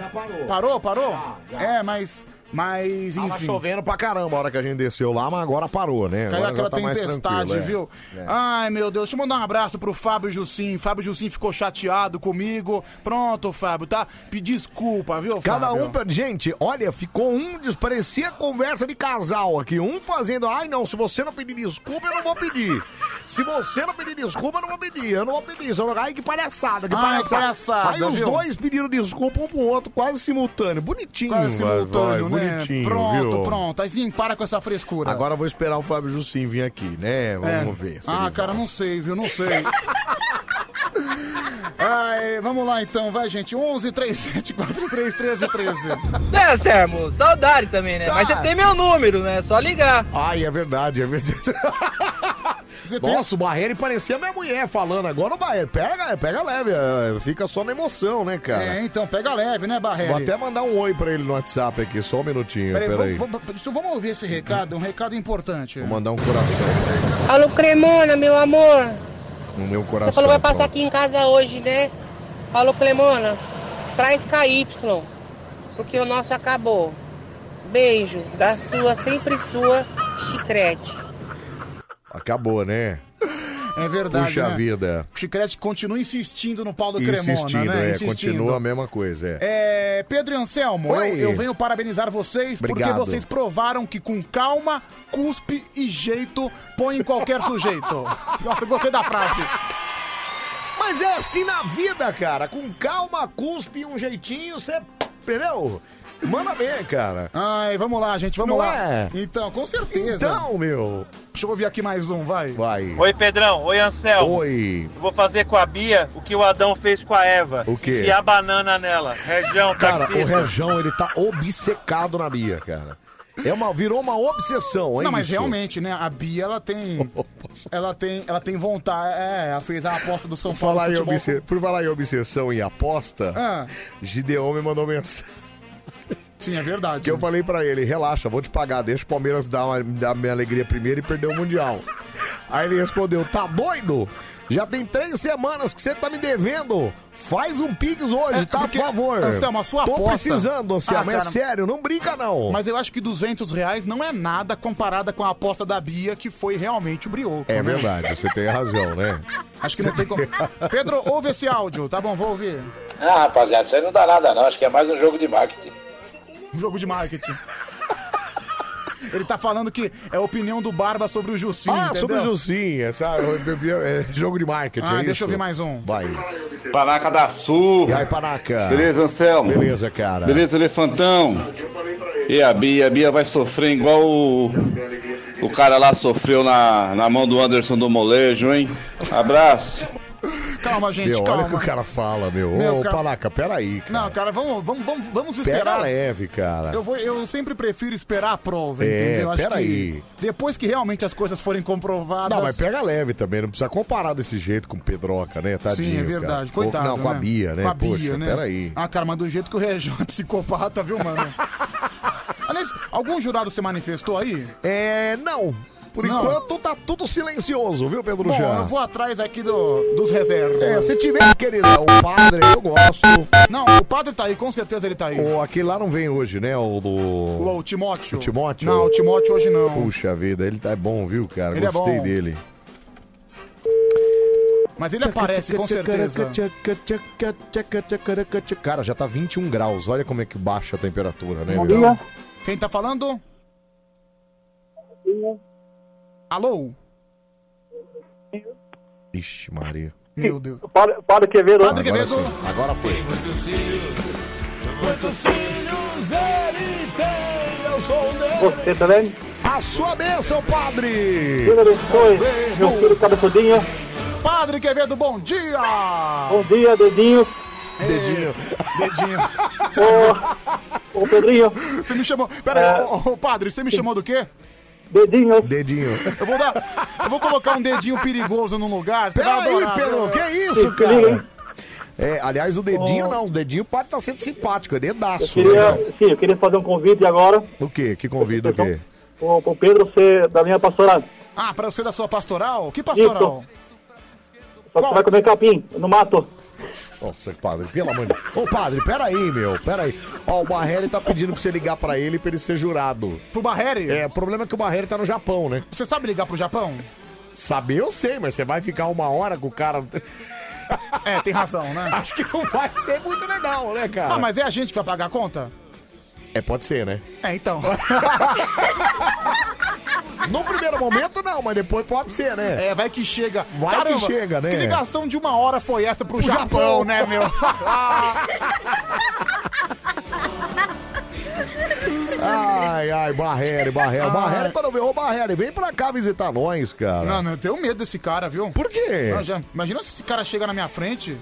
parou. Parou, É, mas. Mas, enfim. Tava chovendo pra caramba a hora que a gente desceu lá, mas agora parou, né? Caiu agora já aquela tá mais tempestade, tranquilo, é. viu? É. Ai, meu Deus. Deixa eu mandar um abraço pro Fábio Jussim. Fábio Jussim ficou chateado comigo. Pronto, Fábio, tá? Pedir desculpa, viu, Cada Fábio? um, per- gente, olha, ficou um, des- parecia conversa de casal aqui, um fazendo, ai não, se você não pedir desculpa, eu não vou pedir. Se você não pedir desculpa, eu não vou pedir, eu não vou pedir. Você não- Ai, que palhaçada, que Ai, palhaçada. palhaçada, Aí os viu? dois pediram desculpa um pro outro, quase simultâneo, bonitinho. Quase vai, simultâneo, vai, né? Bonitinho, pronto, viu? pronto. Assim, para com essa frescura. Agora eu vou esperar o Fábio Jussim vir aqui, né? Vamos É. ver. se Ah, ele cara, não sei, viu? Não sei. Ai, vamos lá então, vai gente. 11 37 43 13 13. Né, Sermo? Saudade também, né? Tá. Mas você tem meu número, né? É só ligar. Ai, é verdade, é verdade. Nossa, o Barreiro parecia minha mulher falando agora, o Barreiro. Pega, pega leve, é, fica só na emoção, né, cara? É, então, pega leve, né, Barreiro? Vou até mandar um oi pra ele no WhatsApp aqui, só um minutinho, Peraí, peraí. vamos, vamos- vamos ouvir esse recado, um recado importante. Vou mandar um coração Alô, Cremona, meu amor. no meu coração. Você falou que vai passar pronto. aqui em casa hoje, né? Alô, Cremona, traz KY, porque o nosso acabou. Beijo da sua, sempre sua, chiclete. Acabou, né? É verdade. Puxa né? vida. O Chicrete continua insistindo no pau do Insistindo, Cremona, né? é, Insistindo. continua a mesma coisa, é. É, Pedro e Anselmo, eu, Oi. eu venho parabenizar vocês Obrigado. porque vocês provaram que com calma, cuspe e jeito põe em qualquer sujeito. Nossa, eu gostei da frase. Mas é assim na vida, cara. Com calma, cuspe e um jeitinho, você. Entendeu? Manda bem, cara. Ai, vamos lá, gente, vamos Não lá. é? Então, com certeza. Então, meu. Deixa eu ouvir aqui mais um, vai. Vai. Oi, Pedrão. Oi, Anselmo. Oi. Eu vou fazer com a Bia o que o Adão fez com a Eva. O quê? Enfiar banana nela. Região, Cara, o taxista. Rejão, ele tá obcecado na Bia, cara. É uma, virou uma obsessão, é Não, mas isso? realmente, né? A Bia, ela tem. ela tem. Ela tem vontade. É, ela fez a aposta do São Por Paulo. falar, em Futebol obse- por falar em obsessão e aposta, Ah. Gideon me mandou mensagem. Sim, é verdade. Que eu falei pra ele, relaxa, vou te pagar, deixa o Palmeiras dar, uma, dar minha alegria primeiro e perder o Mundial. Aí ele respondeu, tá doido? Já tem três semanas que você tá me devendo. Faz um Pix hoje, tá, por favor. É, Anselmo, a sua Tô aposta. precisando, Anselmo, Ah, é cara. sério, não brinca não. Mas eu acho que 200 reais não é nada comparada com a aposta da Bia, que foi realmente o brioco. né? É verdade, você tem razão, né? Acho que não tem como. Pedro, ouve esse áudio, tá bom? Vou ouvir. Ah, rapaziada, isso aí não dá nada não, acho que é mais um jogo de marketing. Um jogo de marketing. Ele tá falando que é a opinião do Barba sobre o Jussim. ah, entendeu? sobre o Jusinha, sabe? É jogo de marketing, Ah, é deixa isso? eu ver mais um. Vai. Panaca da Sul. E aí, Panaca? Beleza, Anselmo? Beleza, cara. Beleza, Elefantão? E a Bia? A Bia vai sofrer igual o, o cara lá sofreu na, na mão do Anderson do Molejo, hein? Abraço. Calma, gente, Meu, calma. olha o que o cara fala, meu. Meu, Ô, cara- Panaca, peraí, cara. Não, cara, vamos, vamos, vamos, vamos Pega esperar. leve, cara. Eu, vou, eu sempre prefiro esperar a prova, É, entendeu? Acho peraí. que depois que realmente as coisas forem comprovadas. Não, mas pega leve também, não precisa comparar desse jeito com o Pedroca, né? Tadinho, Sim, é cara. verdade. Com- Coitado. Não, com a Bia, né? Com a Bia, Poxa, né? peraí. Ah, cara, mas do jeito que o Rejão é psicopata, viu, mano? Aliás, algum jurado se manifestou aí? É, não. Por enquanto tá tudo silencioso, viu, Pedro Bom, Já? eu vou atrás aqui do, dos reservas. É, se tiver, queridão, o padre, eu gosto. Não, o padre tá aí, com certeza ele tá aí. O, aquele lá não vem hoje, né? O do. Uou, o Timóteo. O Timóteo? Não, o Timóteo hoje não. Puxa vida, ele tá bom, viu, cara? Ele é Gostei bom. dele. Mas ele aparece, com certeza. Cara, já tá 21 graus. Olha como é que baixa a temperatura, né? Bom meu? dia. Quem tá falando? Alô? Ixi, Maria. Meu Deus. Padre, padre Quevedo. Agora sim, Agora foi. Quantos filhos ele tem? Eu sou o meu. Você também? A sua bênção, padre! Deus abençoe. Meu filho tá cabeçudinho. Padre Quevedo, bom dia! Bom dia, dedinho. Dedinho. Dedinho. Ô, Pedrinho. É. Você me chamou. Pera aí, ô, ô, padre, você me chamou do quê? Dedinho. Dedinho. Eu vou dar. Eu vou colocar um dedinho perigoso num lugar. Você Pera vai adorar. aí, Pedro, viu? que isso, cara? É, aliás, o dedinho não, o dedinho pode estar sendo simpático, é Eu dedaço. queria, né, sim, eu queria fazer um convite agora. não? O quê? Que convida o quê? com, com o Pedro ser da minha pastoral. Ah, pra você da sua pastoral? Que pastoral? Só que você vai comer capim, no mato. Nossa, padre, pelo amor de Deus. Ô, padre, peraí, meu, peraí. Ó, o Barreri tá pedindo pra você ligar pra ele pra ele ser jurado. Pro Barreri? É, o problema é que o Barreri tá no Japão, né? Você sabe ligar pro Japão? Saber eu sei, mas você vai ficar uma hora com o cara. É, tem razão, né? Acho que não vai ser muito legal, né, cara? Ah, mas é a gente que vai pagar a conta? É, pode ser, né? É, então. No primeiro momento, não, mas depois pode ser, né? É, vai que chega. Vai que chega, né? Que ligação de uma hora foi essa pro, Pro Japão, Japão. né, meu? Ai, ai, Barreri, Barreri. Ai. Barreri tá no meu. Ô, Barreri, vem pra cá visitar nós, cara. Não, não, eu tenho medo desse cara, viu? Por quê? imagina se esse cara chega na minha frente.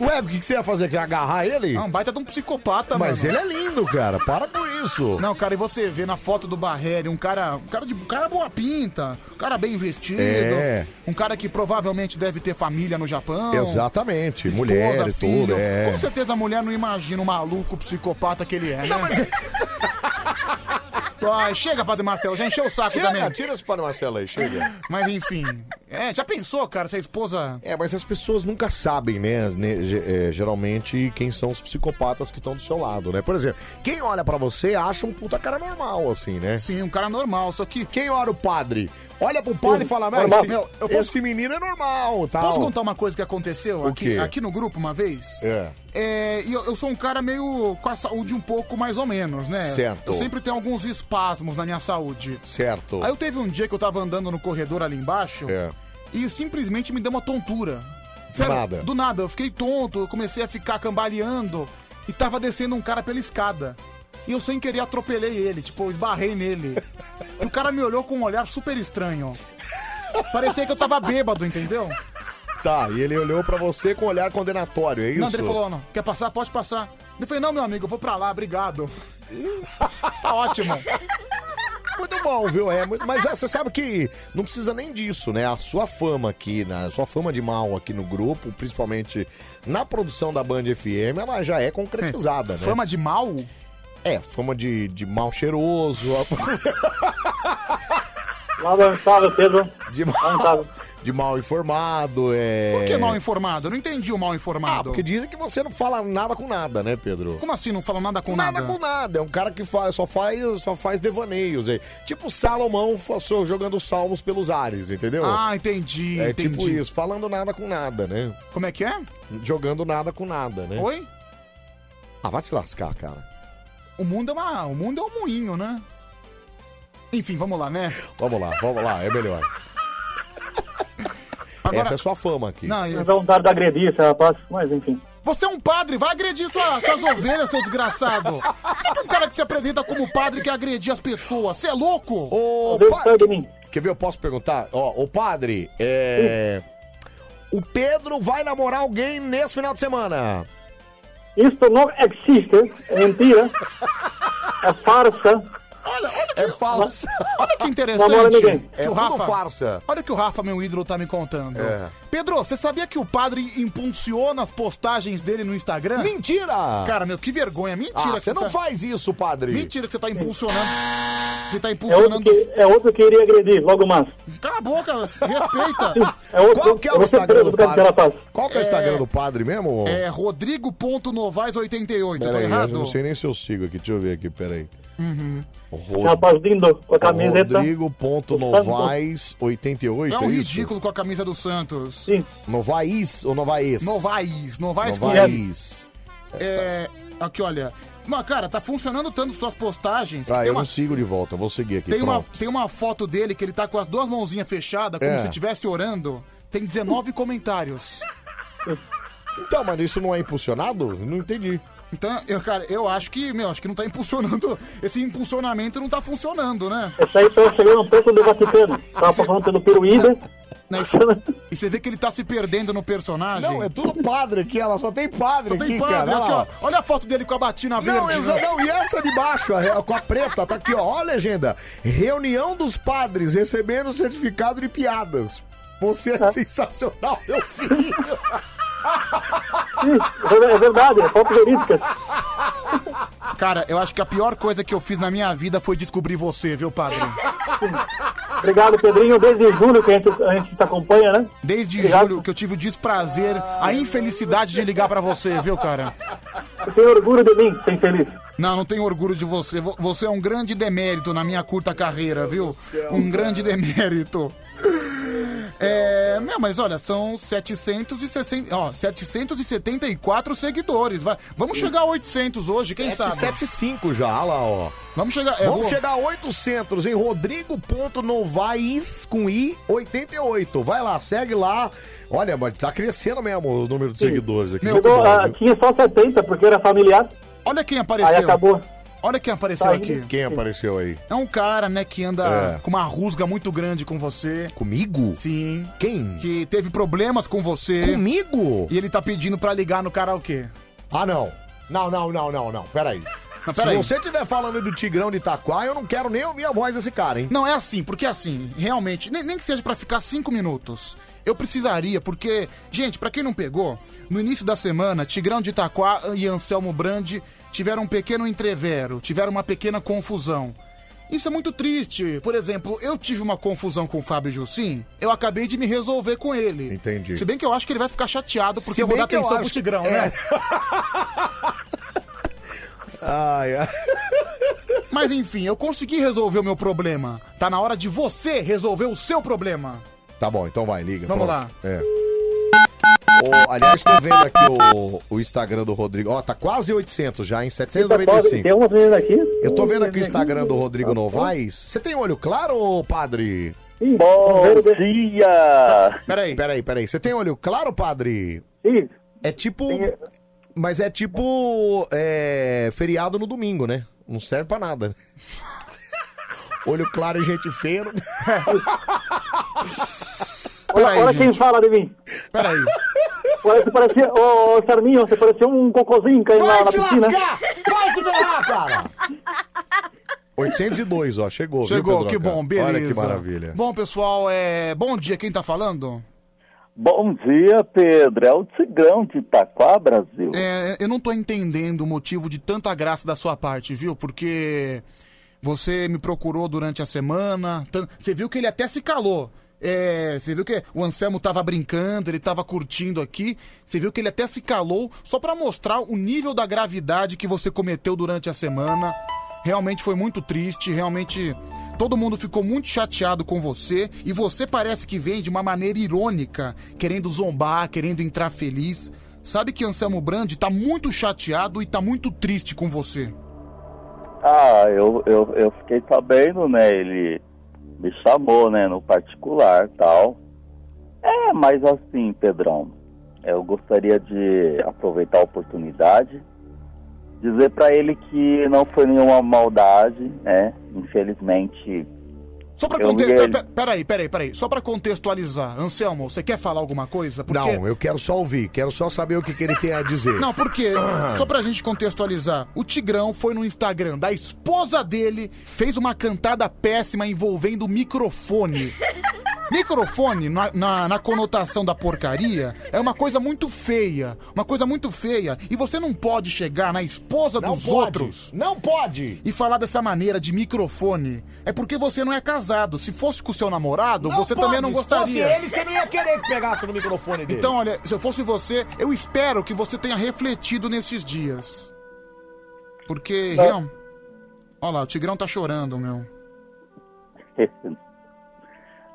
Ué, o que, que você ia fazer? Você ia agarrar ele? Não, um baita de um psicopata, Mas mano. ele é lindo, cara. Para com isso. Não, cara, e você vê na foto do Barreri um cara, um cara de um cara boa pinta, um cara bem vestido, É. um cara que provavelmente deve ter família no Japão. Exatamente. esposa, Mulher e filho. tudo, é. Com certeza a mulher não imagina o maluco psicopata que ele é. Não, mas... Ai, chega, Padre Marcelo, já encheu o saco Chega, também. tira esse Padre Marcelo aí, chega. Mas enfim, é, já pensou, cara, se a esposa... É, mas as pessoas nunca sabem, né, né, ge- é, geralmente, quem são os psicopatas que estão do seu lado, né? Por exemplo, quem olha pra você acha um puta cara normal, assim, né? Sim, um cara normal, só que... Quem olha o padre? Olha pro padre e fala, "Mas Normal. esse, meu, Eu posso- esse menino é normal, tal. Posso contar uma coisa que aconteceu O aqui, quê? aqui no grupo uma vez? É. É, e eu, eu sou um cara meio com a saúde um pouco mais ou menos, né? Certo. Eu sempre tenho alguns espasmos na minha saúde. Certo. Aí eu teve um dia que eu tava andando no corredor ali embaixo É. e simplesmente me deu uma tontura. Do nada. Do nada, eu fiquei tonto, eu comecei a ficar cambaleando e tava descendo um cara pela escada. E eu sem querer atropelei ele, tipo, eu esbarrei nele. e o cara me olhou com um olhar super estranho. Parecia que eu tava bêbado, entendeu? Tá, e ele olhou pra você com um olhar condenatório, é isso? Não, ele falou, não, quer passar? Pode passar. Eu falei, não, meu amigo, eu vou pra lá, obrigado. tá ótimo. Muito bom, viu? É, muito- mas é, você sabe que não precisa nem disso, né? A sua fama aqui, né? a sua fama de mal aqui no grupo, principalmente na produção da Band FM, ela já é concretizada, né? Fama de mal? É, fama de, de mal cheiroso. Lamentável, Pedro. De mal, de mal informado, é... Ah, Por que mal informado? Eu não entendi o mal informado. Porque dizem que você não fala nada com nada, né, Pedro? Como assim não fala nada com Nada nada? com nada, é um cara que faz, só, faz, só faz devaneios aí. Tipo Salomão passou jogando salmos pelos ares, entendeu? Ah, entendi, É entendi. tipo isso, falando nada com nada, né? Como é que é? Jogando nada com nada, né? Oi? Ah, vai se lascar, cara. O mundo é uma, o mundo é um moinho, né? Enfim, vamos lá, né? Vamos lá, vamos lá, é melhor. Agora- Essa é sua fama aqui. Não, eu- Dá vontade de agredir esse Ah, rapaz, mas enfim. Você é um padre, vai agredir sua, suas ovelhas, seu desgraçado. Por que um cara que se apresenta como padre quer agredir as pessoas? Você é louco? Ô, pa- Quer ver? Eu posso perguntar? Ó, o padre, é. O Pedro vai namorar alguém nesse final de semana. Isto não existe, é mentira, é farsa. É falso. Olha que namora interessante. ninguém. que É o tudo farsa. Olha o que o Rafa, meu ídolo, tá me contando. É. Pedro, você sabia que o padre impulsiona as postagens dele no Instagram? Mentira! Cara, meu, que vergonha. Mentira. Ah, que você não tá- faz isso, padre. Mentira que você tá impulsionando. Você tá É outro, impulsionando... que, é outro que iria agredir, logo mais. Cala a boca, respeita. É outro, Qual que é eu o vou ser Instagram preso do por causa desse padre? rapaz. Qual que é o Instagram do padre mesmo? É rodrigo.novais88, tô Peraí, eu tá errado? não sei nem se eu sigo aqui. Deixa eu ver aqui, peraí. Uhum. Rod- Rapaz lindo, com a camiseta. Rodrigo.novais88. É um ridículo com a camisa do Santos. Sim. Novais ou Novaes? Novais, Novais, com I. Novaes. É, aqui, olha. Mas, cara, tá funcionando tanto suas postagens. que Ah, tem eu uma, não sigo de volta, vou seguir aqui. tem, uma, pronto. tem uma foto dele que ele tá com as duas mãozinhas fechadas, como É. se estivesse orando. Tem 19 comentários. Então, mas isso não é impulsionado? Não entendi. Então, eu, cara, eu acho que, meu, acho que não tá impulsionando. Esse impulsionamento não tá funcionando, né? Esse aí tava chegando perto do Tá Vaticano. Tava passando pelo Peruíbe. Né, isso- E você vê que ele tá se perdendo no personagem. Não, é tudo padre aqui, ela só tem padre Só tem aqui, padre cara. aqui, Olha ó. lá. Olha a foto dele com a batina verde. Não, exa- né? não, e essa de baixo, a re- com a preta, tá aqui, ó. Ó a legenda. Reunião dos padres recebendo certificado de piadas. Você é sensacional, meu filho. Ih, É verdade, é foto verídica. Cara, eu acho que a pior coisa que eu fiz na minha vida foi descobrir você, viu, padrinho? Obrigado, Pedrinho. Desde julho que a gente, a gente te acompanha, né? Desde Obrigado. julho que eu tive o desprazer, a infelicidade de ligar pra você, viu, cara? Eu tenho orgulho de mim, sem feliz. Não, não tenho orgulho de você. Vo- Você é um grande demérito na minha curta carreira, viu? Um grande demérito. É, meu, mas olha, são 760, ó, 774 seguidores. Vai, vamos chegar a 800 hoje, quem sabe? 775 já, olha lá, ó. Vamos chegar, é, Vamos Rô- chegar a 800 em Rodrigo.novais com I 88. Vai lá, segue lá. Olha, mas tá crescendo mesmo o número de seguidores aqui. Chegou, ah, tinha só 70, porque era familiar. Olha quem apareceu. Aí acabou. Olha quem apareceu aqui. Quem apareceu aí? É um cara, né, que anda Tá, É. com uma rusga muito grande com você. Comigo? Sim. Quem? Que teve problemas com você. Comigo? E ele tá pedindo pra ligar no karaokê. Ah, não. Não, não, não, não, não. Peraí. Não, peraí. Se você estiver falando do Tigrão de Itaquá, eu não quero nem ouvir a voz desse cara, hein? Não, é assim, porque é assim, realmente, nem, nem que seja pra ficar cinco minutos. Eu precisaria, porque, gente, pra quem não pegou, no início da semana, Tigrão de Itaquá e Anselmo Brandi tiveram um pequeno entrevero, tiveram uma pequena confusão. Isso é muito triste. Por exemplo, eu tive uma confusão com o Fábio Jussim, eu acabei de me resolver com ele. Entendi. Se bem que eu acho que ele vai ficar chateado porque Se eu vou bem dar que eu atenção acho pro que- Tigrão, é. né? Ai, ai. Mas enfim, eu consegui resolver o meu problema. Tá na hora de você resolver o seu problema. Tá bom, então vai, liga. Vamos pronto. lá. É. Ô, aliás, tô vendo aqui o, o Instagram do Rodrigo. Ó, tá quase 800 já, em 795. Tem umas meninas aqui. Eu tô vendo aqui o Instagram do Rodrigo Novaes. Você tem olho claro, ô, padre? Bom dia! Peraí, peraí, peraí. Você tem olho claro, padre? Sim. É tipo. Mas é tipo. é, feriado no domingo, né? Não serve pra nada. né? Olho claro e gente feia. não- Olha, Peraí, olha quem gente. fala de mim. Peraí. Olha, você parecia. Ô, ô, Sarminho, você parecia um cocôzinho caindo Vai na, na se piscina. lascar! Vai se ferrar, cara! 802, ó. Chegou. viu, Chegou, Pedroca? que bom, beleza. Olha que maravilha. Bom, pessoal, é... bom dia, quem tá falando? Bom dia, Pedro. É o Tigrão de Itaquá, Brasil. É, eu não tô entendendo o motivo de tanta graça da sua parte, viu? Porque você me procurou durante a semana, tan- você viu que ele até se calou. É, você viu que o Anselmo tava brincando, ele tava curtindo aqui, você viu que ele até se calou só pra mostrar o nível da gravidade que você cometeu durante a semana. Realmente foi muito triste, realmente todo mundo ficou muito chateado com você e você parece que vem de uma maneira irônica, querendo zombar, querendo entrar feliz. Sabe que Anselmo Brandi tá muito chateado e tá muito triste com você. Ah, eu, eu, eu fiquei sabendo, né? Ele me chamou, né, no particular tal. É, mas assim, Pedrão, eu gostaria de aproveitar a oportunidade, dizer pra ele que não foi nenhuma maldade, né? Infelizmente. Só pra eu vi conte... ele- pe- pe- Peraí, peraí, peraí. Só pra contextualizar. Anselmo, você quer falar alguma coisa? Porque- Não, eu quero só ouvir. Quero só saber o que, que ele tem a dizer. Não, porque, Ah. só pra gente contextualizar, o Tigrão foi no Instagram da esposa dele, fez uma cantada péssima envolvendo o microfone. Microfone, na, na- na conotação da porcaria, é uma coisa muito feia. Uma coisa muito feia. E você não pode chegar na esposa Não dos pode. outros. Não pode! E falar dessa maneira de microfone. É porque você não é casado. Se fosse com o seu namorado, você também não gostaria. Se fosse ele, você não ia querer que pegasse no microfone dele. Então, olha, se eu fosse você, eu espero que você tenha refletido nesses dias. Porque, real... Olha lá, o Tigrão tá chorando, meu.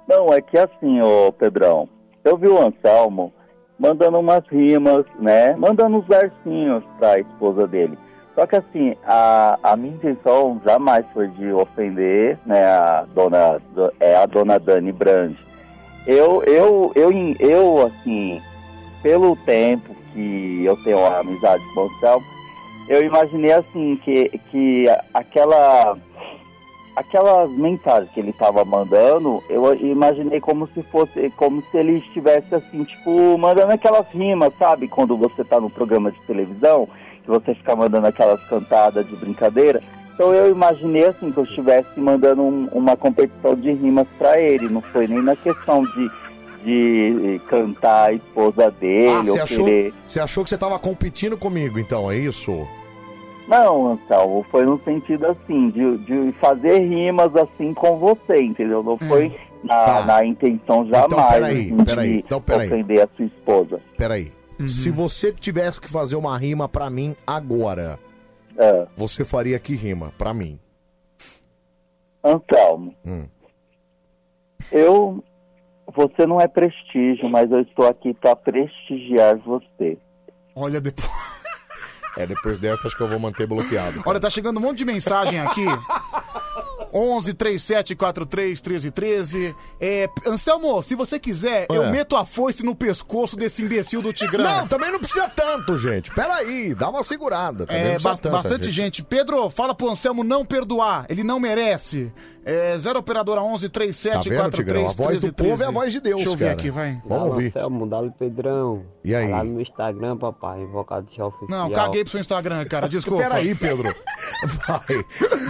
Não, é que assim, ô Pedrão, eu vi o Anselmo mandando umas rimas, né? Mandando uns versinhos pra esposa dele. Só que assim, a, a minha intenção jamais foi de ofender, né, a dona, do- é a dona Dani Brand. Eu, eu, eu, eu, assim, pelo tempo que eu tenho a amizade com o Anselmo, eu imaginei assim, que, que aquela aquelas mensagens que ele estava mandando, eu imaginei como se fosse, como se ele estivesse assim, tipo, mandando aquelas rimas, sabe? Quando você tá no programa de televisão, que você fica mandando aquelas cantadas de brincadeira. Então eu imaginei assim que eu estivesse mandando um- uma competição de rimas para ele, não foi nem na questão de, de cantar a esposa dele Ah, você ou achou, querer. você achou que você tava competindo comigo, então, é isso? Não, Anselmo, foi no sentido assim, de, de fazer rimas assim com você, entendeu? Não foi na, Tá. na intenção jamais Então, peraí, assim, peraí, de então, peraí. ofender a sua esposa. Peraí. Uhum. Se você tivesse que fazer uma rima pra mim agora, É. você faria que rima pra mim? Anselmo, Hum. eu. Você não é prestígio, mas eu estou aqui para prestigiar você. Olha, depois. É, depois dessa acho que eu vou manter bloqueado. Olha, tá chegando um monte de mensagem aqui. 11 37 43 13 13. É, Anselmo, se você quiser, eu É. meto a foice no pescoço desse imbecil do Tigrão. Não, também não precisa tanto, gente. Peraí, dá uma segurada. também não É, precisa ba- tanta bastante gente. Pedro, fala pro Anselmo não perdoar. Ele não merece. É, 0 operadora 11 Tá 37 vendo, Tigrão? A voz do povo é a voz de Deus, Deixa eu ver cara. aqui, vai. Vamos ouvir. Anselmo, dá-lhe Pedrão. E aí? Lá no meu Instagram, papai, invocado já oficial. Não, caguei pro seu Instagram, cara. Desculpa. Peraí, Pedro. Vai.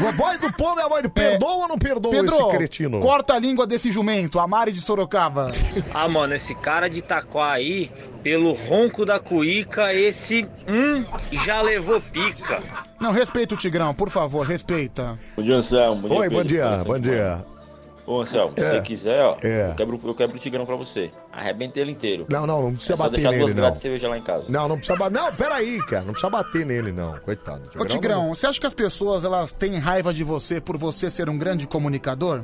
A voz do povo é a voz do Perdoa ou não perdoa Pedro, esse cretino? corta a língua desse jumento, a Mari de Sorocaba. Ah, mano, esse cara de Itaquá aí, pelo ronco da cuíca, esse hum já levou pica. Não, respeita o Tigrão, por favor, respeita. Bom dia, Anselmo. Oi, bom Pedro. é dia, Fala, bom Anselmo. dia. Ô, Anselmo, É. se você quiser, ó, É. eu, quebro, eu quebro o tigrão pra você. Arrebenta ele inteiro. Não, não, não precisa é só bater deixar duas nele, latas não. de cerveja lá em casa. Não, não precisa bater. Não, peraí, cara. Não precisa bater nele, não. Coitado. Ô Tigrão, você acha que as pessoas elas têm raiva de você por você ser um grande comunicador?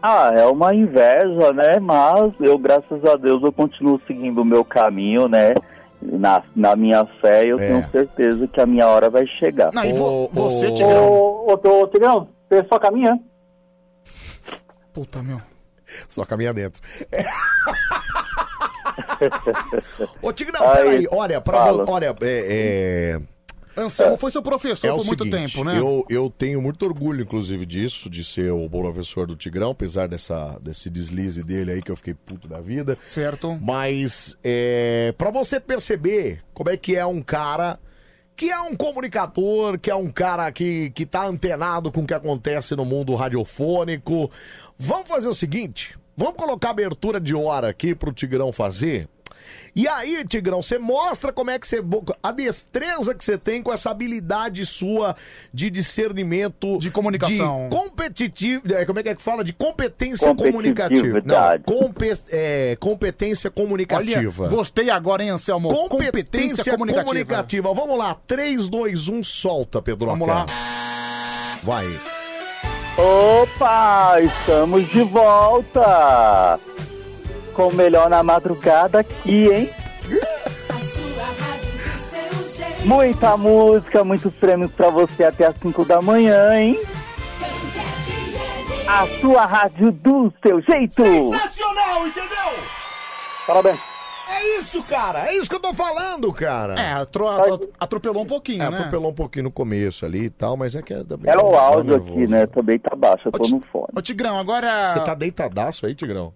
Ah, é uma inveja, né? Mas eu, graças a Deus, eu continuo seguindo o meu caminho, né? Na, na minha fé, eu É. tenho certeza que a minha hora vai chegar. Não, e vo- Ô, você, ô. Tigrão? Ô, ô, ô, Tigrão, você só caminha. Puta, meu. Só caminha dentro. Ô, Tigrão, Aí, peraí. Olha, pra fala. vo- olha, é, é... Anselmo foi seu professor É o por muito seguinte, tempo, né? Eu, eu tenho muito orgulho, inclusive, disso, de ser o bom professor do Tigrão, apesar dessa, desse deslize dele aí que eu fiquei puto da vida. Certo. Mas, é, para você perceber como é que é um cara que é um comunicador, que é um cara que, que tá antenado com o que acontece no mundo radiofônico. Vamos fazer o seguinte: vamos colocar a abertura de hora aqui pro Tigrão fazer. E aí, Tigrão, você mostra como é que você. A destreza que você tem com essa habilidade sua de discernimento. De comunicação. competitivo. é, Como é que é que fala? De competência comunicativa. Não, Competitividade. compe, é, competência Olha, comunicativa. gostei agora, hein, Anselmo? Competência, comunicativa. comunicativa. Vamos lá, 3, 2, 1, solta, Pedro. Vamos lá. Vai. Opa, Ah, estamos de volta! Com o melhor na madrugada aqui, hein? Muita música, muitos prêmios pra você até as 5 da manhã, hein? A sua rádio do seu jeito! Sensacional, entendeu? Parabéns! É isso, cara. É isso que eu tô falando, cara. É, atro- atro- atropelou um pouquinho, É, né? atropelou um pouquinho no começo ali e tal, mas é que é também. Era o tá áudio nervoso. aqui, né? Também tá baixo, eu tô no fone. Ô, Tigrão, agora... Você tá deitadaço aí, Tigrão?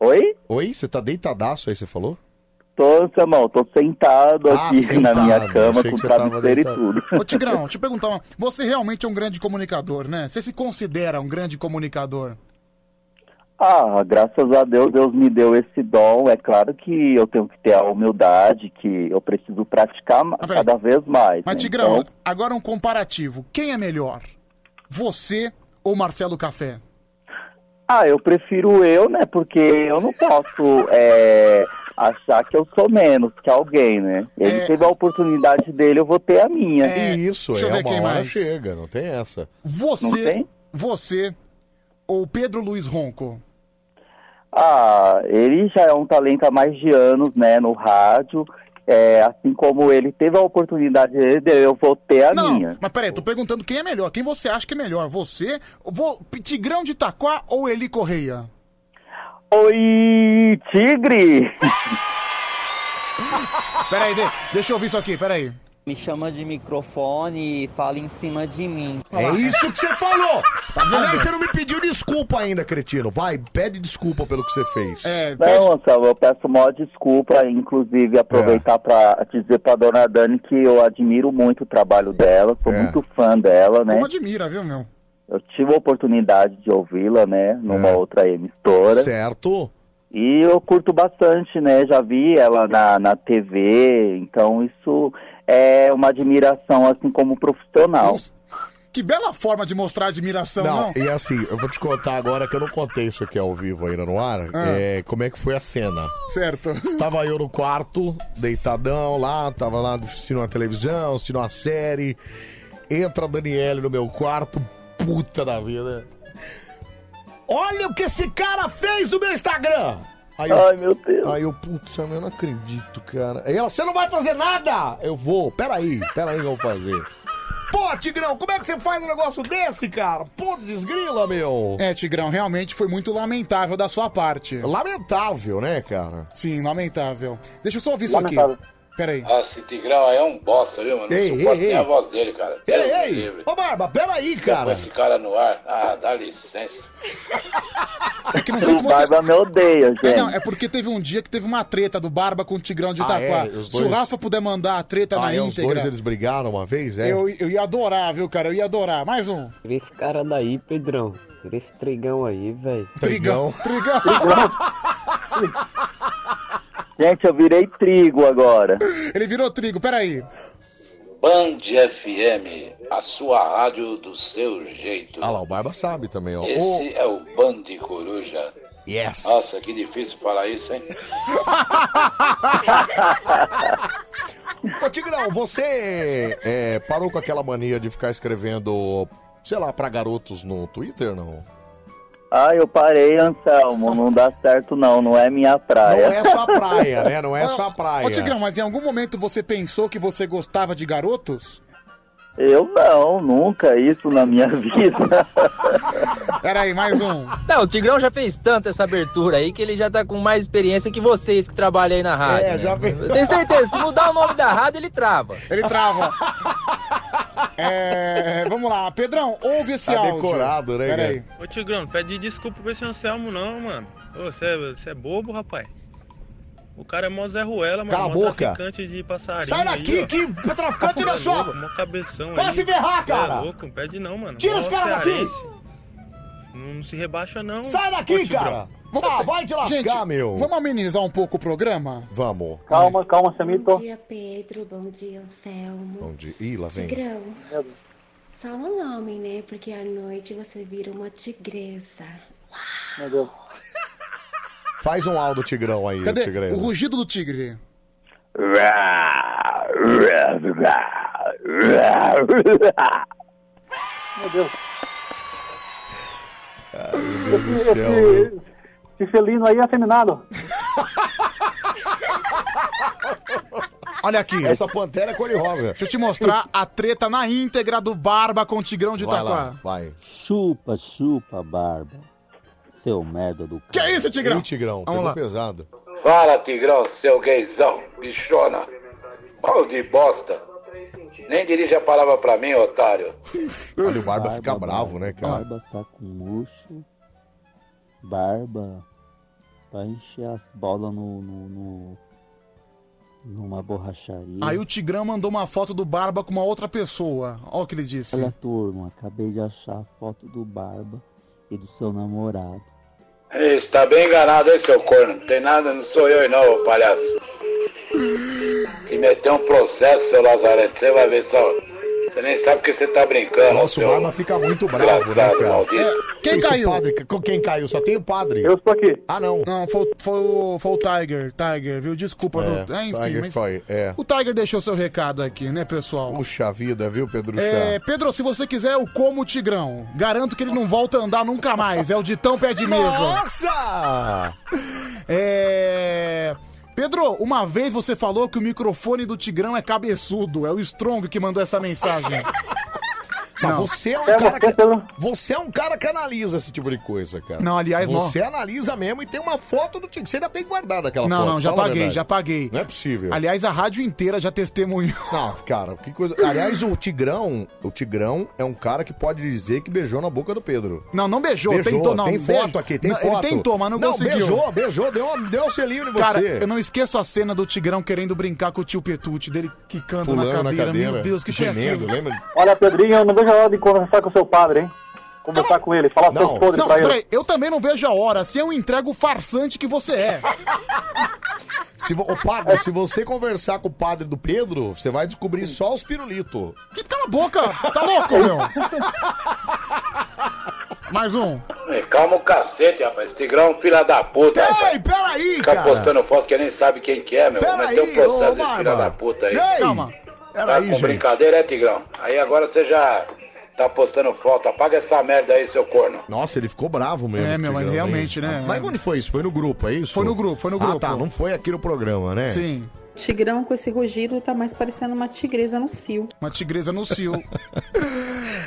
Oi? Oi? Você tá deitadaço aí, você falou? Tô, Samuel, tô sentado Ah, aqui sentado. na minha cama Achei com que você tava travesseiro e deitado. tudo. Ô, Tigrão, deixa eu perguntar uma... Você realmente é um grande comunicador, né? Você se considera um grande comunicador? Ah, graças a Deus, Deus me deu esse dom. É claro que eu tenho que ter a humildade, que eu preciso praticar Tá ma- cada vez mais. Mas, né? Tigrão, Então, agora um comparativo. Quem é melhor? Você ou Marcelo Café? ah, eu prefiro eu, né? Porque eu não posso é, achar que eu sou menos que alguém, né? Ele teve a oportunidade dele, eu vou ter a minha. Isso, é uma hora chega, não tem essa. Não Você, tem? você ou Pedro Luiz Ronco? Ah, ele já é um talento há mais de anos, né, no rádio. É, assim como ele teve a oportunidade dele, eu vou ter a Não, minha. mas peraí, tô perguntando quem é melhor. Quem você acha que é melhor? Você, vo- Tigrão de Itaquá ou Eli Correia? Oi, tigre! Peraí, de- deixa eu ouvir isso aqui, peraí. Me chama de microfone e fala em cima de mim. É isso que você falou! Tá vendo? vendo? Você não me pediu desculpa ainda, cretino. Vai, pede desculpa pelo que você fez. É, Não, Anselmo, eu peço maior desculpa, inclusive É. aproveitar pra dizer pra dona Dani que eu admiro muito o trabalho dela, sou muito fã dela, né? É. Como admira, viu, meu? É. Eu tive a oportunidade de ouvi-la, né, numa outra emissora. Certo. E eu curto bastante, né? Já vi ela na, na TV, então isso é uma admiração, assim, como profissional. Que bela forma de mostrar admiração, não? Não, e assim, eu vou te contar agora que eu não contei isso aqui ao vivo ainda no ar. Ah. é, como é que foi a cena? Certo. Estava eu no quarto, deitadão lá, tava lá assistindo uma televisão, assistindo uma série. Entra a Daniele no meu quarto, puta da vida. Olha o que esse cara fez no meu Instagram! Aí eu- Ai, meu Deus. Aí eu, putz, eu não acredito, cara. Aí ela, você não vai fazer nada! Eu vou, peraí, peraí que eu vou fazer. Pô, Tigrão, como é que você faz um negócio desse, cara? Pô, desgrila, meu. É, Tigrão, realmente foi muito lamentável da sua parte. Lamentável, né, cara? Sim, lamentável. Deixa eu só ouvir isso Lamentável. aqui. Peraí. Ah, esse Tigrão aí é um bosta, viu, mano? Ei, não suporto ei, nem ei. a voz dele, cara. Deus me livre. Ô, Barba, peraí, Fica com cara. esse cara no ar. Ah, dá licença. o Barba me odeia, gente. É, não, é porque teve um dia que teve uma treta do Barba com o Tigrão de Ah, Itaquá. é? Os Se o dois- Rafa puder mandar a treta tá na Ah, é, os dois íntegra, eles brigaram uma vez, é? eu, eu ia adorar, viu, cara? Eu ia adorar. Mais um. Vê esse cara daí, Pedrão. Vê esse trigão aí, velho. Trigão. Trigão. Gente, eu virei trigo agora. Ele virou trigo, peraí. Band FM, a sua rádio do seu jeito. Ah lá, o Barba sabe também, ó. Esse é o Band Coruja. Yes. Nossa, que difícil falar isso, hein? Ô, Tigrão, você é, parou com aquela mania de ficar escrevendo, sei lá, pra garotos no Twitter, não? Ah, eu parei, Anselmo. Não dá certo, não. Não é minha praia. Não é sua praia, né? Não é sua praia. Ô, Tigrão, mas em algum momento você pensou que você gostava de garotos? Eu não, nunca isso na minha vida. Peraí, mais um. Não, o Tigrão já fez tanto essa abertura aí que ele já tá com mais experiência que vocês que trabalham aí na rádio. É, né? já fez. Eu tenho certeza, se mudar o nome da rádio, ele trava. Ele trava. É, vamos lá, Pedrão, ouve esse Tá áudio. né, Peraí. Ô Tigrão, não pede desculpa pra esse Anselmo não, mano. Ô, você é, você é bobo, rapaz. O cara é mó Zé Ruela, mano. Cala a mó boca. traficante de passarinho Sai daqui, aí, ó. que traficante da Tá sua- louco, Mó cabeção Vai aí. se ferrar, Cê cara. É louco, não pede não, mano. Tira Mó os caras daqui. cearense. Não, não se rebaixa não. Sai daqui, Ô, Tigrão. cara. Ah, vai te lascar, Gente, meu. vamos amenizar um pouco o programa? Vamos. Calma, calma, Bom dia, Pedro. Bom dia, Anselmo. Onde? Ih, lá vem. Tigrão. Só um nome, né? Porque à noite você vira uma tigresa. Faz um áudio, Tigrão, aí, Cadê? Tigrão. O rugido do tigre. Ah, uh. Meu Deus. Deus do Esse, céu, esse, esse felino aí é afeminado. Olha aqui. Essa pantera é cor-de-rosa. Deixa eu te mostrar a treta na íntegra do Barba com o Tigrão de Vai Itaquá. lá, vai. Chupa, chupa, barba. Seu merda do Que é isso, Tigrão? Ih, Tigrão, Vamos pegou lá. pesado. Fala, Tigrão, seu gaysão, bichona. Pau de bosta. Nem dirige a palavra pra mim, otário. Olha, o Barba fica bravo, né, cara? Barba, saco murcho. Barba. Pra encher as bolas no, no- no- numa borracharia. Aí o Tigrão mandou uma foto do Barba com uma outra pessoa. Olha o que ele disse. Olha, turma, acabei de achar a foto do Barba e do seu namorado. Isso, tá bem enganado, hein, seu corno? Não tem nada, não sou eu não, ô palhaço. Se meter um processo, seu Lazarete, você vai ver só. Você nem sabe que você tá brincando, Nossa, o seu Barba fica muito bravo, né, desgraçado cara? maldito. É, Quem Isso, caiu? padre, com quem caiu? Só tem o padre. Eu estou aqui. Ah, não. Não, foi, o- foi o, foi o Tiger, Tiger, viu? Desculpa, viu? É, enfim, Tiger mas- foi, é. O Tiger deixou seu recado aqui, né, pessoal? Puxa vida, viu, Pedro É, Chá? Pedro, se você quiser, eu como o Tigrão. Garanto que ele não volta a andar nunca mais. É o ditão pé de mesa. Nossa! É. Pedro, uma vez você falou que o microfone do Tigrão é cabeçudo. É o Strong que mandou essa mensagem. Mas Não. você é um É cara você, que, você é um cara que analisa esse tipo de coisa, cara. Não, aliás, não. você é analisa mesmo e tem uma foto do Tigrão. Você ainda tem guardada aquela Não, foto? não, já fala a paguei, verdade. já paguei. Não é possível. Aliás, a rádio inteira já testemunhou. Não, cara, que coisa. Aliás, o Tigrão, o Tigrão é um cara que pode dizer que beijou na boca do Pedro. Não, não beijou, Beijou, tentou, não. Tem beijo. foto aqui, tem Não, foto. Ele tentou, mas não, conseguiu. Beijou, beijou, deu, uma- deu um selinho em você. Cara, eu não esqueço a cena do Tigrão querendo brincar com o tio Petute, dele quicando Pulando na, na cadeira. cadeira, Meu Deus, que foi gemendo, aquilo? lembra? Olha, Pedrinho, eu não vejo a hora de conversar com seu padre, hein? conversar com ele, falar seus podres não, pra ele. peraí, eu também não vejo a hora. Se eu entrego o farsante que você é. Se, vo- ô, padre, se você conversar com o padre do Pedro, você vai descobrir só os pirulitos. Que cala a boca! Tá louco, meu? Mais um. É, calma o cacete, rapaz. Esse Tigrão é um filha da puta, rapaz. Ei, peraí, Fica cara. postando foto que nem sabe quem que é, meu. Pera Vai meter aí, um processo ô, desse filha Barba. da puta aí. Ei, Calma. Tá com brincadeira, é, Tigrão? Aí agora você já tá postando foto. Apaga essa merda aí, seu corno. Nossa, ele ficou bravo mesmo. É, meu, mas Tigrão, hein? realmente, né? Mas onde foi isso? Foi no grupo, é isso? Foi no grupo, foi no Ah, grupo. tá, não foi aqui no programa, né? Sim. Tigrão com esse rugido tá mais parecendo uma tigresa no cio. Uma tigresa no cio.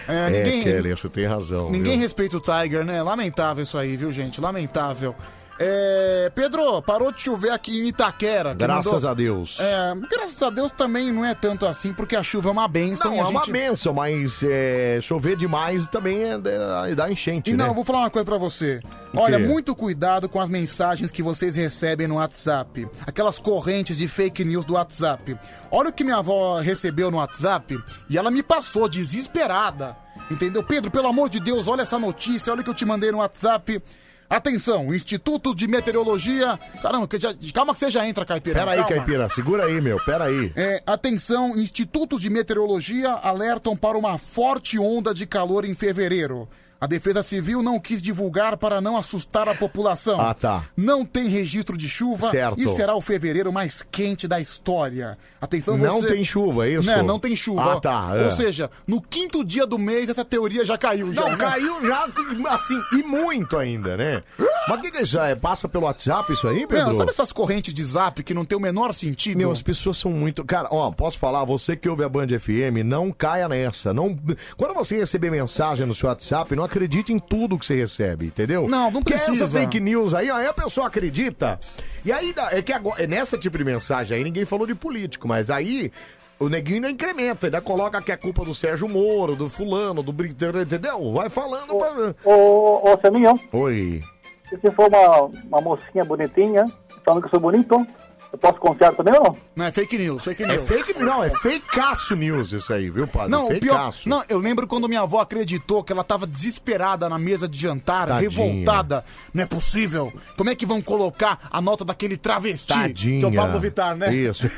É, É, ninguém, Kelly, acho que tem razão. ninguém viu? respeita o Tiger, né? Lamentável isso aí, viu, gente? Lamentável. É, Pedro, parou de chover aqui em Itaquera. que Graças mandou- a Deus. É, graças a Deus também não é tanto assim, porque a chuva é uma benção. Não, e a é uma gente- benção, mas é, chover demais também é, é- dá enchente, E né? não, eu vou falar uma coisa pra você. O Olha, quê? muito cuidado com as mensagens que vocês recebem no WhatsApp. Aquelas correntes de fake news do WhatsApp. Olha o que minha avó recebeu no WhatsApp e ela me passou desesperada. Entendeu? Pedro, pelo amor de Deus, olha essa notícia, olha o que eu te mandei no WhatsApp. Atenção, Instituto de Meteorologia. Caramba, que já- calma que você já entra, Caipira. Pera aí, calma. Caipira, segura aí, meu, pera aí. É, atenção, institutos de meteorologia alertam para uma forte onda de calor em fevereiro. A Defesa Civil não quis divulgar para não assustar a população. Ah, tá. Não tem registro de chuva Certo. e será o fevereiro mais quente da história. Atenção, você... Não tem chuva, é isso? Né, não tem chuva. Ah, tá, Ou é. seja, no quinto dia do mês essa teoria já caiu. já, Não, né? caiu já, assim, e muito ainda, né? Mas o que, que já é? Passa pelo WhatsApp isso aí, Pedro? Meu, sabe essas correntes de zap que não tem o menor sentido? Meu, as pessoas são muito. Cara, ó, posso falar, você que ouve a Band FM, não caia nessa. Não... Quando você receber mensagem no seu WhatsApp, não acredite em tudo que você recebe, entendeu? Não, não Porque Essa precisa. fake news aí, ó, aí a pessoa acredita. E aí, dá- é que agora, é nessa tipo de mensagem aí, ninguém falou de político, mas aí. O neguinho ainda incrementa, ainda coloca que é culpa do Sérgio Moro, do fulano, do Brin- entendeu? Vai falando. pra- Ô, ô, Saminho, Oi. se você for uma, uma mocinha bonitinha, falando que eu sou bonito, eu posso confiar também ou não? Não, é fake news, fake É news. fake Não, é fakeaço news isso aí, viu, padre? Não, o pior, Fakeaço. não, eu lembro quando minha avó acreditou que ela tava desesperada na mesa de jantar, Tadinha. revoltada. Não é possível. Como é que vão colocar a nota daquele travesti? Que é o Pablo Vittar, né? Isso.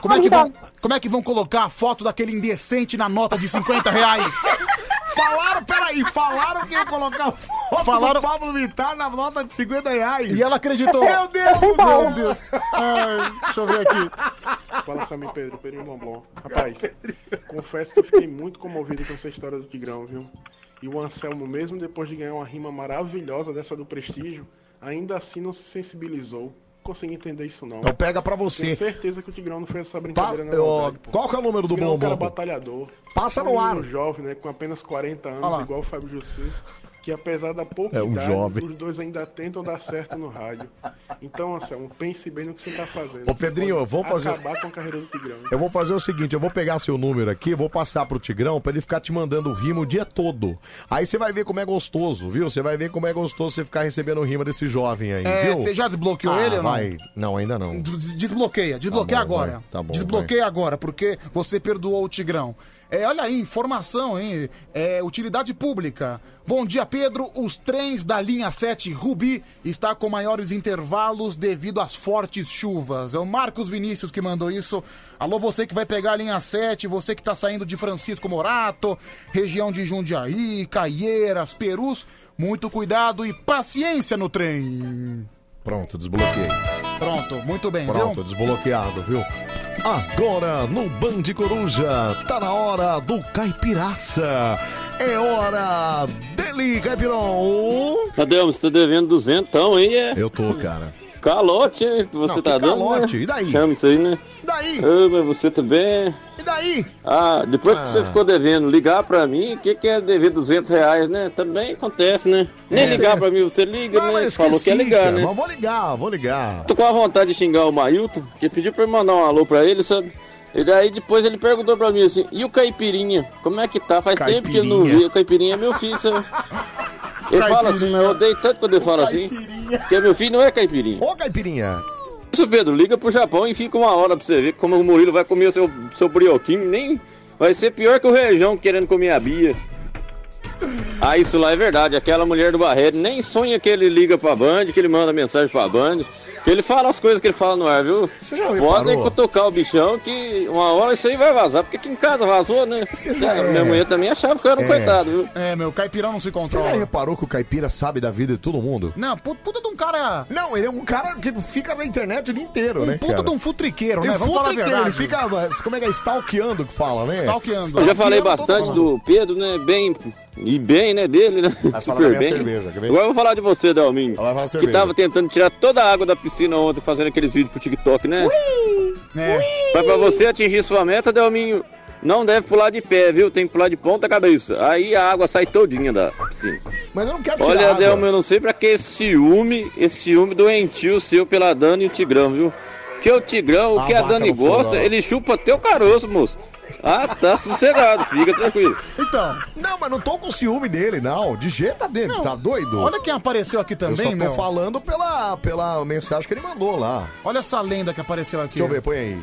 Como é, que vão, como é que vão colocar a foto daquele indecente na nota de 50 reais? Falaram, peraí, falaram que ia colocar foto Falaram- do Pablo Vittar na nota de 50 reais. E ela acreditou. Meu Deus, Meu Deus. Ai, deixa eu ver aqui. Fala Samir Pedro, Pedrinho Blomblom. Rapaz, confesso que eu fiquei muito comovido com essa história do Tigrão, viu? E o Anselmo, mesmo depois de ganhar uma rima maravilhosa dessa do Prestígio, ainda assim não se sensibilizou. Não consegui entender isso, não. Não, pega pra você. Tenho certeza que o Tigrão não fez essa brincadeira Pa- na ó, verdade, pô. qual que é o número do Tigrão é um cara Blomblom? batalhador. Passa É um no menino ar. jovem, né? Com apenas 40 Olha anos, lá. igual o Fábio Jussi. Que apesar da pouca É um idade, jovem. os dois ainda tentam dar certo no rádio. Então, Anselmo, pense bem no que você tá fazendo. Ô, Pedrinho, Você pode vamos fazer- um- Acabar com a carreira do Tigrão. Eu vou fazer o seguinte, eu vou pegar seu número aqui, vou passar pro Tigrão pra ele ficar te mandando rima o dia todo. Aí você vai ver como é gostoso, viu? Você vai ver como é gostoso você ficar recebendo rima desse jovem aí, É, viu? você já desbloqueou Ah, ele ou não? vai. Não, ainda não. Des- Desbloqueia, desbloqueia Tá bom, agora. vai, tá bom, desbloqueia agora, porque você perdoou o Tigrão. É, olha aí, informação, hein? É, utilidade pública. Bom dia, Pedro. Os trens da linha 7 Rubi está com maiores intervalos devido às fortes chuvas. É o Marcos Vinícius que mandou isso. Alô, você que vai pegar a linha 7, você que está saindo de Francisco Morato, região de Jundiaí, Caieiras, Perus. Muito cuidado e paciência no trem. Pronto, desbloqueei. Pronto, muito bem, viu? Pronto, desbloqueado, viu? Agora no Band Coruja, tá na hora do Caipiraça. É hora dele, Caipirão. Adelmo, você tá devendo duzentão, hein? É. Eu tô, cara. Calote, hein? Que você Não, tá que dando. calote? né? E daí? Chama isso aí, né? E daí? Ah, mas você também. E daí? Ah, depois Ah. que você ficou devendo ligar pra mim, o que, que é dever 200 reais, né? Também acontece, né? Nem É. ligar pra mim você liga, Ah, mas né? eu Falou que ia esqueci, ligar, cara, né? Mas vou ligar, vou ligar. Tô com a vontade de xingar o Mailton, que pediu pra eu mandar um alô pra ele, sabe? E daí depois ele perguntou pra mim assim, e o Caipirinha? Como é que tá? Faz tempo que eu não Caipirinha. vi. O Caipirinha é meu filho, sabe? Ele fala assim, mas eu odeio tanto quando ele fala assim, que meu filho não é Caipirinha. Ô, Caipirinha! Isso, Pedro, liga pro Japão e fica uma hora pra você ver como o Murilo vai comer o seu, seu brioquinho, nem... Vai ser pior que o Região querendo comer a Bia. Ah, isso lá é verdade. Aquela mulher do Barreiro nem sonha que ele liga pra Band, que ele manda mensagem pra Band. Que ele fala as coisas que ele fala no ar, viu? Você já me Podem parou? cutucar o bichão que uma hora isso aí vai vazar. Porque aqui em casa vazou, né? já- Minha mulher também achava que eu era um É. coitado, viu? É, meu, caipirão não se Você já controla. reparou que o caipira sabe da vida de todo mundo? Não, pu- puta de um cara. Não, ele é um cara que fica na internet o dia inteiro, um né? puta cara? de um futriqueiro, né? Ele Vamos falar a futriqueiro, verdade. Ele fica, mas como é que é? Stalkeando que fala, né? Stalkeando. Eu já falei bastante do Pedro, né? Bem. E bem, né? Dele, né? Vai falar da Super minha bem. cerveja, quer ver? Agora eu vou falar de você, Dalminho. Que cerveja. tava tentando tirar toda a água da piscina ontem, fazendo aqueles vídeos pro TikTok, né? Né. É. Mas pra você atingir sua meta, Delminho, não deve pular de pé, viu? Tem que pular de ponta cabeça. Aí a água sai todinha da piscina. Mas eu não quero tirar Olha, água. Delmo, eu não sei pra que esse ciúme, esse ciúme doentio seu pela Dani e o Tigrão, viu? Que o Tigrão, o A que a Ah, vaca Dani no fogão. gosta, ele chupa teu caroço, moço. Ah, tá sossegado, fica tranquilo. Então. Não, mas não tô com ciúme dele, não. De jeito dele, tá doido? Olha quem apareceu aqui também, eu só tô meu. falando pela, pela mensagem que ele mandou lá. Olha essa lenda que apareceu aqui. Deixa eu ver, põe aí.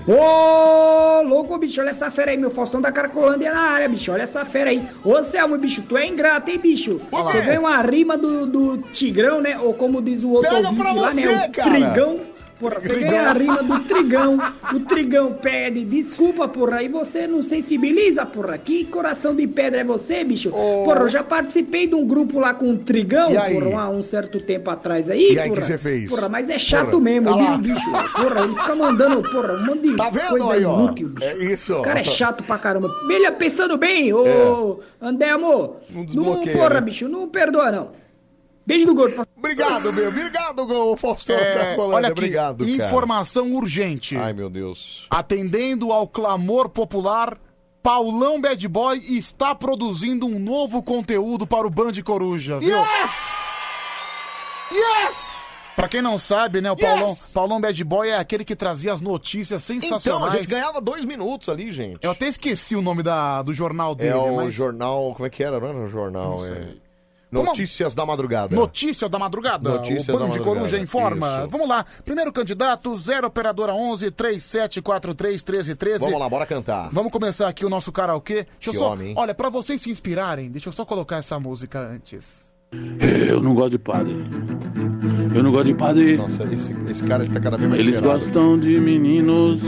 Ô, louco, bicho, olha essa fera aí, meu Faustão da Caracolândia na área, bicho, olha essa fera aí. Ô, Selmo, bicho, tu é ingrato, hein, bicho? Você ganha uma rima do, do Tigrão, né, ou como diz o outro Pega ouvinte pra lá, você, né, o cara. Trigão. Porra, você Trigão. ganha a rima do Trigão, o Trigão pede desculpa, porra, e você não sensibiliza, porra. Que coração de pedra é você, bicho? Porra, eu já participei de um grupo lá com o Trigão, E aí? porra, há um certo tempo atrás aí, E aí, porra. que você fez? Porra, mas é chato Porra. mesmo, Ah lá. viu, bicho? Porra, ele fica mandando, porra, um monte de Tá vendo coisa aí, ó? inútil, bicho. É isso, ó. O cara é chato pra caramba. Melhor pensando bem, ô André, amor. É. Não Não, desbloqueia, porra, né? bicho, não perdoa, não. Beijo do gordo. Obrigado, meu. Obrigado, Gol Faustão. É, Caracolândia. olha aqui, Obrigado, cara. informação urgente. Ai, meu Deus. Atendendo ao clamor popular, Paulão Bad Boy está produzindo um novo conteúdo para o Band Coruja, viu? Yes! Yes! Pra quem não sabe, né, o Paulão, Paulão Bad Boy é aquele que trazia as notícias Então, a sensacionais. gente ganhava dois minutos ali, gente. Eu até esqueci o nome da, do jornal dele, É o mas... jornal. Como é que era? Não era um jornal, Não é. sei. Notícias da madrugada. Notícia da madrugada. Notícias o da Band de madrugada, Coruja informa. isso. Vamos lá. Primeiro candidato, 0 operadora 11 3743 1313. Vamos lá, bora cantar. Vamos começar aqui o nosso karaokê. Deixa eu Que só. homem, hein? Olha, pra vocês se inspirarem, deixa eu só colocar essa música antes. Eu não gosto de padre. Eu não gosto de padre. Nossa, esse, esse cara ele tá cada vez mais Eles cheirado. gostam de meninos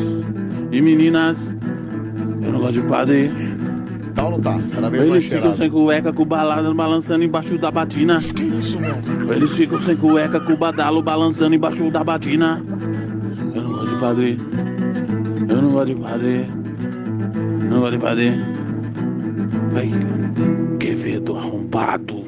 e meninas. Eu não gosto de padre. Tá ou não tá? Cada vez mais Eles ficam cheirado. sem cueca, com balada, balançando embaixo da batina. Que isso, meu? Eles ficam sem cueca, com badalo, balançando embaixo da batina. Eu não gosto de padre. Eu não gosto de padre. Eu não gosto de padre. Vai, que vedo arrombado.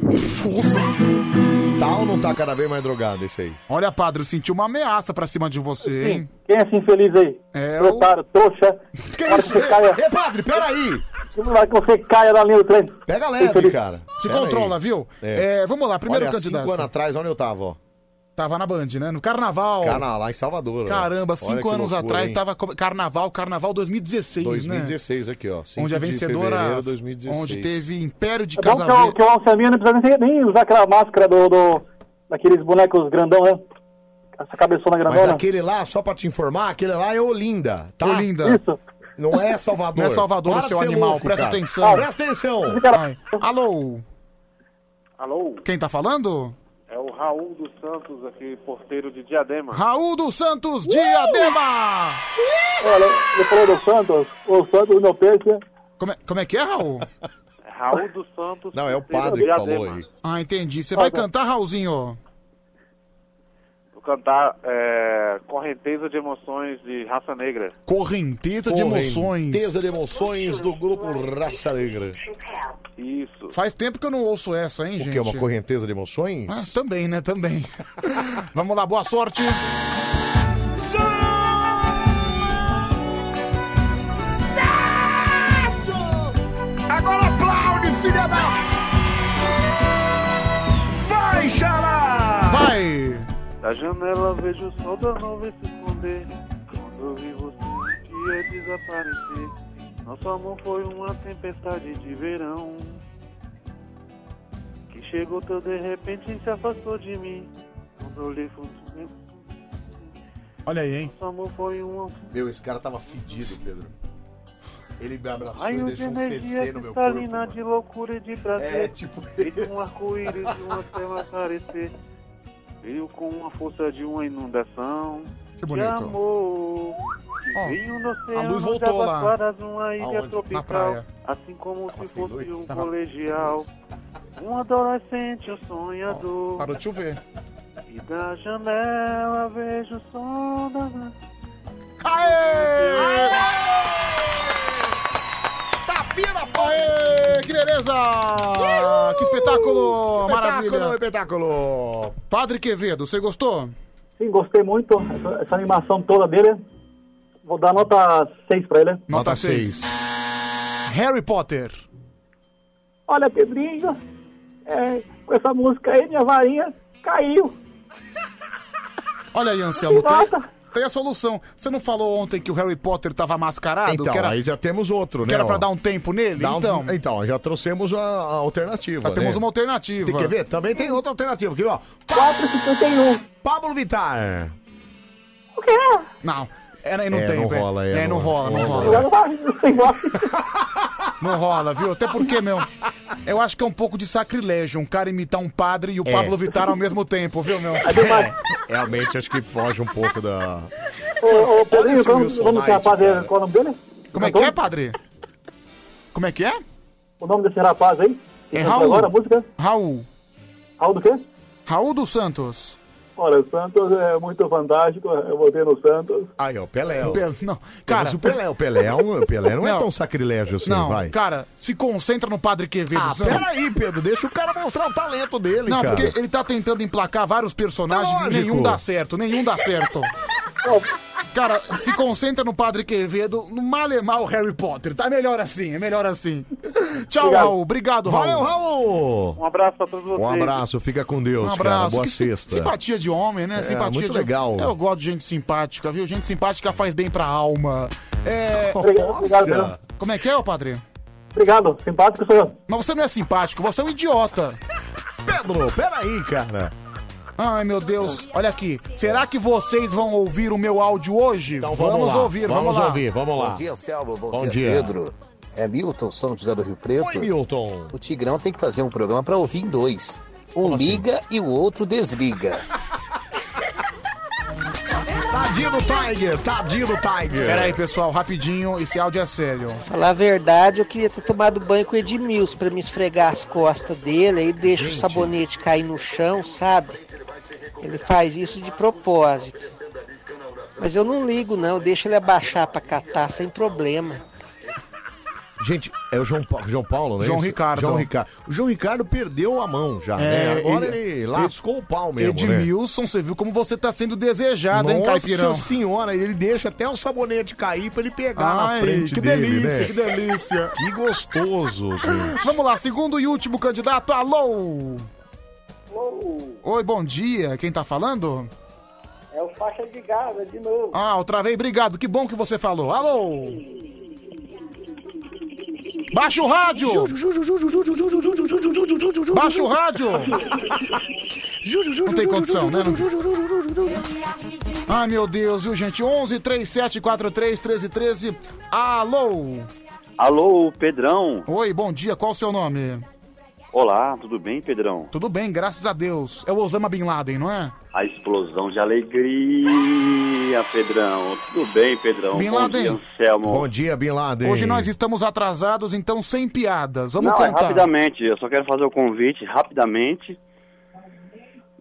Tá ou não tá cada vez mais drogado esse aí? Olha, padre, eu senti uma ameaça pra cima de você, hein? Quem é esse infeliz aí? É o- Otário, trouxa. Que Na hora isso? que você Ei, caia- ei, padre, peraí! Na hora que você caia na linha do trem. Pega leve, Infeliz. cara. Então Se Pera controla, aí. viu? É. É, vamos lá, primeiro Olha, há candidato. Cinco anos atrás, onde eu tava, ó. Tava na Band, né? No carnaval. Cara, lá em Salvador. ó. Caramba, Olha que cinco anos loucura, atrás hein? tava co- carnaval, carnaval 2016, né? 2016 aqui, ó. 5 onde a de vencedora, fevereiro, 2016. onde teve Império de É bom que Casaverde. o, que o Alcemir não precisa nem, nem usar aquela máscara do, do- daqueles bonecos grandão, né? Essa cabeçona Mas grandona. aquele lá, só pra te informar, aquele lá é Olinda, tá? Olinda. Isso. Não é Salvador. Não é Salvador, Para de seu ser animal, louco, presta cara. atenção. Ah, presta atenção. Ai. Alô, Alô, quem tá falando? é o Raul dos Santos aqui, porteiro de Diadema. Raul dos Santos Diadema! Olha, ele falou do Santos, o Santos não pensa. Como é, como é que é, Raul? É Raul dos Santos. Não, é o porteiro padre de que falou Diadema. aí. Ah, entendi. Você tá. vai cantar, Raulzinho? Vou cantar é, Correnteza de Emoções de Raça Negra. Correnteza de emoções. Correnteza de emoções do grupo Raça Negra. Isso. Faz tempo que eu não ouço essa, hein, O gente? que é uma correnteza de emoções? Ah, também, né? Também. Ah, Vamos lá, boa sorte. Agora aplaude, filha da. Vai, Xará! Vai! Da janela vejo o sol da nuvem se esconder. Quando eu vi você, queria desaparecer. Nosso amor foi uma tempestade de verão. Que chegou tão de repente e se afastou de mim. Quando eu um lhe fui. Olha aí, hein? Nosso amor foi uma Meu, esse cara tava fedido, Pedro. Ele me abraçou e Raio de deixou um CC energia no meu corpo. cristalina de loucura e de prazer. É, tipo Feito um arco-íris de uma tela aparecer. Veio com a força de uma inundação. Que bonito. De amor. Que Ó, veio no a oceano luz voltou de lá. Abaquaras, numa ilha Aonde? Na tropical. praia. assim como se sem fosse luz? um Tava- colegial. Um adolescente, um sonhador. tá Parou de chover. E da janela vejo o som da... Tapira, Aê, que beleza! Que espetáculo! Que Maravilha! espetáculo! Padre Quevedo, você gostou? Sim, gostei muito. Essa, essa animação toda dele. Vou dar nota 6 pra ele. Nota 6. Harry Potter. Olha, Pedrinho, é, com essa música aí, minha varinha caiu. Olha aí, Anselmo, tem, tem a solução. Você não falou ontem que o Harry Potter tava mascarado? Então, Ah, que era, aí já temos outro, né? que era ó. pra dar um tempo nele? Dá um- Então, então, já trouxemos a, a alternativa. Já temos né? uma alternativa. Tem que ver? Também tem outra alternativa aqui, ó. 451. Pablo Vittar. um. O quê? não. Era aí né, não É, tem, não velho. rola, é, é, não não rola, não rola. rola. Não rola, viu? Até porque, meu, eu acho que é um pouco de sacrilégio um cara imitar um padre e o É. Pablo Vittar ao mesmo tempo, viu, meu? É, realmente, acho que foge um pouco da... Ô, ô Pedrinho, esse como, É. Wilson como que é a Knight, paz cara. dele? Qual é o nome dele? Como é que é, padre? Como é que é? O nome desse rapaz aí? Que É cantou Raul. Agora a música? Raul. Raul do quê? Raul dos Santos. Olha, o Santos é muito fantástico. Eu votei no Santos. Aí, ó, Pelé. ó. Pe- Não, cara. Mas É o Pelé, o Pelé, é um- o Pelé não, é Não. tão sacrilégio assim, não, vai. cara, se concentra no Padre Quevedo. Ah, peraí, Pedro, deixa o cara mostrar o talento dele, Não, cara. porque ele tá tentando emplacar vários personagens É e lógico. nenhum dá certo, nenhum dá certo. Cara, se concentra no Padre Quevedo, no malemar o Harry Potter. Tá É melhor assim, é melhor assim. Tchau, Raul. Obrigado, Obrigado. Raul. Valeu, Raul! Um abraço pra todos vocês. Um abraço, fica com Deus, Um cara. abraço. Boa Que sim- sexta. Simpatia de homem, né? É, simpatia muito de... legal. Eu gosto de gente simpática, viu? Gente simpática faz bem pra alma. É... Obrigado, obrigado, Pedro. Como é que é, ô padre? Obrigado, simpático senhor. Mas você não é simpático, você é um idiota. Pedro, peraí, cara. Ai, meu Deus. Olha aqui. Será que vocês vão ouvir o meu áudio hoje? Então vamos lá. ouvir, vamos, Vamos lá. ouvir, vamos lá. Bom dia, Selva. Bom, Bom dia, dia. Pedro. É Milton, São José do Rio Preto. Oi, Milton. assim? O Tigrão tem que fazer um programa pra ouvir em dois. Um liga e o outro desliga. Tadinho do Tiger, tadinho do Tiger. Peraí, pessoal, rapidinho. Esse áudio é sério. Falar a verdade, eu queria ter tomado banho com o Edmilson pra me esfregar as costas dele, aí deixa o sabonete cair no chão, sabe? Ele faz isso de propósito. Mas eu não ligo não, deixa ele abaixar pra catar sem problema. Gente, é o João, Pa- João Paulo, né? João Isso? Ricardo. João Ricardo. O João Ricardo perdeu a mão já, É, né? Agora ele- ele, lascou o pau mesmo, né? Edmilson, você viu como você tá sendo desejado, hein, Nossa Caipirão? senhora, ele deixa até o sabonete cair pra ele pegar Ai, na frente que dele, delícia, né? que delícia. Que gostoso, gente. Vamos lá, segundo e último candidato. Alô! Oi, bom dia. Quem tá falando? É o faixa de Gaza, de novo. Ah, outra vez, obrigado. Que bom que você falou. Alô! Baixa o rádio! Baixa o rádio! Não tem condição, né? Ai, meu Deus, viu, gente? 11 3743 1313. Alô! Alô, Pedrão. Oi, bom dia. Qual o seu nome? Olá, tudo bem, Pedrão? Tudo bem, graças a Deus. É o Osama Bin Laden, não é? A explosão de alegria, Pedrão. Tudo bem, Pedrão? Bin Bom Laden. dia, Anselmo. Bom dia, Bin Laden. Hoje nós estamos atrasados, então sem piadas. Vamos Não, é cantar. rapidamente, eu só quero fazer o convite rapidamente.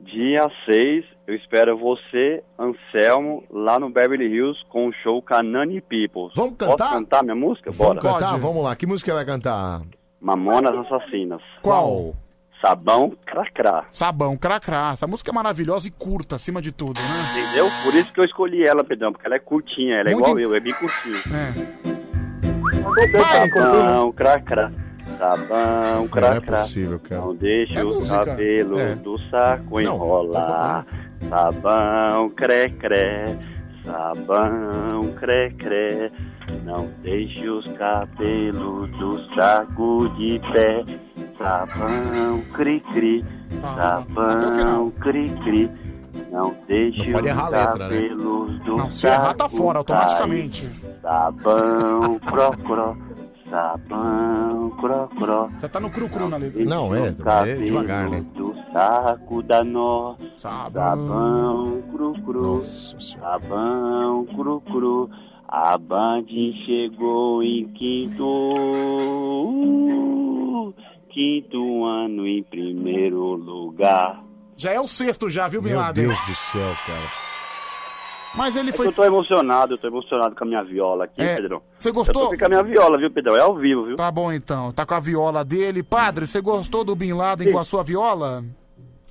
Dia 6, eu espero você, Anselmo, lá no Beverly Hills com o show Canani People. Vamos cantar? Posso cantar minha música? Vamos Bora. cantar? Vamos lá. Que música vai cantar? Mamonas Assassinas. Qual? Sabão Cracrá. Sabão, cracrá. Essa música é maravilhosa e curta, acima de tudo, né? Entendeu? Por isso que eu escolhi ela, Pedrão, porque ela é curtinha, ela é Muito igual in- eu, é bem curtinha. Tá Vai! Então, Sabão, cracra, Tá sabão, cracra. Não é possível, cara. Não deixa É o música. cabelo É. do saco tá enrolar. Sabão, cré, cré. Sabão, cré, cré. Não deixe os cabelos do saco de pé. Sabão, cri, cri. Tá, Sabão, cri, cri. Não deixe Não pode os errar a letra, né? cabelos do Não, se errar, tá saco fora cair. automaticamente. Sabão, crocro, sabão, crocró. Já tá no cru-cru na letra. Não, é, tá é devagar, né? um Do saco da nó. Sabão, cru-cru. Sabão, cru-cru. A Band chegou em quinto. Uh, Quinto ano em primeiro lugar. Já é o sexto já, viu, Bin Meu Laden? Deus do céu, cara. Mas ele É que eu tô emocionado, eu tô emocionado com a minha viola aqui, É, Pedrão. você gostou? Eu tô com a minha viola, viu, Pedrão? É ao vivo, viu? Tá bom então, tá com a viola dele. Padre, você gostou do Bin Laden com a sua viola?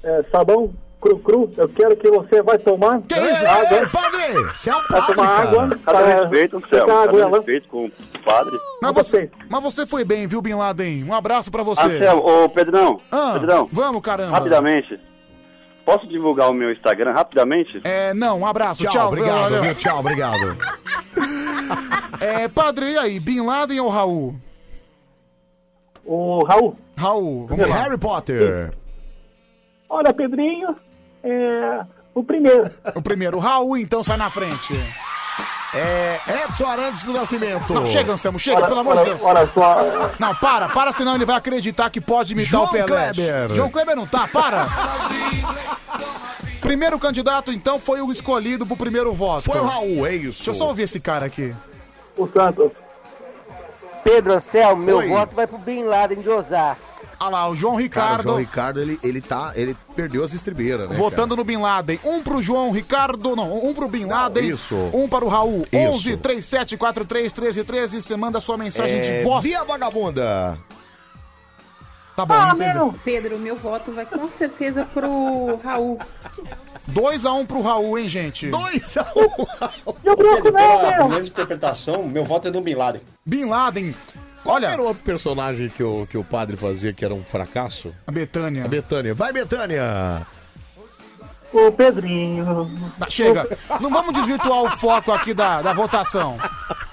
É, sabão cru-cru, eu quero que você vai tomar. Que isso? Tá, né? Água. Padre, você é um Vai tomar água. Cada para respeito, secar Anselmo. a Cada goela. respeito com o padre. Mas é você, mas você foi bem, viu, Bin Laden? Um abraço pra você. Anselmo, ô, Pedrão. Ah, Pedrão. Vamos, caramba. Rapidamente. Posso divulgar o meu Instagram rapidamente? É, não, um abraço. Tchau, Tchau, obrigado, valeu. viu? Tchau, obrigado. É, padre, e aí, Bin Laden ou Raul? O Raul. Raul, vamos lá. Harry Potter. Olha, Pedrinho, é, o primeiro. O primeiro, Raul, então sai na frente. É Edson Arantes do Nascimento. Não, chega, Anselmo, chega, pelo amor de Deus. Não, para, para, senão ele vai acreditar que pode imitar João o Pelé. Kleber. João Kleber não tá, para. primeiro candidato, então, foi o escolhido pro primeiro voto. Foi o Raul, é isso. Deixa eu só ouvir esse cara aqui. O Santos. Pedro Anselmo, meu Oi. voto vai pro Bin Laden de Osasco. Olha lá, o João Ricardo. Cara, o João Ricardo, ele, ele, tá, ele perdeu as estribeiras, né? Votando no Bin Laden. Um pro João Ricardo, não, um pro Bin Laden. isso. Um para o Raul. Isso. 11 37 43 13 13. Você manda sua cara? mensagem É, de voz. Via Vagabunda. Tá bom, entendeu? Pedro, meu voto vai com certeza pro Raul. 2x1 pro Raul, hein, gente? 2x1 Pedro, pela mesma interpretação, meu voto é do Bin Laden. Bin Laden. Olha. Era outro personagem que o, que o padre fazia que era um fracasso? A Betânia. A Betânia. Vai, Betânia! O Pedrinho. Tá, chega. Não vamos desvirtuar o foco aqui da, da votação.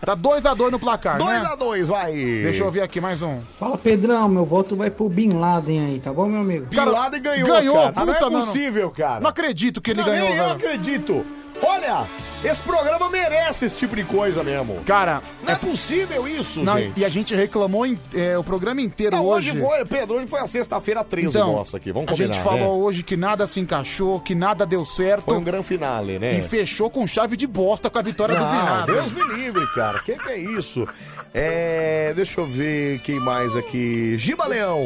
Tá 2x2 no placar, né? 2x2, vai. Deixa eu ver aqui mais um. Fala, Pedrão, meu voto vai pro Bin Laden aí, tá bom, meu amigo? Bin Laden ganhou, ganhou, cara. puta, não é mano. possível, cara. Não acredito que ele Não, ganhou, nem eu velho. acredito. Olha, esse programa merece esse tipo de coisa mesmo. Cara, não é, possível isso, Não, gente. e a gente reclamou em- é, o programa inteiro Não, hoje. Então, hoje foi, Pedro, hoje foi a sexta-feira 13 nossa aqui. Vamos a combinar, gente né? falou hoje que nada se encaixou, que nada deu certo. Foi um grande finale, né? E fechou com chave de bosta com a vitória do Não, Pinado. Deus me livre, cara. Que que é isso? É, deixa eu ver quem mais aqui. Giba Leão.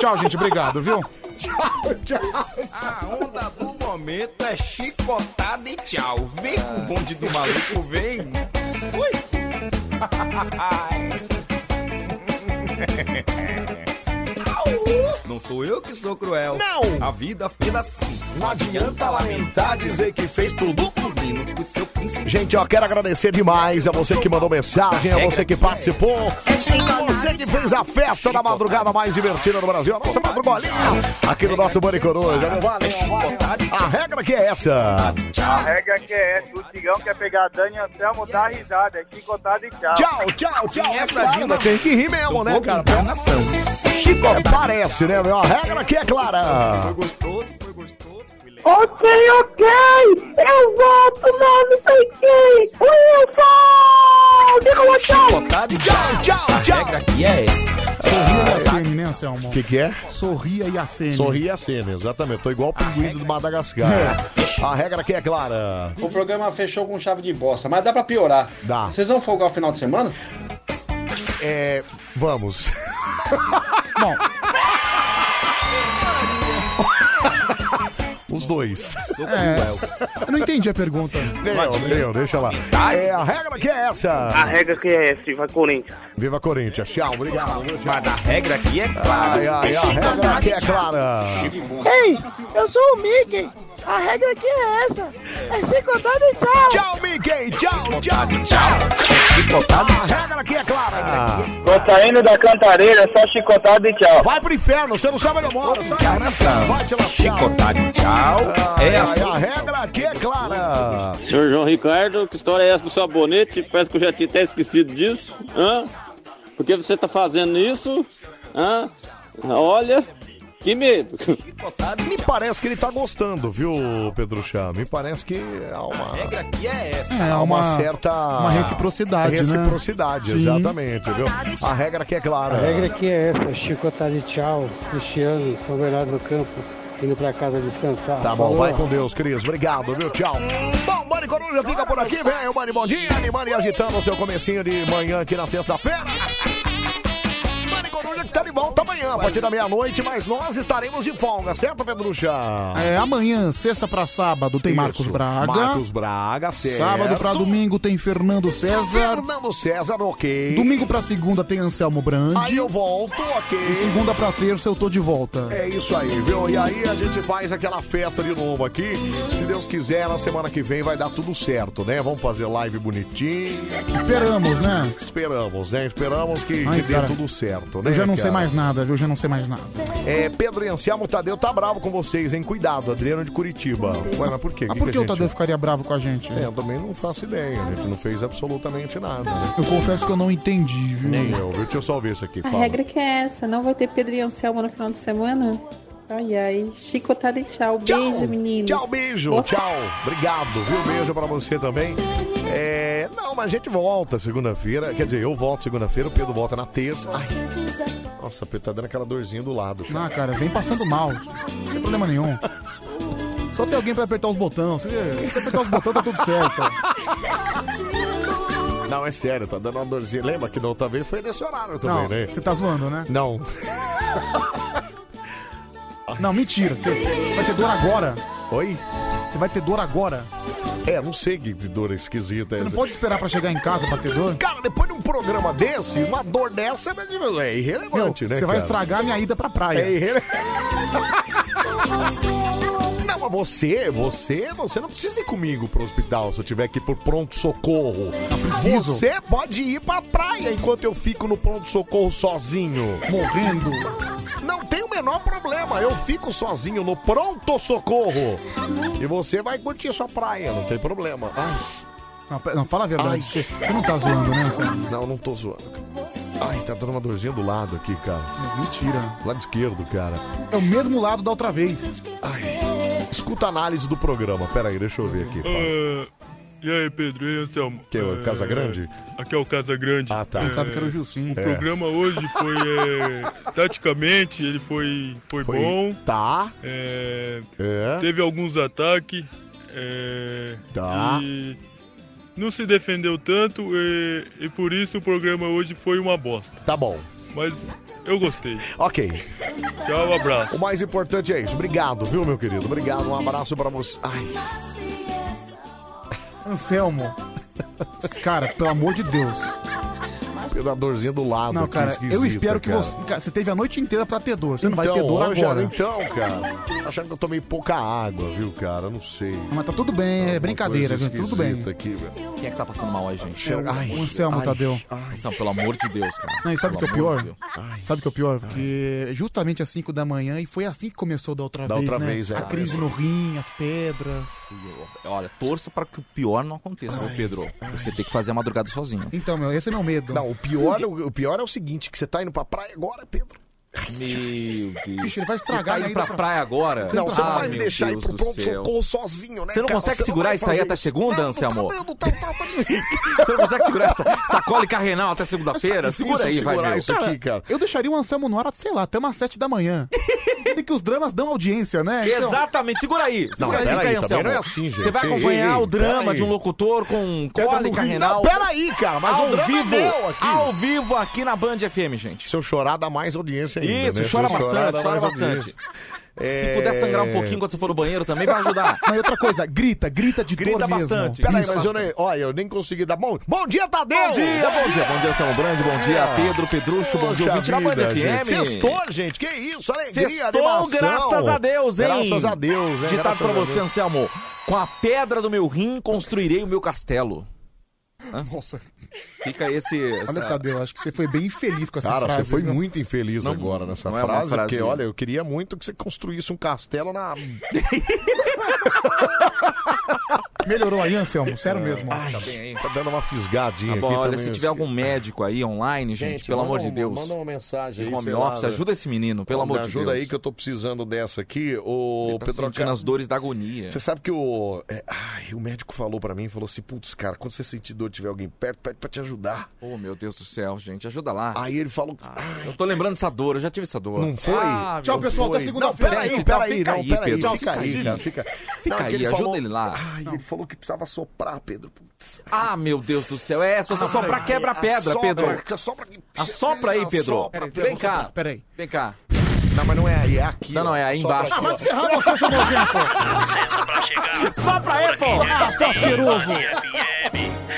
Tchau, gente. Obrigado, viu? Tchau, tchau. A onda do momento é chicotada e tchau. Vem com o bonde do maluco, vem. Ui. Não sou eu que sou cruel. Não. A vida fica assim. Não adianta lamentar, dizer que fez tudo por mim. Não fui seu príncipe. Gente, ó, quero agradecer demais a você que mandou mensagem, a você que participou, a você que fez a festa da madrugada mais divertida do Brasil, a nossa madrugolinha aqui no nosso Bande Coruja. meu Valeu, valeu. A regra que é essa. A regra que é essa, o Tigão quer pegar a Dani Anselmo, dá risada, é chicotada e tchau. Tchau, tchau, tchau. essa Claro, diva mas tem que rir mesmo, do né, povo cara? Chico, parece, né, meu? A regra que é clara. Ok, ok! Eu volto, mano, sei que! Wilson! Derruba, tchau! Chicotada e tchau, tchau, tchau. A regra que é essa. Sorria e acene, né, Anselmo? O que, que é? Sorria e acene. Sorri a cena, exatamente. Tô igual o pinguim do Madagascar. A regra que é clara. O programa fechou com chave de bosta, mas dá pra piorar. Dá. Vocês vão folgar o final de semana? É. Vamos. Bom. Os dois. É. Eu não entendi a pergunta. Meu, meu, deixa lá. É, a regra que é essa? tá A regra que é essa, vai Corinthians. Viva Corinthians. Tchau, obrigado. Mas a regra aqui é clara. Ai, ai, a regra aqui é clara. Ei, eu sou o Mickey! A regra que é essa, é chicotada e tchau! Tchau, Mickey! Tchau, tchau, tchau! A regra aqui é clara. Tô saindo da cantareira, só chicotada e tchau. Vai pro inferno, você não sabe onde eu moro. Vai te lascar. Tchau. Ai, É ai, assim. a regra aqui é clara. Senhor João Ricardo, que história é essa do sabonete? Parece que eu já tinha até esquecido disso. Hã? Por que você tá fazendo isso? Hã? Olha, Que medo. Me parece que ele tá gostando, viu, Pedro Chá? Me parece que há uma. É, há há uma, uma- certa. uma reciprocidade, né? Reciprocidade, Sim. exatamente, viu? A regra aqui é clara. A regra aqui é essa, Chico tá de tchau, Cristiano, São Bernardo do Campo, indo pra casa descansar. Tá bom, Falou. vai com Deus, Cris. Obrigado, viu? Tchau. Bom, Mani Coruja fica por aqui, velho. Mani, bom dia. Mani agitando o seu comecinho de manhã aqui na sexta-feira. Mani Coruja que tá de volta amanhã, a partir da meia-noite, mas nós estaremos de folga, certo, Pedrucha? É, amanhã, sexta pra sábado, tem Marcos Isso. Braga. Marcos Braga, certo. Sábado pra domingo tem Fernando César. Fernando César, ok. Domingo pra segunda tem Anselmo Brandi. Aí eu volto, ok. E segunda pra terça eu tô de volta. É isso aí, viu? E aí a gente faz aquela festa de novo aqui. Se Deus quiser, na semana que vem vai dar tudo certo, né? Vamos fazer live bonitinho. Esperamos, né? Esperamos, né? Esperamos que, Ai, que dê cara, tudo certo, né? Eu já não sei cara? mais nada, viu? Eu já não sei mais nada. É, Pedro e Anselmo, o Tadeu tá bravo com vocês, hein? Cuidado, Adriano de Curitiba. Ué, mas por quê? Ah, Que por que, que a o gente- Tadeu ficaria bravo com a gente? É, eu também não faço ideia, a gente não fez absolutamente nada. Né? Eu confesso que eu não entendi, viu? Nem eu, viu? Deixa eu só ver isso aqui, A fala. regra que é essa, não vai ter Pedro e Anselmo no final de semana? Ai, ai. Chico tá de tchau. Beijo, meninos. Tchau, beijo, Boa tchau. Obrigado, viu? Beijo pra você também. É, não, mas a gente volta segunda-feira. Quer dizer, eu volto segunda-feira, o Pedro volta na terça. Ai, nossa, Pedro tá dando aquela dorzinha do lado. Ah, cara, vem passando mal. Não tem problema nenhum. Só tem alguém pra apertar os botões. Se se apertar os botões, tá tudo certo. Não, é sério, tá dando uma dorzinha. Lembra que na outra vez foi nesse horário também, Não, né? você tá zoando, né? Não. Ah. Não, mentira. Você vai ter dor agora. Oi? Você vai ter dor agora. É, não sei que dor esquisita é Você não essa. pode esperar pra chegar em casa pra ter dor? Cara, depois de um programa desse, uma dor dessa é, é irrelevante, né? Você vai cara? estragar minha ida pra praia. É irre- Não, mas você, você, você não precisa ir comigo pro hospital se eu tiver que ir pro pronto-socorro. preciso. Você pode ir pra praia enquanto eu fico no pronto-socorro sozinho. Morrendo. Não tem o menor problema, eu fico sozinho no pronto-socorro. E você vai curtir sua praia, não tem problema. Ai, Não, pe- não, fala a Ai. verdade. Você você não tá zoando, né? Sam? Não, não tô zoando. cara. Ai, tá dando uma dorzinha do lado aqui, cara. Mentira. Lado esquerdo, cara. É o mesmo lado da outra vez. Escuta a análise do programa. Pera aí, deixa eu ver aqui. Fala. e aí, Pedro? E aí, Anselmo? Que é o Casa Grande? Aqui é o Casa Grande. Ah, tá. Pensava que era o Gilcinho. O programa hoje foi, é, taticamente, ele foi, foi, Foi- bom. Tá. É, É. Teve alguns ataques. é, Tá. E não se defendeu tanto e, e por isso o programa hoje foi uma bosta. Tá bom. Mas eu gostei. Ok. Tchau, um abraço. O mais importante é isso. Obrigado, viu, meu querido? Obrigado. Um abraço pra você. Ai, Anselmo. Cara, pelo amor de Deus. pela dorzinha do lado. Não, aqui, cara, eu esquisita, espero que Ah, cara. você. Cara, você teve a noite inteira pra ter dor. Você não vai Então, ter dor hoje, agora. Então, cara. Achando que eu tomei pouca água, viu, cara? Eu Não sei. Não, Mas tá tudo bem, é brincadeira, viu? Tudo bem. Quem é que tá passando mal aí, gente? É, o- o Anselmo, Tadeu. Anselmo, pelo amor de Deus, cara. Não, e sabe o que é o Pelo amor pior? de Deus. Sabe o que é o pior? Porque é justamente às 5 da manhã, e foi assim que começou da outra Da vez, outra né? vez, é. A crise no rim, as pedras. Olha, torça pra que o pior não aconteça, meu Pedro. Você tem que fazer a madrugada sozinho. Então, meu, esse é meu medo. Não, o pior, o, o pior é o seguinte, que você tá indo pra praia agora, Pedro. Meu Deus. Bicho, ele vai Você tá estragar minha indo pra, ida pra- praia agora? Não, Então, você não Ah, vai me meu deixar Deus ir pro do céu. pronto-socorro sozinho, né, Você não cara? consegue Você não segurar vai isso aí fazer até isso. segunda, Anselmo? Não, tá Você não consegue segurar essa sacólica renal até segunda-feira? Difícil Segura aí, vai, tá segurar meu. isso aqui, cara. Eu deixaria o Anselmo no ar, sei lá, até umas 7 da manhã. Tem que os dramas dão audiência, né? Então- Exatamente, segura aí. Não, Segura aí, pera fica aí, aí, também Anselmo. não é assim, gente. Você vai Ei, acompanhar ei, o drama pera de um aí. locutor com Pedra no cólica rim. renal. Não, pera aí, cara, mas o ao drama é um vivo, meu aqui. ao vivo aqui na Band FM, gente. Se eu chorar, dá mais audiência ainda, Isso, né? Se chora eu chorar, bastante, dá chora mais bastante. audiência. Se É. puder sangrar um pouquinho quando você for no banheiro também, vai ajudar. Não, e outra coisa, grita, grita de Grita dor mesmo. bastante. Peraí, Isso, mas eu nem, olha, eu nem consegui dar bom. Bom dia, Tadeu! É. Bom dia, bom dia, bom dia, Anselmo Brandi, bom dia, Pedro Pedrucho, bom dia, Poxa ouvinte da Band vida, FM. gente. Sextou, gente, que isso, alegria, Sextou, animação. graças a Deus, hein? Graças a Deus, hein? Ditado Graças pra a você, Deus. Anselmo. Com a pedra do meu rim, construirei o meu castelo. Nossa. Fica esse... Olha, tá essa- Tadeu, acho que você foi bem infeliz com essa Cara, frase. você foi viu? muito infeliz Não- agora nessa não é uma frase, porque frase- olha, eu queria muito que você construísse um castelo na Melhorou aí, Anselmo? É. Sério mesmo. Ai, tá dando uma fisgadinha Tá bom, aqui olha, também, se eu tiver algum médico aí online, gente, pelo manda amor de um- Deus. Manda uma mensagem aí. Home sei lá, office, né? ajuda esse menino, pelo Me amor de Ajuda Deus. aí que eu tô precisando dessa aqui. O Ele tá sentindo as dores da agonia. Você sabe que o. é, ai, o médico falou pra mim, falou assim: putz, cara, quando você sentir dor, tiver alguém perto, pede pra te ajudar. Oh, meu Deus do céu, gente, ajuda lá. Ah, Aí ele falou. eu tô lembrando dessa dor, eu já tive essa dor. Não foi? Ah, Tchau, meu, pessoal, foi. até Não, segunda-feira. peraí, Não, Pedro, peraí, fica não, aí, peraí, Pedro. tchau, Fica fica aí, aí, cara, cara. fica- Fica Não, é que aí, ele ajuda falou- ele lá. Ai, ele falou que precisava soprar, Pedro. Putz. Ah, meu Deus do céu. É, se você Ai, soprar, quebra a pedra, assopra, Pedro. assopra. Assopra aí, Pedro. Assopra, tá Pedro, Vem cá. assopra, peraí. Vem cá. Não, mas não é aí, é aqui. Não, não, é aí Sopra embaixo. aqui, ó. Ah, vai ferrar você, seu nojento. pra chegar. Só pra ele, pô. Ah, seu asqueroso.